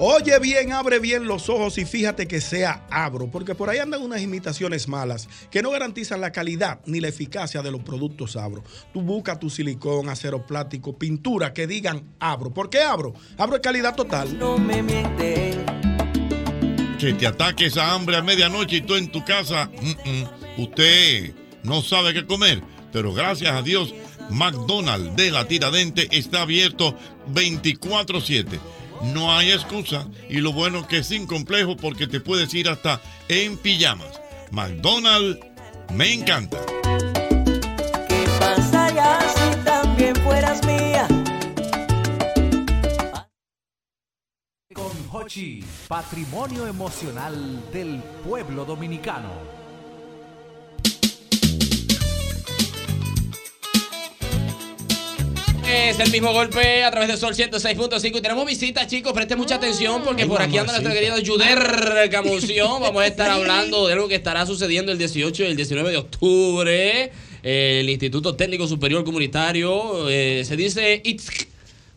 [SPEAKER 4] Oye bien, abre bien los ojos y fíjate que sea abro, porque por ahí andan unas imitaciones malas que no garantizan la calidad ni la eficacia de los productos abro. Tú busca tu silicón, acero plástico, pintura que digan abro. ¿Por qué abro? Abro es calidad total. No me mienten.
[SPEAKER 10] Que te ataques a hambre a medianoche y tú en tu casa, mm, mm, usted no sabe qué comer. Pero gracias a Dios, McDonald's de la Tiradente está abierto 24-7. No hay excusa y lo bueno que es sin complejo porque te puedes ir hasta en pijamas. McDonald's me encanta.
[SPEAKER 1] pasaría si también fueras mía?
[SPEAKER 15] Con Hochi, patrimonio emocional del pueblo dominicano.
[SPEAKER 2] Es el mismo golpe a través de Sol 106.5. Y tenemos visitas, chicos. Presten mucha atención porque por aquí anda nuestro querido Juder Camusión. Vamos a
[SPEAKER 8] <laughs>
[SPEAKER 2] estar hablando de algo que estará sucediendo el 18 y el 19 de octubre. Eh, el Instituto Técnico Superior Comunitario eh, se dice ITSC.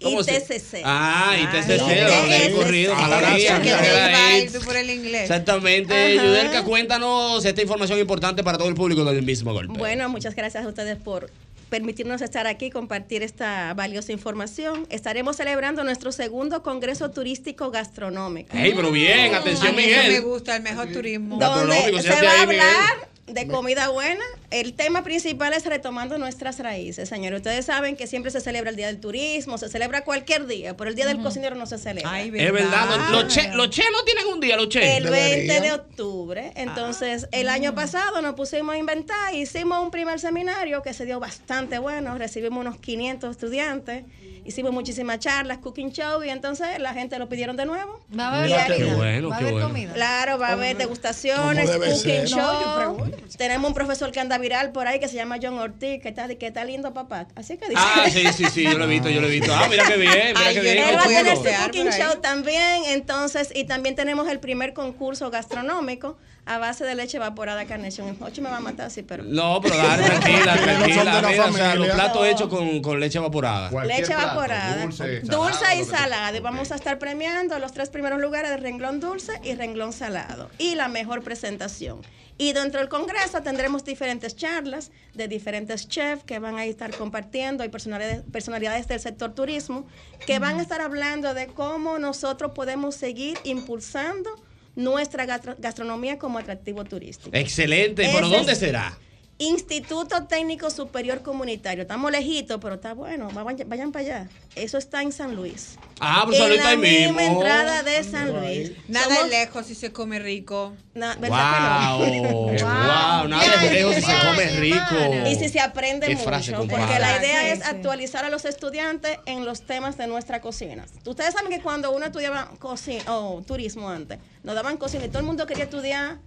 [SPEAKER 2] ¿Cómo se-
[SPEAKER 8] ITCC.
[SPEAKER 2] Ah, ITCC,
[SPEAKER 8] ITCC.
[SPEAKER 2] donde he corrido.
[SPEAKER 8] Ah,
[SPEAKER 2] mala
[SPEAKER 8] gracias,
[SPEAKER 2] mía,
[SPEAKER 8] que
[SPEAKER 2] que
[SPEAKER 8] te
[SPEAKER 2] era
[SPEAKER 8] iba a
[SPEAKER 2] ITSC.
[SPEAKER 8] ir tú por el inglés.
[SPEAKER 2] Exactamente,
[SPEAKER 8] Ajá.
[SPEAKER 2] Yudelka, cuéntanos esta información importante para todo el público del mismo golpe.
[SPEAKER 8] Bueno, muchas gracias a ustedes por permitirnos estar aquí y compartir esta valiosa información. Estaremos celebrando nuestro segundo Congreso Turístico Gastronómico.
[SPEAKER 2] Ey, pero bien, atención,
[SPEAKER 7] A mí eso
[SPEAKER 2] Miguel.
[SPEAKER 7] me gusta, el mejor turismo.
[SPEAKER 8] Donde
[SPEAKER 2] Gastronómico,
[SPEAKER 8] se
[SPEAKER 2] siéntate
[SPEAKER 8] va a
[SPEAKER 2] ahí, Miguel.
[SPEAKER 8] hablar de comida buena. El tema principal es retomando nuestras raíces, señores. Ustedes saben que siempre se celebra el Día del Turismo, se celebra cualquier día, pero el Día del Cocinero no se celebra.
[SPEAKER 2] Es verdad, los che, los che no tienen un día, los che.
[SPEAKER 8] Ah. El 20 de octubre. Entonces, el
[SPEAKER 2] Ah.
[SPEAKER 8] año pasado nos pusimos a inventar, hicimos un primer seminario que se dio bastante bueno, recibimos unos 500 estudiantes, hicimos muchísimas charlas, cooking show, y entonces la gente lo pidieron de nuevo. Va
[SPEAKER 2] a haber Mira qué comida, bueno, va a qué haber bueno. comida.
[SPEAKER 8] Claro, va a haber degustaciones,
[SPEAKER 2] como debe
[SPEAKER 8] cooking
[SPEAKER 2] ser.
[SPEAKER 8] show.
[SPEAKER 2] No, yo
[SPEAKER 8] Tenemos un profesor que anda viral por ahí que se llama John Ortiz, que está, que está lindo papá. Así que dice.
[SPEAKER 2] Ah, sí, sí, sí, yo lo he visto, yo lo he visto. Ah, mira qué bien, mira qué
[SPEAKER 8] Ay, yo
[SPEAKER 2] bien.
[SPEAKER 8] no Él va a tener
[SPEAKER 2] Bueno.
[SPEAKER 8] su cooking show también, entonces, y también tenemos el primer concurso gastronómico a base de leche evaporada Carnation. Ocho me va a matar así, pero...
[SPEAKER 2] No, pero dale, tranquila,
[SPEAKER 8] Son de la <laughs>
[SPEAKER 2] tranquila. mira, o sea,
[SPEAKER 8] familia.
[SPEAKER 2] los platos hechos con, con leche evaporada.
[SPEAKER 8] Leche evaporada.
[SPEAKER 2] dulce,
[SPEAKER 8] Dulce,
[SPEAKER 2] salado,
[SPEAKER 8] y
[SPEAKER 2] lo que-
[SPEAKER 8] salada. Y Vamos a estar premiando los tres primeros lugares de renglón dulce y renglón salado. Y la mejor presentación. Y dentro del Congreso tendremos diferentes charlas de diferentes chefs que van a estar compartiendo. Hay personalidades, personalidades del sector turismo que van a estar hablando de cómo nosotros podemos seguir impulsando nuestra gastro- gastronomía como atractivo turístico.
[SPEAKER 2] Excelente, pero
[SPEAKER 8] Ese
[SPEAKER 2] ¿dónde
[SPEAKER 8] es-
[SPEAKER 2] será?
[SPEAKER 8] Instituto Técnico Superior Comunitario. Estamos lejitos, pero está bueno. Vayan, vayan para allá. Eso está en San Luis.
[SPEAKER 2] Ah, pues
[SPEAKER 8] en
[SPEAKER 2] ahorita
[SPEAKER 8] la
[SPEAKER 2] ahí mismo.
[SPEAKER 8] misma entrada de San Luis.
[SPEAKER 7] Ah, Nada
[SPEAKER 8] Somos-
[SPEAKER 7] es lejos si Ah, se come rico.
[SPEAKER 8] Na- ¿verdad que
[SPEAKER 2] Wow,
[SPEAKER 8] no? <laughs>
[SPEAKER 2] wow, nada de lejos si se come rico.
[SPEAKER 8] Y si se aprende
[SPEAKER 2] Qué
[SPEAKER 8] mucho,
[SPEAKER 2] frase,
[SPEAKER 8] porque
[SPEAKER 2] compadre.
[SPEAKER 8] la idea
[SPEAKER 7] Sí,
[SPEAKER 8] es
[SPEAKER 7] sí.
[SPEAKER 8] actualizar a los estudiantes en los temas de nuestra cocina. Ustedes saben que cuando uno estudiaba cocina o turismo antes, nos daban cocina y todo el mundo quería estudiar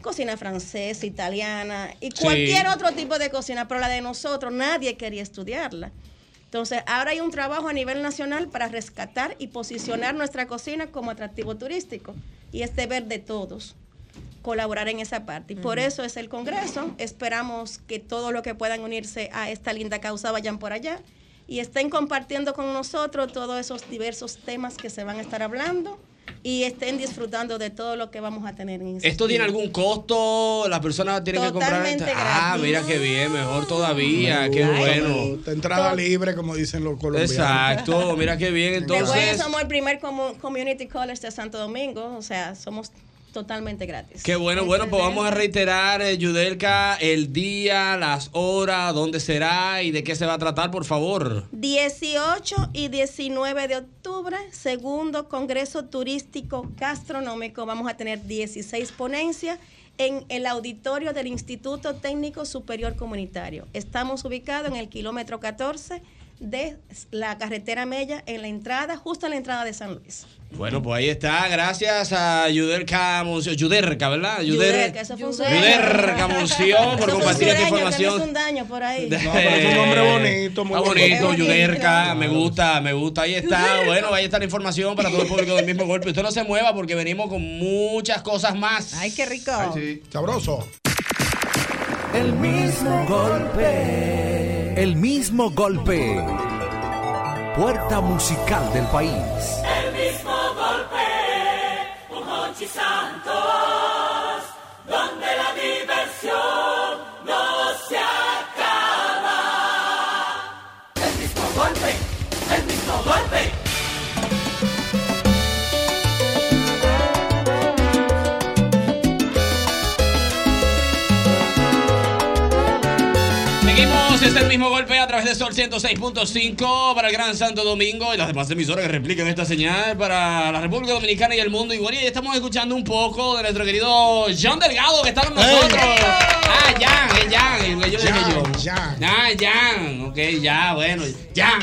[SPEAKER 8] cocina francesa, italiana y Sí. cualquier otro tipo de cocina, pero la de nosotros nadie quería estudiarla. Entonces, ahora hay un trabajo a nivel nacional para rescatar y posicionar nuestra cocina como atractivo turístico y es deber de todos colaborar en esa parte. Y por
[SPEAKER 9] Ujú.
[SPEAKER 8] eso es el Congreso. Esperamos que todos los que puedan unirse a esta linda causa vayan por allá y estén compartiendo con nosotros todos esos diversos temas que se van a estar hablando y estén disfrutando de todo lo que vamos a tener en ese
[SPEAKER 2] ¿Esto tiene algún costo? ¿Las personas tienen que
[SPEAKER 8] Totalmente
[SPEAKER 2] comprar? esta- Ah,
[SPEAKER 8] gratis.
[SPEAKER 2] mira qué bien, mejor todavía, qué bueno.
[SPEAKER 4] Entrada libre, como dicen los colombianos.
[SPEAKER 2] Exacto, mira qué bien
[SPEAKER 8] De bueno,
[SPEAKER 2] entonces.
[SPEAKER 8] somos el primer comu- community college de Santo Domingo, o sea, somos totalmente gratis.
[SPEAKER 2] Qué bueno, bueno, pues vamos a reiterar, eh, Yudelka, el día, las horas, dónde será y de qué se va a tratar, por favor.
[SPEAKER 8] 18 y 19 de octubre, segundo Congreso Turístico Gastronómico. Vamos a tener 16 ponencias en el auditorio del Instituto Técnico Superior Comunitario. Estamos ubicados en el kilómetro 14 de la carretera Mella, en la entrada, justo en la entrada de San Luis.
[SPEAKER 2] Bueno, pues ahí está. Gracias a Yudelka Monción. Yuderka, ¿verdad?
[SPEAKER 8] Yuderka, eso fue un sueño.
[SPEAKER 2] Yuderka Monción por
[SPEAKER 8] Eso fue un
[SPEAKER 2] compartir esta
[SPEAKER 8] sueño, que no es
[SPEAKER 2] información. eh,
[SPEAKER 8] un daño por ahí.
[SPEAKER 4] es un nombre bonito, muy
[SPEAKER 2] Está
[SPEAKER 4] bonito.
[SPEAKER 2] bonito,
[SPEAKER 4] Es bonito.
[SPEAKER 2] Yuderka, me gusta, me gusta. Ahí está, <laughs> bueno, ahí está la información para todo el público del mismo golpe. Usted no se mueva porque venimos con muchas cosas más. Ay, qué rico.
[SPEAKER 4] Sabroso.
[SPEAKER 15] El mismo golpe. El mismo golpe. Puerta musical del país.
[SPEAKER 1] El mismo golpe. golpe, el mismo golpe.
[SPEAKER 2] Seguimos, es el mismo golpe a través de Sol 106.5 para el Gran Santo Domingo y las demás emisoras que replican esta señal para la República Dominicana y el mundo. Y bueno, y estamos escuchando un poco de nuestro querido John Delgado que está con nosotros. Ah, Jan, es Jan, yo dije yo. Ah, Jan, ok, ya, bueno, Jan.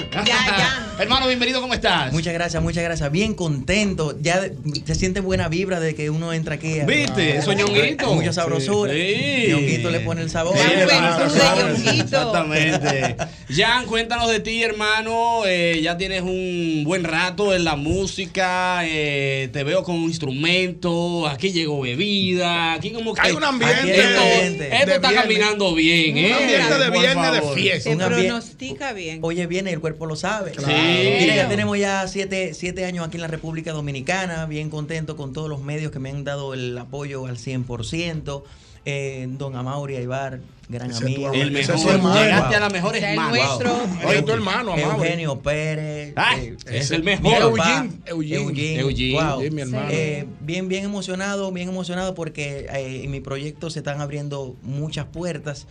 [SPEAKER 2] Hermano, bienvenido, ¿cómo estás?
[SPEAKER 9] Muchas gracias, muchas gracias. Bien contento. Ya de- se siente buena vibra de que uno entra aquí. a-
[SPEAKER 2] ¿Viste?
[SPEAKER 9] a-
[SPEAKER 2] Eso es ñonguito.
[SPEAKER 9] Mucha sabrosura.
[SPEAKER 13] ¿eh?
[SPEAKER 2] Sí.
[SPEAKER 9] Ñonguito le pone el sabor.
[SPEAKER 2] Exactamente. Jan, cuéntanos de ti, hermano. Eh, ya tienes un buen rato en la música. eh, te veo con instrumentos. Aquí llegó bebida. Aquí como que.
[SPEAKER 4] Hay un ambiente
[SPEAKER 2] Aquí
[SPEAKER 4] de-
[SPEAKER 2] Esto,
[SPEAKER 4] ambiente.
[SPEAKER 2] esto
[SPEAKER 4] de
[SPEAKER 2] está
[SPEAKER 4] viernes.
[SPEAKER 2] caminando bien, ¿eh? Por favor.
[SPEAKER 9] Un ambien-
[SPEAKER 7] pronostica bien.
[SPEAKER 9] Oye, viene, el cuerpo lo sabe.
[SPEAKER 2] Claro.
[SPEAKER 9] Mira, ya tenemos ya siete, siete años aquí en la República Dominicana, bien contento con todos los medios que me han dado el apoyo al 100%. Eh, don Amaury Aibar, gran
[SPEAKER 2] Ese es tu
[SPEAKER 9] amigo.
[SPEAKER 2] hermano. El Ese es mejor. tu hermano. Llegaste a la mejor Ese es el hermana. nuestro. Oye, tu hermano, Amaury.
[SPEAKER 9] Eugenio Pérez.
[SPEAKER 2] Ah,
[SPEAKER 9] eh,
[SPEAKER 2] es
[SPEAKER 9] eh,
[SPEAKER 2] el mejor.
[SPEAKER 9] mi papá,
[SPEAKER 2] Eugene, Eugene.
[SPEAKER 9] Eugene,
[SPEAKER 2] Eugene,
[SPEAKER 9] wow.
[SPEAKER 2] Eugene, mi hermano.
[SPEAKER 9] Eh, bien, bien emocionado, bien emocionado porque eh, en mi proyecto se están abriendo muchas puertas.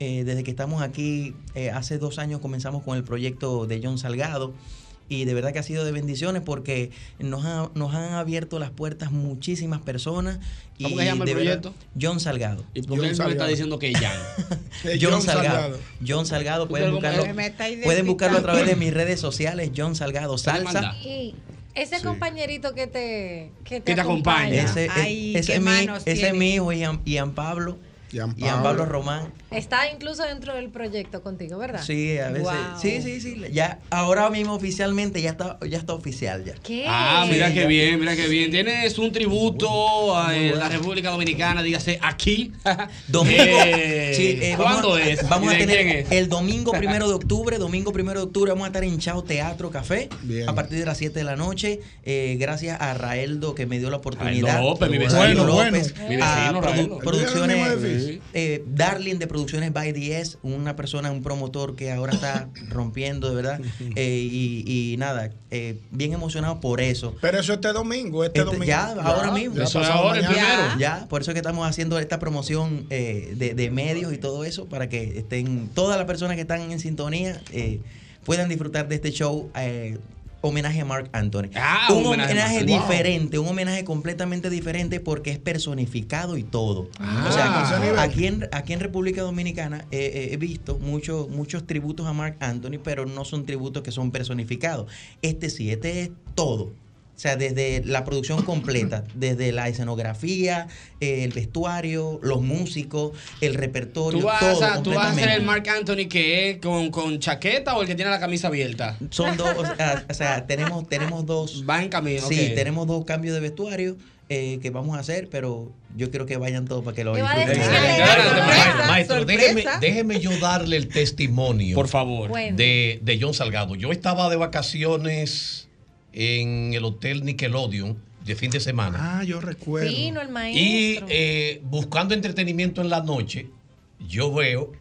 [SPEAKER 9] Eh, desde que estamos aquí, eh, hace dos años comenzamos con el proyecto de John Salgado. Y de verdad que ha sido de bendiciones porque nos, ha- nos han abierto las puertas muchísimas personas. y
[SPEAKER 2] ¿Cómo que se llama el
[SPEAKER 9] de verdad,
[SPEAKER 2] proyecto?
[SPEAKER 9] John Salgado.
[SPEAKER 2] ¿Y por qué él me está diciendo que Jan?
[SPEAKER 9] <laughs> John, Salgado. John Salgado, pueden
[SPEAKER 2] Pero como
[SPEAKER 9] buscarlo,
[SPEAKER 2] él- Me está
[SPEAKER 9] pueden buscarlo a través
[SPEAKER 2] identificando.
[SPEAKER 9] de mis
[SPEAKER 5] <laughs>
[SPEAKER 9] redes sociales, John Salgado Salsa.
[SPEAKER 5] Y ese compañerito que te, que te,
[SPEAKER 9] Que
[SPEAKER 5] acompaña.
[SPEAKER 9] Ese, e,
[SPEAKER 5] Ay,
[SPEAKER 9] ese
[SPEAKER 5] qué
[SPEAKER 9] es, mi,
[SPEAKER 5] manos
[SPEAKER 9] ese es
[SPEAKER 5] tiene.
[SPEAKER 9] mi hijo, Ian, Ian Pablo. Ian Pablo.
[SPEAKER 4] Pablo.
[SPEAKER 9] Román.
[SPEAKER 5] Está incluso dentro del proyecto contigo, ¿verdad?
[SPEAKER 9] Sí, a veces.
[SPEAKER 5] Wow.
[SPEAKER 9] Sí, sí, sí. Ya, ahora mismo oficialmente ya está, ya está oficial ya.
[SPEAKER 5] ¿Qué?
[SPEAKER 2] Ah, mira
[SPEAKER 9] Sí,
[SPEAKER 2] qué
[SPEAKER 9] ya.
[SPEAKER 2] bien, mira qué bien. Tienes un tributo a eh,
[SPEAKER 9] bueno.
[SPEAKER 2] la República Dominicana, dígase aquí.
[SPEAKER 9] <laughs> Domingo.
[SPEAKER 2] Eh,
[SPEAKER 9] Sí, eh, vamos a-
[SPEAKER 2] ¿Cuándo es?
[SPEAKER 9] Vamos
[SPEAKER 2] ¿Y
[SPEAKER 9] a
[SPEAKER 2] de
[SPEAKER 9] tener
[SPEAKER 2] quién es?
[SPEAKER 9] el domingo primero de octubre, domingo primero de octubre, vamos a estar en Chao Teatro Café
[SPEAKER 2] Bien.
[SPEAKER 9] a partir de las 7 de la noche. Eh, gracias a Raeldo que me dio la oportunidad.
[SPEAKER 2] Raeldo López, mi
[SPEAKER 9] Raeldo
[SPEAKER 2] vecino.
[SPEAKER 9] López,
[SPEAKER 2] Mi vecino,
[SPEAKER 9] a produ-
[SPEAKER 2] Raeldo. El mismo
[SPEAKER 9] Producciones.
[SPEAKER 2] edificio.
[SPEAKER 9] eh, Darling de Producciones by 10, una persona, un promotor que ahora está rompiendo, de
[SPEAKER 12] <laughs>
[SPEAKER 9] verdad. Eh, y, y nada, eh, bien emocionado por eso.
[SPEAKER 12] Pero eso este domingo, este, domingo.
[SPEAKER 9] Ya, ahora mismo.
[SPEAKER 12] ya pasado mañana.
[SPEAKER 9] Ya, por eso es que estamos haciendo esta promoción eh, de, de medios y todo eso, para que estén todas las personas que están en sintonía eh, puedan disfrutar de este show. eh, homenaje a Mark Anthony.
[SPEAKER 2] Ah,
[SPEAKER 9] un homenaje,
[SPEAKER 2] homenaje a Marc Anthony.
[SPEAKER 9] diferente, un homenaje completamente diferente porque es personificado y todo.
[SPEAKER 2] Ah.
[SPEAKER 9] o
[SPEAKER 2] Ah, ese nivel.
[SPEAKER 9] sea, aquí en, aquí en República Dominicana eh, eh, he visto muchos muchos tributos a Mark Anthony, pero no son tributos que son personificados. Este sí, este es todo. O sea, desde la producción completa, desde la escenografía, eh, el vestuario, los músicos, el repertorio,
[SPEAKER 2] ¿Tú vas,
[SPEAKER 9] todo
[SPEAKER 2] a, tú vas a
[SPEAKER 9] completamente.
[SPEAKER 2] ser el Mark Anthony que es con, con chaqueta o el que tiene la camisa abierta?
[SPEAKER 9] Son dos, o sea, o sea, tenemos, tenemos dos.
[SPEAKER 2] Van camino.
[SPEAKER 9] Sí,
[SPEAKER 2] ok.
[SPEAKER 9] tenemos dos cambios de vestuario eh, que vamos a hacer, pero yo quiero que vayan todos para que lo
[SPEAKER 5] Te va a
[SPEAKER 9] disfruten.
[SPEAKER 5] decir Excelente. que-
[SPEAKER 18] Adelante,
[SPEAKER 5] Sorpresa,
[SPEAKER 18] maestro, maestro,
[SPEAKER 5] sorpresa.
[SPEAKER 18] déjeme, déjeme yo darle el testimonio. Por
[SPEAKER 2] favor.
[SPEAKER 5] Bueno.
[SPEAKER 18] De, de John Salgado. Yo estaba de vacaciones en el hotel Nickelodeon de fin de semana.
[SPEAKER 12] Ah, yo recuerdo.
[SPEAKER 5] Vino el
[SPEAKER 18] y
[SPEAKER 5] maestro.
[SPEAKER 18] eh, buscando entretenimiento en la noche, yo veo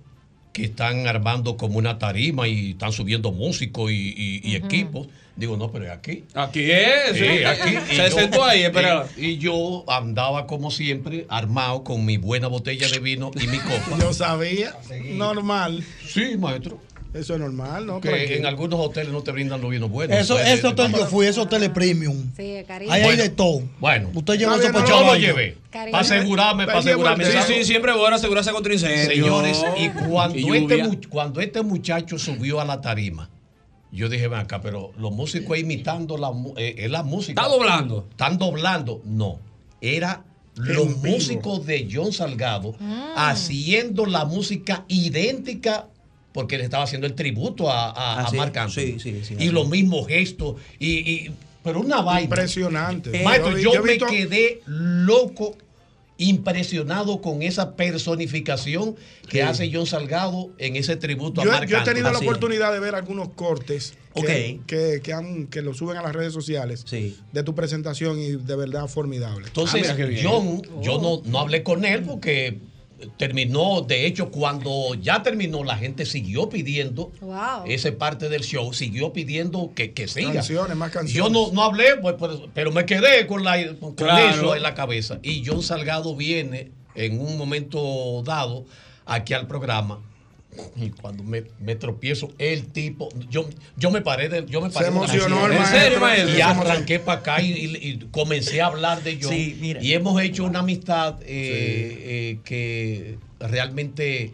[SPEAKER 18] que están armando como una tarima y están subiendo músicos y, y- y equipos. Digo, no, pero es aquí.
[SPEAKER 2] Aquí es,
[SPEAKER 18] Sí,
[SPEAKER 2] sí.
[SPEAKER 18] aquí. Y
[SPEAKER 2] Se
[SPEAKER 18] yo-
[SPEAKER 2] sentó ahí, espera.
[SPEAKER 18] Y, y yo andaba como siempre, armado con mi buena botella de vino y mi
[SPEAKER 3] <laughs>
[SPEAKER 18] copa.
[SPEAKER 12] Yo sabía. Normal.
[SPEAKER 18] Sí, maestro.
[SPEAKER 12] Eso es normal, ¿no? Pero aquí-
[SPEAKER 18] Que en algunos hoteles no te brindan los vinos buenos.
[SPEAKER 3] <laughs> Eso,
[SPEAKER 18] Ustedes-
[SPEAKER 3] ese hotel yo fui, ese hotel es premium.
[SPEAKER 5] Sí,
[SPEAKER 3] Ahí
[SPEAKER 5] cariño.
[SPEAKER 3] hay
[SPEAKER 18] Bueno.
[SPEAKER 3] de todo.
[SPEAKER 18] Bueno,
[SPEAKER 3] Usted llevó ese
[SPEAKER 18] yo
[SPEAKER 3] pochado.
[SPEAKER 18] lo
[SPEAKER 3] ahí.
[SPEAKER 18] llevé.
[SPEAKER 5] Cariño.
[SPEAKER 18] Para asegurarme, para asegurarme.
[SPEAKER 2] Sí,
[SPEAKER 18] ¿sabes?
[SPEAKER 2] sí, siempre es bueno asegurarse contra incendios.
[SPEAKER 18] Señores, y cuando,
[SPEAKER 2] Y
[SPEAKER 18] este,
[SPEAKER 2] lluvia.
[SPEAKER 18] much- cuando este muchacho subió a la tarima, yo dije, ven acá, pero los músicos imitando la, mu- eh, eh, la música.
[SPEAKER 2] Está doblando.
[SPEAKER 18] Están doblando. No, era los músicos de John Salgado
[SPEAKER 2] Ah.
[SPEAKER 18] haciendo la música idéntica. Porque le estaba haciendo el tributo a,
[SPEAKER 2] Ah,
[SPEAKER 18] a, a
[SPEAKER 16] Ah,
[SPEAKER 9] Así es.
[SPEAKER 18] Marc Anthony.
[SPEAKER 9] Sí, sí, sí,
[SPEAKER 18] y
[SPEAKER 9] así
[SPEAKER 18] los mismos gestos. Y, y- pero una vaina.
[SPEAKER 12] Impresionante.
[SPEAKER 18] Eh, Maestro,
[SPEAKER 12] Yo vi-
[SPEAKER 18] yo,
[SPEAKER 12] yo he
[SPEAKER 18] me
[SPEAKER 12] visto-
[SPEAKER 18] quedé loco, impresionado con esa personificación que hace John Salgado en ese tributo a
[SPEAKER 12] Yo,
[SPEAKER 18] Marc
[SPEAKER 12] yo he tenido la
[SPEAKER 18] Anthony. Ah,
[SPEAKER 12] oportunidad de ver algunos cortes que,
[SPEAKER 18] Ok.
[SPEAKER 12] que, que han, que lo suben a las redes sociales de tu
[SPEAKER 4] Ah,
[SPEAKER 12] presentación y de verdad formidable.
[SPEAKER 18] Oh. Entonces, John, yo no, no hablé con él porque terminó, de hecho, cuando ya terminó, la gente siguió pidiendo
[SPEAKER 5] Wow.
[SPEAKER 18] esa parte del show, siguió pidiendo que, que siga.
[SPEAKER 4] Canciones, más canciones.
[SPEAKER 18] Yo no, no hablé, pues, pero, pero me quedé con, la, con
[SPEAKER 4] Claro.
[SPEAKER 18] eso en la cabeza. Y John Salgado viene en un momento dado aquí al programa. Y cuando me, me tropiezo, el tipo, yo, yo me paré de, yo me
[SPEAKER 4] Se
[SPEAKER 18] paré de la
[SPEAKER 4] emocionó
[SPEAKER 18] silla.
[SPEAKER 4] el ¿En serio, maestro? maestro?
[SPEAKER 18] Y
[SPEAKER 4] Se emocionó.
[SPEAKER 18] arranqué para acá y, y- y comencé a hablar de John.
[SPEAKER 13] Sí, mira.
[SPEAKER 18] Y hemos hecho una amistad eh, eh, que realmente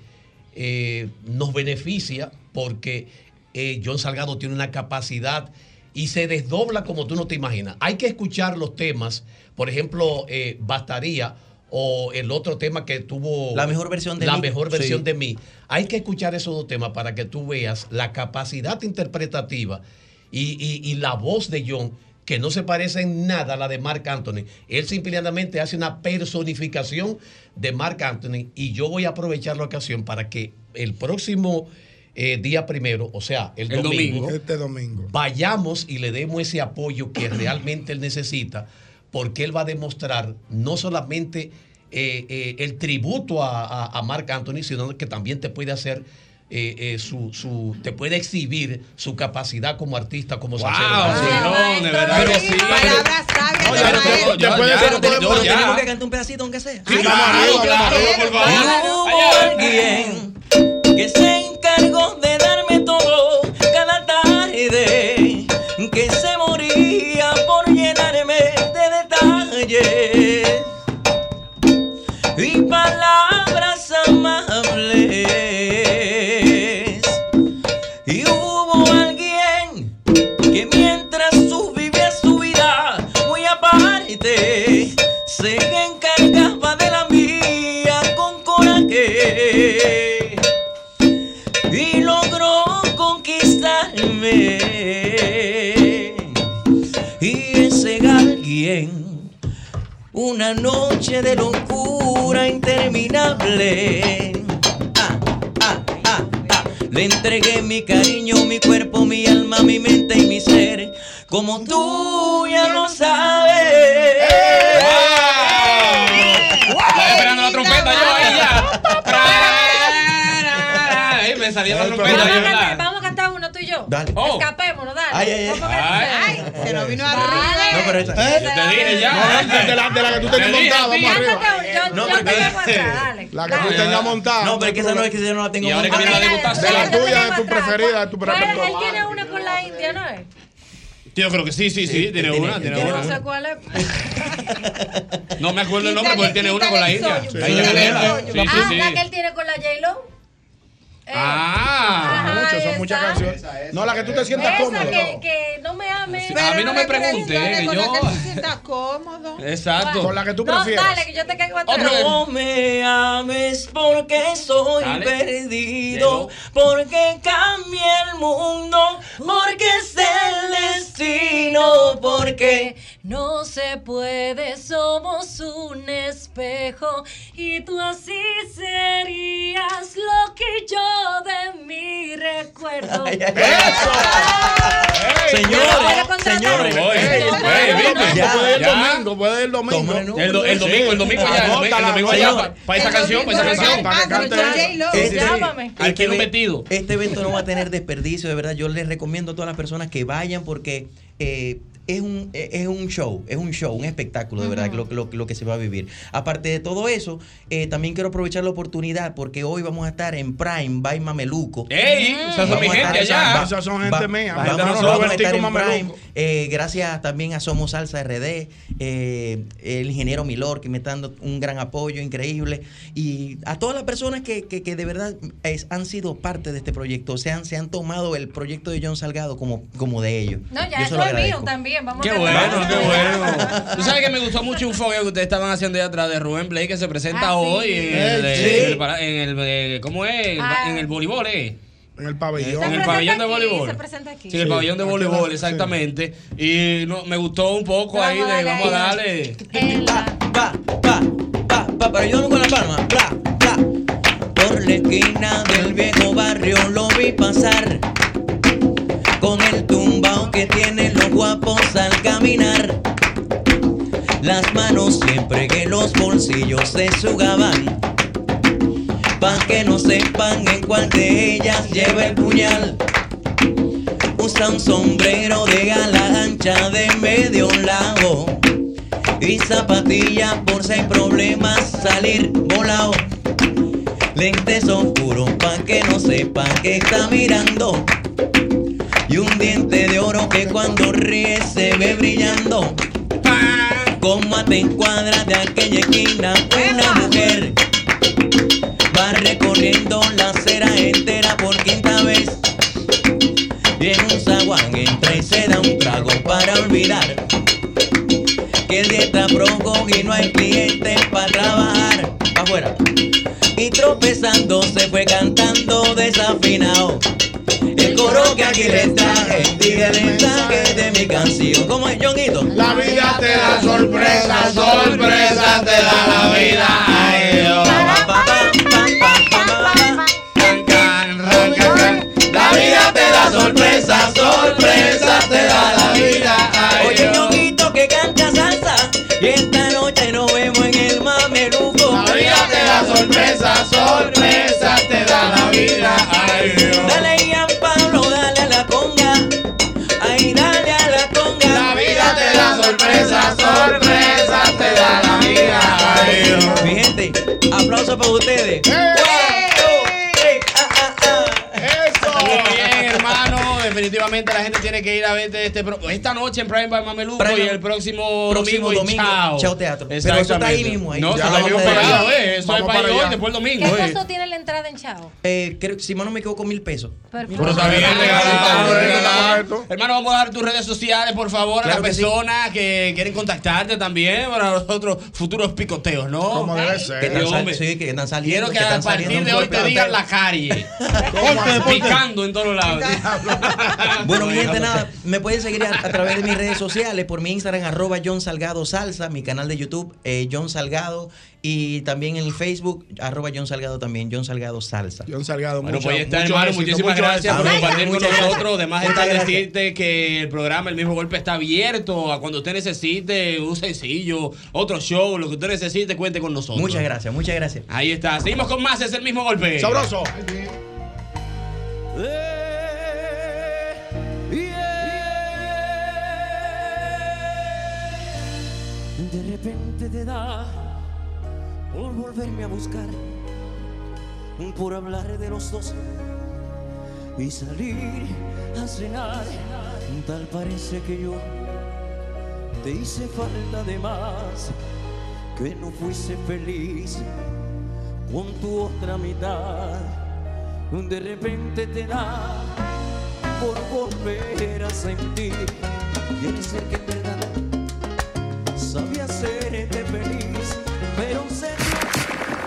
[SPEAKER 18] eh, nos beneficia porque eh, John Salgado tiene una capacidad y se desdobla como tú no te imaginas. Hay que escuchar los temas, por ejemplo, eh, Bastaría o el otro tema que tuvo...
[SPEAKER 13] La mejor versión de
[SPEAKER 18] La
[SPEAKER 13] mí.
[SPEAKER 18] mejor versión
[SPEAKER 13] Sí.
[SPEAKER 18] de mí. Hay que escuchar esos dos temas para que tú veas la capacidad interpretativa y, y- y la voz de John, que no se parece en nada a la de Mark Anthony. Él simplemente hace una personificación de Mark Anthony y yo voy a aprovechar la ocasión para que el próximo eh, día primero, o sea, el,
[SPEAKER 4] El
[SPEAKER 18] domingo,
[SPEAKER 4] domingo. Este domingo.
[SPEAKER 18] vayamos y le demos ese apoyo
[SPEAKER 2] <clears throat>
[SPEAKER 18] que realmente él necesita, porque él va a demostrar no solamente eh, eh, el tributo a, a- a Marc Anthony, sino que también te puede hacer. eh, eh, su, su- te puede exhibir su capacidad como artista, como
[SPEAKER 2] no, de verdad que sí.
[SPEAKER 7] Palabras sabias. de maestro.
[SPEAKER 18] ya,
[SPEAKER 13] Después de
[SPEAKER 18] ya,
[SPEAKER 13] eso,
[SPEAKER 18] no podemos-
[SPEAKER 13] pero
[SPEAKER 18] ya.
[SPEAKER 13] tenemos que cantar un pedacito, aunque sea.
[SPEAKER 18] Sí, vamos arriba, vamos arriba, por favor.
[SPEAKER 13] Hubo alguien que se encargó de darme todo cada tarde, que se moría por llenarme de detalles y palabras amables. Y hubo alguien que mientras tú vivías tu vida muy aparte, se encargaba de la mía con coraje y logró conquistarme. Y ese alguien, una noche de locura interminable. Ah, Le entregué mi cariño, mi cuerpo, mi alma, mi mente y mi ser. Como tú ya lo sabes.
[SPEAKER 2] Estaba esperando la trompeta yo ahí ya. Ay, me salió la trompeta
[SPEAKER 5] Vamos
[SPEAKER 2] ahí,
[SPEAKER 5] a cantar,
[SPEAKER 2] ¿verdad?
[SPEAKER 5] vamos a cantar uno tú y yo.
[SPEAKER 2] Dale.
[SPEAKER 5] Oh. Escapémonos, dale.
[SPEAKER 2] Ay, ay, ay.
[SPEAKER 5] Vamos a
[SPEAKER 2] Ay.
[SPEAKER 5] cantar.
[SPEAKER 7] Se nos vino
[SPEAKER 5] Dale.
[SPEAKER 13] No, pero esa-
[SPEAKER 5] ¿Eh? Yo te dije ya.
[SPEAKER 4] No, antes de la, de la que tú
[SPEAKER 13] Te
[SPEAKER 4] tenías
[SPEAKER 13] dije,
[SPEAKER 4] montada,
[SPEAKER 13] sí,
[SPEAKER 4] vamos arriba.
[SPEAKER 5] ándate, yo-
[SPEAKER 13] No,
[SPEAKER 5] yo
[SPEAKER 13] pero-
[SPEAKER 5] te dejo atrás, dale.
[SPEAKER 4] La que tú
[SPEAKER 13] Dale.
[SPEAKER 4] tenías montada.
[SPEAKER 13] No, pero es que esa no es que yo no la tengo
[SPEAKER 4] Y ahora que viene la degustación.
[SPEAKER 13] De
[SPEAKER 4] La tuya es tu preferida, es tu
[SPEAKER 5] Pues,
[SPEAKER 4] preferida.
[SPEAKER 5] él tiene una con la India, ¿no es?
[SPEAKER 2] Yo creo que sí, sí, sí. Tiene una, tiene
[SPEAKER 5] Yo no sé
[SPEAKER 2] una.
[SPEAKER 5] cuál es.
[SPEAKER 2] No me acuerdo el nombre, porque él tiene una con la India.
[SPEAKER 5] Quítale
[SPEAKER 2] Sí,
[SPEAKER 5] el
[SPEAKER 2] sí,
[SPEAKER 5] sollo.
[SPEAKER 2] sí,
[SPEAKER 5] ah,
[SPEAKER 2] sí.
[SPEAKER 5] la que él tiene con la J-Lo.
[SPEAKER 2] Ah,
[SPEAKER 5] Ajá,
[SPEAKER 4] mucho,
[SPEAKER 5] esa.
[SPEAKER 4] son muchas canciones. No, la que tú te sientas
[SPEAKER 5] Esa
[SPEAKER 4] cómodo.
[SPEAKER 5] que, que no me ames.
[SPEAKER 2] A mí no me pregunte,
[SPEAKER 5] preguntes,
[SPEAKER 2] eh, que yo-
[SPEAKER 5] cómodo.
[SPEAKER 2] Exacto. Con la que tú
[SPEAKER 5] No,
[SPEAKER 2] prefieras.
[SPEAKER 5] dale, que yo te caigo atrás.
[SPEAKER 13] No me ames porque soy
[SPEAKER 5] Dale.
[SPEAKER 13] perdido, porque cambié el mundo, porque es el destino, porque
[SPEAKER 5] No se puede, somos un espejo y tú así serías lo que yo de mí
[SPEAKER 13] <laughs>
[SPEAKER 5] recuerdo.
[SPEAKER 4] Señores,
[SPEAKER 2] señores. Ey, ¿viste?
[SPEAKER 4] Ya, puede ir el
[SPEAKER 2] Ya.
[SPEAKER 4] domingo, puede ir el domingo.
[SPEAKER 2] El, do- el domingo, el domingo ya, el domingo, el domingo ya, para esa canción, para esa canción.
[SPEAKER 13] Al que metido. Este evento no va a tener desperdicio, de verdad. Yo les recomiendo a todas las personas que vayan porque eh, es, un, eh, es un show, es un show, un espectáculo, de verdad,
[SPEAKER 9] Ujú.
[SPEAKER 13] lo, lo- lo que se va a vivir. Aparte de todo eso, eh, también quiero aprovechar la oportunidad porque hoy vamos a estar en Prime by Mameluco.
[SPEAKER 2] ¡Ey! Esas son
[SPEAKER 13] Vamos
[SPEAKER 2] mi
[SPEAKER 13] a
[SPEAKER 2] gente
[SPEAKER 13] estar-
[SPEAKER 2] allá.
[SPEAKER 13] va-
[SPEAKER 4] Esas son
[SPEAKER 13] va-
[SPEAKER 4] gente mía.
[SPEAKER 13] va-
[SPEAKER 4] Gente
[SPEAKER 13] Vamos
[SPEAKER 4] no
[SPEAKER 13] vamos a
[SPEAKER 4] Robertico
[SPEAKER 13] estar en
[SPEAKER 4] Mameluco.
[SPEAKER 13] Prime. Eh, gracias también a Somos Salsa RD, eh, el ingeniero Milor, que me está dando un gran apoyo increíble. Y a todas las personas que, que- que de verdad es- han sido parte de este proyecto, se han, se han tomado el proyecto de John Salgado como, como de ellos.
[SPEAKER 5] No, ya
[SPEAKER 13] Yo se
[SPEAKER 5] eso
[SPEAKER 13] lo
[SPEAKER 5] es mío
[SPEAKER 13] agradezco.
[SPEAKER 5] también. Vamos
[SPEAKER 2] Qué
[SPEAKER 5] a
[SPEAKER 2] bueno,
[SPEAKER 5] <laughs>
[SPEAKER 2] qué bueno. Tú sabes que me gustó mucho un fogueo que ustedes estaban haciendo ahí atrás de Rubén Blake que se presenta
[SPEAKER 5] Ah, sí.
[SPEAKER 2] hoy en el,
[SPEAKER 4] Sí.
[SPEAKER 2] en el para- en el, eh, ¿cómo es? En el ba-
[SPEAKER 5] Ah.
[SPEAKER 2] En el voleibol, ¿eh?
[SPEAKER 4] En el pabellón.
[SPEAKER 2] En el pabellón de
[SPEAKER 5] Se
[SPEAKER 2] voleibol.
[SPEAKER 5] presenta aquí.
[SPEAKER 2] Sí, en el pabellón de
[SPEAKER 4] aquí
[SPEAKER 2] voleibol,
[SPEAKER 4] la-
[SPEAKER 2] exactamente. Y no, me gustó un poco ahí de, vamos a darle.
[SPEAKER 13] Pa, pero ayúdame con la palma. Bla, bla. Por la esquina del viejo barrio lo vi pasar. Con el tumbao que tienen los guapos al caminar. Las manos siempre en los bolsillos de su gabán. pa' que no sepan en cuál de ellas lleva el puñal. Usa un sombrero de gala ancha de medio lado y zapatillas por si hay problemas salir volado. Lentes oscuros pa' que no sepa que está mirando. Y un diente de oro que cuando ríe se ve brillando. Como te encuadra de aquella esquina una mujer. Va recorriendo la acera entera por quinta vez. Y en un zaguán entra y se da un trago para olvidar que el día está bronco y no hay clientes para trabajar. Pa' afuera. Y tropezando se fue cantando desafinado. El coro que aquí les traje, dije el mensaje de mi canción. ¿Cómo es, Johnito? La vida te da sorpresa, sorpresa te da la vida. Ay, Dios. La vida te da sorpresa, sorpresa te da la vida. Oye, ñoquito que canta salsa. Y esta noche nos vemos en el mameluco. La vida te da sorpresa, sorpresa te da la vida. Dale ahí a Pablo, dale a la conga. Ahí dale a la conga. La vida te da sorpresa, sorpresa te da la vida. Mi gente, aplauso para ustedes.
[SPEAKER 2] Muy bien, hermano. Definitivamente la gente tiene que ir a verte este pro- esta noche en Prime by Mameluco
[SPEAKER 9] Prime-
[SPEAKER 2] y el próximo,
[SPEAKER 9] Próximo
[SPEAKER 2] domingo,
[SPEAKER 9] domingo,
[SPEAKER 2] en Chao.
[SPEAKER 9] Chao Teatro. Pero eso está ahí mismo, ahí.
[SPEAKER 2] No,
[SPEAKER 9] Ya
[SPEAKER 2] eso está
[SPEAKER 9] vamos
[SPEAKER 2] mismo
[SPEAKER 9] para
[SPEAKER 2] pagado,
[SPEAKER 9] allá.
[SPEAKER 2] eh. Eso es
[SPEAKER 9] Vamos
[SPEAKER 2] para
[SPEAKER 9] para
[SPEAKER 2] hoy,
[SPEAKER 9] allá.
[SPEAKER 2] después el
[SPEAKER 5] ¿Qué
[SPEAKER 2] domingo, eh.
[SPEAKER 5] costo tiene la entrada en Chao?
[SPEAKER 9] Eh, creo- si mal no me equivoco, mil pesos.
[SPEAKER 5] Perfecto.
[SPEAKER 2] Pero está bien, regalado, regalado.
[SPEAKER 9] regalado.
[SPEAKER 2] Hermano, vamos a dejar tus redes sociales, por favor, a
[SPEAKER 9] Claro
[SPEAKER 2] las
[SPEAKER 9] que sí.
[SPEAKER 2] personas que quieren contactarte también para los otros futuros picoteos, ¿no? Como debe
[SPEAKER 9] Que están, sal- sí, que están saliendo.
[SPEAKER 2] Quiero que,
[SPEAKER 9] que
[SPEAKER 2] a
[SPEAKER 9] están
[SPEAKER 2] partir
[SPEAKER 9] saliendo
[SPEAKER 2] de
[SPEAKER 9] un
[SPEAKER 2] hoy te
[SPEAKER 9] golpe.
[SPEAKER 2] digan
[SPEAKER 9] <laughs>
[SPEAKER 2] la calle. Picando en todos lados.
[SPEAKER 9] Bueno, mi gente,
[SPEAKER 2] <laughs>
[SPEAKER 9] nada, me pueden seguir a, a través de mis redes sociales, por mi Instagram, arroba John Salgado Salsa, mi canal de YouTube, eh, John Salgado, y también en el Facebook, arroba John Salgado también, John Salgado Salsa. John Salgado,
[SPEAKER 2] Bueno, pues ya está, hermano. Muchísimas gracias por compartir con nosotros. Además, está decirte que el programa El mismo golpe está abierto a cuando usted necesite un sencillo, otro show, lo que usted necesite, cuente con nosotros.
[SPEAKER 9] Muchas gracias, muchas gracias.
[SPEAKER 2] Ahí está. Seguimos con más, es el mismo golpe.
[SPEAKER 9] Sabroso.
[SPEAKER 14] De repente te da por volverme a buscar, por hablar de los dos y salir a cenar. Tal parece que yo te hice falta de más, que no fuese feliz con tu otra mitad. De repente te da por volver a sentir y el ser que te da sabía hacerte feliz, pero se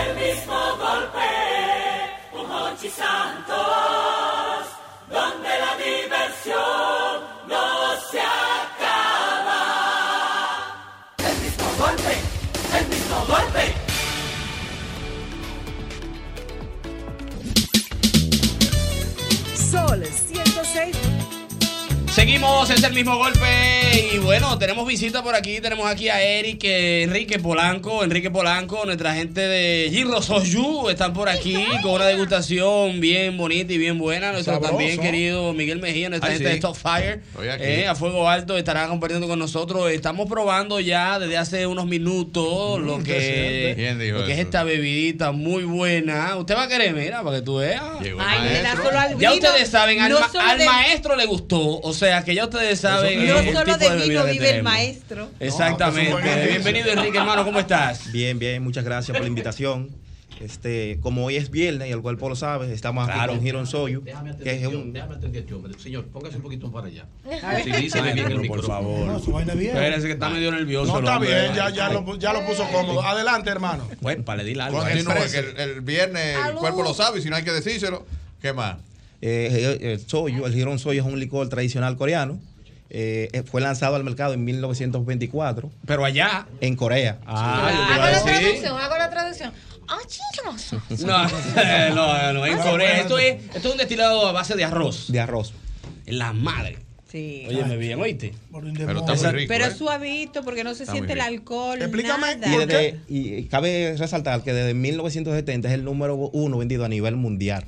[SPEAKER 1] El mismo golpe, un Hochi Santos, donde la diversión no se acaba. El mismo golpe, el mismo golpe.
[SPEAKER 27] Sol 106.
[SPEAKER 2] Seguimos, es el mismo golpe. Y bueno, tenemos visita por aquí. Tenemos aquí a Eric, eh, Enrique Polanco, Enrique Polanco, nuestra gente de Girro Soyu están por aquí con una degustación bien bonita y bien buena. Nuestro
[SPEAKER 26] Sabroso.
[SPEAKER 2] también querido Miguel Mejía, nuestra
[SPEAKER 26] Ay,
[SPEAKER 2] gente
[SPEAKER 26] sí.
[SPEAKER 2] de Top Fire,
[SPEAKER 26] Estoy aquí.
[SPEAKER 2] eh, a fuego alto, estará compartiendo con nosotros. Estamos probando ya desde hace unos minutos
[SPEAKER 26] Mm,
[SPEAKER 2] lo que,
[SPEAKER 26] ¿Quién dijo
[SPEAKER 2] lo que es
[SPEAKER 26] eso?
[SPEAKER 2] esta bebidita muy buena. Usted va a querer, mira, para que tú veas.
[SPEAKER 7] Ay, le da solo al
[SPEAKER 2] Ya
[SPEAKER 7] vino,
[SPEAKER 2] ustedes saben, al,
[SPEAKER 7] no
[SPEAKER 2] ma-
[SPEAKER 7] solo
[SPEAKER 2] al
[SPEAKER 7] de-
[SPEAKER 2] maestro le gustó. O sea, que ya ustedes saben.
[SPEAKER 7] No
[SPEAKER 2] eh, el
[SPEAKER 7] solo
[SPEAKER 2] tipo
[SPEAKER 7] de
[SPEAKER 2] bebida
[SPEAKER 7] vino
[SPEAKER 2] que
[SPEAKER 7] vive el
[SPEAKER 2] tenemos.
[SPEAKER 7] maestro.
[SPEAKER 2] Exactamente. Bienvenido, Enrique, hermano. ¿Cómo estás?
[SPEAKER 32] Bien, bien, muchas gracias por la invitación. Este, como hoy es viernes y el cuerpo lo sabe, estamos
[SPEAKER 24] Claro.
[SPEAKER 32] aquí con Giron Soyu,
[SPEAKER 24] Déjame
[SPEAKER 32] que es un
[SPEAKER 24] Déjame atenderte, hombre. Señor, póngase un poquito para allá.
[SPEAKER 32] Ay.
[SPEAKER 24] Utilíceme bien el micrófono.
[SPEAKER 32] No, su vaina es bien.
[SPEAKER 2] Espérese que está medio nervioso.
[SPEAKER 12] No,
[SPEAKER 2] el
[SPEAKER 12] está
[SPEAKER 2] hombre.
[SPEAKER 12] bien, ya, ya, lo, ya lo puso cómodo. Adelante, hermano.
[SPEAKER 2] Bueno, para le di la algo.
[SPEAKER 31] Continúa, que
[SPEAKER 2] Exprese.
[SPEAKER 31] el, el viernes el
[SPEAKER 12] Salud.
[SPEAKER 31] cuerpo lo sabe y si no hay que decírselo, ¿qué más?
[SPEAKER 32] eh, eh, el soyu, el Giron Soyu es un licor tradicional coreano. Eh, eh, fue lanzado al mercado en 1924.
[SPEAKER 2] Pero allá. Ah,
[SPEAKER 32] En Corea. Ah,
[SPEAKER 27] Hago la traducción, hago la traducción. ¡Ah, chicos!
[SPEAKER 2] <laughs> No, <laughs> no, no, en Corea. Esto es, esto es un destilado a base de arroz.
[SPEAKER 32] De arroz.
[SPEAKER 2] La madre.
[SPEAKER 7] Sí.
[SPEAKER 2] Óyeme bien, oíste.
[SPEAKER 7] Pero,
[SPEAKER 2] ¿eh?
[SPEAKER 7] es suavito porque no se
[SPEAKER 32] Está muy
[SPEAKER 7] siente el
[SPEAKER 32] rico.
[SPEAKER 7] alcohol.
[SPEAKER 32] Explícame
[SPEAKER 7] nada.
[SPEAKER 32] Y, desde- y cabe resaltar que desde 1970 es el número uno vendido a nivel mundial.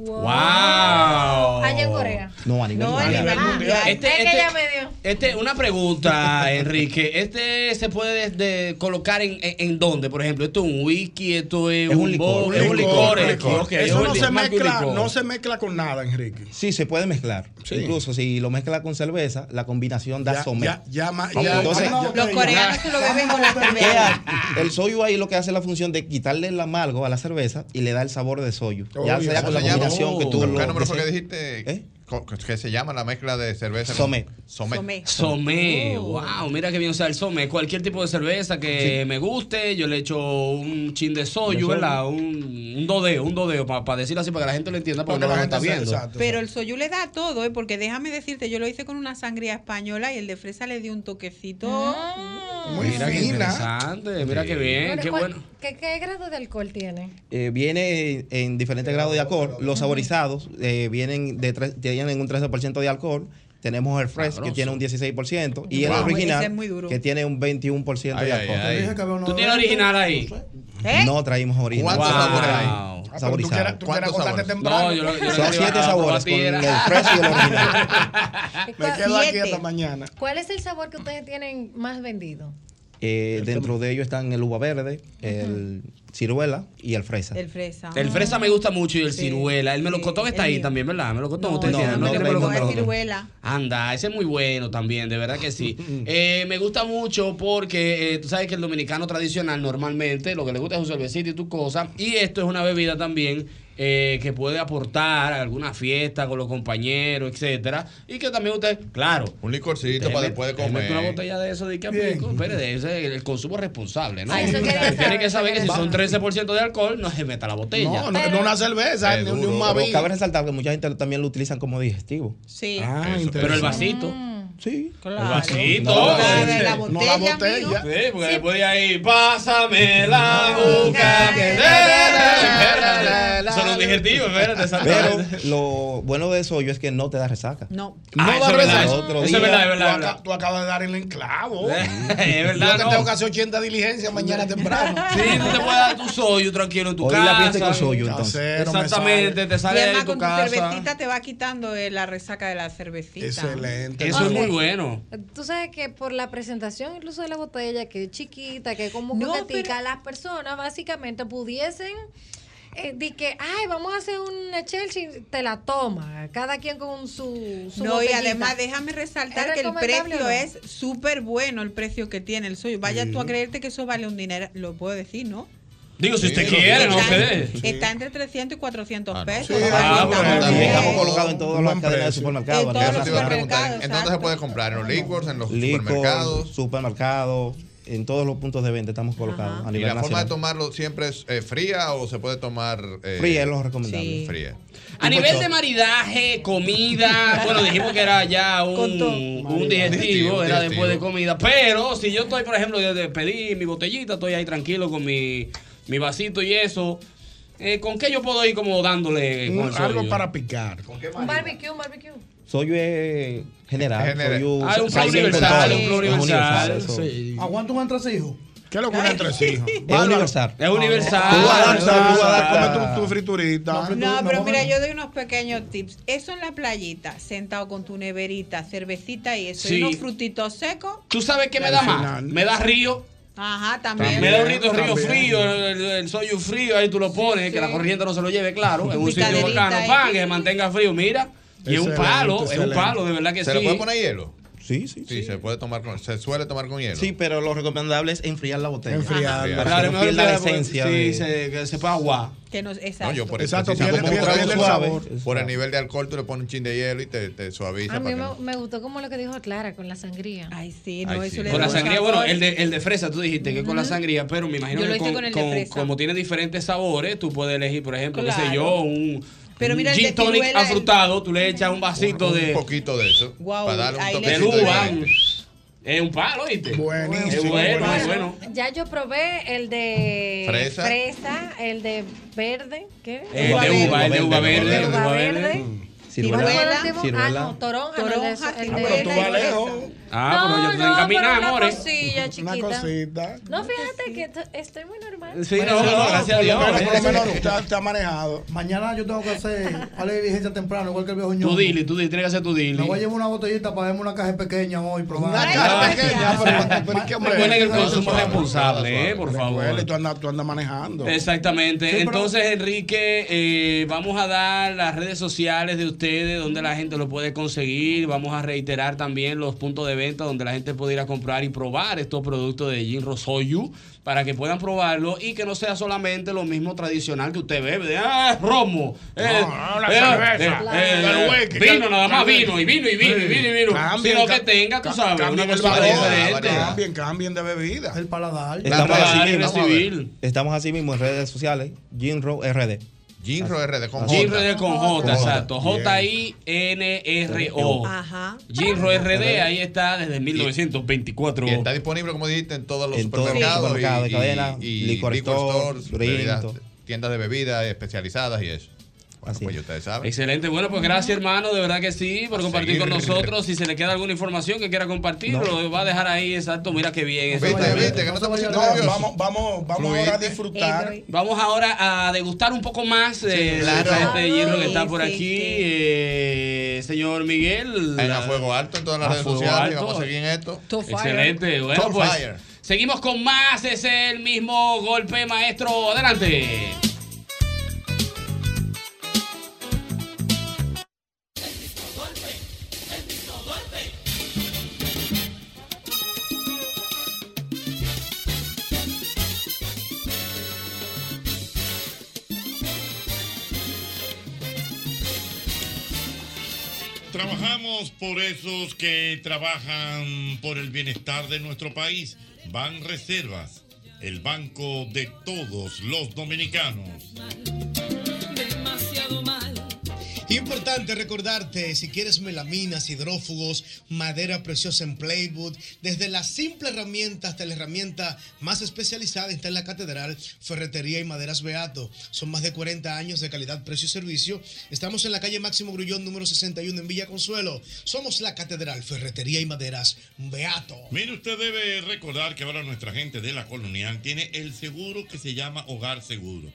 [SPEAKER 2] ¡Wow!
[SPEAKER 27] Allá en Corea.
[SPEAKER 32] No, a nivel mundial.
[SPEAKER 2] Este-
[SPEAKER 27] es
[SPEAKER 2] este-
[SPEAKER 27] que ella me dio.
[SPEAKER 2] Este, una pregunta, Enrique. ¿Este se puede de- colocar en, en, en dónde? Por ejemplo, ¿esto es un whisky? ¿Esto es, un, licor? ¿Es un licor?
[SPEAKER 32] un
[SPEAKER 2] es-
[SPEAKER 32] licor.
[SPEAKER 2] ok, es
[SPEAKER 32] Eso
[SPEAKER 2] un
[SPEAKER 32] no
[SPEAKER 2] li-
[SPEAKER 32] se
[SPEAKER 2] más que un
[SPEAKER 32] mezcla,
[SPEAKER 2] licor.
[SPEAKER 32] no
[SPEAKER 12] No se mezcla con nada, Enrique.
[SPEAKER 32] Sí, se puede mezclar.
[SPEAKER 12] Sí.
[SPEAKER 32] Incluso si lo mezcla con cerveza, la combinación da
[SPEAKER 12] Ya,
[SPEAKER 32] somer.
[SPEAKER 12] ya, ya, ma-
[SPEAKER 32] Vamos,
[SPEAKER 12] ya.
[SPEAKER 32] entonces-
[SPEAKER 12] Vamos a una Los botella. coreanos se lo beben con la
[SPEAKER 32] ¿Qué
[SPEAKER 12] cerveza.
[SPEAKER 32] hace? El soyu ahí lo que hace la función de quitarle el amargo a la cerveza y le da el sabor de soyu. ya sea con la combinación que ¿Eh? tú
[SPEAKER 31] ¿Qué
[SPEAKER 32] lo
[SPEAKER 31] uh. número fue que
[SPEAKER 32] desees.
[SPEAKER 31] dijiste? Co- Que se llama la mezcla de cerveza. con-
[SPEAKER 32] Somé. Oh.
[SPEAKER 31] Somé.
[SPEAKER 27] Uh.
[SPEAKER 2] Somé, wow, mira que bien, o sea, el somé, cualquier tipo de cerveza que me guste, yo le echo un chin de soyu,
[SPEAKER 32] De soyu.
[SPEAKER 2] ¿verdad? Un, un dodeo, un dodeo, para decirlo así, para que la gente lo entienda, porque no lo está viendo.
[SPEAKER 7] Pero el soyu le da todo, ¿eh? porque déjame decirte, yo lo hice con una sangría española y el de fresa le dio un toquecito.
[SPEAKER 2] mira qué interesante, mira qué bien,
[SPEAKER 27] Pero
[SPEAKER 2] qué
[SPEAKER 27] Ah, ¿cuál-
[SPEAKER 2] bueno.
[SPEAKER 27] ¿Qué, qué grado de alcohol tiene?
[SPEAKER 32] Eh, viene en diferentes grados de alcohol. Los saborizados eh, vienen de tres- tienen un 13% de alcohol. Tenemos el fresh que
[SPEAKER 2] Sabroso.
[SPEAKER 32] tiene un 16% y
[SPEAKER 2] Wow.
[SPEAKER 32] el original
[SPEAKER 2] Ese es muy duro.
[SPEAKER 32] que tiene un 21% de alcohol.
[SPEAKER 2] ¿Tú tienes original ahí?
[SPEAKER 32] No traímos Ah, original.
[SPEAKER 2] ¿Cuántos sabores hay?
[SPEAKER 32] Saborizado.
[SPEAKER 2] No, yo lo- yo
[SPEAKER 32] Son
[SPEAKER 2] lo llevo a
[SPEAKER 32] siete
[SPEAKER 2] la
[SPEAKER 32] sabores con el
[SPEAKER 2] batidera.
[SPEAKER 32] fresh y el <laughs> original.
[SPEAKER 27] ¿Cuál-
[SPEAKER 12] Quedo aquí
[SPEAKER 27] siete?
[SPEAKER 12] hasta mañana.
[SPEAKER 27] ¿Cuál es el sabor que ustedes tienen más vendido?
[SPEAKER 32] Eh, dentro de ellos están el uva verde, el ciruela y el fresa.
[SPEAKER 7] El fresa.
[SPEAKER 2] El fresa me gusta mucho y el ciruela. El melocotón está ahí también, ¿verdad? Melocotón, ustedes
[SPEAKER 32] no,
[SPEAKER 2] tienen,
[SPEAKER 32] no,
[SPEAKER 2] tienen
[SPEAKER 32] no, no,
[SPEAKER 2] melocotón?
[SPEAKER 32] no, no.
[SPEAKER 7] Ciruela.
[SPEAKER 2] Anda, ese es muy bueno también, de verdad que sí. Eh, me gusta mucho porque eh, tú sabes que el dominicano tradicional normalmente lo que le gusta es un cervecito y tu cosa. Y esto es una bebida también eh, que puede aportar a alguna fiesta con los compañeros, etcétera. Y que también usted, claro.
[SPEAKER 31] Un licorcito para después de comer.
[SPEAKER 2] Una botella de eso de que
[SPEAKER 31] Bien.
[SPEAKER 2] aplico. Espere, ese es el consumo responsable, ¿no?
[SPEAKER 31] Ah, eso quería saber,
[SPEAKER 2] Tiene que saber que si
[SPEAKER 31] eso
[SPEAKER 2] son 13% de alcohol, no se meta la botella.
[SPEAKER 32] No, no- no una
[SPEAKER 2] cerveza,
[SPEAKER 32] Pero cabe resaltar que mucha gente lo- también lo utilizan como digestivo. Ah,
[SPEAKER 7] Sí.
[SPEAKER 2] Pero el vasito.
[SPEAKER 32] Sí.
[SPEAKER 2] El vasito.
[SPEAKER 32] No, la
[SPEAKER 2] ¿eh?
[SPEAKER 32] botella,
[SPEAKER 2] No
[SPEAKER 32] la
[SPEAKER 2] botella. Sí, porque después de ahí, pásame la boca. Son un digestivo, espérate,
[SPEAKER 32] Pero
[SPEAKER 2] <laughs> exactamente.
[SPEAKER 32] lo bueno de eso yo es que no te da resaca.
[SPEAKER 7] No.
[SPEAKER 32] No
[SPEAKER 2] Ah,
[SPEAKER 32] da
[SPEAKER 2] eso es verdad,
[SPEAKER 32] resaca.
[SPEAKER 2] eso-
[SPEAKER 32] Otro
[SPEAKER 2] eso es
[SPEAKER 32] día.
[SPEAKER 2] verdad, es verdad.
[SPEAKER 32] Tú
[SPEAKER 12] Tú acabas de dar el
[SPEAKER 4] <laughs>
[SPEAKER 12] enclavo.
[SPEAKER 2] Es verdad,
[SPEAKER 12] Yo que
[SPEAKER 2] no.
[SPEAKER 12] tengo que hacer 80 diligencias mañana temprano.
[SPEAKER 4] <laughs>
[SPEAKER 2] Sí, tú te puedes dar tu soyu tranquilo en tu
[SPEAKER 32] Hoy
[SPEAKER 2] casa.
[SPEAKER 32] la viste con soyu, entonces.
[SPEAKER 12] Casero, me
[SPEAKER 2] Exactamente,
[SPEAKER 12] sale.
[SPEAKER 2] te
[SPEAKER 7] y
[SPEAKER 2] sale
[SPEAKER 7] además
[SPEAKER 2] de tu
[SPEAKER 7] con tu
[SPEAKER 2] casa.
[SPEAKER 7] cervecita te va quitando eh, la resaca de la cervecita.
[SPEAKER 2] Excelente. Eso es muy bueno.
[SPEAKER 27] Tú sabes que por la presentación incluso de la botella, que es chiquita, que es como
[SPEAKER 7] No,
[SPEAKER 27] coquetica, las personas básicamente pudiesen... eh, di que, ay, vamos a hacer una Chelsea, te la toma, cada quien con su... su
[SPEAKER 7] No, y
[SPEAKER 27] botellita.
[SPEAKER 7] además déjame resaltar
[SPEAKER 27] ¿Es
[SPEAKER 7] que el
[SPEAKER 27] recomendable
[SPEAKER 7] precio
[SPEAKER 27] o no?
[SPEAKER 7] es súper bueno, el precio que tiene el suyo. Vaya
[SPEAKER 2] Sí.
[SPEAKER 7] tú a creerte que eso vale un dinero, lo puedo decir, ¿no?
[SPEAKER 2] Digo, si usted quiere, no
[SPEAKER 7] Está-
[SPEAKER 2] sé.
[SPEAKER 7] Está entre 300 y 400 pesos.
[SPEAKER 32] Ah,
[SPEAKER 31] bueno,
[SPEAKER 32] pero
[SPEAKER 31] bien.
[SPEAKER 32] estamos colocados en todas las cadenas de supermercados.
[SPEAKER 7] En
[SPEAKER 32] ¿verdad?
[SPEAKER 31] Eso te iba a preguntar. ¿En dónde se puede comprar? ¿En los liquors? ¿En los
[SPEAKER 32] Licor,
[SPEAKER 31] supermercados?
[SPEAKER 32] supermercados, en todos los puntos de venta estamos colocados a
[SPEAKER 31] ¿Y
[SPEAKER 32] nivel
[SPEAKER 31] la forma de
[SPEAKER 32] nacional.
[SPEAKER 31] tomarlo siempre es eh, fría o se puede tomar. eh,
[SPEAKER 32] Fría es lo recomendable. Sí.
[SPEAKER 31] Fría.
[SPEAKER 2] A nivel de maridaje,
[SPEAKER 7] <laughs>
[SPEAKER 2] comida, bueno, dijimos que era ya un, un digestivo,
[SPEAKER 31] Digestivo,
[SPEAKER 2] era
[SPEAKER 31] digestivo.
[SPEAKER 2] después de comida. Pero si yo estoy, por ejemplo, de, de pedí mi botellita, estoy ahí tranquilo con mi, mi vasito y eso, eh, ¿con qué yo puedo ir como dándole?
[SPEAKER 32] Un-
[SPEAKER 2] con el
[SPEAKER 32] algo
[SPEAKER 2] sodio?
[SPEAKER 32] para
[SPEAKER 12] picar.
[SPEAKER 27] Un barbecue, un barbecue.
[SPEAKER 32] Soy eh, general.
[SPEAKER 12] General.
[SPEAKER 32] Soy un,
[SPEAKER 2] Ah, un
[SPEAKER 32] soy bien con
[SPEAKER 2] pluriversal,
[SPEAKER 32] todo.
[SPEAKER 2] un
[SPEAKER 32] Es
[SPEAKER 2] pluriversal,
[SPEAKER 32] eso.
[SPEAKER 3] ¿Aguanta un entresijo?
[SPEAKER 12] ¿Qué es lo que un entresijo?
[SPEAKER 32] Es universal. Ah,
[SPEAKER 2] Es universal.
[SPEAKER 12] Tú vas a dar, tú vas a dar,
[SPEAKER 32] Universal.
[SPEAKER 12] come tu, tu friturita.
[SPEAKER 7] No, pero mira, yo doy unos pequeños tips. Eso en la playita, sentado con tu neverita, cervecita y eso,
[SPEAKER 2] Sí.
[SPEAKER 7] y unos frutitos secos.
[SPEAKER 2] ¿Tú sabes qué me da más? Me da río.
[SPEAKER 7] Ajá, también.
[SPEAKER 2] me da un rito río
[SPEAKER 7] También.
[SPEAKER 2] frío, el, el soyu frío, ahí tú lo pones, que la corriente no se lo lleve, claro, en un sitio
[SPEAKER 7] Picaderita
[SPEAKER 2] bacano,
[SPEAKER 7] ahí.
[SPEAKER 2] pan, que se mantenga frío, mira. Y es un palo,
[SPEAKER 31] Excelente,
[SPEAKER 2] es un palo, de verdad que
[SPEAKER 31] ¿Se
[SPEAKER 2] sí.
[SPEAKER 31] le puede poner hielo?
[SPEAKER 32] Sí, sí.
[SPEAKER 31] Sí, se puede tomar con, se suele tomar con hielo.
[SPEAKER 32] Sí, pero lo recomendable es enfriar la botella.
[SPEAKER 31] Enfriarla.
[SPEAKER 32] Para que
[SPEAKER 31] Claro,
[SPEAKER 32] no
[SPEAKER 31] mejor
[SPEAKER 32] pierda la
[SPEAKER 31] que la-
[SPEAKER 2] pues,
[SPEAKER 32] esencia.
[SPEAKER 31] sí,
[SPEAKER 32] de-
[SPEAKER 2] se- que se pueda aguar.
[SPEAKER 7] Que no,
[SPEAKER 31] No,
[SPEAKER 7] exacto.
[SPEAKER 31] yo por
[SPEAKER 32] Exacto,
[SPEAKER 31] eso, si
[SPEAKER 32] pierde-
[SPEAKER 31] se pone
[SPEAKER 32] pierde
[SPEAKER 31] todo
[SPEAKER 32] el
[SPEAKER 31] suave,
[SPEAKER 32] sabor.
[SPEAKER 31] Por el nivel de alcohol, tú le pones un chin de hielo y te, te suaviza.
[SPEAKER 27] A mí
[SPEAKER 31] para que
[SPEAKER 27] me,
[SPEAKER 31] no-
[SPEAKER 27] me gustó como lo que dijo Clara con la sangría.
[SPEAKER 7] Ay, sí,
[SPEAKER 31] no, Ay, eso sí. le
[SPEAKER 2] Con la
[SPEAKER 31] Bueno,
[SPEAKER 2] sangría,
[SPEAKER 31] sabor.
[SPEAKER 2] bueno, el de, el de fresa, tú dijiste que con la
[SPEAKER 31] Ujú.
[SPEAKER 2] sangría, pero me imagino
[SPEAKER 7] Yo lo
[SPEAKER 2] que
[SPEAKER 7] hice con el de fresa.
[SPEAKER 2] como tiene diferentes sabores, tú puedes elegir, por ejemplo, qué sé
[SPEAKER 7] Claro.
[SPEAKER 2] yo, un,
[SPEAKER 7] Pero
[SPEAKER 2] un
[SPEAKER 7] mira, el de
[SPEAKER 2] gin tonic
[SPEAKER 7] ciruela, el-
[SPEAKER 2] afrutado, tú le echas un vasito
[SPEAKER 31] un
[SPEAKER 2] de...
[SPEAKER 31] poquito de eso.
[SPEAKER 7] Guau,
[SPEAKER 31] para darle un
[SPEAKER 7] ahí le-
[SPEAKER 2] de
[SPEAKER 31] toquecito
[SPEAKER 2] uva.
[SPEAKER 31] diferente.
[SPEAKER 2] Es un palo, ¿viste? Buenísimo. Es bueno, es bueno.
[SPEAKER 27] Ya yo probé el de
[SPEAKER 2] Fresa.
[SPEAKER 27] fresa, el de verde, ¿qué?
[SPEAKER 2] El de uva, el de uva verde, el de uva verde.
[SPEAKER 32] Ciruela,
[SPEAKER 27] Tibu-
[SPEAKER 32] ciruela.
[SPEAKER 27] Ah, no, toronja. no,
[SPEAKER 7] Toronja,
[SPEAKER 27] el de- el de-
[SPEAKER 7] ciruela
[SPEAKER 27] el de-
[SPEAKER 7] y fresa.
[SPEAKER 2] Ah, pero yo te
[SPEAKER 27] no,
[SPEAKER 2] encaminé,
[SPEAKER 27] pero una
[SPEAKER 2] amores.
[SPEAKER 27] cosilla chiquita.
[SPEAKER 12] cosita.
[SPEAKER 27] No, fíjate que esto- estoy muy normal.
[SPEAKER 2] Sí, no, no, gracias a
[SPEAKER 12] por lo
[SPEAKER 2] Dios.
[SPEAKER 12] menos- Por lo
[SPEAKER 2] Sí, sí.
[SPEAKER 32] <laughs>
[SPEAKER 12] menos usted está manejado.
[SPEAKER 3] Mañana yo tengo que hacer para la diligencia temprano, igual que el viejo ñoño.
[SPEAKER 2] Tu dili, tú dili, tienes que hacer tu dili.
[SPEAKER 3] Me voy a llevar una botellita para verme una caja pequeña hoy, probar.
[SPEAKER 12] Una caja pequeña, pero- pero ¿qué, hombre?
[SPEAKER 2] Recuerden el consumo responsable, eh, por
[SPEAKER 12] Recuerde,
[SPEAKER 2] favor.
[SPEAKER 12] Tú andas, tú andas manejando.
[SPEAKER 2] Exactamente.
[SPEAKER 12] Sí, pero-
[SPEAKER 2] Entonces, Enrique, eh, vamos a dar las redes sociales de ustedes, donde la gente lo puede conseguir. Vamos a reiterar también los puntos de venta donde la gente puede ir a comprar y probar estos productos de Gin Rosoyu para que puedan probarlo y que no sea solamente lo mismo tradicional que usted bebe. De, ah, romo. eh,
[SPEAKER 11] No, no, la
[SPEAKER 2] eh,
[SPEAKER 11] cerveza, el whisky,
[SPEAKER 2] vino,
[SPEAKER 11] el-
[SPEAKER 2] nada más
[SPEAKER 11] el whisky.
[SPEAKER 2] vino, y vino, y vino, y vino, y vino.
[SPEAKER 12] Cambien,
[SPEAKER 2] Sino que
[SPEAKER 12] ca-
[SPEAKER 2] tenga, tú
[SPEAKER 12] ca-
[SPEAKER 2] sabes, una
[SPEAKER 12] cambien el
[SPEAKER 2] cosa
[SPEAKER 12] valor,
[SPEAKER 2] diferente.
[SPEAKER 12] Cambien, cambien de bebida. El paladar.
[SPEAKER 32] Estamos así, mismo, vamos a ver. Estamos así mismo en redes sociales, Ginro RD.
[SPEAKER 31] Ginro RD con
[SPEAKER 32] Así.
[SPEAKER 2] Ginro RD con J,
[SPEAKER 32] Con J.
[SPEAKER 2] exacto.
[SPEAKER 32] Bien.
[SPEAKER 2] J-I-N-R-O.
[SPEAKER 27] Ajá.
[SPEAKER 2] Ginro RD, ahí está desde 1924.
[SPEAKER 31] Y está disponible, como dijiste, en todos los
[SPEAKER 32] En todos los
[SPEAKER 31] supermercados.
[SPEAKER 32] supermercados,
[SPEAKER 31] y,
[SPEAKER 32] cadena,
[SPEAKER 31] y- y
[SPEAKER 32] liquor stores,
[SPEAKER 31] bebidas,
[SPEAKER 32] Brinto.
[SPEAKER 31] tiendas de bebidas especializadas y eso. Bueno, pues ya ustedes saben.
[SPEAKER 2] Excelente, bueno, pues gracias hermano, de verdad que sí, por compartir con
[SPEAKER 31] seguir.
[SPEAKER 2] nosotros. Si se le queda alguna información que quiera compartir,
[SPEAKER 31] No.
[SPEAKER 2] lo va a dejar ahí, exacto, mira qué bien. exactamente.
[SPEAKER 12] No, vamos, Eh, vamos, vamos ahora a disfrutar.
[SPEAKER 2] Vamos ahora a degustar un poco más eh, de
[SPEAKER 31] claro.
[SPEAKER 2] este hierro que está por
[SPEAKER 31] Sí, sí,
[SPEAKER 2] aquí, eh, señor Miguel.
[SPEAKER 31] En a fuego alto en todas las
[SPEAKER 2] A
[SPEAKER 31] redes
[SPEAKER 2] fuego
[SPEAKER 31] sociales.
[SPEAKER 2] alto.
[SPEAKER 31] Vamos a seguir en esto.
[SPEAKER 2] Excelente, bueno,
[SPEAKER 31] Top
[SPEAKER 2] pues
[SPEAKER 31] fire.
[SPEAKER 2] seguimos con más, es el mismo golpe maestro, adelante.
[SPEAKER 10] Trabajamos por esos que trabajan por el bienestar de nuestro país. Ban Reservas, el banco de todos los dominicanos.
[SPEAKER 1] Demasiado mal.
[SPEAKER 16] Importante recordarte, si quieres melaminas, hidrófugos, madera preciosa en Playwood, desde la simple herramienta hasta la herramienta más especializada está en la Catedral Ferretería y Maderas Beato. Son más de 40 años de calidad, precio y servicio. Estamos en la calle Máximo Grullón, número 61, en Villa Consuelo. Somos la Catedral Ferretería y Maderas Beato.
[SPEAKER 10] Mire, usted debe recordar que ahora nuestra gente de la colonial tiene el seguro que se llama Hogar Seguro.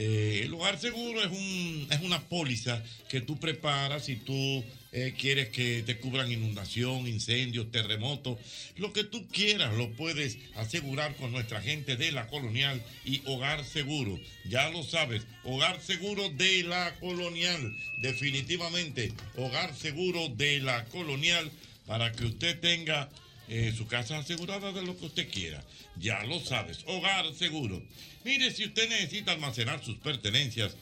[SPEAKER 10] Eh, el Hogar Seguro es, un, es una póliza que tú preparas si tú eh, quieres que te cubran inundación, incendios, terremotos. Lo que tú quieras lo puedes asegurar con nuestra gente de la colonial y Hogar Seguro. Ya lo sabes, Hogar Seguro de la colonial. Definitivamente, Hogar Seguro de la colonial para que usted tenga eh, su casa asegurada de lo que usted quiera. Ya lo sabes, hogar seguro. Mire, si usted necesita almacenar sus pertenencias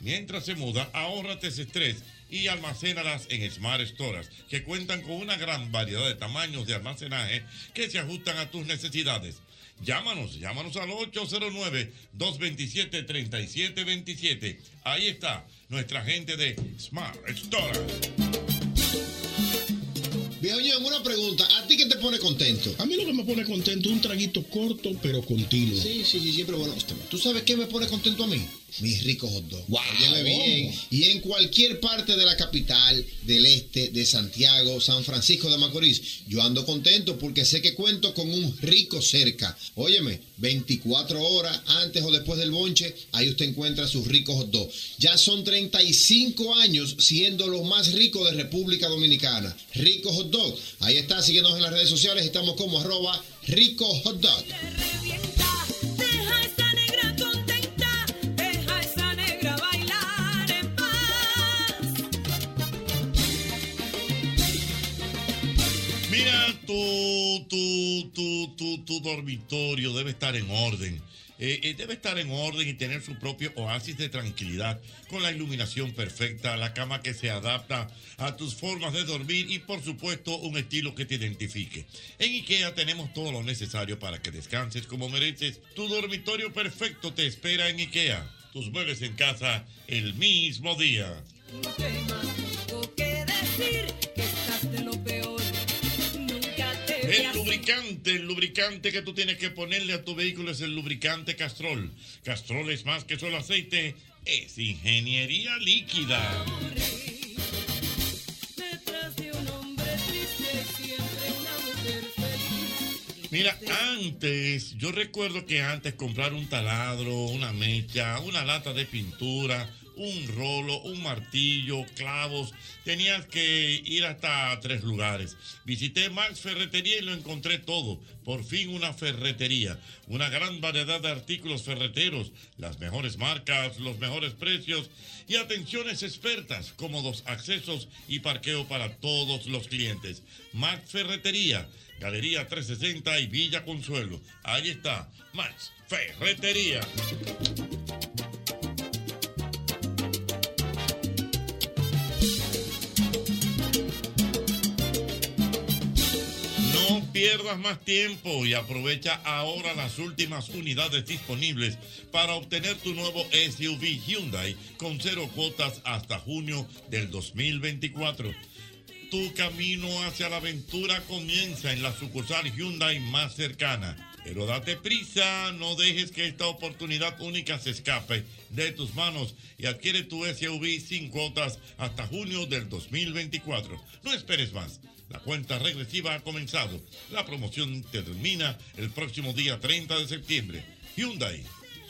[SPEAKER 10] mientras se muda, ahórrate ese estrés y almacénalas en Smart Storage, que cuentan con una gran variedad de tamaños de almacenaje que se ajustan a tus necesidades. Llámanos, llámanos al 809-227-3727. Ahí está nuestra gente de Smart Storage.
[SPEAKER 30] Viejo Ñon, una pregunta. ¿A ti qué te pone contento?
[SPEAKER 6] A mí lo que me pone contento es un traguito corto pero continuo.
[SPEAKER 30] Sí, sí, sí, siempre bueno. este, ¿Tú sabes qué me pone contento a mí? Mis ricos hot dogs. Óyeme bien. Y en cualquier parte de la capital, del este, de Santiago, San Francisco de Macorís, yo ando contento porque sé que cuento con un rico cerca. Óyeme, 24 horas antes o después del bonche, ahí usted encuentra sus ricos hot dogs. Ya son 35 años siendo los más ricos de República Dominicana. Rico hot dog. Ahí está, síguenos en las redes sociales. Estamos como arroba rico hot dog.
[SPEAKER 1] Deja esa negra contenta, deja esa negra bailar en
[SPEAKER 10] Mira, tu, tu, tu, tu, tu dormitorio debe estar en orden. Eh, eh, debe estar en orden y tener su propio oasis de tranquilidad, con la iluminación perfecta, la cama que se adapta a tus formas de dormir y por supuesto un estilo que te identifique. En IKEA tenemos todo lo necesario para que descanses como mereces. Tu dormitorio perfecto te espera en IKEA. Tus muebles en casa el mismo día.
[SPEAKER 1] Tengo que decir que estás de lo peor. Nunca te voy a
[SPEAKER 10] El lubricante, el lubricante que tú tienes que ponerle a tu vehículo es el lubricante Castrol. Castrol es más que solo aceite, es ingeniería líquida. Mira, antes, yo recuerdo que antes comprar un taladro, una mecha, una lata de pintura, un rolo, un martillo, clavos, tenías que ir hasta tres lugares. Visité Max Ferretería y lo encontré todo. Por fin una ferretería, una gran variedad de artículos ferreteros, las mejores marcas, los mejores precios y atenciones expertas, cómodos accesos y parqueo para todos los clientes. Max Ferretería. Galería 360 y Villa Consuelo. Ahí está, Max Ferretería. No pierdas más tiempo y aprovecha ahora las últimas unidades disponibles para obtener tu nuevo SUV Hyundai con cero cuotas hasta junio del 2024. Tu camino hacia la aventura comienza en la sucursal Hyundai más cercana. Pero date prisa, no dejes que esta oportunidad única se escape de tus manos y adquiere tu SUV sin cuotas hasta junio del 2024. No esperes más. La cuenta regresiva ha comenzado. La promoción termina el próximo día 30 de septiembre. Hyundai,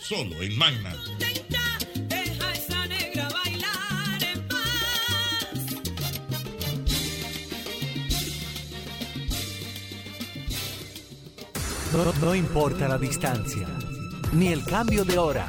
[SPEAKER 10] solo en Magna.
[SPEAKER 1] Deja esa negra bailar en paz.
[SPEAKER 6] No, no importa la distancia, ni el cambio de hora.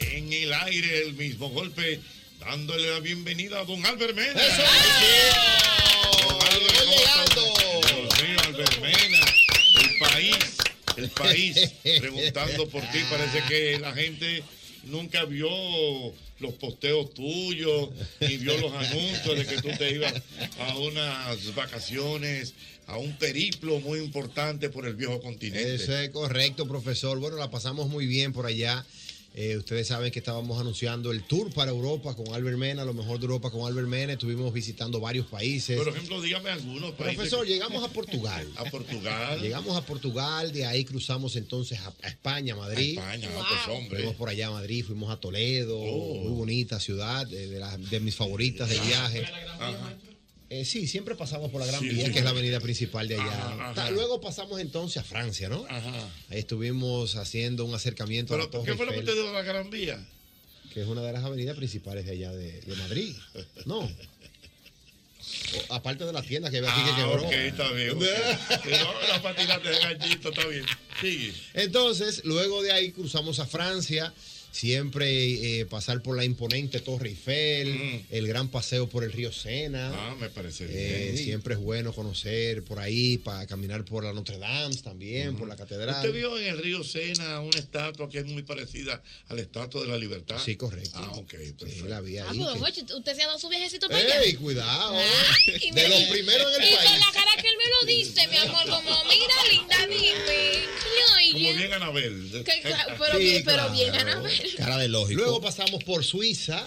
[SPEAKER 10] En el aire, el mismo golpe, dándole la bienvenida a don Albert Mena. Don Albert, ¿cómo estás? Dios mío, Albert Mena. El país, el país, preguntando por ti. Parece que la gente nunca vio los posteos tuyos, ni vio los anuncios de que tú te ibas a unas vacaciones, a un periplo muy importante por el viejo continente.
[SPEAKER 30] Eso es correcto, profesor. Bueno, la pasamos muy bien por allá. Eh, ustedes saben que estábamos anunciando el tour para Europa con Albert Mena, lo mejor de Europa con Albert Mena. Estuvimos visitando varios países.
[SPEAKER 10] Por ejemplo, dígame algunos países.
[SPEAKER 30] Profesor, llegamos a Portugal.
[SPEAKER 10] <laughs> A Portugal.
[SPEAKER 30] Llegamos a Portugal, de ahí cruzamos entonces a, a España, Madrid.
[SPEAKER 10] A España, ah, pues, hombre. Oh.
[SPEAKER 30] Fuimos por allá a Madrid, fuimos a Toledo, muy bonita ciudad, de, de las- de mis favoritas de viaje. Eh, sí, siempre pasamos por la Gran
[SPEAKER 10] Sí,
[SPEAKER 30] Vía,
[SPEAKER 10] sí.
[SPEAKER 30] que es la avenida principal de allá.
[SPEAKER 10] Ajá,
[SPEAKER 30] Ta-
[SPEAKER 10] ajá.
[SPEAKER 30] Luego pasamos entonces a Francia, ¿no? Ahí estuvimos haciendo un acercamiento a la
[SPEAKER 10] Pero,
[SPEAKER 30] Torre
[SPEAKER 10] ¿Qué fue lo que
[SPEAKER 30] Eiffel,
[SPEAKER 10] te dio la Gran Vía?
[SPEAKER 30] que es una de las avenidas principales de allá de, de Madrid.
[SPEAKER 10] <laughs>
[SPEAKER 30] No. O- aparte de las tiendas que había aquí que
[SPEAKER 10] Ah,
[SPEAKER 30] quebró.
[SPEAKER 10] ok, está
[SPEAKER 30] <laughs>
[SPEAKER 10] bien. ok. Sí, no, la patinata de gallito, está bien. Sigue.
[SPEAKER 30] Entonces, luego de ahí cruzamos a Francia. Siempre eh, pasar por la imponente Torre Eiffel, el gran paseo por el río Sena.
[SPEAKER 10] Mm. Ah, me parece
[SPEAKER 30] Eh,
[SPEAKER 10] bien.
[SPEAKER 30] Siempre es bueno conocer por ahí, para caminar por la Notre Dame también, por la catedral.
[SPEAKER 10] ¿Usted vio en el río Sena una estatua que es muy parecida a la estatua de la libertad?
[SPEAKER 30] Sí, correcto.
[SPEAKER 10] Ah, ok, perfecto.
[SPEAKER 30] la vi
[SPEAKER 33] Ah, pues, oye, usted se ha dado su viajecito para allá.
[SPEAKER 30] ¡Ey, cuidado! ¿eh?
[SPEAKER 33] Y
[SPEAKER 30] de
[SPEAKER 33] me-
[SPEAKER 30] los primeros en el
[SPEAKER 33] y
[SPEAKER 30] país.
[SPEAKER 33] con la cara que él me lo dice, mi amor, como, mira, linda, dime. Y oye,
[SPEAKER 10] Como bien Anabel. <laughs>
[SPEAKER 33] que- pero, bien, pero bien, Anabel.
[SPEAKER 30] Cara de lógico. Luego pasamos por Suiza.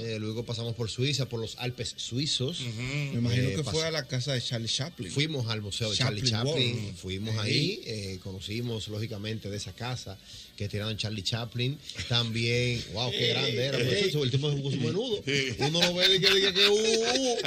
[SPEAKER 30] eh, luego pasamos por Suiza, por los Alpes suizos. Eh,
[SPEAKER 11] Me imagino que fue
[SPEAKER 30] pas-
[SPEAKER 11] a la casa de Charlie Chaplin.
[SPEAKER 30] Pues Fuimos al Museo de
[SPEAKER 11] Chaplin
[SPEAKER 30] Charlie Chaplin,
[SPEAKER 11] World.
[SPEAKER 30] fuimos ahí, eh, conocimos lógicamente de esa casa que tiraron Charlie Chaplin. También, wow, qué grande era. pero eso, el tipo se puso menudo. Uno lo ve y que dice que uh, uh,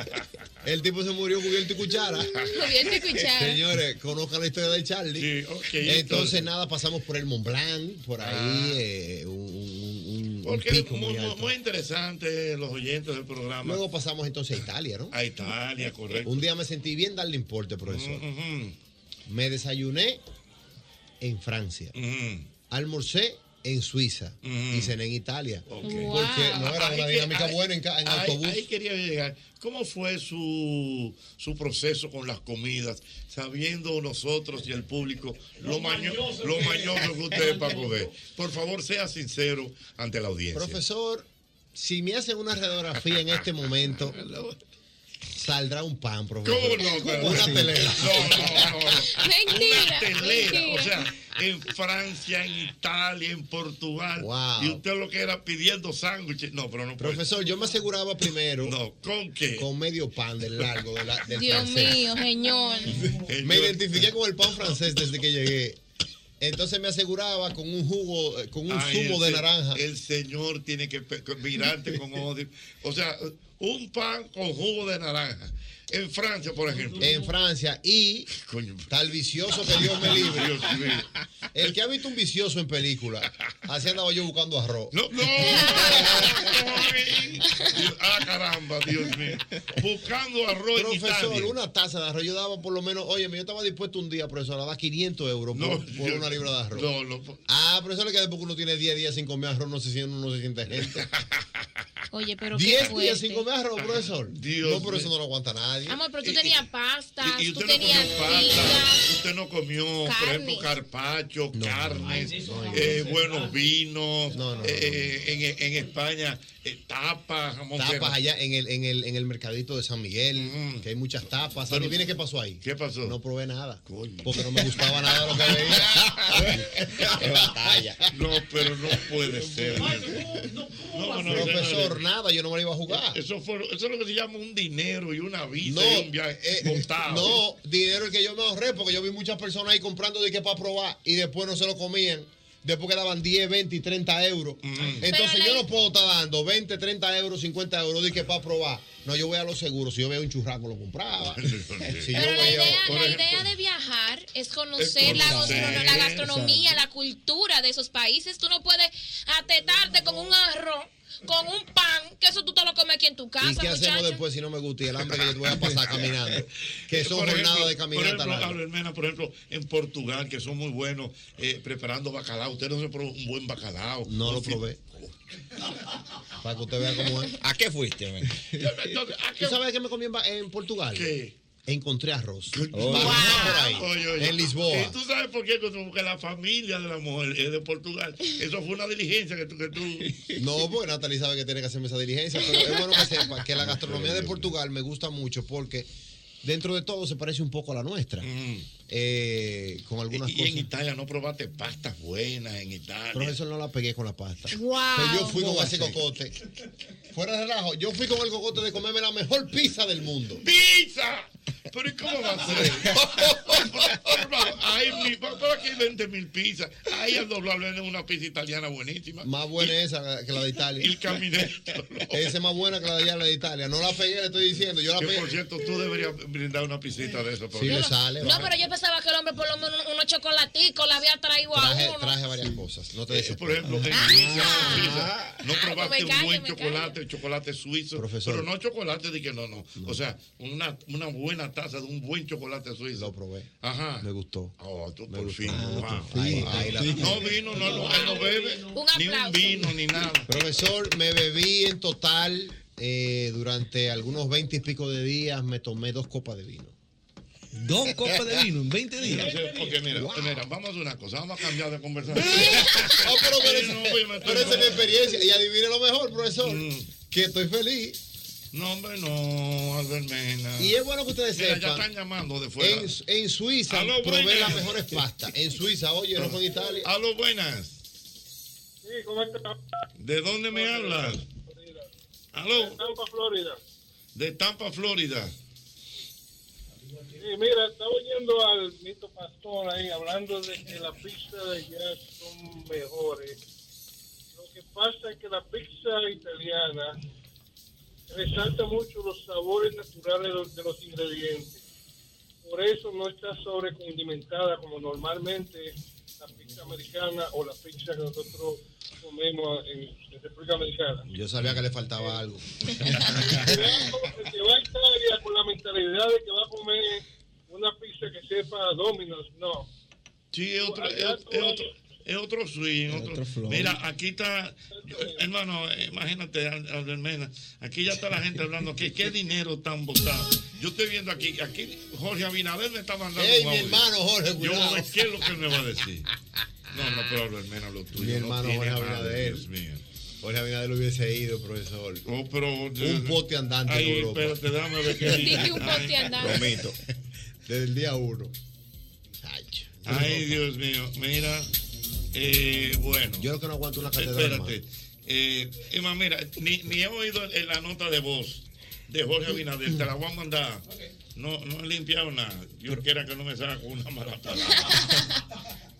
[SPEAKER 30] el tipo se murió cubierto y cuchara.
[SPEAKER 33] Cubierto y cuchara.
[SPEAKER 30] Señores, conozcan la historia de Charlie. entonces,
[SPEAKER 10] entonces.
[SPEAKER 30] nada, pasamos por el Mont Blanc, por ahí
[SPEAKER 10] Ah.
[SPEAKER 30] eh, un, un- un- un
[SPEAKER 10] Porque es
[SPEAKER 30] pico
[SPEAKER 10] muy,
[SPEAKER 30] muy
[SPEAKER 10] muy-
[SPEAKER 30] alto.
[SPEAKER 10] muy interesante los oyentes del programa.
[SPEAKER 30] Luego pasamos entonces a Italia, ¿no?
[SPEAKER 10] A Italia, correcto. Mm,
[SPEAKER 30] Un día me sentí bien darle importe, profesor. Me desayuné en Francia. Almorcé en Suiza y cené en Italia. Porque
[SPEAKER 10] Wow.
[SPEAKER 30] no era
[SPEAKER 10] Ahí
[SPEAKER 30] una
[SPEAKER 10] que-
[SPEAKER 30] dinámica
[SPEAKER 10] ahí-
[SPEAKER 30] buena en, ca- en
[SPEAKER 10] ahí-
[SPEAKER 30] autobús.
[SPEAKER 10] Ahí quería llegar. ¿Cómo fue su, su proceso con las comidas? Sabiendo nosotros y el público lo,
[SPEAKER 30] Lo
[SPEAKER 10] maño-
[SPEAKER 30] mañoso
[SPEAKER 10] lo
[SPEAKER 30] que-
[SPEAKER 10] mañoso que usted es para comer. Por favor, sea sincero ante la audiencia.
[SPEAKER 30] Profesor, si me hacen una radiografía en este momento, saldrá un pan, profesor.
[SPEAKER 10] ¿Cómo no? Pero-
[SPEAKER 30] Una telera.
[SPEAKER 10] <laughs> No, no, no.
[SPEAKER 33] Mentira,
[SPEAKER 10] Una telera.
[SPEAKER 33] mentira.
[SPEAKER 10] O sea, en Francia, en Italia, en Portugal.
[SPEAKER 30] Wow.
[SPEAKER 10] Y usted lo que era pidiendo sándwiches. No, pero no puede.
[SPEAKER 30] Profesor, yo me aseguraba primero.
[SPEAKER 10] ¿con qué?
[SPEAKER 30] Con medio pan del largo. de la- del
[SPEAKER 33] Dios
[SPEAKER 30] francés.
[SPEAKER 33] mío, señor.
[SPEAKER 10] Eh,
[SPEAKER 30] Me identifiqué con el pan francés desde que llegué. Entonces me aseguraba con un jugo, eh, con un
[SPEAKER 10] Ay,
[SPEAKER 30] zumo
[SPEAKER 10] el
[SPEAKER 30] de
[SPEAKER 10] se-
[SPEAKER 30] naranja.
[SPEAKER 10] El señor tiene que pe- mirarte
[SPEAKER 30] <laughs>
[SPEAKER 10] con odio. O sea, un pan con jugo de naranja. En Francia, por ejemplo.
[SPEAKER 30] En Francia. Y tal vicioso que Dios me libre. El que ha visto un vicioso en película, así andaba yo buscando arroz.
[SPEAKER 10] No, no. ah, caramba, Dios mío. Buscando arroz en
[SPEAKER 30] Profesor,
[SPEAKER 10] Italia.
[SPEAKER 30] una taza de arroz yo daba por lo menos, oye, yo estaba dispuesto un día, profesor, a dar 500 euros por,
[SPEAKER 10] No,
[SPEAKER 30] por
[SPEAKER 10] yo-
[SPEAKER 30] una libra de arroz.
[SPEAKER 10] No, no.
[SPEAKER 30] Ah, profesor, que después que uno tiene 10 días sin comer arroz, no se siente, uno no se siente gente.
[SPEAKER 33] Oye, <laughs> pero qué
[SPEAKER 30] 10
[SPEAKER 33] fuerte.
[SPEAKER 30] días sin comer arroz, profesor. no, pero eso no lo aguanta nadie.
[SPEAKER 33] Amor, pero tú tenías pastas,
[SPEAKER 30] y
[SPEAKER 33] tú
[SPEAKER 30] usted no
[SPEAKER 33] tenías
[SPEAKER 30] comió pasta.
[SPEAKER 33] ligas.
[SPEAKER 10] Usted no comió, por
[SPEAKER 33] Carne.
[SPEAKER 10] ejemplo, carpacho, carnes, eh, buenos vinos, eh, eh, en, en España, eh, tapas, jamón
[SPEAKER 30] Tapas
[SPEAKER 10] serrano.
[SPEAKER 30] allá en el, en, el, en el mercadito de San Miguel, que hay muchas tapas. ¿Sabes
[SPEAKER 10] Mm. Pero-
[SPEAKER 30] viene qué pasó ahí?
[SPEAKER 10] ¿Qué pasó?
[SPEAKER 30] No probé nada. Porque no me gustaba nada lo que veía. qué batalla.
[SPEAKER 10] <laughs> No, pero no
[SPEAKER 30] <laughs>
[SPEAKER 10] puede ser. No, no,
[SPEAKER 30] Profesor,
[SPEAKER 10] señores.
[SPEAKER 30] nada, yo no me lo iba a jugar.
[SPEAKER 10] Eso, fue, eso es lo que se llama un dinero y una visa
[SPEAKER 30] No, Eh,
[SPEAKER 10] y un viaje montado.
[SPEAKER 30] No, dinero el que yo me ahorré, porque yo vi muchas personas ahí comprando de que para probar y después no se lo comían. Después quedaban 10, 20 y 30 euros.
[SPEAKER 10] Mm.
[SPEAKER 30] Entonces
[SPEAKER 33] Pero
[SPEAKER 30] yo
[SPEAKER 33] la-
[SPEAKER 30] no puedo estar dando 20, 30 euros, 50 euros de que para probar. No, yo voy a lo seguro. Si yo veo un churrasco, lo
[SPEAKER 10] <laughs>
[SPEAKER 30] compraba. si yo
[SPEAKER 33] Pero la
[SPEAKER 30] veo.
[SPEAKER 33] idea, la idea de viajar es conocer la,
[SPEAKER 30] conocer,
[SPEAKER 33] gastro- la gastronomía, la cultura de esos países. Tú no puedes atetarte con un arroz, con un pan, que eso tú te lo comes aquí en tu casa,
[SPEAKER 30] ¿Y qué hacemos
[SPEAKER 33] muchacho.
[SPEAKER 30] después si no me gusta y el hambre que yo te voy a
[SPEAKER 10] <laughs>
[SPEAKER 30] pasar caminando? Que son
[SPEAKER 10] Eh, Por ejemplo,
[SPEAKER 30] jornadas de
[SPEAKER 10] Por
[SPEAKER 30] caminata.
[SPEAKER 10] ejemplo,
[SPEAKER 30] larga.
[SPEAKER 10] Carlos Hermena, por ejemplo, en Portugal, que son muy buenos eh, preparando bacalao. Usted no se probó un buen bacalao.
[SPEAKER 30] No
[SPEAKER 10] Un
[SPEAKER 30] lo
[SPEAKER 10] fin-
[SPEAKER 30] probé. Para que usted vea cómo es.
[SPEAKER 10] ¿A qué fuiste? men?
[SPEAKER 30] <laughs> ¿Tú sabes qué me comí en, Ba- en Portugal? Encontré arroz. Barra por ahí,
[SPEAKER 10] Oh, Oye, oye.
[SPEAKER 30] En Lisboa.
[SPEAKER 10] Eh, ¿Tú sabes por qué? Porque la familia de la mujer es de Portugal. Eso fue una diligencia que tú... Que
[SPEAKER 30] <laughs>
[SPEAKER 10] tú...
[SPEAKER 30] No, porque Natalie sabe que tiene que hacerme esa diligencia, pero es bueno que sepa que la gastronomía de Portugal me gusta mucho porque dentro de todo se parece un poco a la nuestra. Eh, con algunas
[SPEAKER 10] Mm. y
[SPEAKER 30] cosas.
[SPEAKER 10] en Italia no probaste pastas buenas en Italia.
[SPEAKER 30] Profesor, no la pegué con la pasta.
[SPEAKER 10] Wow.
[SPEAKER 30] Pero yo fui con
[SPEAKER 10] ¿Cómo
[SPEAKER 30] ese
[SPEAKER 10] así?
[SPEAKER 30] cocote. Fuera de relajo, yo fui con el cocote de comerme la mejor pizza del mundo.
[SPEAKER 10] ¡Pizza! Pero ¿y cómo va a ser? Hermano, Ahí mi papá aquí vende mil pizzas. Ahí al doblar venden una pizza italiana buenísima.
[SPEAKER 30] Más buena esa que la de Italia.
[SPEAKER 10] El caminero.
[SPEAKER 30] Esa es más buena que la de allá, la de Italia. No la pegué, le estoy diciendo. Yo la
[SPEAKER 10] Que,
[SPEAKER 30] pegué.
[SPEAKER 10] por cierto, tú deberías brindar una piscita de eso.
[SPEAKER 30] Sí, le sale.
[SPEAKER 33] No, pero yo pensaba que el hombre por lo menos unos chocolaticos le había traído
[SPEAKER 30] Traje,
[SPEAKER 33] a uno.
[SPEAKER 30] traje varias cosas. No te
[SPEAKER 10] Eh, por ejemplo, en
[SPEAKER 33] Ah,
[SPEAKER 10] Suiza, en Suiza, no probaste un
[SPEAKER 33] callo,
[SPEAKER 10] buen
[SPEAKER 33] pues me
[SPEAKER 10] chocolate, chocolate suizo, pero no chocolate de que no, no, O sea, una, una buena taza de un buen chocolate suizo. Lo
[SPEAKER 30] probé.
[SPEAKER 10] Ajá.
[SPEAKER 30] Me gustó. Ah,
[SPEAKER 10] Oh, tú por fin. wow.
[SPEAKER 30] Ahí,
[SPEAKER 10] Ay,
[SPEAKER 30] ahí la-
[SPEAKER 10] No vino, no, no, él no bebe, ni un vino, ni nada.
[SPEAKER 30] Profesor, me bebí en total eh, durante algunos 20 y pico de días, me tomé dos copas de vino.
[SPEAKER 10] Dos
[SPEAKER 30] copas de vino
[SPEAKER 10] en 20 días. Porque mira, mira, vamos a hacer una cosa, vamos a cambiar de
[SPEAKER 33] <laughs>
[SPEAKER 10] conversación.
[SPEAKER 30] Oh, pero, pero
[SPEAKER 10] Ay,
[SPEAKER 30] esa-
[SPEAKER 10] no, oye, me estoy
[SPEAKER 30] pero esa es mi
[SPEAKER 10] enamorando.
[SPEAKER 30] experiencia. Y adivine lo mejor, profesor, que estoy feliz.
[SPEAKER 10] Mm. No, hombre, no, Albert Mena.
[SPEAKER 30] Y es bueno que ustedes
[SPEAKER 10] Mira,
[SPEAKER 30] sepan.
[SPEAKER 10] ya están llamando de fuera.
[SPEAKER 30] En, en Suiza
[SPEAKER 10] Aló,
[SPEAKER 30] probé
[SPEAKER 10] buenas.
[SPEAKER 30] las mejores pastas. En Suiza, oye, no fue en Italia.
[SPEAKER 10] Aló, buenas.
[SPEAKER 27] Sí, ¿cómo está?
[SPEAKER 10] ¿De dónde me hablas? Aló,
[SPEAKER 27] Tampa, Florida.
[SPEAKER 10] de Tampa, Florida.
[SPEAKER 27] Sí, mira, estaba oyendo al Nito Pastor ahí hablando de que las pizzas de allá son mejores. Lo que pasa es que la pizza italiana resalta mucho los sabores naturales de los, de los ingredientes. Por eso no está sobrecondimentada como normalmente la pizza americana o la pizza que nosotros comemos en, en República Americana.
[SPEAKER 30] Yo sabía que le faltaba algo.
[SPEAKER 27] El que va a Italia con la mentalidad de que va a comer una pizza que sepa a Domino's, no.
[SPEAKER 10] Sí, es otro, es, es otro, es otro swing. Otro, Mira, aquí está, hermano, imagínate, Al- Albermena, aquí ya está la gente hablando, que qué dinero tan botado. Yo estoy viendo aquí, aquí Jorge Abinader me está mandando un
[SPEAKER 30] Ey, mi
[SPEAKER 10] audio.
[SPEAKER 30] hermano Jorge,
[SPEAKER 10] Yo voy a
[SPEAKER 30] cuidado.
[SPEAKER 10] ver qué es lo que él me va a decir. No, no, pero Albermena, lo tuyo.
[SPEAKER 30] Mi hermano
[SPEAKER 10] no
[SPEAKER 30] Jorge
[SPEAKER 10] tiene madre,
[SPEAKER 30] Abinader.
[SPEAKER 10] Dios mío. Oh,
[SPEAKER 30] Jorge Abinader hubiese ido, profesor.
[SPEAKER 10] yo-
[SPEAKER 30] un bote andante
[SPEAKER 10] Ay,
[SPEAKER 30] en Europa.
[SPEAKER 10] eh, espérate, déjame ver qué dice. <laughs> Dije un bote Ay, andante.
[SPEAKER 30] Bromito. Desde el día uno.
[SPEAKER 10] Ay, Dios mío, mira, eh, bueno.
[SPEAKER 30] Yo lo que no aguanto una catedral.
[SPEAKER 10] Espérate. Eh, Emma, mira, ni, ni he oído el- la nota de voz de Jorge Abinader. Te la voy a mandar. No, no he limpiado nada. Yo quiera que no me salga con una mala palabra.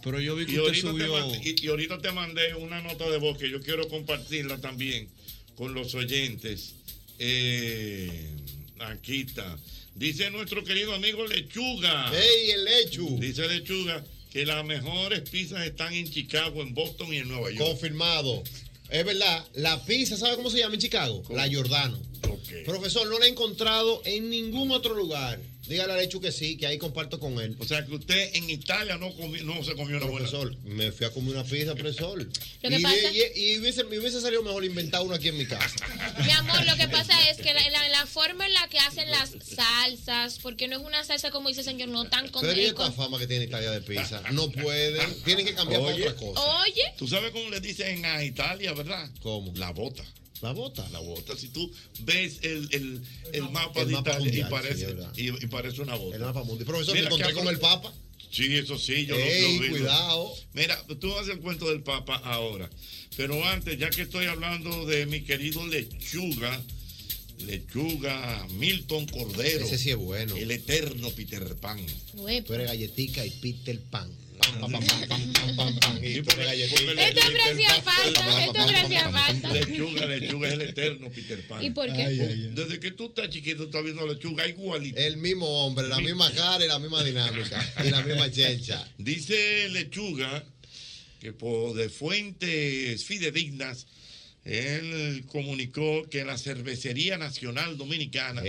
[SPEAKER 4] Pero yo vi
[SPEAKER 10] Y
[SPEAKER 4] que usted
[SPEAKER 10] ahorita, te
[SPEAKER 4] subió.
[SPEAKER 10] mandé, y- y ahorita te mandé una nota de voz que yo quiero compartirla también con los oyentes. Eh, aquí está. Dice nuestro querido amigo Lechuga.
[SPEAKER 30] ¡Ey, el Lechu!
[SPEAKER 10] Dice Lechuga que las mejores pizzas están en Chicago, en Boston y en Nueva York.
[SPEAKER 30] Confirmado. Es verdad, la pizza, ¿sabe cómo se llama en Chicago? La Giordano. Profesor, no la he encontrado en ningún otro lugar. Dígale a Lechu que sí, que ahí comparto con él.
[SPEAKER 10] O sea, que usted en Italia no, no se comió
[SPEAKER 30] una profesor, me fui a comer una pizza, profesor.
[SPEAKER 33] <laughs> Lo que
[SPEAKER 30] y,
[SPEAKER 33] pasa-
[SPEAKER 30] y- y hubiese, me hubiese salido mejor inventar uno aquí en mi casa.
[SPEAKER 33] <laughs> Mi amor, lo que pasa es que la, la- la forma en la que hacen las
[SPEAKER 30] eh,
[SPEAKER 33] salsas, porque no es una salsa como dice el señor, no tan con,
[SPEAKER 30] Pero y
[SPEAKER 33] eh,
[SPEAKER 30] esta
[SPEAKER 33] con-
[SPEAKER 30] fama que tiene Italia de pizza. No pueden, tienen que cambiar por
[SPEAKER 10] Oye.
[SPEAKER 30] otra cosa.
[SPEAKER 33] Oye,
[SPEAKER 10] Tú sabes cómo le dicen a Italia, ¿verdad?
[SPEAKER 30] ¿Cómo?
[SPEAKER 10] La bota.
[SPEAKER 30] La bota.
[SPEAKER 10] La bota. Si tú ves el, el, el mapa
[SPEAKER 30] El
[SPEAKER 10] de
[SPEAKER 30] mapa
[SPEAKER 10] Italia
[SPEAKER 30] mundial,
[SPEAKER 10] y, parece,
[SPEAKER 30] sí, ¿verdad?
[SPEAKER 10] y, y parece una bota.
[SPEAKER 30] El mapa mundial. Profesor, me encontré con el Papa.
[SPEAKER 10] Sí, eso sí, yo lo-
[SPEAKER 30] Ey,
[SPEAKER 10] lo vi.
[SPEAKER 30] cuidado.
[SPEAKER 10] Mira, tú haces el cuento del Papa ahora. Pero antes, ya que estoy hablando de mi querido Lechuga, Lechuga Milton Cordero.
[SPEAKER 30] Ese sí es bueno.
[SPEAKER 10] El eterno Peter Pan.
[SPEAKER 20] pues.
[SPEAKER 30] Tú eres galletica y pita el pan. Pam, pam, pam, pam, pam, pam, pam, pam. Y tú eres galletica.
[SPEAKER 33] Esto ofrecía falta, esto ofrecía falta.
[SPEAKER 10] Lechuga, lechuga es el eterno Peter Pan.
[SPEAKER 33] ¿Y por qué? Ay, ay,
[SPEAKER 10] Desde que tú estás chiquito, estás viendo a lechuga igualito.
[SPEAKER 30] El mismo hombre, la misma cara y la misma dinámica. Y la misma chencha.
[SPEAKER 10] Dice lechuga que por de fuentes fidedignas, él comunicó que la Cervecería Nacional Dominicana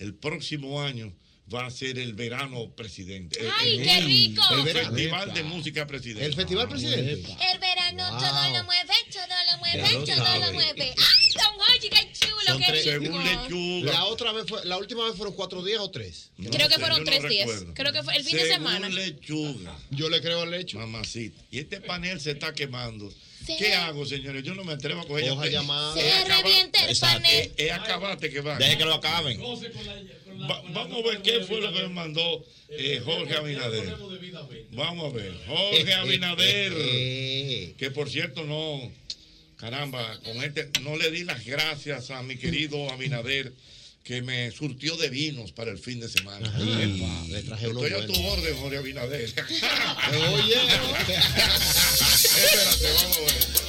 [SPEAKER 10] el próximo año va a ser el verano presidente. El-
[SPEAKER 33] ¡Ay,
[SPEAKER 10] el-
[SPEAKER 33] qué rico!
[SPEAKER 10] El
[SPEAKER 30] Epa.
[SPEAKER 10] Festival de Música Presidente. Ah,
[SPEAKER 30] El festival presidente.
[SPEAKER 33] El verano
[SPEAKER 10] Wow.
[SPEAKER 33] todo lo mueve, todo lo
[SPEAKER 10] Ya
[SPEAKER 33] mueve,
[SPEAKER 10] lo
[SPEAKER 33] todo lo
[SPEAKER 10] sabe.
[SPEAKER 33] mueve. ¡Ay, don Jorge, qué chulo,
[SPEAKER 30] Son
[SPEAKER 33] qué
[SPEAKER 30] tres.
[SPEAKER 33] rico!
[SPEAKER 30] La otra vez fue, la última vez fueron cuatro días o tres.
[SPEAKER 33] Creo que fueron tres días. Creo que fue el fin de
[SPEAKER 10] Según
[SPEAKER 33] semana.
[SPEAKER 10] lechuga.
[SPEAKER 30] Yo le creo al lecho.
[SPEAKER 10] Mamacita. Y este panel se está quemando.
[SPEAKER 33] Sí.
[SPEAKER 10] ¿Qué hago, señores? Yo no me atrevo a coger este- Eh,
[SPEAKER 30] Hoja
[SPEAKER 10] ya-
[SPEAKER 30] llamada.
[SPEAKER 33] Se revienta el panel.
[SPEAKER 10] Es Eh, acabate que van.
[SPEAKER 30] Deje que lo acaben.
[SPEAKER 10] Va- vamos a ver qué fue lo que me mandó eh, Jorge Abinader. Vamos a ver.
[SPEAKER 30] <laughs> Eh,
[SPEAKER 10] Jorge Abinader. Que por cierto, no. Caramba, con este. No le di las gracias a mi querido Abinader que me surtió de vinos para el fin de semana. Epa.
[SPEAKER 30] Le traje uno
[SPEAKER 10] Estoy a
[SPEAKER 30] bueno.
[SPEAKER 10] tu orden, Jorge <laughs> Abinader.
[SPEAKER 30] Oye.
[SPEAKER 10] Espérate, vamos a ver.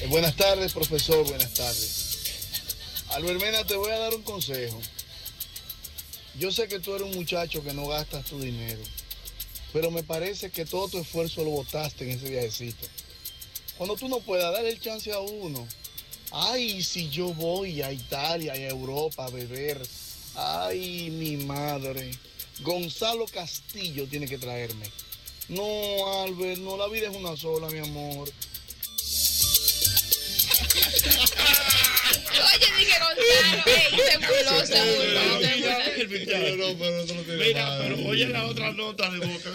[SPEAKER 3] Eh, Buenas tardes, profesor, buenas tardes. Albermena, te voy a dar un consejo. Yo sé que tú eres un muchacho que no gastas tu dinero, pero me parece que todo tu esfuerzo lo botaste en ese viajecito. Cuando tú no puedas dar el chance a uno, ay, si yo voy a Italia y a Europa a beber, ay, mi madre, Gonzalo Castillo tiene que traerme. No, Albert, no, la vida es una sola, mi amor.
[SPEAKER 33] Oye, dije Gonzalo, ey, se burló, se burló, se burló.
[SPEAKER 10] Mira, pero oye la otra nota de boca.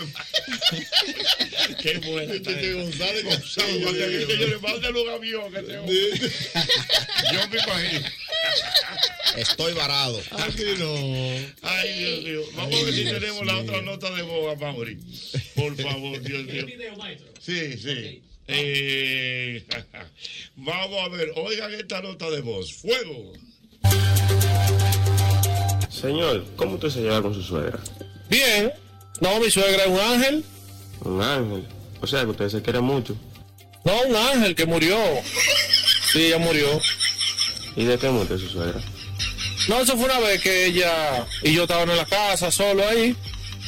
[SPEAKER 10] <laughs> Qué buena. Que González González. González, que Yo le mando los aviones. Yo me imagino.
[SPEAKER 30] Estoy varado.
[SPEAKER 10] Ay, Dios mío. Vamos a ver si
[SPEAKER 30] Dios
[SPEAKER 10] tenemos la otra nota de boga, Mauri. Por favor, Dios mío. Sí, sí. Eh, <laughs> vamos a ver. Oigan esta nota de voz. Fuego.
[SPEAKER 7] Señor, ¿cómo usted se lleva con su suegra?
[SPEAKER 14] Bien. No, mi suegra es un ángel.
[SPEAKER 7] Un ángel. O sea, que usted se quiere mucho.
[SPEAKER 14] No, un ángel que murió. Sí, ella murió.
[SPEAKER 7] ¿Y de qué muere su suegra?
[SPEAKER 14] No, eso fue una vez que ella y yo estaban en la casa solo ahí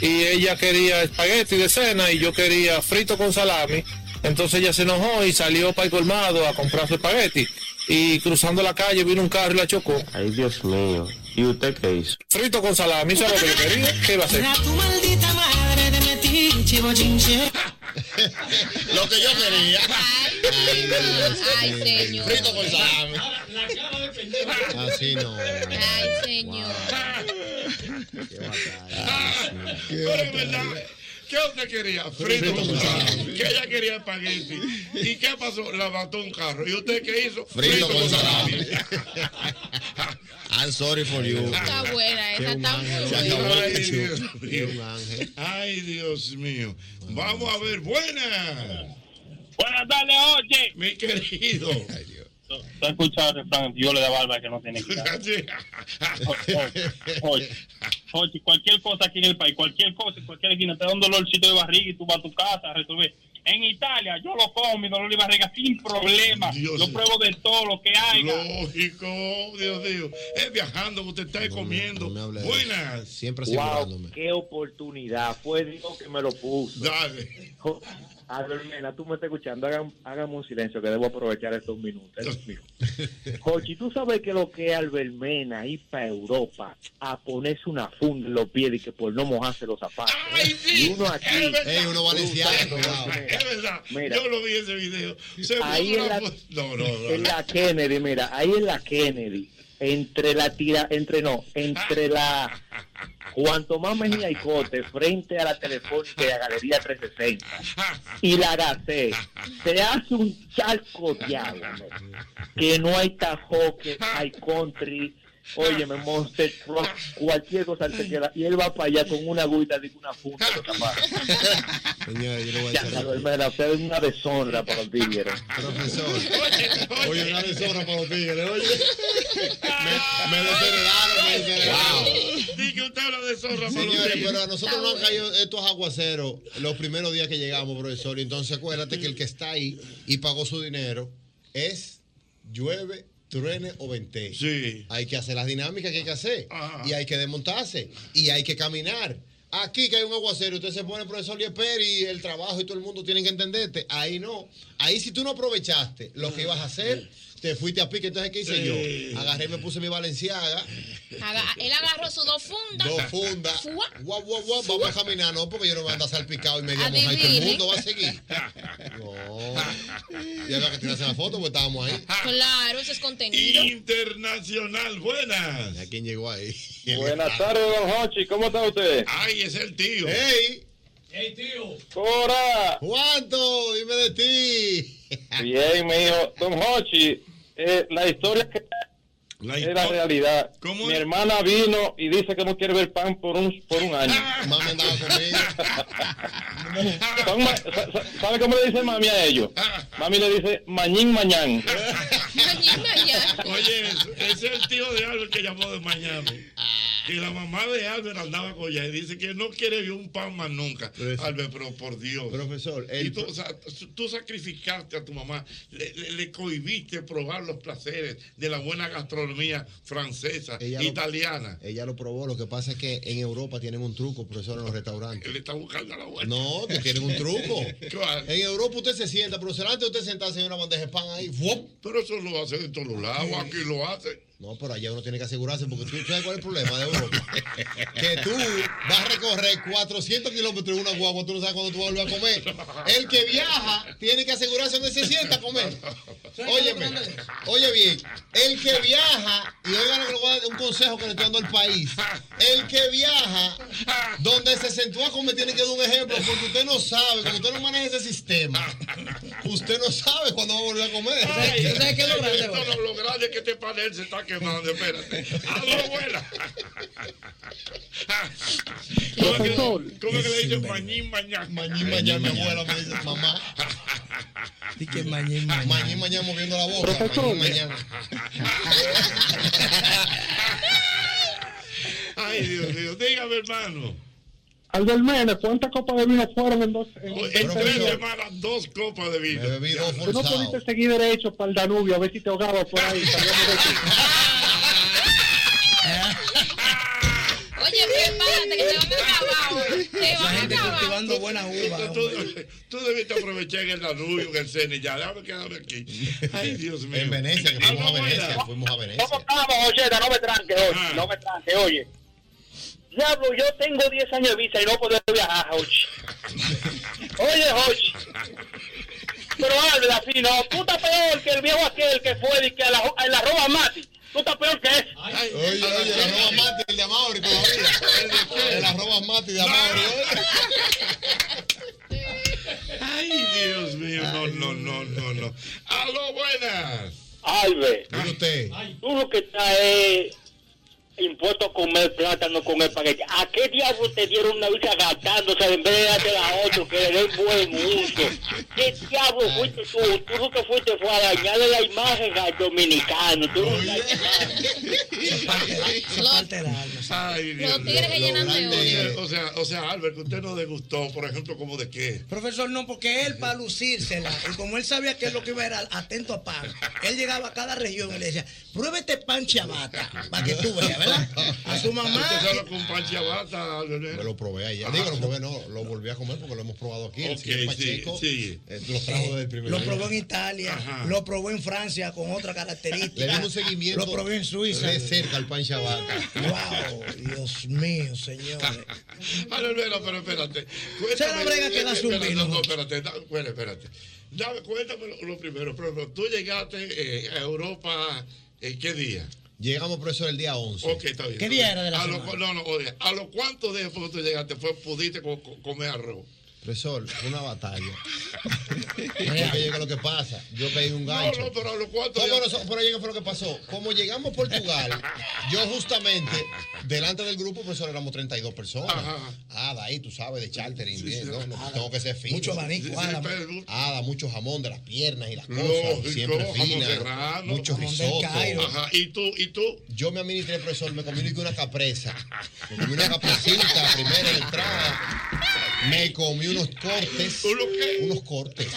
[SPEAKER 14] y ella quería espagueti de cena y yo quería frito con salami. Entonces ella se enojó y salió para el colmado a comprar su espagueti. Y cruzando la calle vino un carro y la chocó.
[SPEAKER 7] Ay, Dios mío. ¿Y usted qué hizo?
[SPEAKER 14] Frito con salami, ¿sabes lo que yo quería? ¿Qué iba a hacer?
[SPEAKER 1] tu maldita madre de metiche, bochinche.
[SPEAKER 14] <laughs> Lo que yo quería.
[SPEAKER 1] Ay, señor.
[SPEAKER 30] Frito con salami.
[SPEAKER 1] La cara de pendejo.
[SPEAKER 30] Así no.
[SPEAKER 1] Ay, señor.
[SPEAKER 10] Pero en verdad, ¿qué usted quería? Frito con salami. Que ella quería espagueti. ¿Y qué pasó? La mató un carro. ¿Y usted qué hizo?
[SPEAKER 30] Frito con salami. <laughs> I'm sorry for you.
[SPEAKER 33] Está buena, esa está muy
[SPEAKER 30] Se
[SPEAKER 33] buena.
[SPEAKER 30] acabó el
[SPEAKER 10] Ay,
[SPEAKER 30] cachú.
[SPEAKER 10] Dios mío. Ay, Dios mío. Vamos a ver, buenas. Buenas tardes, oye. Mi querido.
[SPEAKER 18] ¿Tú has escuchado el refrán? Dios le da barba que no tiene que dar. Oye, oye, cualquier cosa aquí en el país, cualquier cosa, en cualquier esquina, te da un dolorcito de barriga y tú vas a tu casa a resolver. En Italia, yo lo como, mi dolor de barriga sin problema. yo pruebo de todo lo que haya.
[SPEAKER 10] Lógico, Dios mío. Es viajando, usted está comiendo. buenas.
[SPEAKER 30] Siempre
[SPEAKER 24] Wow, qué oportunidad. Fue Dios que me lo puso.
[SPEAKER 10] Dale.
[SPEAKER 24] Adormena, tú me estás escuchando. Hagan, hágame un silencio que debo aprovechar estos minutos. estos minutos. Jochi, tú sabes que lo que es Albermena ir para Europa a ponerse una funda en los pies y que por no mojarse los zapatos. y uno aquí.
[SPEAKER 10] Es verdad.
[SPEAKER 30] "Ah,
[SPEAKER 24] cruzando,
[SPEAKER 10] Es verdad.
[SPEAKER 24] Mira.
[SPEAKER 10] Yo lo vi ese video. Se
[SPEAKER 24] Ahí
[SPEAKER 10] puso
[SPEAKER 24] en
[SPEAKER 10] una
[SPEAKER 24] la-
[SPEAKER 10] fo- No, no, no.
[SPEAKER 24] en la Kennedy, mira, ahí en la Kennedy, entre la tira, entre no, entre la Juan Tomás Mejía y Cote, frente a la Telefónica y la Galería 360, y la Gacé, se hace un charco de agua, ¿no? que no hay tajoque, hay country, óyeme, Monster Truck, cualquier cosa que queda, y él va para allá con una agüita, digo, una punta, lo tapa.
[SPEAKER 30] Señor, yo le voy a
[SPEAKER 24] Ya,
[SPEAKER 30] decir.
[SPEAKER 24] hermano, usted es una deshonra para los tigres.
[SPEAKER 30] Oye, una deshonra para los tigres, oye.
[SPEAKER 10] <laughs>
[SPEAKER 30] Me, me desheredaron, me desheredaron.
[SPEAKER 10] Dije usted habla de zorra para los
[SPEAKER 30] Señores,
[SPEAKER 10] tigres.
[SPEAKER 30] pero a nosotros nos han caído estos aguaceros los primeros días que llegamos, profesor. Y Entonces acuérdate que el que está ahí y pagó su dinero es llueve, truene o vente. Hay que hacer las dinámicas que hay que hacer. Y hay que desmontarse. Y hay que caminar. Aquí que hay un aguacero, usted se pone profesor y espera y el trabajo y todo el mundo tienen que entenderte. Ahí no. Ahí si tú no aprovechaste lo que ibas a hacer, te fuiste a pique. Entonces, ¿qué hice yo? Agarré y me puse mi valenciaga.
[SPEAKER 33] Aga- Él agarró sus dos fundas.
[SPEAKER 30] Dos fundas.
[SPEAKER 33] Fua.
[SPEAKER 30] Guau, guau, guau. Vamos a caminar, no, porque yo no voy a andar salpicado y medio mojado y todo el
[SPEAKER 33] Adivinen.
[SPEAKER 30] mundo va
[SPEAKER 33] <laughs>
[SPEAKER 30] a seguir. No. Y había que tirarse la foto porque estábamos ahí.
[SPEAKER 12] Ah.
[SPEAKER 33] Claro, eso es contenido.
[SPEAKER 10] Ah,
[SPEAKER 33] <laughs>
[SPEAKER 10] Internacional, buenas.
[SPEAKER 30] ¿A quién llegó ahí?
[SPEAKER 20] Buenas tardes, don Hochi. ¿Cómo está usted?
[SPEAKER 10] Ay, es el tío.
[SPEAKER 30] ¡Ey!
[SPEAKER 10] ¡Ey, tío!
[SPEAKER 20] ¡Cora!
[SPEAKER 30] ¡Cuánto! Dime de ti.
[SPEAKER 20] Bien, mi hijo. Don Hochi, eh, la historia que es la realidad. Mi hermana vino y dice que no quiere ver pan por un, por un año. Son ma- sa- sa- ¿Sabe cómo le dice mami a ellos? Mami le dice mañín, mañán.
[SPEAKER 10] Oye, ese es el tío de Albert que llamó de Miami. Que la mamá de Albert andaba con ella y dice que no quiere ver un pan más nunca. Albert, pero por Dios.
[SPEAKER 30] Profesor,
[SPEAKER 10] Y tú, o sea, tú sacrificaste a tu mamá, le, le- le cohibiste probar los placeres de la buena gastronomía francesa,
[SPEAKER 30] Ella lo-
[SPEAKER 10] italiana.
[SPEAKER 30] Ella lo probó. Lo que pasa es que en Europa tienen un truco, profesor, en los restaurantes.
[SPEAKER 10] Él está buscando la vuelta.
[SPEAKER 30] No, que tienen un truco.
[SPEAKER 10] <laughs> ¿Cuál?
[SPEAKER 30] En Europa usted se sienta, profesor, antes de usted sentarse en una bandeja de pan ahí. ¡fuop!
[SPEAKER 10] Pero eso lo hacen en todos los lados, aquí lo hacen.
[SPEAKER 30] No, pero allá uno tiene que asegurarse porque tú sabes cuál es el problema de Europa. <laughs> que tú vas a recorrer 400 kilómetros en una guagua, tú no sabes cuándo tú vas a volver a comer. El que viaja tiene que asegurarse donde se sienta
[SPEAKER 10] <laughs>
[SPEAKER 30] a comer. Óyeme, oye bien, el que viaja, y oigan lo que le voy a dar, un consejo que le estoy dando al país, el que viaja donde se sentó a comer tiene que dar un ejemplo porque usted no sabe, porque usted no maneja ese sistema. Usted no sabe cuándo va a volver a comer.
[SPEAKER 10] Ay,
[SPEAKER 30] qué es lo grande,
[SPEAKER 10] esto
[SPEAKER 30] güey?
[SPEAKER 10] lo, lo grande es que este panel se está quemando, espérate. ¡Aló, abuela! ¿Cómo que, cómo que le dicen mañín, mañán? Mañín,
[SPEAKER 30] mañán, mi abuela me dice, mamá.
[SPEAKER 10] Y que mañín,
[SPEAKER 30] Mañana mañana moviendo la boca.
[SPEAKER 10] Profesor.
[SPEAKER 30] Mañana, mañana.
[SPEAKER 10] <laughs> Ay, Dios mío, dígame, hermano.
[SPEAKER 3] Albermene, ¿cuántas copas de vino fueron en dos? En,
[SPEAKER 10] Oh, En tres semanas, dos copas de vino.
[SPEAKER 3] Tú Pues no pudiste seguir derecho para el Danubio, a ver si te ahogaba por ahí. saliendo de aquí.
[SPEAKER 33] Oye, prepárate que te van a acabar. hoy. Te van a acabar.
[SPEAKER 10] cultivando buenas uvas. Tú, tú debiste aprovechar en el Danubio, en el Sena, y ya. Déjame quedarme aquí. Ay, Dios mío. En Venecia, que fuimos a Venecia. Fuimos a Venecia.
[SPEAKER 3] ¿Cómo estamos, Ocheta? No me tranque, oye. No me tranque, oye. Diablo, yo tengo 10 años de visa y no puedo viajar,
[SPEAKER 10] <laughs>
[SPEAKER 3] Jochi. Oye, Jochi. Pero habla así, no. Tú estás peor que el viejo aquel que fue y que a la, a la roba mati. Tú estás peor que ese.
[SPEAKER 30] Oye, oye, el arroba mate, el de Amauri todavía. El arroba mate de Amauri.
[SPEAKER 10] Ay, Dios mío. No, no, no, no, no. ¡Aló, buenas!
[SPEAKER 3] Albe. Tú lo que estás es impuesto a comer plátano con espagueti. ¿A qué diablo te dieron una visa gastándose en vez de darte la otra que le den buen uso? ¿Qué diablo fuiste tú? Tú lo que fuiste fue a dañarle la imagen al dominicano. Tú lo que-
[SPEAKER 10] Ay, Dios
[SPEAKER 33] Los tigres
[SPEAKER 10] mío.
[SPEAKER 33] que llenan de
[SPEAKER 10] Grande.
[SPEAKER 33] odio.
[SPEAKER 10] O sea, o sea, Albert, que usted no degustó, por ejemplo, como de qué.
[SPEAKER 12] Profesor, no, porque él para lucírsela, y como él sabía que lo que iba era atento a pan, él llegaba a cada región y le decía, pruébete pan chabata, para que tú veas, ¿verdad? A su mamá.
[SPEAKER 10] Usted se habla con pan chabata, Albert.
[SPEAKER 30] Me lo probé ayer. Digo, lo probé, no, lo volví a comer porque lo hemos probado aquí. El
[SPEAKER 10] Ok,
[SPEAKER 30] señor
[SPEAKER 10] sí,
[SPEAKER 30] Pacheco
[SPEAKER 10] sí.
[SPEAKER 30] eh, lo trajo desde el primer
[SPEAKER 12] Lo
[SPEAKER 30] día.
[SPEAKER 12] probó en Italia,
[SPEAKER 30] Ajá.
[SPEAKER 12] lo probó en Francia con otra característica.
[SPEAKER 30] Le dimos un seguimiento.
[SPEAKER 12] Lo probó en Suiza.
[SPEAKER 30] De cerca al pan chabata.
[SPEAKER 12] Wow, Dios mío, señores.
[SPEAKER 10] Albert, pero, pero espérate. eh,
[SPEAKER 12] Se la brega que la
[SPEAKER 10] espérate,
[SPEAKER 12] zumbino,
[SPEAKER 10] No, no, espérate, da- bueno, espérate. Dame, cuéntame lo, lo primero. Por ejemplo, tú llegaste eh, a Europa, ¿en qué día?
[SPEAKER 30] Llegamos, profesor, el día 11.
[SPEAKER 10] Ok, está bien.
[SPEAKER 30] ¿Qué día era de la
[SPEAKER 10] a lo-
[SPEAKER 30] semana?
[SPEAKER 10] No, no, oye, ¿a los cuántos días fue que tú llegaste? Fue, ¿Pudiste co- co- comer arroz?
[SPEAKER 30] Profesor, fue
[SPEAKER 10] <laughs>
[SPEAKER 30] una batalla. Porque llega lo que pasa. Yo caí en un gancho.
[SPEAKER 10] No, no, pero a los cuantos
[SPEAKER 30] ¿Cómo
[SPEAKER 10] días-
[SPEAKER 30] noso- pero llega fue lo que pasó. Como llegamos a Portugal, yo justamente, delante del grupo, profesor, éramos 32 personas.
[SPEAKER 10] Ajá.
[SPEAKER 30] Ada ahí, tú sabes, de chartering. bien, ¿no? No,
[SPEAKER 10] Ada.
[SPEAKER 30] tengo que ser fino.
[SPEAKER 10] Mucho abanico, Sí, sí, Ada. pero-
[SPEAKER 30] Ada, mucho jamón de las piernas y las
[SPEAKER 10] Lógico,
[SPEAKER 30] cosas. Siempre
[SPEAKER 10] jamón
[SPEAKER 30] fina.
[SPEAKER 10] serrano.
[SPEAKER 30] Mucho
[SPEAKER 10] Jamón del
[SPEAKER 30] risotto.
[SPEAKER 10] Cairo. Ajá, ¿Y tú? ¿Y tú?
[SPEAKER 30] Yo me administré, profesor, me comí una capresa. Me comí una caprecita, primera entrada. Me comí unos cortes. Unos cortes.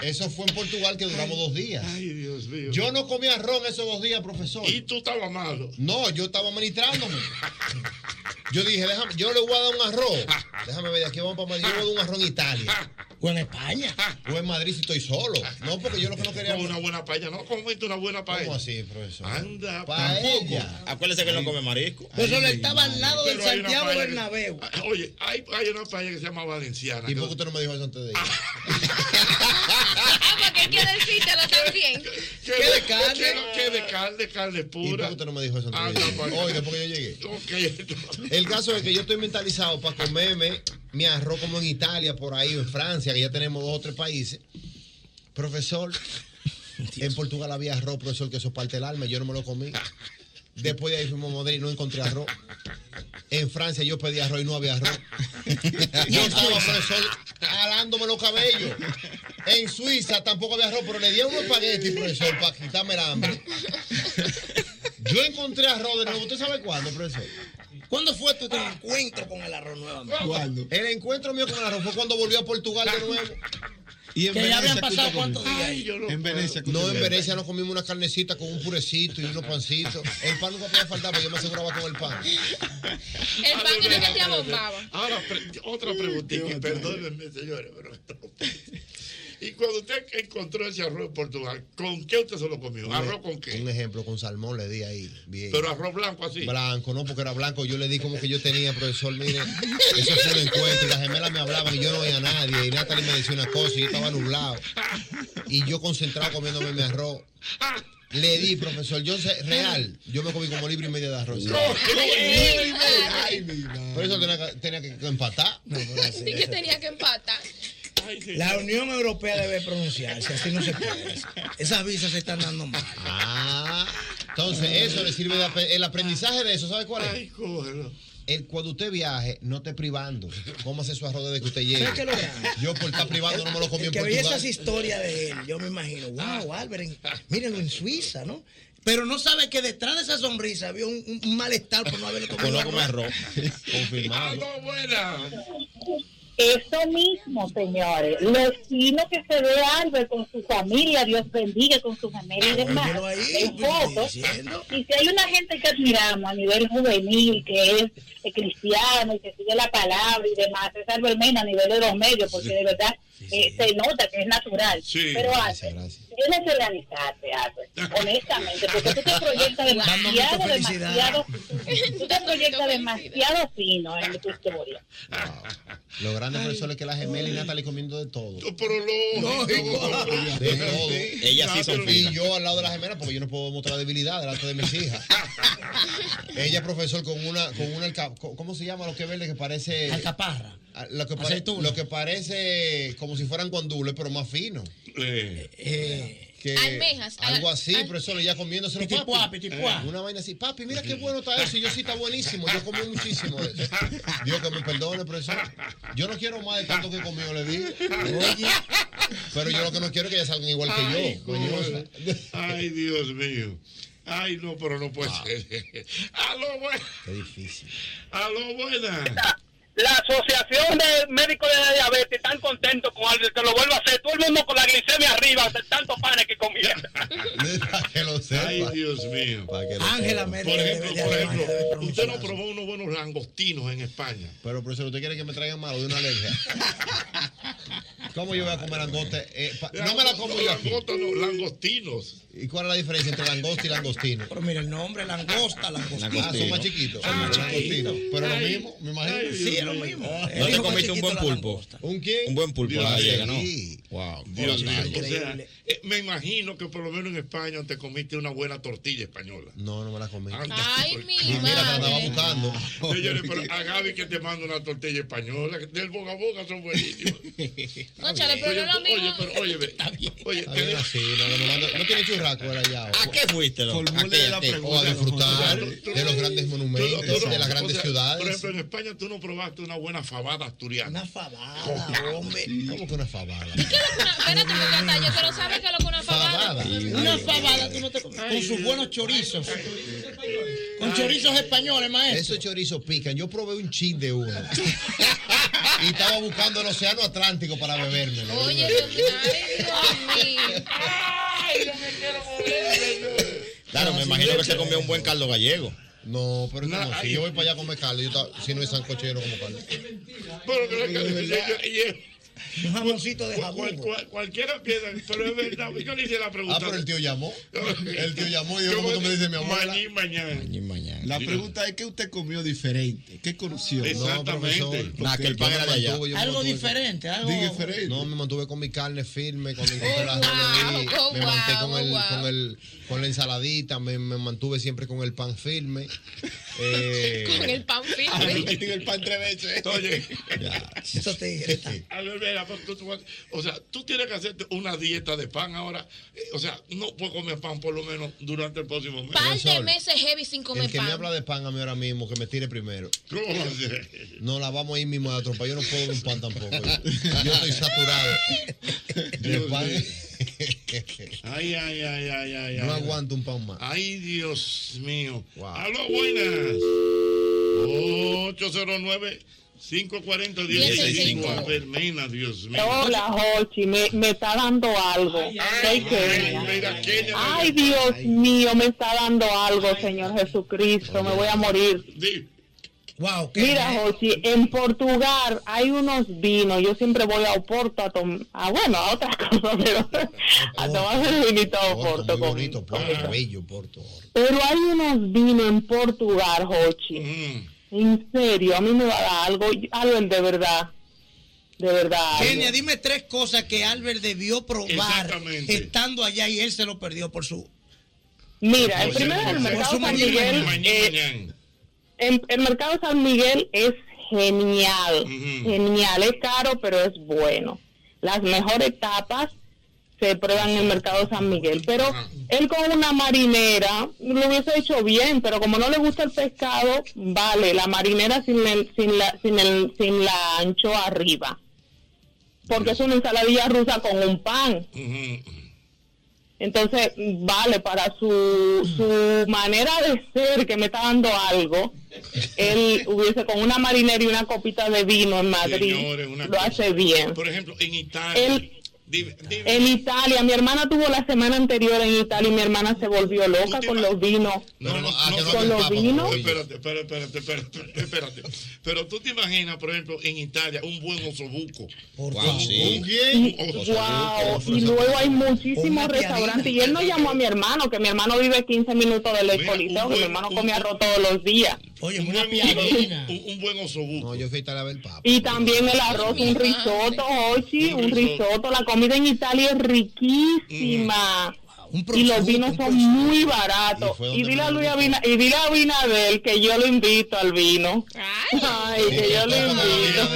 [SPEAKER 30] Eso fue en Portugal que duramos dos días.
[SPEAKER 10] Ay, Dios mío.
[SPEAKER 30] Yo no comí arroz esos dos días, profesor.
[SPEAKER 10] ¿Y tú estabas malo?
[SPEAKER 30] No, yo estaba administrándome. Yo dije, déjame, yo le voy a dar un arroz. Déjame ver, de aquí vamos para Madrid. Yo voy a dar un arroz en Italia. O en España. O en Madrid si estoy solo. No, porque yo lo que no quería.
[SPEAKER 10] Como una buena paella, no comiste una buena paella.
[SPEAKER 30] ¿Cómo así, profesor?
[SPEAKER 10] Anda,
[SPEAKER 30] Paella.
[SPEAKER 27] Acuérdese que no come marisco.
[SPEAKER 12] Eso le estaba al lado del
[SPEAKER 10] Pero hay una
[SPEAKER 12] Santiago
[SPEAKER 10] paella que-
[SPEAKER 12] Bernabéu.
[SPEAKER 10] Oye, hay, hay una paella que se llama Valenciana.
[SPEAKER 30] ¿Y por qué usted no me dijo eso antes de ir?
[SPEAKER 33] Ah, porque hay que decírtelo también.
[SPEAKER 10] ¿Qué de carne? ¿Qué de carne? Carne
[SPEAKER 30] ¿Y por
[SPEAKER 10] pura.
[SPEAKER 30] qué usted no me dijo eso antes de
[SPEAKER 10] Anda,
[SPEAKER 30] ir?
[SPEAKER 10] pa'
[SPEAKER 30] Hoy, después que yo llegué.
[SPEAKER 10] Ok.
[SPEAKER 30] El caso es que yo estoy mentalizado para comerme mi arroz como en Italia, por ahí, o en Francia, que ya tenemos dos o tres países. Profesor, en Portugal había arroz, profesor, que eso parte el alma, yo no me lo comí. Después de ahí fuimos a Madrid y no encontré arroz. En Francia yo pedí arroz y no había arroz. Yo estaba, profesor, jalándome los cabellos. En Suiza tampoco había arroz, pero le di unos espaguetis, profesor, para quitarme el hambre. Yo encontré arroz de nuevo. ¿Usted sabe cuándo, profesor? ¿Cuándo fue tu encuentro con el arroz nuevamente? ¿Cuándo? El encuentro mío con el arroz fue cuando volví a Portugal de nuevo.
[SPEAKER 27] ¿Y en Que ya Venecia habían qué pasado usted cuántos comió? días.
[SPEAKER 30] Ay, yo no
[SPEAKER 27] En
[SPEAKER 30] puedo.
[SPEAKER 27] Venecia, ¿qué
[SPEAKER 30] No,
[SPEAKER 27] usted
[SPEAKER 30] en
[SPEAKER 27] comió?
[SPEAKER 30] Venecia nos comimos una carnecita con un purecito y unos pancitos. El pan nunca podía faltar, pero yo me aseguraba con el pan.
[SPEAKER 33] El pan que no te abombaba.
[SPEAKER 10] Ahora, pre- otra preguntita, y perdónenme, señores, pero. Y cuando usted encontró ese arroz en Portugal, ¿con qué usted se lo comió? ¿Arroz con qué?
[SPEAKER 30] Un ejemplo, e- con e. salmón le di ahí. Bien.
[SPEAKER 10] Pero arroz blanco así.
[SPEAKER 30] Blanco, no, porque era blanco. Yo le di como que yo tenía, profesor, mire, eso fue un encuentro. Y las gemelas me hablaban y yo no veía a nadie. Y Natalie me decía una cosa y yo estaba nublado. Y yo concentrado comiéndome mi arroz. Le di, profesor, yo sé, real, yo me comí como libro y medio de arroz. Por eso tenía que, tenía que empatar.
[SPEAKER 33] Así que tenía que empatar.
[SPEAKER 12] La Unión Europea debe pronunciarse, así no se puede. Esas visas se están dando mal.
[SPEAKER 30] Ah, entonces eso le sirve de ap- el aprendizaje de eso, ¿sabe cuál es? El cuando usted viaje, no esté privando. Cómase su arroz desde que usted llegue.
[SPEAKER 12] ¿Sabe qué es lo grande?
[SPEAKER 30] Yo por estar privando no me lo comí
[SPEAKER 12] El
[SPEAKER 30] en
[SPEAKER 12] que veía
[SPEAKER 30] Portugal.
[SPEAKER 12] esas historias de él, yo me imagino, wow, Albert, en- mírenlo en Suiza, ¿no? Pero no sabe que detrás de esa sonrisa había un, un malestar por no haberle comido
[SPEAKER 30] Por no
[SPEAKER 12] arroz.
[SPEAKER 30] comer arroz. Confirmado.
[SPEAKER 26] Eso mismo, señores. Lo fino que se ve Albert con su familia, Dios bendiga con sus
[SPEAKER 6] Ah,
[SPEAKER 26] familias y demás.
[SPEAKER 34] Póngalo ahí,
[SPEAKER 26] En
[SPEAKER 34] pues,
[SPEAKER 26] fotos. Y si hay una gente que admiramos a nivel juvenil, que es eh, cristiano y que sigue la palabra y demás, es Albert Mena a nivel de los medios, porque de verdad eh, se nota que es natural. Pero Albert, tienes que organizarte, Albert, honestamente, porque tú te proyectas
[SPEAKER 34] Dando mucha
[SPEAKER 26] demasiado,
[SPEAKER 34] felicidad.
[SPEAKER 26] demasiado, tú te proyectas demasiado fino en tu historia.
[SPEAKER 30] Lo grande por eso es que la gemela y Natalie comiendo de todo.
[SPEAKER 10] Pero lo.
[SPEAKER 30] De todo.
[SPEAKER 21] Ellas sí son
[SPEAKER 30] Y
[SPEAKER 21] finas.
[SPEAKER 30] yo al lado de la gemela, porque yo no puedo mostrar debilidad delante de mis
[SPEAKER 21] <laughs>
[SPEAKER 30] hijas. Ella, profesor, con una, con una alca- co- ¿cómo se llama lo que es verde que parece? Ah,
[SPEAKER 12] Alcaparra.
[SPEAKER 30] Lo que, pare-
[SPEAKER 12] Aceituna.
[SPEAKER 30] lo que parece como si fueran guandules, pero más fino.
[SPEAKER 12] Eh,
[SPEAKER 30] Que-
[SPEAKER 33] Almejas.
[SPEAKER 30] Algo
[SPEAKER 33] Al-
[SPEAKER 30] así, profesor, ya comiéndoselo.
[SPEAKER 12] Pitipuá,
[SPEAKER 30] papi.
[SPEAKER 12] pitipuá.
[SPEAKER 30] Una vaina así, papi, mira qué bueno está eso. Y yo sí está buenísimo. Yo comí muchísimo de eso. Dios que me perdone, profesor. Yo no quiero más de tanto que comí, yo le dije. Oye. Pero yo lo que no quiero es que ellas salgan igual que
[SPEAKER 10] Ay,
[SPEAKER 30] yo.
[SPEAKER 10] coño. <laughs> Ay, Dios mío. Ay, no, pero no puede ser. <laughs> Aló, buena.
[SPEAKER 30] Qué difícil.
[SPEAKER 10] Aló, buena.
[SPEAKER 16] La Asociación de Médicos de la Diabetes están contentos con algo que lo vuelva a hacer. Todo el mundo con la glicemia arriba, de tantos panes que comieron.
[SPEAKER 30] que lo sepa.
[SPEAKER 10] Ay, Dios mío.
[SPEAKER 30] Ángela
[SPEAKER 10] Por
[SPEAKER 30] Merkel
[SPEAKER 10] ejemplo,
[SPEAKER 30] debe
[SPEAKER 10] por
[SPEAKER 30] de haber-
[SPEAKER 10] ejemplo,
[SPEAKER 30] debe haber
[SPEAKER 10] usted no probó unos buenos langostinos en España.
[SPEAKER 30] Pero, profesor, ¿usted quiere que me traigan malo de una alergia? ¿Cómo yo voy a comer langosta? Eh, pa- no me la como yo aquí.
[SPEAKER 10] Langosta, no, langostinos.
[SPEAKER 30] ¿Y cuál es la diferencia entre langosta y langostino?
[SPEAKER 12] Pero mira el nombre, langosta, langosta.
[SPEAKER 30] Ah, son más chiquitos.
[SPEAKER 12] Son más chiquitos.
[SPEAKER 30] Pero lo
[SPEAKER 12] Ay.
[SPEAKER 30] mismo, me imagino.
[SPEAKER 12] Ay, Sí, Dios es lo mío. mismo.
[SPEAKER 30] Ah,
[SPEAKER 12] Él
[SPEAKER 21] te
[SPEAKER 12] dijo
[SPEAKER 21] comiste
[SPEAKER 12] más
[SPEAKER 21] un buen
[SPEAKER 12] chiquito la
[SPEAKER 21] pulpo.
[SPEAKER 30] ¿Un qué?
[SPEAKER 21] Un buen pulpo a la
[SPEAKER 30] Dios
[SPEAKER 21] gallega, ¿no?
[SPEAKER 30] mío.
[SPEAKER 21] Wow.
[SPEAKER 10] Dios mío. O sea,
[SPEAKER 21] Increíble.
[SPEAKER 10] eh, me imagino que por lo menos en España te comiste una buena tortilla española.
[SPEAKER 30] No, no me la comí.
[SPEAKER 33] Ay, mi
[SPEAKER 30] Mira, la andaba
[SPEAKER 33] madre.
[SPEAKER 30] buscando.
[SPEAKER 10] Señores,
[SPEAKER 30] <laughs>
[SPEAKER 10] pero a Gaby que te manda una tortilla española, que del boca a boca son
[SPEAKER 30] <laughs>
[SPEAKER 10] buenísimos.
[SPEAKER 33] Cónchale, pero no es lo
[SPEAKER 10] Oye,
[SPEAKER 33] mismo.
[SPEAKER 10] pero oye, ve, oye,
[SPEAKER 30] Está bien así, no, no, no, no, no tiene churraco era allá. ¿A
[SPEAKER 21] qué fuiste, loco? ¿A qué, a qué?
[SPEAKER 30] O a disfrutar de los grandes monumentos, de las grandes
[SPEAKER 10] Por
[SPEAKER 30] ciudades.
[SPEAKER 10] ejemplo, en España tú no probaste una buena fabada asturiana. Una
[SPEAKER 12] fabada,
[SPEAKER 30] hombre. ¿Cómo que una fabada?
[SPEAKER 33] Espérate, porque hasta yo quiero saber qué es lo que una fabada.
[SPEAKER 12] Una fabada tú no te comes. Con sus buenos chorizos. Con chorizos españoles, maestro.
[SPEAKER 30] Esos chorizos pican. Yo probé un chin de <laughs> uno. y estaba buscando el océano Atlántico para bebérmelo.
[SPEAKER 33] Oye, Dios mío. Ay, Dios mío.
[SPEAKER 21] Claro, me imagino que se comió un buen caldo gallego.
[SPEAKER 30] No, pero es como si yo voy para allá a comer carne, yo ta- si no es sancocho, yo no como carne.
[SPEAKER 10] Pero creo que-
[SPEAKER 30] De verdad.
[SPEAKER 10] yo- yo-
[SPEAKER 12] Un jamoncito de
[SPEAKER 10] cual-
[SPEAKER 12] jabón.
[SPEAKER 10] cual- Cualquiera piensa, pero es verdad. Yo le hice la pregunta.
[SPEAKER 30] Ah, pero el
[SPEAKER 10] <laughs>
[SPEAKER 30] tío llamó. El tío llamó y yo, como tú me dices, mi abuela.
[SPEAKER 10] Mañana y mañana.
[SPEAKER 4] La pregunta es: ¿qué usted comió diferente? ¿Qué conoció?
[SPEAKER 30] Exactamente.
[SPEAKER 4] No, profesor,
[SPEAKER 21] Nah, que el pan
[SPEAKER 4] yo
[SPEAKER 21] era
[SPEAKER 4] me
[SPEAKER 21] de allá.
[SPEAKER 4] mantuve, yo me
[SPEAKER 12] Algo
[SPEAKER 4] mantuve.
[SPEAKER 12] diferente, algo. Oh,
[SPEAKER 4] Diga diferente.
[SPEAKER 30] No, me mantuve con mi carne firme, cuando encontré las
[SPEAKER 12] wow,
[SPEAKER 30] donas ahí,
[SPEAKER 12] oh,
[SPEAKER 30] me mantuve con,
[SPEAKER 12] wow,
[SPEAKER 30] el,
[SPEAKER 12] oh, wow.
[SPEAKER 30] con, el, con la ensaladita, me, me mantuve siempre con el pan
[SPEAKER 12] <laughs>
[SPEAKER 30] firme. Eh,
[SPEAKER 33] Con el pan
[SPEAKER 30] Ah, me
[SPEAKER 33] firme.
[SPEAKER 30] metí en el pan tres veces.
[SPEAKER 10] Oye,
[SPEAKER 12] Eso te dije.
[SPEAKER 10] Albert Vera, pues, tú- tú- o sea, tú tienes que hacerte una dieta de pan ahora. Eh, O sea, no puedo comer pan por lo menos durante el próximo mes.
[SPEAKER 33] Par de
[SPEAKER 30] Profesor,
[SPEAKER 33] meses heavy sin comer
[SPEAKER 30] El que me
[SPEAKER 33] pan.
[SPEAKER 30] habla de pan a mí ahora mismo, que me tire primero.
[SPEAKER 10] ¿Cómo va a
[SPEAKER 30] No, la vamos ahí mismo a la trompa. Yo no puedo ver un pan
[SPEAKER 4] <laughs>
[SPEAKER 30] tampoco. Yo, yo estoy saturado. De pan.
[SPEAKER 10] Ay, ay, ay, ay, ay.
[SPEAKER 30] No
[SPEAKER 10] ay.
[SPEAKER 30] aguanto un pan más.
[SPEAKER 10] Ay, Dios mío. Aló, buenas. 809 540 1065 Albert Mena, Dios mío.
[SPEAKER 26] Hola, Jochi, me, me está dando algo. Soy Kenia. Ay, Dios mío, me está dando algo, Señor Jesucristo, me voy a morir. Mira, Jochi, en Portugal hay unos vinos, yo siempre voy a Oporto a tomar, bueno, a <laughs> otras cosas, pero a tomar un vinito a Oporto. con-
[SPEAKER 30] Bonito, Porto, bello, Porto.
[SPEAKER 26] Pero hay unos vinos en Portugal, Jochi. En serio, a mí me va a dar algo, algo de verdad, de verdad. algo.
[SPEAKER 12] Kenia, dime tres cosas que Albert debió probar estando allá y él se lo perdió por su.
[SPEAKER 26] Mira, el
[SPEAKER 12] Por
[SPEAKER 26] primero
[SPEAKER 12] su-
[SPEAKER 26] del
[SPEAKER 12] por
[SPEAKER 26] mercado San
[SPEAKER 12] su mañana.
[SPEAKER 26] Miguel,
[SPEAKER 12] Mañana,
[SPEAKER 26] eh, el, el mercado San Miguel es genial, genial, es caro pero es bueno. las mejores tapas se prueban en el mercado San Miguel. Pero él con una marinera lo hubiese hecho bien, pero como no le gusta el pescado, vale, la marinera sin, el- sin, la, sin, el, sin la anchoa arriba. Porque es una ensaladilla rusa con un pan. Entonces, vale, para su, su manera de ser, que me está dando algo, él hubiese con una marinera y una copita de vino en Madrid,
[SPEAKER 10] Señores, una
[SPEAKER 26] lo
[SPEAKER 10] cosa.
[SPEAKER 26] hace bien.
[SPEAKER 10] Por ejemplo, en Italia.
[SPEAKER 26] Él, en Italia, mi hermana tuvo la semana anterior en Italia y mi hermana se volvió loca con los vinos.
[SPEAKER 10] Ah,
[SPEAKER 26] con los vinos.
[SPEAKER 10] Espérate, espérate, espérate, espérate, espérate. Pero tú te imaginas, por ejemplo, en Italia, un buen osobuco.
[SPEAKER 30] favor. sí.
[SPEAKER 10] ¿Un
[SPEAKER 26] Y,
[SPEAKER 10] bien?
[SPEAKER 26] wow, y luego hay muchísimos restaurantes. Y él no llamó a mi hermano, que mi hermano vive 15 minutos del
[SPEAKER 30] Mira, un
[SPEAKER 26] Coliseo, que mi
[SPEAKER 30] buen-
[SPEAKER 26] hermano
[SPEAKER 30] un-
[SPEAKER 26] come arroz todos los días.
[SPEAKER 12] Oye,
[SPEAKER 30] una
[SPEAKER 26] piadina.
[SPEAKER 10] Un, un buen osobuco.
[SPEAKER 30] No, yo fui a Italia a ver papa.
[SPEAKER 26] Y también el arroz, un risotto, Ochi, un risotto. La comida en Italia es riquísima. Y los vinos son muy baratos. Y, dile a Luis Abina- y dile a Abinadel que yo lo invito al vino. Ay, que yo lo invito.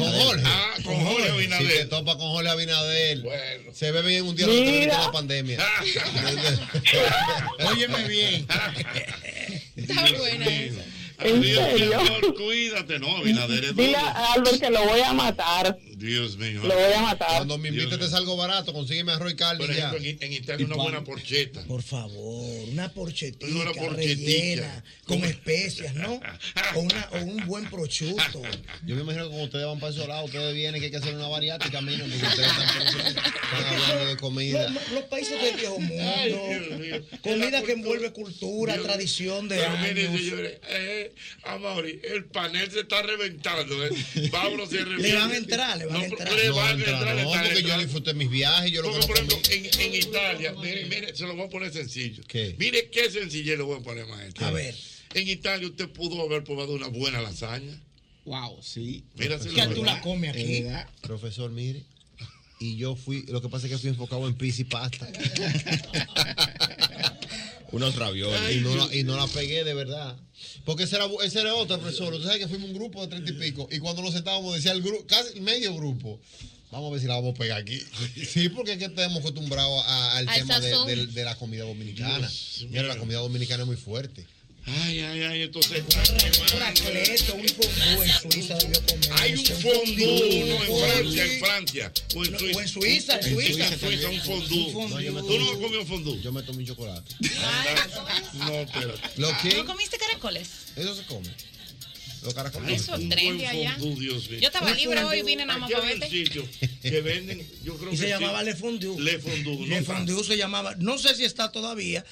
[SPEAKER 30] Con Jorge.
[SPEAKER 10] Ah,
[SPEAKER 30] con Jorge Abinadel. Si te topa con Jorge Abinadel. Se beben en un día los tres
[SPEAKER 26] Mira.
[SPEAKER 30] de la pandemia.
[SPEAKER 10] <laughs>
[SPEAKER 30] Óyeme bien.
[SPEAKER 10] Está buena
[SPEAKER 30] ¿En
[SPEAKER 26] serio?
[SPEAKER 10] cuídate, no, Abinader es
[SPEAKER 26] Dile
[SPEAKER 10] duro.
[SPEAKER 26] a Albert que lo voy a matar.
[SPEAKER 10] Dios mío.
[SPEAKER 26] Lo voy a matar.
[SPEAKER 30] Cuando me invites te salgo barato, consígueme arroz y carne
[SPEAKER 10] Por
[SPEAKER 30] ya.
[SPEAKER 10] ejemplo, en, en Italia una buena porcheta.
[SPEAKER 12] Por favor, una porchetica,
[SPEAKER 30] Una porchetica.
[SPEAKER 12] rellena, con especias, ¿no? O, una- o un buen prosciutto.
[SPEAKER 30] Yo me imagino que cuando ustedes van para esos lados, ustedes vienen que hay que hacer una variática, camino, porque ustedes están, están hablando de comida.
[SPEAKER 12] Los, los- los países del viejo
[SPEAKER 10] Ay,
[SPEAKER 12] mundo, comida que envuelve cultura, tradición de
[SPEAKER 10] Pero miren,
[SPEAKER 12] años.
[SPEAKER 10] señores, eh, Amaury, el panel se está reventando.
[SPEAKER 30] <laughs>
[SPEAKER 10] Eh. Pablo se revienta.
[SPEAKER 30] van a entrar,
[SPEAKER 12] le
[SPEAKER 10] van a
[SPEAKER 30] entrar.
[SPEAKER 10] Le
[SPEAKER 30] No,
[SPEAKER 10] van a
[SPEAKER 30] entra,
[SPEAKER 10] entrar,
[SPEAKER 30] no,
[SPEAKER 10] le están
[SPEAKER 30] porque yo
[SPEAKER 10] entrando.
[SPEAKER 30] disfruté mis viajes, yo lo
[SPEAKER 10] Porque,
[SPEAKER 30] conozco.
[SPEAKER 10] por ejemplo, en, en Italia, mire, mire, se lo voy a poner sencillo. Mire qué sencillo le voy a poner, maestro. A ver. En Italia usted pudo haber probado una buena lasaña.
[SPEAKER 30] Wow, sí.
[SPEAKER 10] <laughs> Mira, se lo-
[SPEAKER 12] comes aquí.
[SPEAKER 30] Eh, Profesor, mire. Y yo fui, lo que pasa es que fui enfocado en pizza y pasta.
[SPEAKER 24] Unos ravioles.
[SPEAKER 30] Y no, la, y no la pegué de verdad. Porque ese era, bu- ese era otro, profesor. Usted sabe que fuimos un grupo de treinta y pico. Y cuando nos sentábamos, decía el grupo, casi medio grupo. Vamos a ver si la vamos a
[SPEAKER 10] <laughs>
[SPEAKER 30] pegar aquí. Sí, porque es que estamos acostumbrados a- al
[SPEAKER 10] Al
[SPEAKER 30] tema de,
[SPEAKER 10] sazón.
[SPEAKER 30] de- de la comida dominicana. Señores, la comida dominicana es muy fuerte.
[SPEAKER 10] Ay, ay, ay, entonces.
[SPEAKER 12] Un raclette, un fondue en Suiza debió comer.
[SPEAKER 10] Hay un fondú, no, en Francia, en Francia. O en, Suiza.
[SPEAKER 12] en Suiza, en Suiza.
[SPEAKER 10] En Suiza, un fondú. ¿Tú no comió fondú?
[SPEAKER 30] Yo me tomé un chocolate.
[SPEAKER 10] <laughs> No, pero.
[SPEAKER 30] Lo que.
[SPEAKER 29] ¿No comiste caracoles?
[SPEAKER 30] Eso se come. Los caracoles.
[SPEAKER 29] Eso es tren de allá. Yo estaba libre hoy, vine nada más
[SPEAKER 10] Aquí
[SPEAKER 29] para
[SPEAKER 10] hay un
[SPEAKER 29] verte.
[SPEAKER 10] sitio que venden, yo creo
[SPEAKER 12] Y
[SPEAKER 10] que
[SPEAKER 12] se
[SPEAKER 10] sí.
[SPEAKER 12] llamaba Le Fondue.
[SPEAKER 10] Le Fondue,
[SPEAKER 12] Le
[SPEAKER 10] ¿no?
[SPEAKER 12] Fondue se llamaba, no sé si está todavía,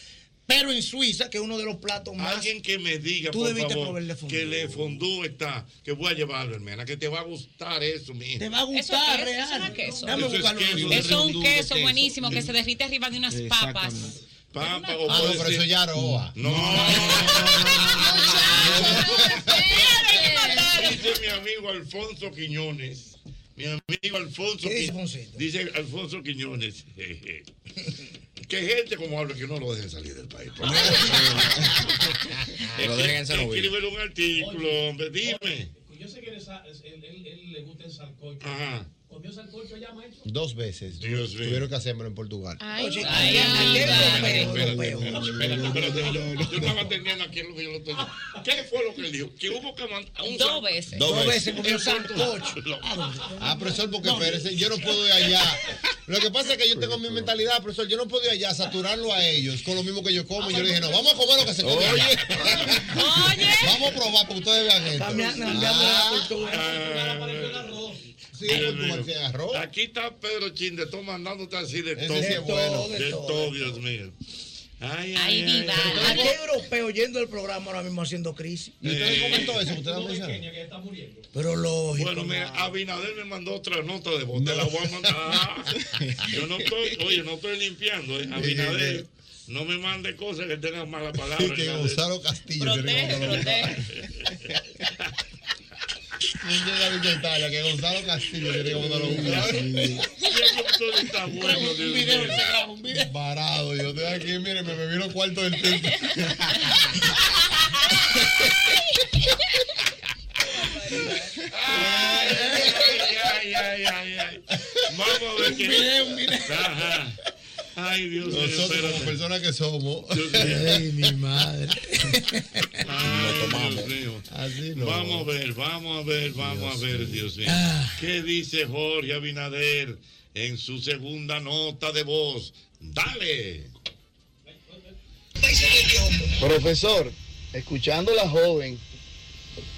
[SPEAKER 12] pero en Suiza, que es uno de los platos más.
[SPEAKER 10] Alguien que me diga,
[SPEAKER 12] Tú
[SPEAKER 10] por
[SPEAKER 12] debiste
[SPEAKER 10] favor,
[SPEAKER 12] probar Le
[SPEAKER 10] que le fondú está, que voy a llevarlo, hermana, que te va a gustar eso, mija.
[SPEAKER 12] Te va a
[SPEAKER 29] gustar, Eso es queso, real. eso es queso.
[SPEAKER 10] Dame
[SPEAKER 29] Eso es
[SPEAKER 10] buscarlo.
[SPEAKER 29] queso, Eso es un queso buenísimo que se derrite arriba de unas papas.
[SPEAKER 10] Papa
[SPEAKER 30] Ah, no, pero eso ya era oa.
[SPEAKER 10] Dice mi amigo Alfonso Quiñones. Mi amigo Alfonso
[SPEAKER 12] ¿Qué dice
[SPEAKER 10] Quiñones. Dice Alfonso Quiñones. jeje, Que gente como habla que no lo dejen salir del
[SPEAKER 12] <laughs>
[SPEAKER 10] país. por favor.
[SPEAKER 24] Lo dejen
[SPEAKER 10] <laughs>
[SPEAKER 24] en San Luis.
[SPEAKER 10] Escríbele un artículo, hombre. Dime.
[SPEAKER 18] Yo sé que él, es a- es- él- él- él le gusta el salcocho.
[SPEAKER 30] Ajá.
[SPEAKER 18] ¿Comió salcocho ya, maestro?
[SPEAKER 30] Dos veces. Tuvieron que hacerlo en Portugal.
[SPEAKER 18] Ay, Oye,
[SPEAKER 30] ay, ay,
[SPEAKER 10] Espérate, espérate, yo- Yo estaba atendiendo aquí lo que yo lo tenía. ¿Qué fue lo que él dijo? Que hubo que mandar a un
[SPEAKER 29] Dos
[SPEAKER 10] san-
[SPEAKER 29] veces.
[SPEAKER 30] Dos Dos veces veces. comió
[SPEAKER 10] En
[SPEAKER 30] sancocho.
[SPEAKER 10] Portugal.
[SPEAKER 30] Ah, profesor, porque espérese, yo no puedo ir allá. Lo que pasa es que yo tengo mi mentalidad, profesor, yo no puedo ir allá a saturarlo a ellos con lo mismo que yo como. Y yo le dije, no, vamos a comer lo que se come.
[SPEAKER 10] Oye.
[SPEAKER 30] allá. <laughs> Vamos a probar para que ustedes vean esto. Ah,
[SPEAKER 10] Ah,
[SPEAKER 30] Sí, en Portugal tienen arroz.
[SPEAKER 10] eh, Aquí está Pedro Chinde, todo mandándote así de
[SPEAKER 30] Ese
[SPEAKER 10] todo.
[SPEAKER 30] sí es bueno.
[SPEAKER 10] De todo, Dios mío. Ay, ay,
[SPEAKER 12] Ay,
[SPEAKER 10] ay, ay.
[SPEAKER 12] ¿A qué europeo yendo el programa ahora mismo haciendo crisis?
[SPEAKER 10] ¿Y usted no comentó
[SPEAKER 30] eso?
[SPEAKER 12] eh,
[SPEAKER 30] ¿Usted
[SPEAKER 12] Pero lógico.
[SPEAKER 10] Bueno, mira, Abinader me mandó otra nota de voz. Te la voy a mandar. Ah, yo no estoy, oye, no estoy limpiando, eh. Abinader. No me mande cosas que tengan mala palabra.
[SPEAKER 30] Sí, <laughs> que
[SPEAKER 10] Abinader.
[SPEAKER 30] Gonzalo Castillo.
[SPEAKER 10] Protege,
[SPEAKER 30] tiene que Gonzalo Castillo. Llega a Italia, que Gonzalo Castillo tiene que Gonzalo Castillo.
[SPEAKER 10] está bueno,
[SPEAKER 30] Un video, se graba un video. Parado, yo estoy aquí, mire, me bebí los cuartos del tiempo.
[SPEAKER 10] Ay, ay, ay, ay, ay. Vamos a ver qué.
[SPEAKER 4] Miren, miren.
[SPEAKER 10] Ajá. Ay, Dios mío.
[SPEAKER 30] Nosotros,
[SPEAKER 10] espérate.
[SPEAKER 30] como personas que somos.
[SPEAKER 10] Ay,
[SPEAKER 30] mi madre.
[SPEAKER 10] Ay, Dios mío.
[SPEAKER 30] no.
[SPEAKER 10] Vamos a ver, vamos a ver, vamos a ver, Dios mío.
[SPEAKER 12] Ah.
[SPEAKER 10] ¿Qué dice Jorge Abinader en su segunda nota de voz? Dale.
[SPEAKER 3] Profesor, escuchando a la joven,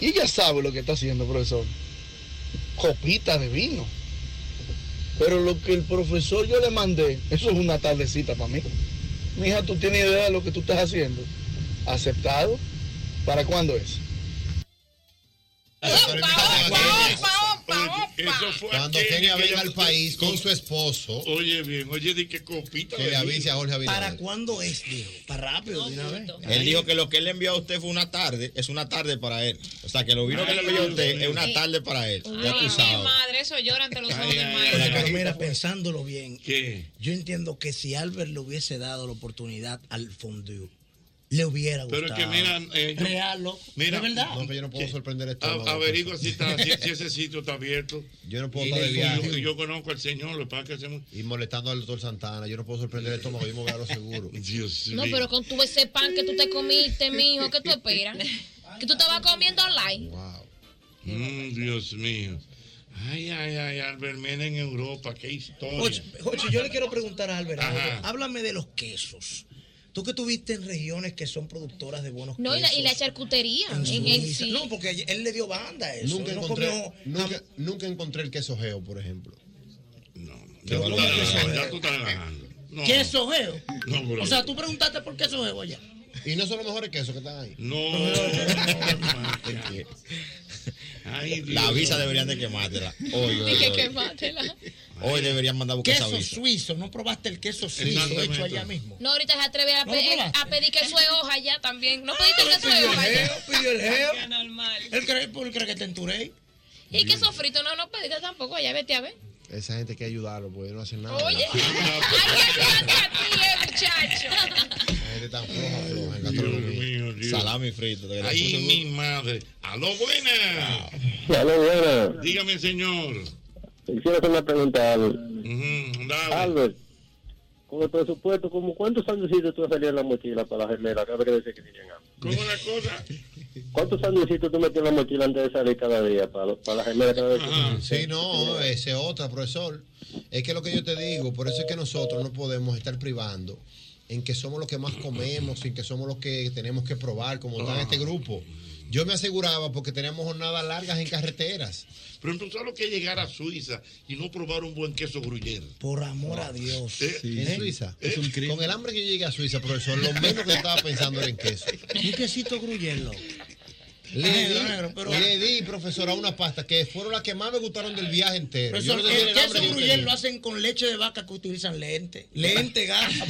[SPEAKER 3] y ella sabe lo que está haciendo, profesor. Copita de vino. Pero lo que el profesor yo le mandé, eso es una tardecita para mí. Mija, ¿tú tienes idea de lo que tú estás haciendo? ¿Aceptado? ¿Para cuándo es?
[SPEAKER 10] Eso fue
[SPEAKER 30] Cuando
[SPEAKER 10] aquel
[SPEAKER 30] Kenia
[SPEAKER 10] que
[SPEAKER 30] venga
[SPEAKER 10] yo-
[SPEAKER 30] al país con su esposo.
[SPEAKER 10] Oye bien, oye, di que copita.
[SPEAKER 30] Que
[SPEAKER 10] de
[SPEAKER 30] le
[SPEAKER 10] vino.
[SPEAKER 30] avise a Jorge Abinader. Eh,
[SPEAKER 12] ¿Para cuándo es, dijo? Para rápido, de una vez.
[SPEAKER 32] Él dijo que lo que él le envió a usted fue una tarde, es una tarde para él. O sea, que lo vino que le envió a usted es una tarde para él. Ya tú
[SPEAKER 29] Ay, mi
[SPEAKER 32] sabes.
[SPEAKER 29] madre, eso llora ante los ojos del
[SPEAKER 12] Pero
[SPEAKER 29] maestro.
[SPEAKER 12] mira, pensándolo bien, yo entiendo que si Albert le hubiese dado la oportunidad al fondue, le hubiera gustado.
[SPEAKER 10] Pero es que mira, eh, yo-
[SPEAKER 12] real, loco.
[SPEAKER 10] Mira,
[SPEAKER 12] de verdad.
[SPEAKER 30] No, que yo no puedo sorprender esto.
[SPEAKER 10] A- averigua si, está, si, si ese sitio está abierto.
[SPEAKER 30] Yo no puedo
[SPEAKER 10] Y-
[SPEAKER 30] estar de
[SPEAKER 10] y-
[SPEAKER 30] viaje.
[SPEAKER 10] Yo, yo conozco al señor, lo que pasa es que hacemos.
[SPEAKER 30] Y molestando al doctor Santana. Yo no puedo sorprender el estómago. Yo me voy a lo seguro.
[SPEAKER 10] Dios
[SPEAKER 33] No, pero con tu ese pan que tú te comiste, mijo, ¿qué tú esperas? Que tú te vas comiendo online.
[SPEAKER 10] Mm, Dios mío. Ay, ay, ay, Albert Mena en Europa, qué historia.
[SPEAKER 12] Jochi, Jochi, yo le quiero preguntar a Albert, algo.
[SPEAKER 10] Ajá.
[SPEAKER 12] háblame de los quesos. Tú que tuviste en regiones que son productoras de buenos
[SPEAKER 33] No, y la,
[SPEAKER 12] quesos.
[SPEAKER 33] y la charcutería. En el sí.
[SPEAKER 12] No, porque él le dio banda a eso.
[SPEAKER 30] Nunca
[SPEAKER 12] no
[SPEAKER 30] encontré,
[SPEAKER 12] comió-
[SPEAKER 30] nunca, nunca encontré el queso geo, por ejemplo.
[SPEAKER 10] Ya tú estás relajando, ya tú estás relajando. No.
[SPEAKER 12] ¿Queso geo?
[SPEAKER 10] No, bro.
[SPEAKER 12] O sea, tú preguntaste por queso geo allá.
[SPEAKER 30] Y no son los mejores quesos que están ahí.
[SPEAKER 10] No. Ay, Dios.
[SPEAKER 32] La visa deberían de quemártela. Hoy, hoy,
[SPEAKER 12] Dije
[SPEAKER 32] hoy.
[SPEAKER 12] que
[SPEAKER 32] Hoy deberían mandar a buscar esa
[SPEAKER 12] Queso
[SPEAKER 32] visa.
[SPEAKER 12] suizo, no probaste el queso suizo
[SPEAKER 32] Exactamente.
[SPEAKER 12] hecho allá mismo.
[SPEAKER 33] No, ahorita se atreve a,
[SPEAKER 12] ¿No
[SPEAKER 33] pe-
[SPEAKER 12] lo probaste?
[SPEAKER 33] a pedir que su hoja ya también. No pediste que su
[SPEAKER 12] Pidió el
[SPEAKER 33] hoja
[SPEAKER 12] geo,
[SPEAKER 33] allá.
[SPEAKER 12] pidió el geo.
[SPEAKER 33] normal.
[SPEAKER 12] Él cree, él cree que te enturé.
[SPEAKER 33] Y que sofrito, no, no pediste tampoco allá, vete a ver.
[SPEAKER 30] Esa gente hay que ayudarlo porque no hacen nada.
[SPEAKER 33] Oye, <laughs> hay que ayudarte a ti, eh, muchacho.
[SPEAKER 30] La gente tan floja, floja en gastronomía.
[SPEAKER 32] Salami frito. de que le
[SPEAKER 10] Ay,
[SPEAKER 32] puso-
[SPEAKER 10] mi madre. ¡Aló, buena!
[SPEAKER 23] Aló, buena.
[SPEAKER 10] Dígame, señor.
[SPEAKER 23] Te <laughs> Quiero hacer una pregunta, Albert. Albert, con el presupuesto, ¿cómo ¿cuántos sándwichitos tú salías en la mochila para la gemela? Cada vez que decía que tenían hambre.
[SPEAKER 10] ¿Cómo la cosa?
[SPEAKER 23] ¿Cuántos sándwichitos tú metías en la mochila antes de salir cada día para, lo- para la gemela? Cada vez que
[SPEAKER 30] Sí, no, eh, ese es otra, profesor. Es que lo que yo te digo, por eso es que nosotros no podemos estar privando en que somos los que más comemos, en que somos los que tenemos que probar, como
[SPEAKER 10] Ah.
[SPEAKER 30] está en este grupo. Yo me aseguraba porque teníamos jornadas largas en carreteras.
[SPEAKER 10] Pero entonces, ¿sabes lo que es llegar a Suiza y no probar un buen queso gruyere?
[SPEAKER 12] Por amor a Dios.
[SPEAKER 30] en Suiza. Eh, Con el hambre que yo llegué a Suiza, profesor, lo menos que estaba pensando era en queso.
[SPEAKER 12] Un quesito gruyelo.
[SPEAKER 30] Le di,
[SPEAKER 12] Negro, negro, pero-
[SPEAKER 30] le di, profesor, a una pasta que fueron las que más me gustaron del viaje entero. Yo
[SPEAKER 12] Profesor,
[SPEAKER 30] no tenía
[SPEAKER 12] Pues el
[SPEAKER 30] el hambre
[SPEAKER 12] queso
[SPEAKER 30] que yo
[SPEAKER 12] gruyere
[SPEAKER 30] tenía.
[SPEAKER 12] lo hacen con leche de vaca que utilizan lente.
[SPEAKER 10] <laughs>
[SPEAKER 12] Lente, gafas.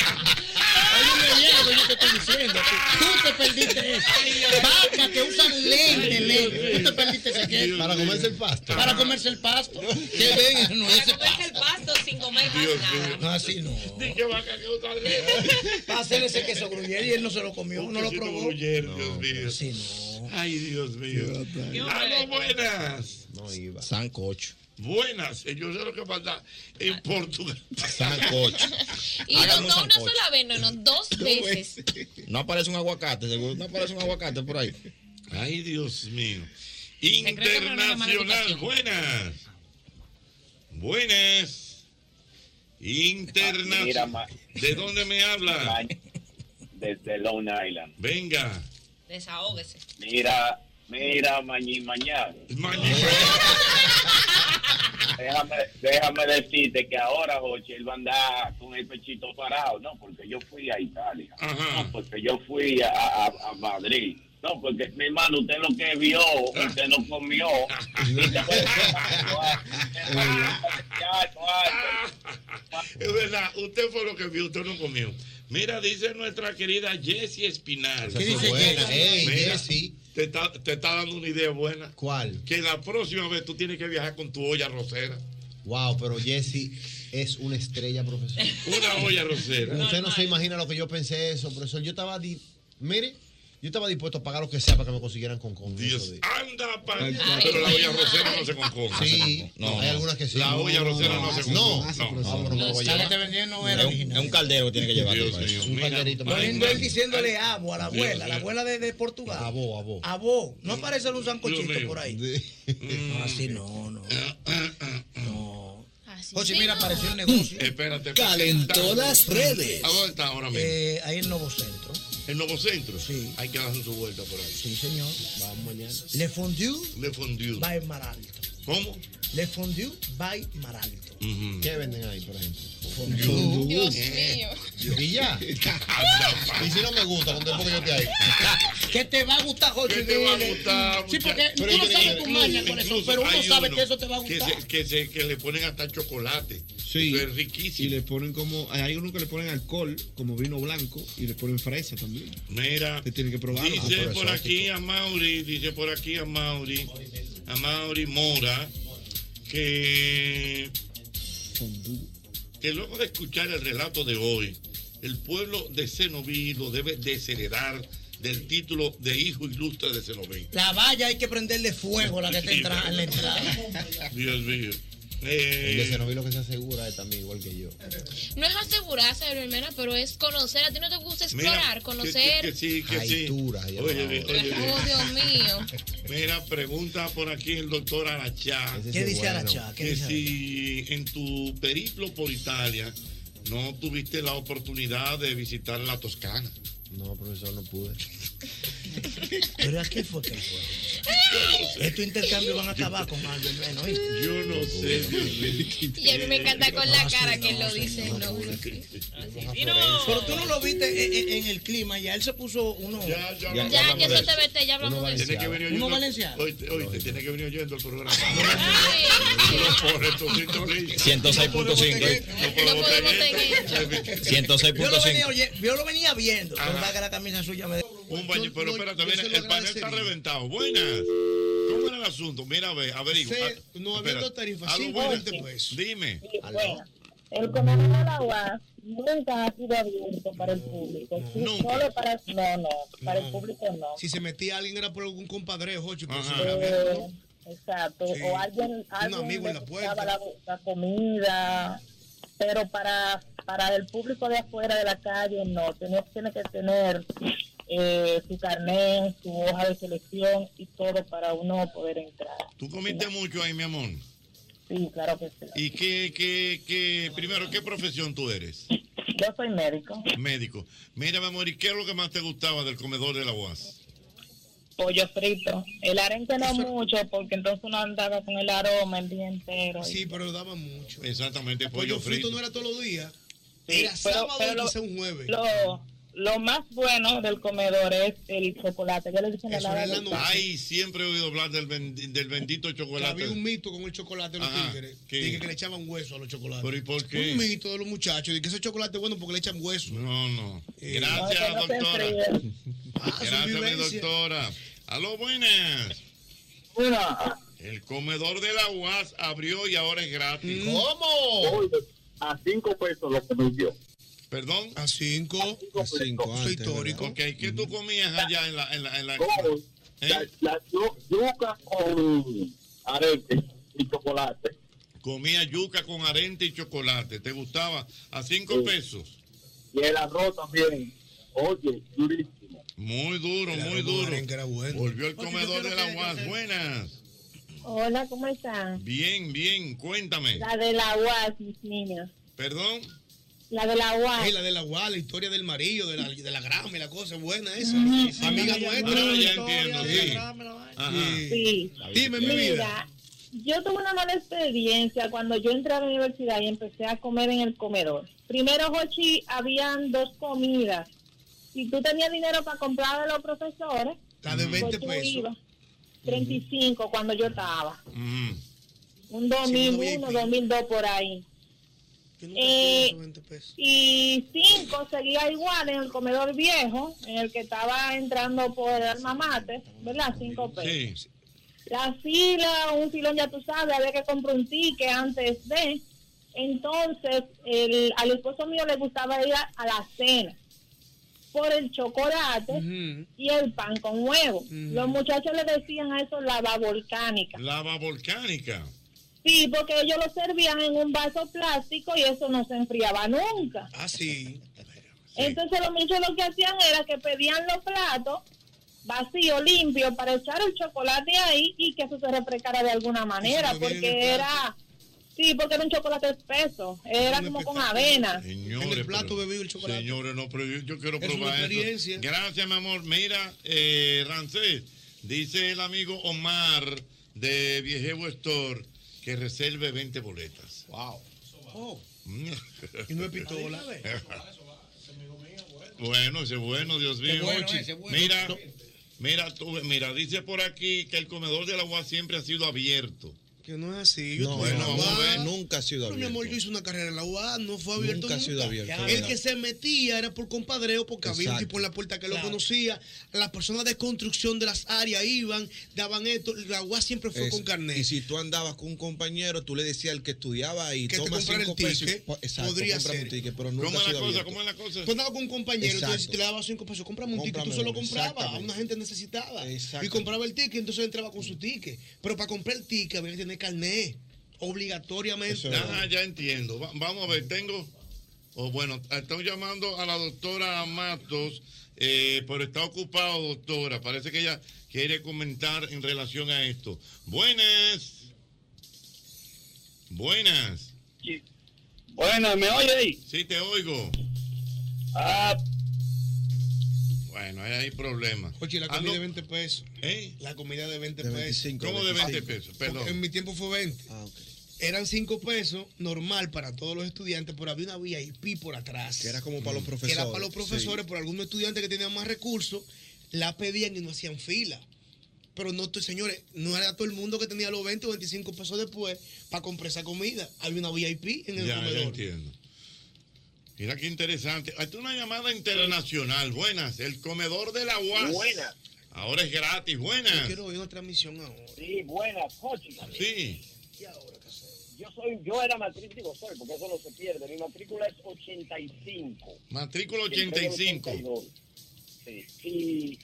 [SPEAKER 12] Óyeme bien lo que pues, yo te estoy diciendo. Tú te perdiste eso. Vaca que usan lente, lente. Tú te perdiste ese queso.
[SPEAKER 30] Para comerse el pasto.
[SPEAKER 12] Para comerse el pasto. Qué bien, no ese pasto.
[SPEAKER 29] el pasto sin comer más nada.
[SPEAKER 12] No, así no.
[SPEAKER 10] Dije, vaca, que otra vez.
[SPEAKER 12] Va a hacer ese queso gruyere y él no se lo comió, no lo
[SPEAKER 10] quesito
[SPEAKER 12] probó.
[SPEAKER 10] gruyere, Dios mío. Ay, Dios mío. ¡Aló, buenas!
[SPEAKER 30] No iba.
[SPEAKER 32] Sancocho.
[SPEAKER 10] Buenas, eh, yo sé lo que falta en Portugal.
[SPEAKER 32] Sancocho.
[SPEAKER 33] Y no,
[SPEAKER 32] Hágame un
[SPEAKER 33] no una
[SPEAKER 32] sancocho.
[SPEAKER 33] sola vez, no, no, dos veces.
[SPEAKER 32] No aparece un aguacate, seguro. No aparece un aguacate por ahí.
[SPEAKER 10] Ay, Dios mío.
[SPEAKER 32] cree que me van a llamar
[SPEAKER 10] Internacional,
[SPEAKER 32] educación.
[SPEAKER 10] buenas. Buenas.
[SPEAKER 16] Mira,
[SPEAKER 10] Internacional.
[SPEAKER 16] ma-
[SPEAKER 10] ¿De dónde me habla?
[SPEAKER 16] desde Long Island.
[SPEAKER 10] Venga.
[SPEAKER 29] Desahógese.
[SPEAKER 16] Mira, mira, mañana. mañana. Ah, déjame, déjame decirte que ahora, Joche, él va a andar con el pechito parado. No, porque yo fui a Italia. No, porque yo fui a, a, a Madrid. No, porque mi hermano, usted lo que vio, usted no comió.
[SPEAKER 10] Es verdad, usted fue lo que vio, usted no comió. Mira, dice nuestra querida Jessie Espinal.
[SPEAKER 30] Esa ¿Qué fue dice buena. Jessie? Ey, Jessie.
[SPEAKER 10] Te está, te está dando una idea buena.
[SPEAKER 30] ¿Cuál?
[SPEAKER 10] Que la próxima vez tú tienes que viajar con tu olla rosera.
[SPEAKER 30] Wow, pero Jesse es una estrella, profesor.
[SPEAKER 10] Una olla rosera.
[SPEAKER 30] Usted no se imagina lo que yo pensé eso, profesor. Yo estaba, di- mire, Yo estaba dispuesto a pagar lo que sea para que me consiguieran con con.
[SPEAKER 10] Dios, anda, pa- pero la olla rosera no se concona.
[SPEAKER 30] Sí, hay algunas que sí.
[SPEAKER 10] La olla rosera no se
[SPEAKER 30] No,
[SPEAKER 10] concona. No,
[SPEAKER 30] no, no, no,
[SPEAKER 10] no.
[SPEAKER 30] voy a
[SPEAKER 12] La que
[SPEAKER 30] llevar.
[SPEAKER 12] te vendieron no era original.
[SPEAKER 32] un caldero que tiene que llevar.
[SPEAKER 10] Dios
[SPEAKER 32] para eso.
[SPEAKER 10] mío.
[SPEAKER 32] Un calderito. para eso.
[SPEAKER 12] Estoy diciéndole abo a la abuela, la abuela de, de Portugal. Abo, abo. Abo. No parece un sancochito por ahí. No, así no, no. Oye, mira,
[SPEAKER 30] Mm.
[SPEAKER 12] apareció un negocio.
[SPEAKER 10] Espérate.
[SPEAKER 12] Calentó las redes.
[SPEAKER 10] ¿A Ah, dónde está ahora mismo?
[SPEAKER 12] Eh, ahí en Nuevo Centro.
[SPEAKER 10] ¿El nuevo centro? Sí. Hay que darse su vuelta por ahí.
[SPEAKER 12] Sí, señor. Vamos mañana. Le Fondue.
[SPEAKER 10] Le Fondue.
[SPEAKER 12] By Maralto.
[SPEAKER 10] ¿Cómo?
[SPEAKER 12] Le Fondue by Maralto.
[SPEAKER 30] ¿Qué venden ahí, por ejemplo?
[SPEAKER 12] Fondue. Dios mío.
[SPEAKER 30] Y ya. <laughs> y si no me gusta, con después que yo esté <laughs> ahí.
[SPEAKER 12] ¿Qué te va a gustar, Jorge?
[SPEAKER 30] ¿Qué te va a
[SPEAKER 12] Dile.
[SPEAKER 30] gustar,
[SPEAKER 12] Sí, porque
[SPEAKER 30] muchacho?
[SPEAKER 12] tú
[SPEAKER 30] Pero
[SPEAKER 12] no
[SPEAKER 30] yo
[SPEAKER 12] sabes
[SPEAKER 30] digo,
[SPEAKER 12] tu maña con eso,
[SPEAKER 10] Incluso
[SPEAKER 12] pero uno
[SPEAKER 10] hay
[SPEAKER 12] sabe
[SPEAKER 10] uno
[SPEAKER 12] que eso te va a
[SPEAKER 10] que
[SPEAKER 12] gustar.
[SPEAKER 10] se- que, se- que le ponen hasta chocolate.
[SPEAKER 35] Sí.
[SPEAKER 10] Eso es riquísimo.
[SPEAKER 35] Y le ponen como. Hay uno que le ponen alcohol, como vino blanco, y le ponen fresa también.
[SPEAKER 10] Mira.
[SPEAKER 35] Te tienen que probarlo.
[SPEAKER 30] Ah,
[SPEAKER 10] Dice por aquí a Mauri, dice por aquí a Mauri, a Mauri Mora, que, que luego de escuchar el relato de hoy, el pueblo de Senoví lo debe desheredar del título de hijo ilustre de Senoví.
[SPEAKER 12] La valla hay que prenderle fuego, la que te entra en la entrada.
[SPEAKER 10] Dios mío.
[SPEAKER 30] El de Cenoví lo que se asegura es también igual que yo.
[SPEAKER 33] No es asegurarse, hermana, pero es conocer. A ti no te gusta explorar,
[SPEAKER 10] que-
[SPEAKER 33] conocer.
[SPEAKER 10] Que, que sí, que sí. Oye, oye, oye.
[SPEAKER 33] Oh, Dios mío.
[SPEAKER 10] Mira, pregunta por aquí el doctor Arachá.
[SPEAKER 12] ¿Qué dice Arachá? ¿Qué
[SPEAKER 10] que
[SPEAKER 12] dice
[SPEAKER 10] si en tu periplo por Italia no tuviste la oportunidad de visitar la Toscana.
[SPEAKER 30] No, profesor, no pude.
[SPEAKER 12] <laughs> Pero aquí fue que fue. Estos intercambios van a acabar con algo menos.
[SPEAKER 10] Yo no sé.
[SPEAKER 33] Y a mí me encanta con la cara que él lo dice. No, sí.
[SPEAKER 12] Pero tú no lo viste en, en- en el clima, ya él se puso uno. Ya,
[SPEAKER 33] Ya, ya eso te vete, ya hablamos de eso.
[SPEAKER 10] Tiene que venir
[SPEAKER 12] Uno
[SPEAKER 10] oyendo-
[SPEAKER 12] valenciano.
[SPEAKER 10] Oye, oye, tiene que venir oyendo el programa. No por estos síntomas.
[SPEAKER 32] 106.5.
[SPEAKER 10] No podemos tener-
[SPEAKER 12] 106.5. Yo lo venía,
[SPEAKER 32] 106.5.
[SPEAKER 12] oye- yo lo venía viendo. pero
[SPEAKER 10] Ajá.
[SPEAKER 12] la que la camisa suya me
[SPEAKER 10] Un baño, pero espérate, mira, el panel está reventado. Buenas. ¿Cómo era el asunto? Mira, a ver, averigua.
[SPEAKER 35] Se-
[SPEAKER 10] Ah,
[SPEAKER 35] no
[SPEAKER 10] espérate.
[SPEAKER 35] habiendo tarifa,
[SPEAKER 10] Algo
[SPEAKER 35] sí, pues.
[SPEAKER 10] bueno.
[SPEAKER 35] 20
[SPEAKER 10] Dime.
[SPEAKER 34] El comedor de la UAS nunca ha sido abierto para el público. Sí, Solo para, no, no, para el público no.
[SPEAKER 35] Si se metía alguien era por algún compadreo, Jochi, por
[SPEAKER 34] Ajá.
[SPEAKER 35] si era bien,
[SPEAKER 34] Eh,
[SPEAKER 35] ¿no?
[SPEAKER 34] Exacto.
[SPEAKER 35] Sí.
[SPEAKER 34] O alguien,
[SPEAKER 35] Un
[SPEAKER 34] alguien
[SPEAKER 35] amigo en
[SPEAKER 34] le
[SPEAKER 35] la
[SPEAKER 34] gustaba
[SPEAKER 35] puerta.
[SPEAKER 34] la, la comida. Pero para, para el público de afuera de la calle, no. Tiene, tiene que tener eh, su carnet, su hoja de <laughs> selección y todo para uno poder entrar.
[SPEAKER 10] Tú comiste mucho ahí, mi amor.
[SPEAKER 34] Sí, claro que sí.
[SPEAKER 10] ¿Y qué, qué, qué, primero, qué profesión tú eres?
[SPEAKER 34] Yo soy médico.
[SPEAKER 10] Médico. Mira, mi amor, ¿y qué es lo que más te gustaba del comedor de la UAS?
[SPEAKER 34] pollo frito. El arenque no mucho, porque entonces uno andaba con el aroma el día entero.
[SPEAKER 35] Sí, pero lo daban mucho.
[SPEAKER 10] Exactamente, pollo,
[SPEAKER 35] Pollo
[SPEAKER 10] frito.
[SPEAKER 35] frito no era todos los días.
[SPEAKER 34] Sí,
[SPEAKER 35] Era
[SPEAKER 34] pero-
[SPEAKER 35] sábado
[SPEAKER 34] pero
[SPEAKER 35] y
[SPEAKER 34] lo-
[SPEAKER 35] quizá un jueves.
[SPEAKER 34] Lo, lo más bueno del comedor es el chocolate. Yo le dicen helado de chocolate.
[SPEAKER 10] Ay, siempre he oído hablar del, bendi- del bendito
[SPEAKER 35] Que
[SPEAKER 10] chocolate.
[SPEAKER 35] había un mito con el chocolate de los
[SPEAKER 10] Ajá,
[SPEAKER 35] tigres.
[SPEAKER 10] ¿qué?
[SPEAKER 35] Dije que le echaban hueso a los chocolates.
[SPEAKER 10] Pero, ¿y por qué?
[SPEAKER 35] Un mito de los muchachos. Dije que ese chocolate es bueno porque le echan hueso. Eh,
[SPEAKER 10] No, no.
[SPEAKER 35] que
[SPEAKER 10] Gracias,
[SPEAKER 35] no se
[SPEAKER 10] doctora.
[SPEAKER 35] enfríe.
[SPEAKER 10] Gracias, mi
[SPEAKER 35] vivencia.
[SPEAKER 10] doctora. Aló, buenas. El comedor de la UAS abrió y ahora es gratis.
[SPEAKER 35] ¿Cómo?
[SPEAKER 10] A cinco pesos lo comió. ¿Perdón?
[SPEAKER 35] A cinco. A cinco. Eso histórico.
[SPEAKER 10] Ok, ¿qué tú comías allá en la... En la, en la- ¿Eh?
[SPEAKER 36] yuca con arenque y chocolate.
[SPEAKER 10] Comía yuca con arente y chocolate. ¿Te gustaba? A cinco pesos.
[SPEAKER 36] Y el arroz también. Oye, durísimo.
[SPEAKER 10] Muy duro, muy duro. Volvió el comedor de la UAS. Buenas.
[SPEAKER 34] Hola, ¿cómo están?
[SPEAKER 10] Bien, bien. Cuéntame.
[SPEAKER 34] La de la UAS, mis niños.
[SPEAKER 10] ¿Perdón?
[SPEAKER 34] La de la UAS.
[SPEAKER 35] Ay, la de la UAS, la historia del marillo, de la, de la grama y la cosa es buena esa.
[SPEAKER 34] Ujú.
[SPEAKER 35] Amiga
[SPEAKER 34] Sí,
[SPEAKER 35] nuestra.
[SPEAKER 10] Ah, ya entiendo, sí.
[SPEAKER 34] Sí.
[SPEAKER 35] Dime, mi vida.
[SPEAKER 34] Mira, yo tuve una mala experiencia cuando yo entré a la universidad y empecé a comer en el comedor. Primero, Jochi, habían dos comidas. Si tú tenías dinero para comprar a los profesores, pues
[SPEAKER 35] La de 20
[SPEAKER 34] tú
[SPEAKER 35] pesos.
[SPEAKER 34] ibas. 35 cuando yo estaba.
[SPEAKER 10] Mm.
[SPEAKER 34] Un
[SPEAKER 35] Sí, uno
[SPEAKER 34] 2001,
[SPEAKER 35] VIP.
[SPEAKER 34] 2002 por ahí. Eh, y cinco seguía igual en el comedor viejo, en el que estaba entrando por alma mate, ¿verdad? Cinco pesos.
[SPEAKER 10] Sí.
[SPEAKER 34] La fila, un filón, ya tú sabes, había que comprar un ticket antes de. Entonces, el, al esposo mío le gustaba ir a, a la cena. por el chocolate y el pan con huevo. Los muchachos le decían a eso lava volcánica.
[SPEAKER 10] Lava volcánica.
[SPEAKER 34] Sí, porque ellos lo servían en un vaso plástico y eso no se enfriaba nunca.
[SPEAKER 10] Ah, sí.
[SPEAKER 34] Entonces los muchachos lo que hacían era que pedían los platos vacíos, limpios, para echar el chocolate ahí y que eso se refrescara de alguna manera,
[SPEAKER 10] lo viene en el
[SPEAKER 34] porque era... Sí, porque era un chocolate espeso, era como con avena.
[SPEAKER 10] Señores, el plato bebido el chocolate. Señores, no, pero yo, yo quiero probar eso. Gracias, mi amor. Mira, eh, Rancés, dice el amigo Omar de Viejevo Store que reserve 20 boletas. Oh. Wow. <laughs> y <laughs> no es pistola. bueno, ese es bueno, Dios mío.
[SPEAKER 37] bueno ese, bueno.
[SPEAKER 10] Mira, mira, tú, mira, dice por aquí que el comedor de la UAS siempre ha sido abierto.
[SPEAKER 35] Que no es así.
[SPEAKER 10] No,
[SPEAKER 35] tuve
[SPEAKER 10] bueno,
[SPEAKER 35] una
[SPEAKER 10] vamos a
[SPEAKER 35] UAS,
[SPEAKER 10] ver.
[SPEAKER 35] Nunca ha sido Pero, mi amor, yo hice una carrera en la UA, no fue abierto Nunca nunca. ha sido abierto, El ¿verdad? que se metía era por compadreo, porque había un Exacto. tipo en la puerta que lo Claro. conocía. Las personas de construcción de las áreas iban, daban esto. La UA siempre fue
[SPEAKER 4] Eso.
[SPEAKER 35] con carnet.
[SPEAKER 4] Y si tú andabas con un compañero, tú le decías al que estudiaba ahí,
[SPEAKER 35] Que te
[SPEAKER 4] toma
[SPEAKER 35] comprara el
[SPEAKER 4] cinco pesos. y
[SPEAKER 35] ticket,
[SPEAKER 4] po- Exacto,
[SPEAKER 35] podría
[SPEAKER 4] cómprame
[SPEAKER 35] ser.
[SPEAKER 4] un ticket, pero
[SPEAKER 10] ¿Cómo
[SPEAKER 4] nunca ha
[SPEAKER 10] es la
[SPEAKER 4] sido
[SPEAKER 10] cosa?
[SPEAKER 4] abierto.
[SPEAKER 10] ¿Cómo es la cosa?
[SPEAKER 35] Tú andabas con un compañero,
[SPEAKER 4] Exacto.
[SPEAKER 35] entonces si te le dabas cinco pesos, comprame un ticket, tú
[SPEAKER 4] Cómprame
[SPEAKER 35] se lo
[SPEAKER 4] uno,
[SPEAKER 35] comprabas a
[SPEAKER 4] exactamente.
[SPEAKER 35] una gente necesitada. Y compraba el ticket, entonces entraba con su ticket. Pero para comprar el ticket había que tener carnet, obligatoriamente.
[SPEAKER 10] Ah, ya entiendo. Va- vamos a ver, tengo. oh, bueno, están llamando a la doctora Matos, eh, pero está ocupada, doctora. Parece que ella quiere comentar en relación a esto. Buenas. Buenas.
[SPEAKER 20] Buenas, ¿me oye ahí?
[SPEAKER 10] Sí, te oigo.
[SPEAKER 20] Ah.
[SPEAKER 10] Bueno, ahí hay problemas.
[SPEAKER 35] Oye, la
[SPEAKER 10] Ah,
[SPEAKER 35] comida
[SPEAKER 10] no.
[SPEAKER 35] de 20 pesos. La comida de 20
[SPEAKER 10] De
[SPEAKER 35] pesos.
[SPEAKER 10] 25, ¿Cómo de 20 pesos? Perdón.
[SPEAKER 35] Porque En mi tiempo fue 20.
[SPEAKER 4] Ah,
[SPEAKER 35] Eran 5 pesos normal para todos los estudiantes, pero había una VIP por atrás.
[SPEAKER 4] Que era como para los
[SPEAKER 10] Mm.
[SPEAKER 35] Que era para
[SPEAKER 4] profesores,
[SPEAKER 35] los profesores, por algunos estudiantes que tenían más recursos, la pedían y no hacían fila. Pero no, estoy- señores, no era todo el mundo que tenía los 20 o 25 pesos después para comprar esa comida. Había una VIP en el
[SPEAKER 10] Ya, ya
[SPEAKER 35] comedor.
[SPEAKER 10] entiendo. Mira qué interesante. Hay una llamada internacional. Buenas. El comedor de la UAS.
[SPEAKER 35] Buenas.
[SPEAKER 10] Ahora es gratis.
[SPEAKER 35] Yo
[SPEAKER 10] Buenas.
[SPEAKER 35] quiero oír una transmisión ahora.
[SPEAKER 20] Sí, buenas, Jochi.
[SPEAKER 10] Sí.
[SPEAKER 20] Yo soy, yo era matrícula, digo, soy, porque eso no se pierde. Mi matrícula es 85.
[SPEAKER 10] Matrícula
[SPEAKER 20] Y entrega
[SPEAKER 10] 85.
[SPEAKER 20] 82. Sí.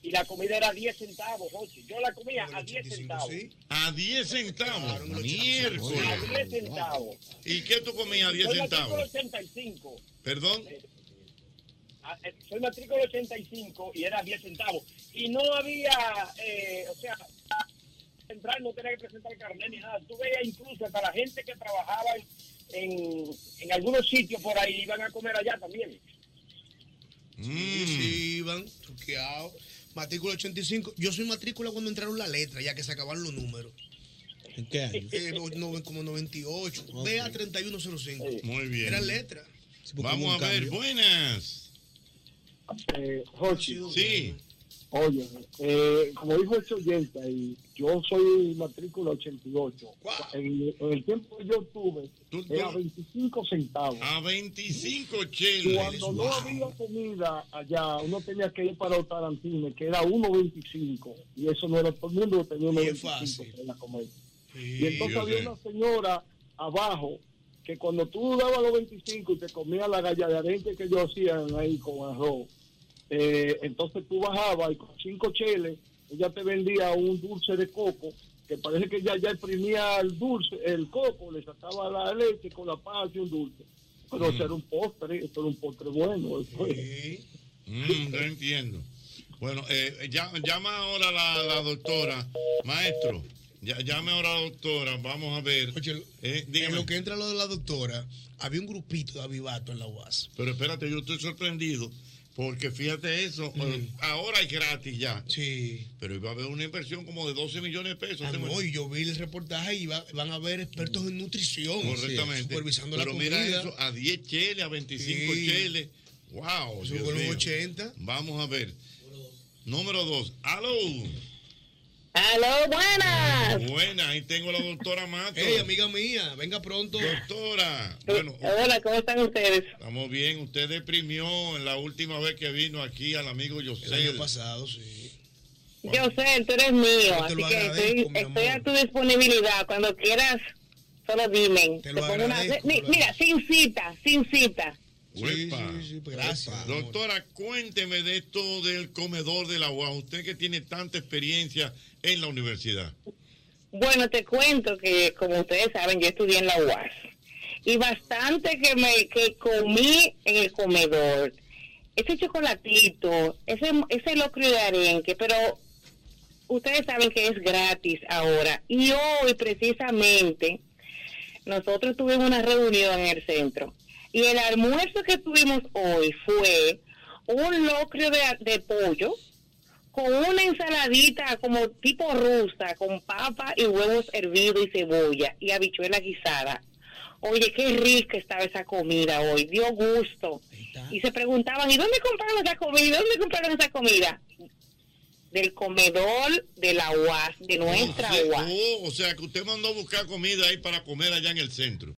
[SPEAKER 20] Y, y la comida era 10 centavos, Jochi. Yo la comía a 10 centavos.
[SPEAKER 10] A 10 centavos.
[SPEAKER 20] A
[SPEAKER 10] Miércoles.
[SPEAKER 20] 10 centavos.
[SPEAKER 10] ¿Y qué tú comías a 10
[SPEAKER 20] Soy matrícula
[SPEAKER 10] centavos?
[SPEAKER 20] 85.
[SPEAKER 10] Perdón.
[SPEAKER 20] Ah, eh, Soy matrícula 85 y era 10 centavos. Y no había, eh, o sea, entrar no tenía que presentar carnet ni nada. Tú veías incluso hasta la gente que trabajaba en, en, en algunos sitios por ahí, iban a comer allá también.
[SPEAKER 10] Mm.
[SPEAKER 35] Sí, sí, iban truqueados. Matrícula 85. Yo soy matrícula cuando entraron la letra, ya que se acabaron los números.
[SPEAKER 4] ¿En qué año?
[SPEAKER 35] Eh, no- no- como 98. BA 3105.
[SPEAKER 10] Muy bien.
[SPEAKER 35] Era letra. porque hubo
[SPEAKER 10] Vamos
[SPEAKER 35] un
[SPEAKER 10] a ver.
[SPEAKER 35] cambio.
[SPEAKER 10] Buenas.
[SPEAKER 16] Eh, Jochi.
[SPEAKER 10] Sí.
[SPEAKER 16] Oye, eh, como dijo ese oyente, ahí, yo soy matrícula 88. En, en el tiempo que yo tuve, era 25 centavos.
[SPEAKER 10] A 25 cheles.
[SPEAKER 16] Cuando no había comida allá, uno tenía que ir para Tarantines, que era 1.25. Y eso no era todo el mundo, tenía 1.25 para comer. Y entonces
[SPEAKER 10] yo
[SPEAKER 16] había
[SPEAKER 10] sé.
[SPEAKER 16] una señora abajo que cuando tú dabas los 25 y te comías la galla de arenque que yo hacían ahí con arroz, eh, entonces tú bajabas y con cinco cheles ella te vendía un dulce de coco que parece que ella ya imprimía el dulce, el coco, le sacaba la leche con la paz y un dulce. Pero eso era un postre, eso era un postre bueno. eso era.
[SPEAKER 10] Mm, no entiendo. Bueno, eh, ya- llama ahora la, la doctora. Maestro, ya- llame ahora la doctora. Vamos a ver. Eh, dígame.
[SPEAKER 35] En lo que entra lo de la doctora, había un grupito de avivato en la
[SPEAKER 4] Ah,
[SPEAKER 35] UAS.
[SPEAKER 10] Pero espérate, yo estoy sorprendido porque fíjate eso, eh, ahora es gratis ya.
[SPEAKER 35] Mm. Sí.
[SPEAKER 10] Pero iba a haber una inversión como de 12 millones de pesos.
[SPEAKER 35] Ah,
[SPEAKER 10] tengo-
[SPEAKER 35] no, y yo vi el reportaje y va- van a ver expertos en nutrición.
[SPEAKER 10] Correctamente.
[SPEAKER 35] Supervisando
[SPEAKER 10] Pero
[SPEAKER 35] la comida.
[SPEAKER 10] mira eso, a 10 cheles, a 25
[SPEAKER 35] Sí.
[SPEAKER 10] cheles. Wow.
[SPEAKER 35] Eso
[SPEAKER 10] Dios
[SPEAKER 35] fueron
[SPEAKER 10] mío.
[SPEAKER 35] 80.
[SPEAKER 10] Vamos a ver. Número 2. Aló.
[SPEAKER 26] Aló, buenas.
[SPEAKER 10] Buena, ahí tengo a la doctora Mato.
[SPEAKER 35] Ey, amiga mía, venga pronto.
[SPEAKER 10] Doctora. Bueno,
[SPEAKER 26] Hola, ¿cómo están ustedes?
[SPEAKER 10] estamos bien. Usted deprimió en la última vez que vino aquí al amigo José. El año
[SPEAKER 35] pasado, sí.
[SPEAKER 26] Yo sé, tú eres mío,
[SPEAKER 10] Yo te
[SPEAKER 26] así
[SPEAKER 10] lo
[SPEAKER 26] que
[SPEAKER 10] agradezco,
[SPEAKER 26] estoy,
[SPEAKER 10] mi
[SPEAKER 26] estoy a tu disponibilidad. Cuando quieras, solo dime.
[SPEAKER 10] lo
[SPEAKER 26] pongo una-
[SPEAKER 10] agradezco,
[SPEAKER 26] Mi-
[SPEAKER 10] te lo
[SPEAKER 26] Mira, sin cita, sin cita.
[SPEAKER 10] Sí,
[SPEAKER 11] Uepa.
[SPEAKER 10] sí, sí, gracias. Doctora, cuénteme de esto del comedor de la UAS. Usted que tiene tanta experiencia en la universidad.
[SPEAKER 26] Bueno, te cuento que, como ustedes saben, yo estudié en la UAS. Y bastante que me que comí en el comedor. Ese chocolatito, ese, ese locrio de arenque, pero ustedes saben que es gratis ahora. Y hoy, precisamente, nosotros tuvimos una reunión en el centro. Y el almuerzo que tuvimos hoy fue un locrio de, de pollo con una ensaladita como tipo rusa, con papa y huevos hervidos y cebolla y habichuela guisada. Oye, qué rica estaba esa comida hoy, dio gusto. Y se preguntaban, ¿y dónde compraron esa comida? ¿Dónde compraron esa comida? Del comedor de la UAS, de nuestra
[SPEAKER 10] Oh,
[SPEAKER 26] UAS.
[SPEAKER 10] oh, o sea, que usted mandó a buscar comida ahí para comer allá en el centro.